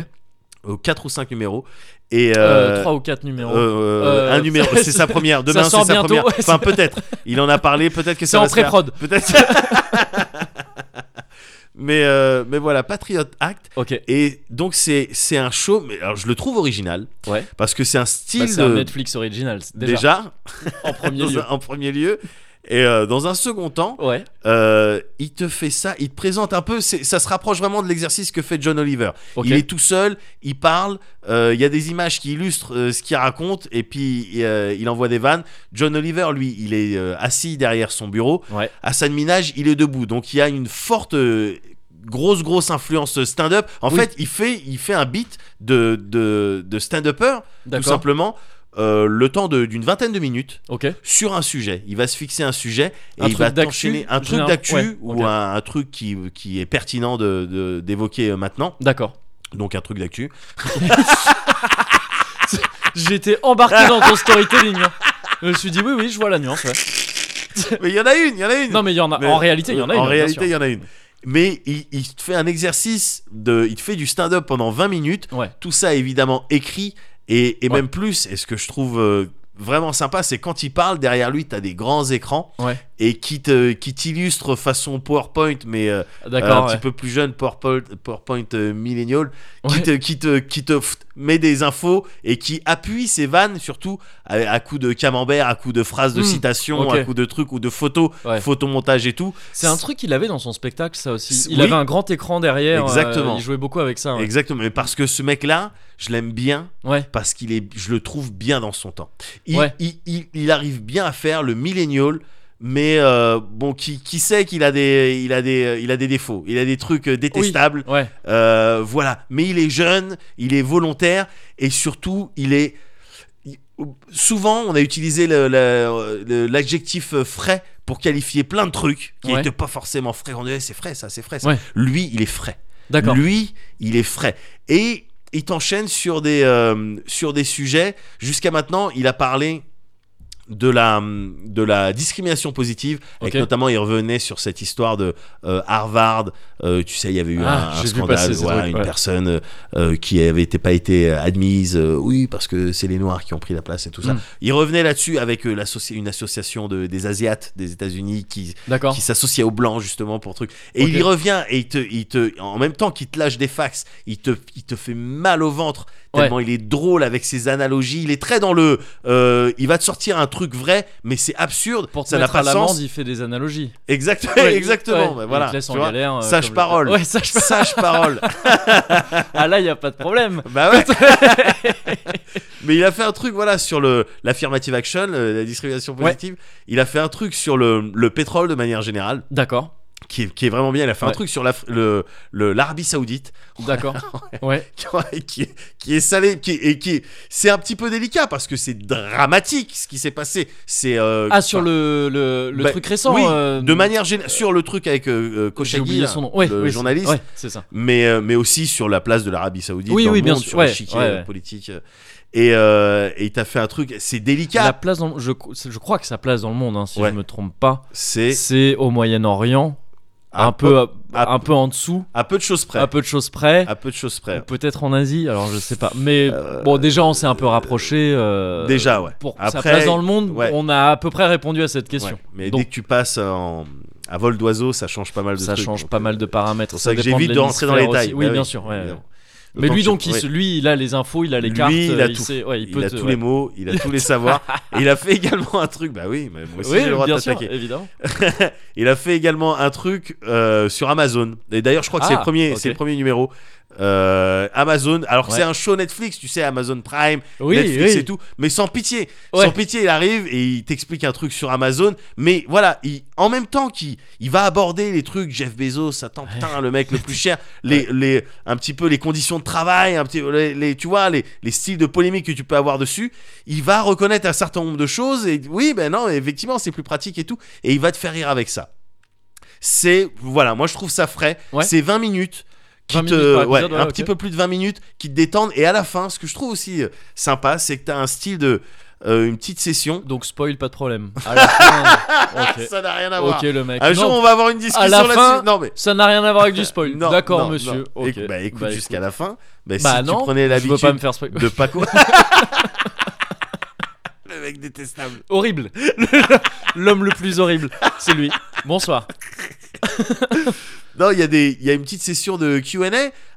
Speaker 2: 4 ou 5 numéros. Et, euh,
Speaker 1: 3 ou 4 numéros.
Speaker 2: euh,
Speaker 1: Euh,
Speaker 2: un numéro, c'est sa première. Demain,
Speaker 1: Ça
Speaker 2: c'est
Speaker 1: sort
Speaker 2: sa
Speaker 1: bientôt,
Speaker 2: première.
Speaker 1: ouais,
Speaker 2: Enfin, peut-être. Il en a parlé, peut-être que
Speaker 1: C'est
Speaker 2: ça va
Speaker 1: en
Speaker 2: se faire.
Speaker 1: pré-prod.
Speaker 2: Peut-être. mais, euh, mais voilà, Patriot Act.
Speaker 1: Ok.
Speaker 2: Et donc, c'est c'est un show. Mais alors, je le trouve original.
Speaker 1: Ouais.
Speaker 2: Parce que c'est un
Speaker 1: Bah,
Speaker 2: style
Speaker 1: c'est un
Speaker 2: de.
Speaker 1: Netflix original, déjà.
Speaker 2: déjà,
Speaker 1: en premier
Speaker 2: dans
Speaker 1: lieu.
Speaker 2: un- en premier lieu. Et euh, dans un second temps,
Speaker 1: Ouais.
Speaker 2: euh, il te fait ça, il te présente un peu, c'est- ça se rapproche vraiment de l'exercice que fait John Oliver.
Speaker 1: Ok.
Speaker 2: Il est tout seul, il parle, euh, il y a des images qui illustrent euh, ce qu'il raconte et puis euh, il envoie des vannes. John Oliver, lui, il est euh, assis derrière son bureau.
Speaker 1: Ouais.
Speaker 2: Hassan Minaj, il est debout. Donc il y a une forte, euh, grosse, grosse influence stand-up. En
Speaker 1: Oui.
Speaker 2: fait, il fait, il fait un beat de, de, de stand-upper, tout
Speaker 1: D'accord.
Speaker 2: simplement, euh, le temps de- d'une vingtaine de minutes
Speaker 1: Ok.
Speaker 2: sur un sujet. Il va se fixer un sujet et
Speaker 1: Un
Speaker 2: il
Speaker 1: truc
Speaker 2: va
Speaker 1: d'actu,
Speaker 2: t'enchaîner un truc
Speaker 1: général-
Speaker 2: d'actu
Speaker 1: ouais,
Speaker 2: ou
Speaker 1: ok.
Speaker 2: un, un truc qui, qui est pertinent d'évoquer de, d'évoquer euh, maintenant.
Speaker 1: D'accord.
Speaker 2: Donc un truc d'actu.
Speaker 1: J'étais embarqué dans ton storytelling. hein. Je me suis dit, oui, oui, je vois la nuance. ouais.
Speaker 2: Mais il y en a une, il y en a une.
Speaker 1: Non, mais il y en a.
Speaker 2: Mais-
Speaker 1: en réalité, il y en a une.
Speaker 2: En
Speaker 1: bien
Speaker 2: réalité,
Speaker 1: sûr.
Speaker 2: il y en a une. Mais il, il te fait un exercice de, il te fait du stand-up pendant 20 minutes.
Speaker 1: Ouais.
Speaker 2: Tout ça évidemment écrit et, et
Speaker 1: Ouais.
Speaker 2: même plus. Et ce que je trouve euh, vraiment sympa, c'est quand il parle derrière lui, t'as des grands écrans
Speaker 1: Ouais.
Speaker 2: et qui te, qui t'illustrent façon PowerPoint, mais euh,
Speaker 1: D'accord.
Speaker 2: un
Speaker 1: ouais.
Speaker 2: petit peu plus jeune, PowerPoint, PowerPoint euh, millennial,
Speaker 1: Ouais.
Speaker 2: qui te, qui te, qui te pff, met des infos et qui appuie ses vannes surtout à, à coups de camembert, à coups de phrases de
Speaker 1: Hmm,
Speaker 2: citations,
Speaker 1: ok.
Speaker 2: à coups de trucs ou de photos,
Speaker 1: Ouais.
Speaker 2: photomontage et tout.
Speaker 1: C'est un truc qu'il avait dans son spectacle, ça aussi.
Speaker 2: C'est-
Speaker 1: Il
Speaker 2: oui.
Speaker 1: avait un grand écran derrière. euh,
Speaker 2: Exactement.
Speaker 1: il jouait beaucoup avec ça. Ouais.
Speaker 2: Exactement, mais parce que ce mec-là, je l'aime bien
Speaker 1: Ouais.
Speaker 2: parce qu'il est, je le trouve bien dans son temps. Il,
Speaker 1: Ouais.
Speaker 2: il, il- il arrive bien à faire le millénial, mais euh, bon, qui, qui sait qu'il a des, il a des, il a des défauts, il a des trucs euh, détestables.
Speaker 1: Ouais.
Speaker 2: Euh, voilà. Mais il est jeune, il est volontaire et surtout, il est. il- Souvent, on a utilisé le- le- le- l'adjectif euh, frais pour qualifier plein de trucs qui
Speaker 1: Ouais.
Speaker 2: n'étaient pas forcément frais. On disait c'est frais ça, c'est frais ça.
Speaker 1: Ouais.
Speaker 2: Lui, il est frais.
Speaker 1: D'accord.
Speaker 2: Lui, il est frais. Et il t'enchaîne sur des, euh, sur des sujets. Jusqu'à maintenant, il a parlé de la, hum, de la discrimination positive.
Speaker 1: Ok.
Speaker 2: Et notamment, il revenait sur cette histoire de euh, Harvard. Euh, tu sais, il y avait eu
Speaker 1: Ah,
Speaker 2: un- un,
Speaker 1: j'ai vu
Speaker 2: scandale.
Speaker 1: passer ce
Speaker 2: voilà,
Speaker 1: truc,
Speaker 2: une
Speaker 1: ouais.
Speaker 2: personne euh, euh, qui avait été- pas été euh, admise. euh, oui, parce que c'est les Noirs qui ont pris la place et tout ça.
Speaker 1: Mm.
Speaker 2: Il revenait là-dessus avec euh, l'associ- une association de, des Asiates des États-Unis qui,
Speaker 1: D'accord.
Speaker 2: qui s'associe aux blancs justement pour truc et
Speaker 1: Ok.
Speaker 2: il y revient et il te, il te en même temps qu'il te lâche des fax il te, il te fait mal au ventre tellement il est drôle avec ses analogies il est très dans le euh, il va te sortir un truc vrai mais c'est absurde
Speaker 1: Pour te
Speaker 2: ça n'a
Speaker 1: mettre
Speaker 2: pas
Speaker 1: à
Speaker 2: de sens
Speaker 1: l'amende, il fait des analogies.
Speaker 2: Exact-
Speaker 1: Ouais,
Speaker 2: exactement
Speaker 1: ouais.
Speaker 2: bah
Speaker 1: Il
Speaker 2: voilà
Speaker 1: te laisse en
Speaker 2: tu vois.
Speaker 1: galère, euh,
Speaker 2: sage
Speaker 1: comme le-
Speaker 2: parole.
Speaker 1: Ouais, sage parole.
Speaker 2: sage parole
Speaker 1: Ah là, il y a pas de problème.
Speaker 2: bah ouais mais il a fait un truc voilà sur le l'affirmative action euh, la discrimination
Speaker 1: Ouais.
Speaker 2: positive il a fait un truc sur le, le pétrole de manière générale
Speaker 1: D'accord.
Speaker 2: qui est, qui est vraiment bien il a fait un
Speaker 1: Ouais.
Speaker 2: truc sur l'Af- le le- l'Arabie Saoudite
Speaker 1: D'accord. Ouais.
Speaker 2: qui, qui est salé qui, et qui c'est un petit peu délicat parce que c'est dramatique ce qui s'est passé c'est euh,
Speaker 1: Ah, sur le, le, le
Speaker 2: bah,
Speaker 1: truc récent.
Speaker 2: oui,
Speaker 1: euh,
Speaker 2: de manière générale sur le truc avec euh, euh,
Speaker 1: J'ai
Speaker 2: Khashoggi,
Speaker 1: oublié
Speaker 2: là,
Speaker 1: son nom. Ouais,
Speaker 2: le
Speaker 1: oui, c'est-
Speaker 2: journaliste
Speaker 1: Ouais, c'est ça.
Speaker 2: mais euh, mais aussi sur la place de l'Arabie Saoudite
Speaker 1: Oui,
Speaker 2: dans
Speaker 1: oui,
Speaker 2: le
Speaker 1: bien
Speaker 2: monde
Speaker 1: sûr,
Speaker 2: sur
Speaker 1: ouais,
Speaker 2: l'échiquier
Speaker 1: ouais,
Speaker 2: euh,
Speaker 1: ouais.
Speaker 2: politique et euh, et t'as fait un truc c'est délicat
Speaker 1: La place dans, je, je crois que sa place dans le monde, hein, si
Speaker 2: Ouais.
Speaker 1: je me trompe pas,
Speaker 2: c'est
Speaker 1: c'est au Moyen-Orient,
Speaker 2: à
Speaker 1: un peu,
Speaker 2: à-
Speaker 1: un peu en dessous,
Speaker 2: à peu de choses près
Speaker 1: à peu de choses près.
Speaker 2: à peu de choses
Speaker 1: Ou
Speaker 2: près Euh,
Speaker 1: Peut-être en Asie, alors je sais pas. Mais bon, déjà on s'est un peu rapproché. euh,
Speaker 2: déjà ouais
Speaker 1: Pour sa
Speaker 2: Après,
Speaker 1: place dans le monde,
Speaker 2: ouais.
Speaker 1: on a à peu près répondu à cette question.
Speaker 2: ouais. mais
Speaker 1: Donc-
Speaker 2: dès que tu passes en à vol d'oiseau ça change pas mal de
Speaker 1: ça
Speaker 2: trucs.
Speaker 1: change
Speaker 2: Donc,
Speaker 1: pas
Speaker 2: euh,
Speaker 1: mal de paramètres.
Speaker 2: C'est pour ça que
Speaker 1: dépend
Speaker 2: j'évite de rentrer dans les
Speaker 1: l'hémisphère
Speaker 2: détails.
Speaker 1: aussi. Oui,
Speaker 2: Bah
Speaker 1: bien sûr. ouais,
Speaker 2: évidemment.
Speaker 1: ouais. Mais
Speaker 2: D'autant
Speaker 1: lui,
Speaker 2: que-
Speaker 1: donc, il,
Speaker 2: ouais.
Speaker 1: se- lui, il a les infos, il a les
Speaker 2: Lui,
Speaker 1: cartes,
Speaker 2: il a tout.
Speaker 1: sait- ouais, il
Speaker 2: il
Speaker 1: peut
Speaker 2: a
Speaker 1: te-
Speaker 2: tous
Speaker 1: ouais.
Speaker 2: les mots, il a tous les savoirs. Et il a fait également un truc, bah oui, mais moi aussi
Speaker 1: Oui,
Speaker 2: j'ai le droit de
Speaker 1: bien sûr,
Speaker 2: t'attaquer.
Speaker 1: évidemment.
Speaker 2: Il a fait également un truc euh, sur Amazon. Et d'ailleurs, je crois que c'est
Speaker 1: Ah,
Speaker 2: le premier,
Speaker 1: ok.
Speaker 2: c'est le premier numéro. Euh, Amazon. Alors que
Speaker 1: Ouais.
Speaker 2: c'est un show Netflix, tu sais, Amazon Prime,
Speaker 1: Oui,
Speaker 2: Netflix
Speaker 1: oui.
Speaker 2: et tout, mais sans pitié.
Speaker 1: Ouais.
Speaker 2: Sans pitié, il arrive et il t'explique un truc sur Amazon. Mais voilà, il, en même temps qu'il il va aborder les trucs, Jeff Bezos, attends, putain, le mec le plus cher, les, les, un petit peu les conditions de travail, un petit, les, les- tu vois, les, les styles de polémique que tu peux avoir dessus. Il va reconnaître un certain nombre de choses et oui, ben non, effectivement, c'est plus pratique et tout. Et il va te faire rire avec ça. C'est, voilà, moi je trouve ça frais.
Speaker 1: Ouais.
Speaker 2: C'est 20 minutes. Qui
Speaker 1: 20
Speaker 2: te,
Speaker 1: minutes par
Speaker 2: ouais,
Speaker 1: épisode, ouais,
Speaker 2: un
Speaker 1: ok.
Speaker 2: petit peu plus de 20 minutes qui te détendent et à la fin ce que je trouve aussi euh, sympa c'est que t'as un style de euh, une petite session
Speaker 1: Donc, spoil, pas de problème. À la fin, ok.
Speaker 2: ça n'a rien à voir
Speaker 1: Ok, le mec.
Speaker 2: un
Speaker 1: Non,
Speaker 2: jour on va avoir une discussion
Speaker 1: À la
Speaker 2: là-dessus
Speaker 1: fin,
Speaker 2: non mais
Speaker 1: Ça n'a rien à voir avec du spoil.
Speaker 2: non,
Speaker 1: D'accord,
Speaker 2: non,
Speaker 1: monsieur.
Speaker 2: non.
Speaker 1: Ok.
Speaker 2: Écou- bah écoute
Speaker 1: Bah,
Speaker 2: jusqu'à la fin bah,
Speaker 1: Bah
Speaker 2: si
Speaker 1: non,
Speaker 2: tu prenais
Speaker 1: je veux pas me
Speaker 2: l'habitude
Speaker 1: faire spoil.
Speaker 2: de pas courir le mec détestable
Speaker 1: Horrible. L'homme le plus horrible, c'est lui. Bonsoir.
Speaker 2: Non, il y a des, il y a une petite session de Q&A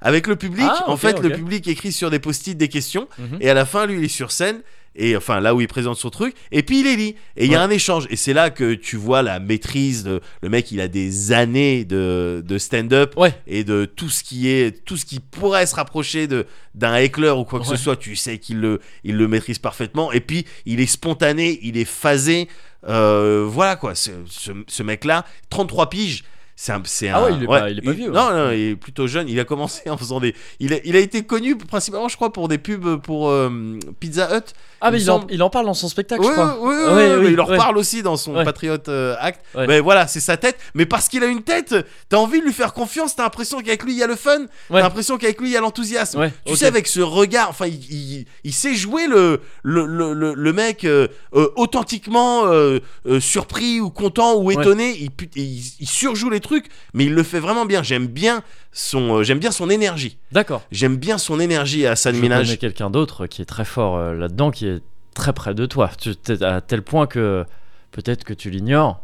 Speaker 2: avec le public.
Speaker 1: Ah,
Speaker 2: en
Speaker 1: ok,
Speaker 2: fait,
Speaker 1: ok.
Speaker 2: le public écrit sur des post-it des questions
Speaker 1: Mhm.
Speaker 2: et à la fin, lui, il est sur scène et enfin là où il présente son truc et puis il les lit et il y a un échange et c'est là que tu vois la maîtrise de le mec. Il a des années de, de stand-up
Speaker 1: Ouais.
Speaker 2: et de tout ce qui est tout ce qui pourrait se rapprocher de d'un éclair ou quoi que
Speaker 1: Ouais.
Speaker 2: ce soit. Tu sais qu'il le il le maîtrise parfaitement et puis il est spontané, il est phasé. Euh, voilà quoi, ce, ce, ce mec-là, 33 piges, C'est un, c'est
Speaker 1: Ah
Speaker 2: un-
Speaker 1: ouais, il est pas- il est pas vieux, hein.
Speaker 2: Non, non, il est plutôt jeune. Il a commencé en faisant des. Il a, il a été connu principalement, je crois, pour des pubs pour euh, Pizza Hut.
Speaker 1: Ah, mais
Speaker 2: Il me
Speaker 1: il en,
Speaker 2: semble-
Speaker 1: il en parle dans son spectacle,
Speaker 2: Oui,
Speaker 1: je crois.
Speaker 2: oui,
Speaker 1: Ouais,
Speaker 2: oui,
Speaker 1: ouais,
Speaker 2: oui,
Speaker 1: oui,
Speaker 2: il leur
Speaker 1: ouais.
Speaker 2: parle aussi dans son
Speaker 1: Ouais.
Speaker 2: Patriot euh, Act.
Speaker 1: Ouais.
Speaker 2: Mais voilà, c'est sa tête. Mais parce qu'il a une tête, t'as envie de lui faire confiance. T'as l'impression qu'avec lui, il y a le fun.
Speaker 1: Ouais.
Speaker 2: T'as l'impression qu'avec lui, il y a l'enthousiasme.
Speaker 1: Ouais,
Speaker 2: Tu
Speaker 1: ok.
Speaker 2: sais, avec ce regard, enfin, il, il- il sait jouer le, le, le, le- le mec euh, euh, authentiquement euh, euh, surpris ou content ou étonné. Il, put- il, il surjoue les trucs, mais il le fait vraiment bien. J'aime bien son, euh, j'aime bien son énergie.
Speaker 1: D'accord.
Speaker 2: J'aime bien son énergie à Hassan
Speaker 1: Je
Speaker 2: Minaj.
Speaker 1: connais quelqu'un d'autre qui est très fort euh, là-dedans, qui est très près de toi. Tu, t'es- à tel point que peut-être que tu l'ignores,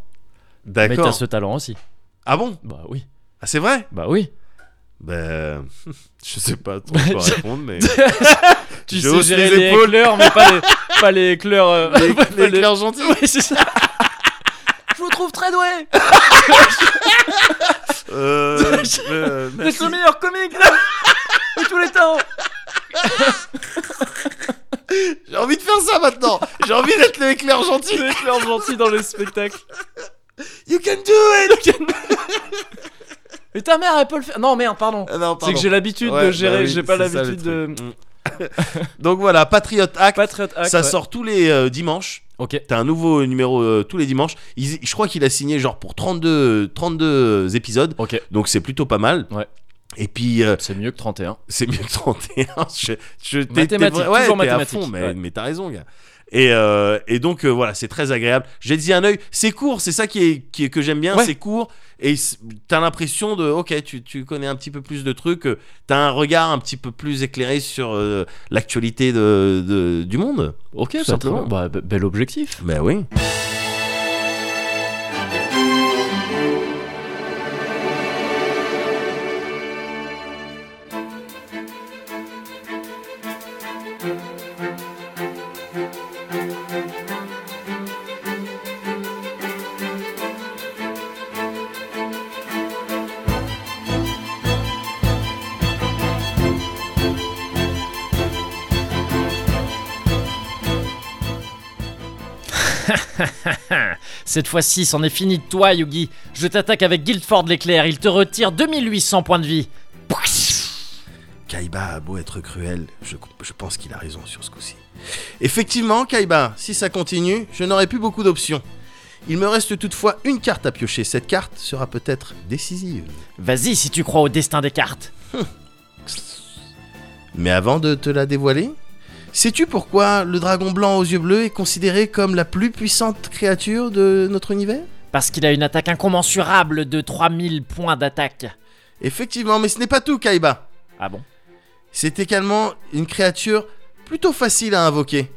Speaker 1: mais t'as
Speaker 2: D'accord.
Speaker 1: ce talent aussi.
Speaker 2: Ah bon
Speaker 1: Bah oui.
Speaker 2: Ah, c'est vrai
Speaker 1: Bah oui.
Speaker 2: Ben, je sais pas trop quoi répondre, mais
Speaker 1: Tu
Speaker 2: Je
Speaker 1: sais
Speaker 2: hausse
Speaker 1: gérer
Speaker 2: les
Speaker 1: les
Speaker 2: épaules.
Speaker 1: éclairs, mais pas les, pas les éclairs. euh,
Speaker 2: les,
Speaker 1: pas les-
Speaker 2: les clairs gentils.
Speaker 1: Oui, c'est ça.
Speaker 3: Ah,
Speaker 1: Je vous trouve très doué.
Speaker 2: Euh, euh,
Speaker 1: Vous êtes le meilleur comique de tous les temps.
Speaker 2: J'ai envie de faire ça maintenant. J'ai envie d'être le éclair gentil.
Speaker 1: Les éclairs gentils dans les spectacles.
Speaker 2: You can do it.
Speaker 1: Mais ta mère, elle peut le faire. Non, merde, pardon.
Speaker 2: Ah non,
Speaker 1: C'est
Speaker 2: pardon.
Speaker 1: que j'ai l'habitude
Speaker 2: Ouais,
Speaker 1: de
Speaker 2: bah
Speaker 1: gérer,
Speaker 2: oui,
Speaker 1: j'ai pas
Speaker 2: c'est ça, le
Speaker 1: l'habitude de.
Speaker 2: truc. Mm. Donc voilà, Patriot Act.
Speaker 1: Patriot Act.
Speaker 2: ça
Speaker 1: ouais.
Speaker 2: sort tous les euh, dimanches.
Speaker 1: Ok.
Speaker 2: T'as un nouveau numéro euh, tous les dimanches. Il- je crois qu'il a signé genre pour 32, 32 épisodes.
Speaker 1: Ok.
Speaker 2: Donc c'est plutôt pas mal.
Speaker 1: Ouais.
Speaker 2: Et puis euh,
Speaker 1: C'est mieux que 31.
Speaker 2: c'est mieux que 31. Je, je, t'es- t'es
Speaker 1: Mathématiques,
Speaker 2: vrai- ouais,
Speaker 1: toujours
Speaker 2: t'es
Speaker 1: mathématiques,
Speaker 2: À fond, mais
Speaker 1: ouais.
Speaker 2: mais t'as raison, gars. Et, euh, et donc euh, voilà, c'est très agréable. J'ai dit un œil, c'est court, c'est ça qui est, qui est- que j'aime bien,
Speaker 1: Ouais.
Speaker 2: c'est court. Et c'est- t'as l'impression de, ok, tu, tu connais un petit peu plus de trucs, euh, t'as un regard un petit peu plus éclairé sur euh, l'actualité de, de- du monde. Ok, tout simplement.
Speaker 1: Bah, be- bel objectif.
Speaker 2: Ben oui.
Speaker 6: Cette fois-ci, c'en est fini de toi, Yugi. Je t'attaque avec Guildford l'éclair, il te retire 2800 points de vie.
Speaker 2: Kaiba a beau être cruel, je, je pense qu'il a raison sur ce coup-ci. Effectivement, Kaiba, si ça continue, je n'aurai plus beaucoup d'options. Il me reste toutefois une carte à piocher. Cette carte sera peut-être décisive.
Speaker 6: Vas-y si tu crois au destin des cartes.
Speaker 2: Mais avant de te la dévoiler, sais-tu pourquoi le dragon blanc aux yeux bleus est considéré comme la plus puissante créature de notre univers
Speaker 6: Parce qu'il a une attaque incommensurable de 3000 points d'attaque.
Speaker 2: Effectivement, mais ce n'est pas tout, Kaiba.
Speaker 6: Ah bon
Speaker 2: C'est également une créature plutôt facile à invoquer.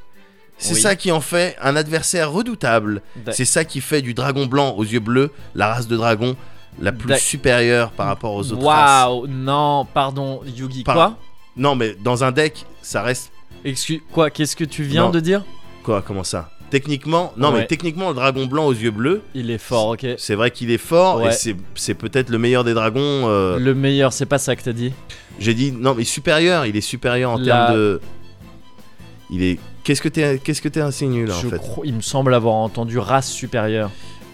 Speaker 2: C'est
Speaker 6: Oui.
Speaker 2: ça qui en fait un adversaire redoutable.
Speaker 6: D'ac-
Speaker 2: C'est ça qui fait du dragon blanc aux yeux bleus la race de dragon la plus
Speaker 6: D'ac-
Speaker 2: supérieure par rapport aux autres races.
Speaker 6: Waouh, non, pardon, Yugi,
Speaker 2: Par-
Speaker 6: quoi
Speaker 2: Non, mais dans un deck, ça reste
Speaker 1: Excuse. Quoi Qu'est-ce que tu viens
Speaker 2: Non.
Speaker 1: de dire
Speaker 2: quoi Comment ça Techniquement, non,
Speaker 1: Ouais.
Speaker 2: mais techniquement, le dragon blanc aux yeux bleus,
Speaker 1: Il est fort, ok.
Speaker 2: c'est vrai qu'il est fort
Speaker 1: Ouais.
Speaker 2: et c'est- c'est peut-être le meilleur des dragons. euh,
Speaker 1: Le meilleur, c'est pas ça que t'as dit.
Speaker 2: J'ai dit non, mais supérieur, il est supérieur en
Speaker 1: La-
Speaker 2: termes de. Il est. Qu'est-ce que t'es, qu'est-ce que t'es insinué là
Speaker 1: Je
Speaker 2: en fait
Speaker 1: crois- Il me semble avoir entendu race supérieure.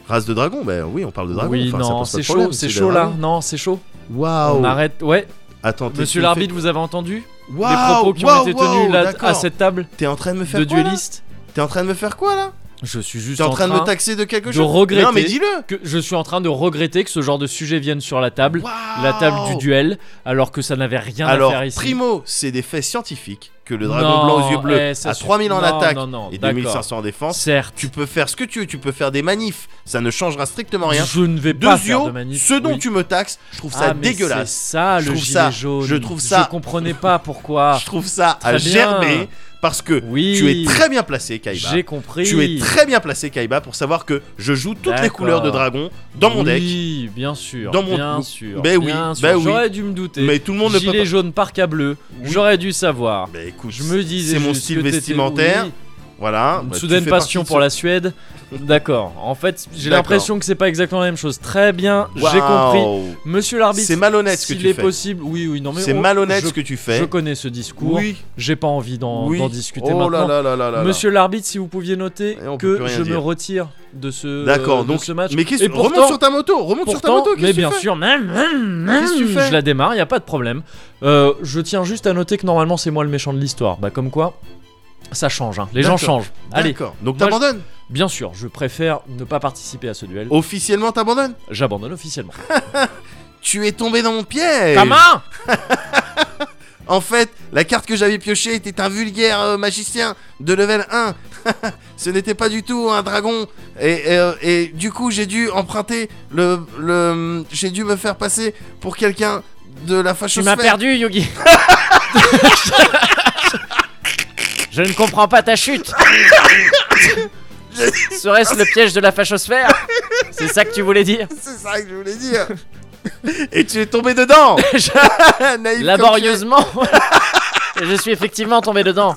Speaker 2: Race de dragon Ben oui, on parle de dragon.
Speaker 1: oui,
Speaker 2: enfin, ça
Speaker 1: non,
Speaker 2: pose pas de
Speaker 1: c'est chaud,
Speaker 2: problème,
Speaker 1: c'est
Speaker 2: des
Speaker 1: chaud là.
Speaker 2: dragons.
Speaker 1: Non, c'est chaud. On
Speaker 2: Waouh
Speaker 1: arrête. Ouais,
Speaker 2: Attends, t'es- tu
Speaker 1: monsieur
Speaker 2: me
Speaker 1: l'arbitre, vous avez entendu
Speaker 2: fais-
Speaker 1: les
Speaker 2: Waouh,
Speaker 1: propos qui ont
Speaker 2: waouh,
Speaker 1: été
Speaker 2: waouh,
Speaker 1: tenus là,
Speaker 2: d'accord.
Speaker 1: à cette table
Speaker 2: T'es en train de me faire
Speaker 1: de
Speaker 2: quoi, là
Speaker 1: duellistes
Speaker 2: T'es en train de me faire quoi là
Speaker 1: Je suis juste
Speaker 2: T'es en train de me taxer de quelque
Speaker 1: de
Speaker 2: chose
Speaker 1: regretter.
Speaker 2: Non mais dis-le
Speaker 1: que je suis en train de regretter que ce genre de sujet vienne sur la table,
Speaker 2: Waouh
Speaker 1: la table du duel, alors que ça n'avait rien
Speaker 2: Alors,
Speaker 1: à faire ici.
Speaker 2: primo, c'est des faits scientifiques que le dragon
Speaker 1: Non,
Speaker 2: blanc aux yeux bleus
Speaker 1: eh, ça
Speaker 2: a
Speaker 1: suffit.
Speaker 2: 3000 en
Speaker 1: Non,
Speaker 2: attaque
Speaker 1: non, non,
Speaker 2: et
Speaker 1: d'accord.
Speaker 2: 2500 en défense.
Speaker 1: certes,
Speaker 2: Tu peux faire ce que tu veux, tu peux faire des manifs, ça ne changera strictement rien.
Speaker 1: je ne vais
Speaker 2: Deux
Speaker 1: pas
Speaker 2: yeux,
Speaker 1: faire de manif.
Speaker 2: ce dont
Speaker 1: oui.
Speaker 2: tu me taxes, je trouve ça
Speaker 1: Ah, mais
Speaker 2: dégueulasse.
Speaker 1: C'est ça
Speaker 2: Je
Speaker 1: le
Speaker 2: trouve
Speaker 1: gilet
Speaker 2: ça-
Speaker 1: jaune.
Speaker 2: je trouve ça-
Speaker 1: Je comprenais pas pourquoi.
Speaker 2: Je trouve ça à
Speaker 1: Très bien.
Speaker 2: germer parce que
Speaker 1: Oui.
Speaker 2: tu es très bien placé, Kaiba.
Speaker 1: J'ai compris.
Speaker 2: Tu es très bien placé, Kaiba, pour savoir que je joue toutes les
Speaker 1: D'accord.
Speaker 2: couleurs de dragon dans mon deck.
Speaker 1: Oui, bien sûr.
Speaker 2: Dans mon-
Speaker 1: Bien sûr.
Speaker 2: Ben oui,
Speaker 1: bien sûr.
Speaker 2: ben oui.
Speaker 1: J'aurais dû me douter.
Speaker 2: Mais tout le monde ne peut
Speaker 1: Gilet
Speaker 2: pas.
Speaker 1: jaune parka bleu.
Speaker 2: Oui.
Speaker 1: J'aurais dû savoir.
Speaker 2: Bah écoute,
Speaker 1: Je me disais.
Speaker 2: c'est mon
Speaker 1: juste
Speaker 2: style
Speaker 1: que t'étais-
Speaker 2: vestimentaire.
Speaker 1: Oui,
Speaker 2: Voilà. bah, tu
Speaker 1: Soudaine
Speaker 2: fais
Speaker 1: passion
Speaker 2: partie de
Speaker 1: pour
Speaker 2: ceux-
Speaker 1: la Suède. D'accord. En fait, j'ai
Speaker 2: D'accord.
Speaker 1: l'impression que c'est pas exactement la même chose. Très bien, j'ai compris.
Speaker 2: Waouh.
Speaker 1: Monsieur l'arbitre,
Speaker 2: C'est malhonnête ce que
Speaker 1: s'il
Speaker 2: tu
Speaker 1: est
Speaker 2: fais.
Speaker 1: possible, oui, oui, non mais
Speaker 2: C'est
Speaker 1: on-
Speaker 2: malhonnête
Speaker 1: je-
Speaker 2: ce que tu fais.
Speaker 1: Je connais ce discours.
Speaker 2: Oui.
Speaker 1: J'ai pas envie d'en
Speaker 2: oui.
Speaker 1: d'en discuter
Speaker 2: oh
Speaker 1: maintenant.
Speaker 2: Là là là là là là.
Speaker 1: Monsieur l'arbitre, si vous pouviez noter
Speaker 2: Et on peut
Speaker 1: que
Speaker 2: plus rien
Speaker 1: je me
Speaker 2: dire.
Speaker 1: retire de ce
Speaker 2: D'accord.
Speaker 1: de
Speaker 2: Donc
Speaker 1: ce match.
Speaker 2: Mais qu'est-ce
Speaker 1: Et
Speaker 2: que
Speaker 1: pourtant-
Speaker 2: remonte sur ta moto, remonte sur ta
Speaker 1: Pourtant,
Speaker 2: moto. qu'est-ce
Speaker 1: mais
Speaker 2: que tu
Speaker 1: bien
Speaker 2: fais
Speaker 1: sûr, même, même, même,
Speaker 2: Qu'est-ce que tu fais
Speaker 1: je la démarre, y a pas de problème. Euh, je tiens juste à noter que normalement c'est moi le méchant de l'histoire. Bah comme quoi, ça change. hein. Les gens
Speaker 2: D'accord.
Speaker 1: changent. Allez,
Speaker 2: D'accord. Donc
Speaker 1: Moi, je-
Speaker 2: t'abandonnes.
Speaker 1: bien sûr, je préfère ne pas participer à ce duel.
Speaker 2: Oh. Officiellement t'abandonnes.
Speaker 1: J'abandonne officiellement.
Speaker 2: Tu es tombé dans mon piège.
Speaker 1: Comment
Speaker 2: En fait, la carte que j'avais piochée était un vulgaire euh, magicien de level 1. Ce n'était pas du tout un dragon. Et, et, euh, et du coup, j'ai dû emprunter le. le j'ai dû me faire passer pour quelqu'un de la
Speaker 6: Tu m'as
Speaker 2: fachosphère.
Speaker 6: perdu, Yogi. Je ne comprends pas ta chute. Serait-ce le piège de la fachosphère C'est ça que tu voulais dire
Speaker 2: C'est ça que je voulais dire. et tu es tombé dedans. Naïf
Speaker 6: Laborieusement. Et Je suis effectivement tombé dedans.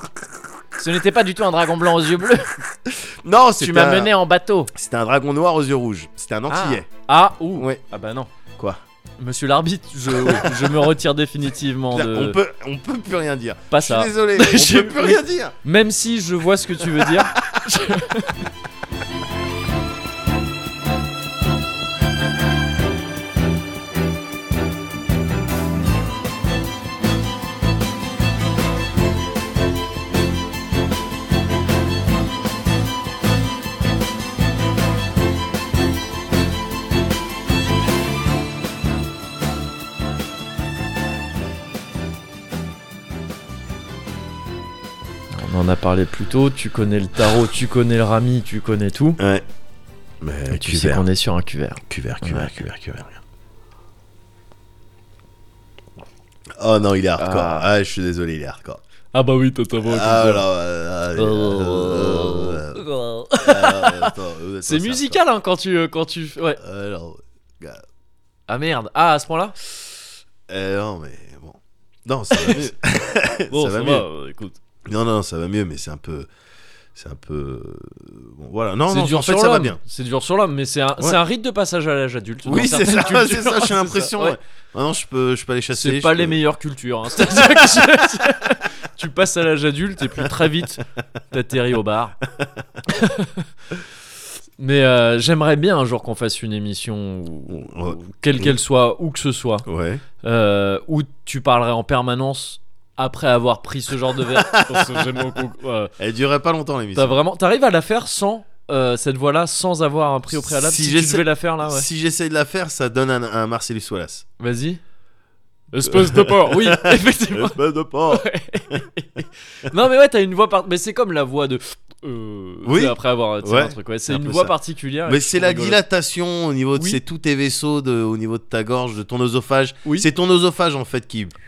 Speaker 6: Ce n'était pas du tout un dragon blanc aux yeux bleus.
Speaker 2: comme tu es. Non,
Speaker 6: Tu
Speaker 2: c'était
Speaker 6: m'as
Speaker 2: un-
Speaker 6: mené en bateau.
Speaker 2: C'était un dragon noir aux yeux rouges. C'était un antillais.
Speaker 1: Ah ou
Speaker 2: Ouais.
Speaker 1: ah bah non.
Speaker 2: Quoi
Speaker 1: Monsieur l'arbitre, je, je me retire définitivement de
Speaker 2: On peut, on peut plus rien dire.
Speaker 1: pas
Speaker 2: Je suis
Speaker 1: ça.
Speaker 2: désolé.
Speaker 1: Je-
Speaker 2: on peut plus rien dire.
Speaker 1: Même si je vois ce que tu veux dire. On en a parlé plus tôt. Tu connais le tarot, tu connais le rami, tu connais tout.
Speaker 2: Ouais. Mais
Speaker 1: Et tu sais qu'on est sur un cuvert.
Speaker 2: Cuvert, cuvert, cuvert, cuvert. Oh non, il est hardcore. Ah, je suis désolé, il est hardcore.
Speaker 1: Ah bah oui, t'as
Speaker 2: Ah, là, là, là, là,
Speaker 1: Oh.
Speaker 2: là, là, là, là, euh, attends, vous êtes
Speaker 1: C'est
Speaker 2: sincère,
Speaker 1: musical hein, quand tu quand tu ouais.
Speaker 2: quoi. Alors,
Speaker 1: Ah merde. Ah à ce point-là.
Speaker 2: euh, non, mais bon. Non, ça va mieux.
Speaker 1: Bon,
Speaker 2: ça va mieux.
Speaker 1: euh, écoute.
Speaker 2: Non, non, ça va mieux, mais c'est un peu. C'est un peu. euh, Bon, voilà. Non,
Speaker 1: C'est
Speaker 2: non,
Speaker 1: dur
Speaker 2: en fait,
Speaker 1: sur
Speaker 2: ça va
Speaker 1: l'homme.
Speaker 2: bien.
Speaker 1: C'est dur sur l'homme, mais c'est un
Speaker 2: Ouais.
Speaker 1: c'est un rite de passage à l'âge adulte. dans
Speaker 2: Oui, c'est ça,
Speaker 1: certaines
Speaker 2: c'est
Speaker 1: cultures,
Speaker 2: ça, j'ai
Speaker 1: c'est
Speaker 2: l'impression.
Speaker 1: ouais.
Speaker 2: ouais. Maintenant, je peux, je peux aller chasser.
Speaker 1: C'est
Speaker 2: je
Speaker 1: pas
Speaker 2: peux-
Speaker 1: les meilleures cultures. hein. C'est-à-dire que je- tu passes à l'âge adulte et puis très vite, t'atterris au bar. Mais euh, j'aimerais bien un jour qu'on fasse une émission, où- où-
Speaker 2: Ouais.
Speaker 1: quelle qu'elle soit, où que ce soit,
Speaker 2: Ouais.
Speaker 1: euh, où tu parlerais en permanence après avoir pris ce genre de verre. Parce que j'aime beaucoup, euh,
Speaker 2: Elle durait pas longtemps, l'émission.
Speaker 1: T'as vraiment, t'arrives à la faire sans euh, cette voix-là, sans avoir un prix au préalable.
Speaker 2: Si
Speaker 1: Si, tu
Speaker 2: j'essaie-
Speaker 1: devais la faire là, Ah ouais.
Speaker 2: Si j'essaie de la faire, ça donne un, un Marcellus Wallace.
Speaker 1: Vas-y. Espèce de porc, oui, effectivement.
Speaker 2: Espèce Eh ben, de porc.
Speaker 1: Non mais ouais, t'as une voix par... mais c'est comme la voix de euh,
Speaker 2: Oui.
Speaker 1: tu sais, après avoir tu sais,
Speaker 2: Ouais.
Speaker 1: un truc ouais, c'est
Speaker 2: Un
Speaker 1: une
Speaker 2: peu
Speaker 1: voix
Speaker 2: ça.
Speaker 1: particulière. et
Speaker 2: Mais
Speaker 1: je
Speaker 2: c'est
Speaker 1: trouve
Speaker 2: la
Speaker 1: rigolo.
Speaker 2: dilatation au niveau de
Speaker 1: Oui.
Speaker 2: c'est tous tes vaisseaux, de, au niveau de ta gorge, de ton osophage.
Speaker 1: Oui.
Speaker 2: C'est ton osophage en fait qui. Enfin,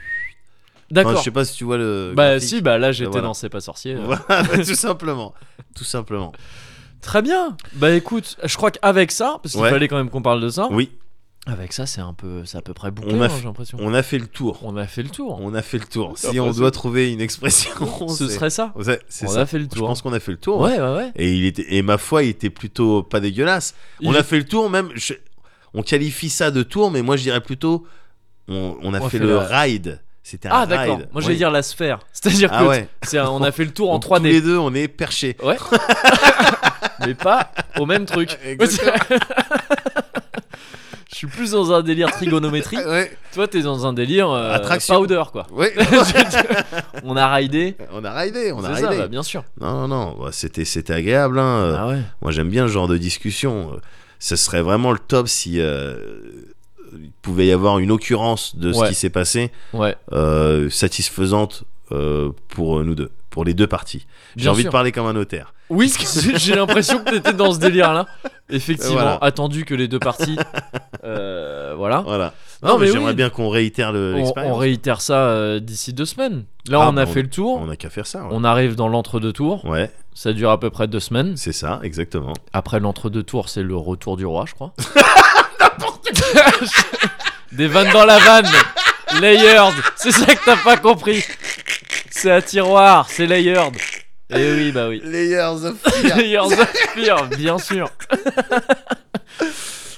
Speaker 1: D'accord.
Speaker 2: je sais pas si tu vois le.
Speaker 1: bah
Speaker 2: graphique.
Speaker 1: si, bah là j'étais
Speaker 2: Voilà.
Speaker 1: dans C'est pas sorcier. euh.
Speaker 2: Voilà, bah, tout simplement. Tout simplement.
Speaker 1: Très bien. Bah écoute, je crois qu'avec ça parce qu'il
Speaker 2: Ouais.
Speaker 1: fallait quand même qu'on parle de ça.
Speaker 2: Oui,
Speaker 1: Avec ça, c'est un peu c'est à peu près bouclé,
Speaker 2: On a
Speaker 1: hein,
Speaker 2: fait-
Speaker 1: j'ai l'impression.
Speaker 2: on a fait le tour.
Speaker 1: On... a fait le tour.
Speaker 2: On a fait le tour. Si
Speaker 1: Après,
Speaker 2: on
Speaker 1: c'est-
Speaker 2: doit trouver une expression,
Speaker 1: Ce
Speaker 2: c'est-
Speaker 1: serait ça.
Speaker 2: Ouais, C'est
Speaker 1: On
Speaker 2: ça.
Speaker 1: a fait le
Speaker 2: Je
Speaker 1: tour.
Speaker 2: pense qu'on a fait le tour. hein.
Speaker 1: Ouais, ouais, ouais.
Speaker 2: Et il était et ma foi, il était plutôt pas dégueulasse. On
Speaker 1: Il-
Speaker 2: a fait le tour même. je- On qualifie ça de tour, mais moi je dirais plutôt on, on a
Speaker 1: On a
Speaker 2: fait,
Speaker 1: fait
Speaker 2: le
Speaker 1: la-
Speaker 2: ride. C'était un
Speaker 1: Ah
Speaker 2: ride.
Speaker 1: d'accord. Moi j'allais
Speaker 2: Oui.
Speaker 1: dire la sphère. C'est-à-dire
Speaker 2: Ah
Speaker 1: que
Speaker 2: ouais.
Speaker 1: c'est un- on a fait le tour en
Speaker 2: Donc, tous
Speaker 1: 3D,
Speaker 2: les deux, on est perchés.
Speaker 1: mais pas au même truc.
Speaker 2: Euh, Exactement.
Speaker 1: Je suis plus dans un délire trigonométrie.
Speaker 2: euh, ouais.
Speaker 1: Toi, t'es dans un délire euh,
Speaker 2: Attraction.
Speaker 1: powder, quoi.
Speaker 2: ouais.
Speaker 1: On a raidé.
Speaker 2: on a ridé, on a
Speaker 1: C'est ça,
Speaker 2: ridé.
Speaker 1: bah, bien Ah. sûr.
Speaker 2: non, non, non. bah, C'était, c'était agréable. hein. Euh,
Speaker 1: ouais.
Speaker 2: Moi, j'aime bien ce genre de discussion. Euh, Ce serait vraiment le top si euh, il pouvait y avoir une occurrence de ce
Speaker 1: Ouais.
Speaker 2: qui s'est passé
Speaker 1: Ouais.
Speaker 2: euh, satisfaisante euh, pour nous deux, pour les deux parties. J'ai
Speaker 1: bien
Speaker 2: envie
Speaker 1: sûr.
Speaker 2: de parler comme un notaire.
Speaker 1: Oui, j'ai j'ai l'impression que t'étais dans ce délire-là. Effectivement,
Speaker 2: Voilà.
Speaker 1: attendu que les deux parties. euh, voilà.
Speaker 2: Voilà.
Speaker 1: Non, mais
Speaker 2: j'aimerais
Speaker 1: oui.
Speaker 2: bien qu'on réitère le-
Speaker 1: On, on
Speaker 2: l'expérience.
Speaker 1: réitère ça euh, d'ici deux semaines. Là,
Speaker 2: Ah,
Speaker 1: on a
Speaker 2: on-
Speaker 1: fait le tour.
Speaker 2: On n'a qu'à faire ça. Ouais,
Speaker 1: On arrive dans l'entre-deux-tours.
Speaker 2: Ouais,
Speaker 1: Ça dure à peu près deux semaines.
Speaker 2: c'est ça, exactement.
Speaker 1: Après l'entre-deux-tours, c'est le retour du roi, je crois. Des vannes dans la vanne Layered C'est ça que t'as pas compris C'est à tiroir, c'est layered
Speaker 6: Eh oui, bah oui.
Speaker 2: Layers of Fear.
Speaker 1: Layers of Fear, bien sûr.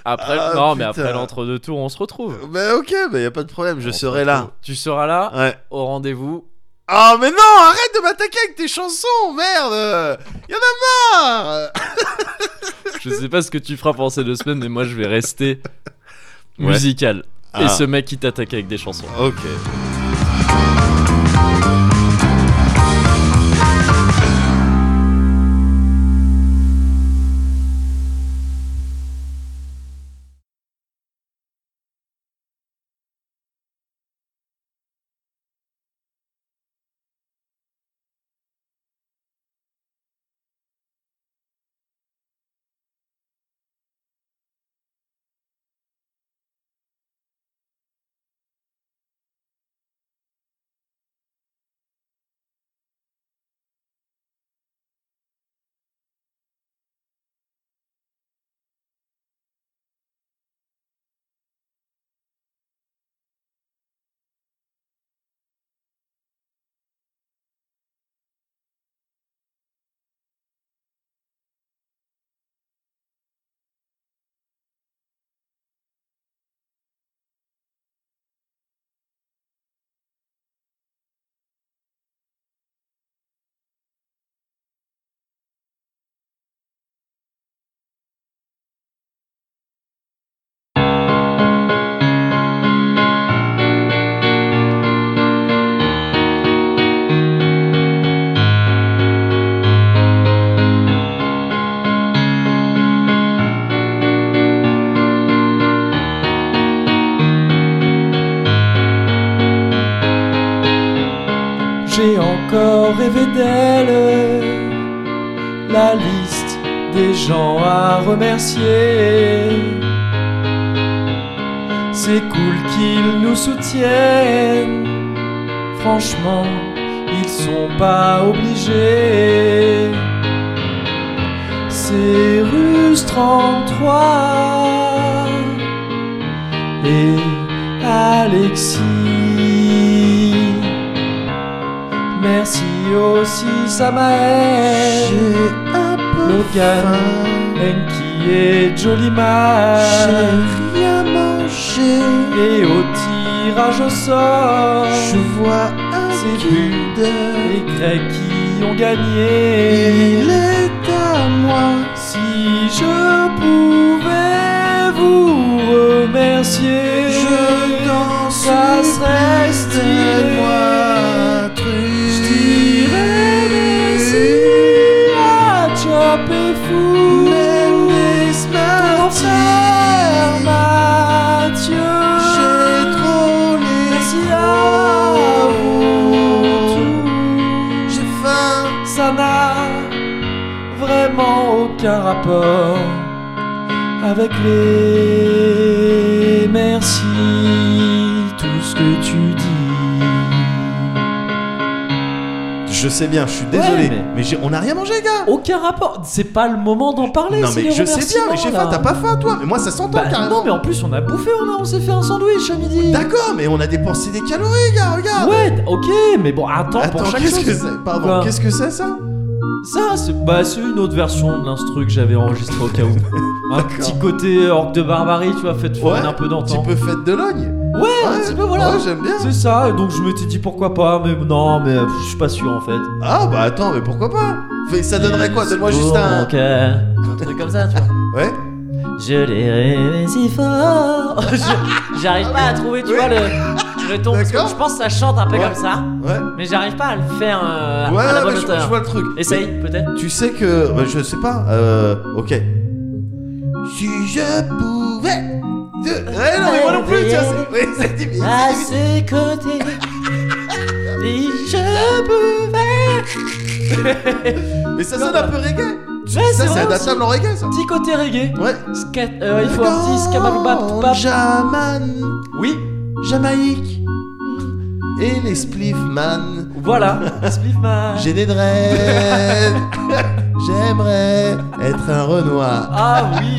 Speaker 1: Après,
Speaker 2: Ah,
Speaker 1: non, mais
Speaker 2: putain.
Speaker 1: après l'entre-deux tours, on se retrouve.
Speaker 2: Bah ok, bah y a pas de problème, je
Speaker 1: On
Speaker 2: serai
Speaker 1: se
Speaker 2: là.
Speaker 1: retrouve. Tu seras là,
Speaker 2: Ouais.
Speaker 1: au rendez-vous.
Speaker 2: Ah mais non, arrête de m'attaquer avec tes chansons, merde Y'en a marre
Speaker 1: Je sais pas ce que tu feras pendant ces deux semaines, mais moi, je vais rester
Speaker 2: Ouais.
Speaker 1: musical.
Speaker 2: Ah.
Speaker 1: Et ce mec qui t'attaque avec des chansons.
Speaker 2: Ok.
Speaker 1: J'ai encore rêvé d'elle. La liste des gens à remercier. C'est cool qu'ils nous soutiennent. Franchement, ils sont pas obligés. C'est Russe 33 et Alexis. Merci aussi Samael,
Speaker 3: J'ai un peu
Speaker 1: Logan,
Speaker 3: faim.
Speaker 1: Enki et Jolima.
Speaker 3: J'ai rien mangé.
Speaker 1: Et au tirage au sort,
Speaker 3: Je vois un
Speaker 1: C'est
Speaker 3: Kinder.
Speaker 1: les Grecs qui ont gagné.
Speaker 3: Il est à moi.
Speaker 1: Si je pouvais vous remercier,
Speaker 3: Je danse.
Speaker 1: ça serait stylé.
Speaker 3: moi un
Speaker 1: Je
Speaker 3: truc.
Speaker 1: dirais merci à Chop et Fou, ton frère Mathieu.
Speaker 3: J'ai trop les
Speaker 1: Merci à vous
Speaker 3: J'ai
Speaker 1: tous.
Speaker 3: faim.
Speaker 1: Ça n'a vraiment aucun rapport avec les merci, tout ce que tu dis.
Speaker 2: Je sais bien, je suis désolé,
Speaker 1: Ouais,
Speaker 2: mais,
Speaker 1: mais-
Speaker 2: j'ai- on n'a rien mangé, gars
Speaker 1: Aucun rapport, c'est pas le moment d'en parler.
Speaker 2: Non
Speaker 1: c'est
Speaker 2: mais
Speaker 1: les
Speaker 2: je sais bien, mais j'ai
Speaker 1: remerciements,
Speaker 2: faim,
Speaker 1: là.
Speaker 2: t'as pas faim toi Mais moi ça s'entend
Speaker 1: Bah,
Speaker 2: carrément
Speaker 1: Non, mais en plus, on a bouffé, on, a, on s'est fait un sandwich à midi.
Speaker 2: D'accord, mais on a dépensé des calories, gars, regarde
Speaker 1: Ouais, ok, mais bon, attends,
Speaker 2: Attends,
Speaker 1: pour chaque
Speaker 2: qu'est-ce
Speaker 1: chose.
Speaker 2: que c'est Pardon,
Speaker 1: Quoi
Speaker 2: qu'est-ce que c'est ça
Speaker 1: Ça, c'est bah, c'est une autre version de l'instru que j'avais enregistré au cas où. un
Speaker 2: D'accord.
Speaker 1: petit côté orque de barbarie, tu vois, fait de
Speaker 2: Ouais,
Speaker 1: un peu
Speaker 2: Un petit
Speaker 1: d'antan.
Speaker 2: peu fête de l'ogne
Speaker 1: Ouais, un petit peu, voilà.
Speaker 2: Ouais, j'aime bien
Speaker 1: c'est ça, et donc je m'étais dit pourquoi pas, mais non, mais pff, je suis pas sûr en fait.
Speaker 2: Ah bah attends, mais pourquoi pas Fais- Ça donnerait quoi Donne-moi juste un...
Speaker 1: Donc, euh, un truc comme ça, tu vois.
Speaker 2: Ouais
Speaker 6: Je l'ai rêvé si fort. Je- J'arrive pas à trouver, tu
Speaker 2: Oui.
Speaker 6: vois, le, le ton. Parce que
Speaker 2: D'accord.
Speaker 6: je pense que ça chante un peu
Speaker 2: Ouais.
Speaker 6: comme ça,
Speaker 2: Ouais
Speaker 6: mais j'arrive pas à le faire euh, à-
Speaker 2: Ouais,
Speaker 6: à la
Speaker 2: ouais,
Speaker 6: bonne
Speaker 2: je,
Speaker 6: hauteur.
Speaker 2: je vois le truc. Mais
Speaker 6: Essaye, peut-être.
Speaker 2: Tu sais que... bah, je sais pas, euh... Ok. Si je pouvais... te- Ouais, non, mais moi non plus, tiens, c'est... Ouais, c'est difficile.
Speaker 1: Ah,
Speaker 6: À ses côtés, si je pouvais.
Speaker 2: Mais ça sonne un peu reggae
Speaker 6: Ouais,
Speaker 2: Ça,
Speaker 6: c'est
Speaker 2: c'est
Speaker 6: vrai
Speaker 2: adaptable en reggae, ça
Speaker 6: Petit côté reggae.
Speaker 2: Ouais.
Speaker 6: Ska- euh, il faut un petit
Speaker 2: Dans
Speaker 6: skababoubap.
Speaker 2: Jaman,
Speaker 1: Oui,
Speaker 2: Jamaïque et les Spliffman.
Speaker 1: voilà. Spliffman.
Speaker 2: J'ai des dreads. J'aimerais être un Renoir.
Speaker 1: Ah oui,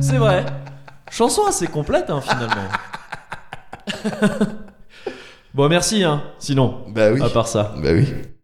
Speaker 1: c'est vrai. Chanson assez complète, hein, finalement. bon, merci, hein, sinon,
Speaker 2: Bah oui.
Speaker 1: à part ça.
Speaker 2: Bah oui.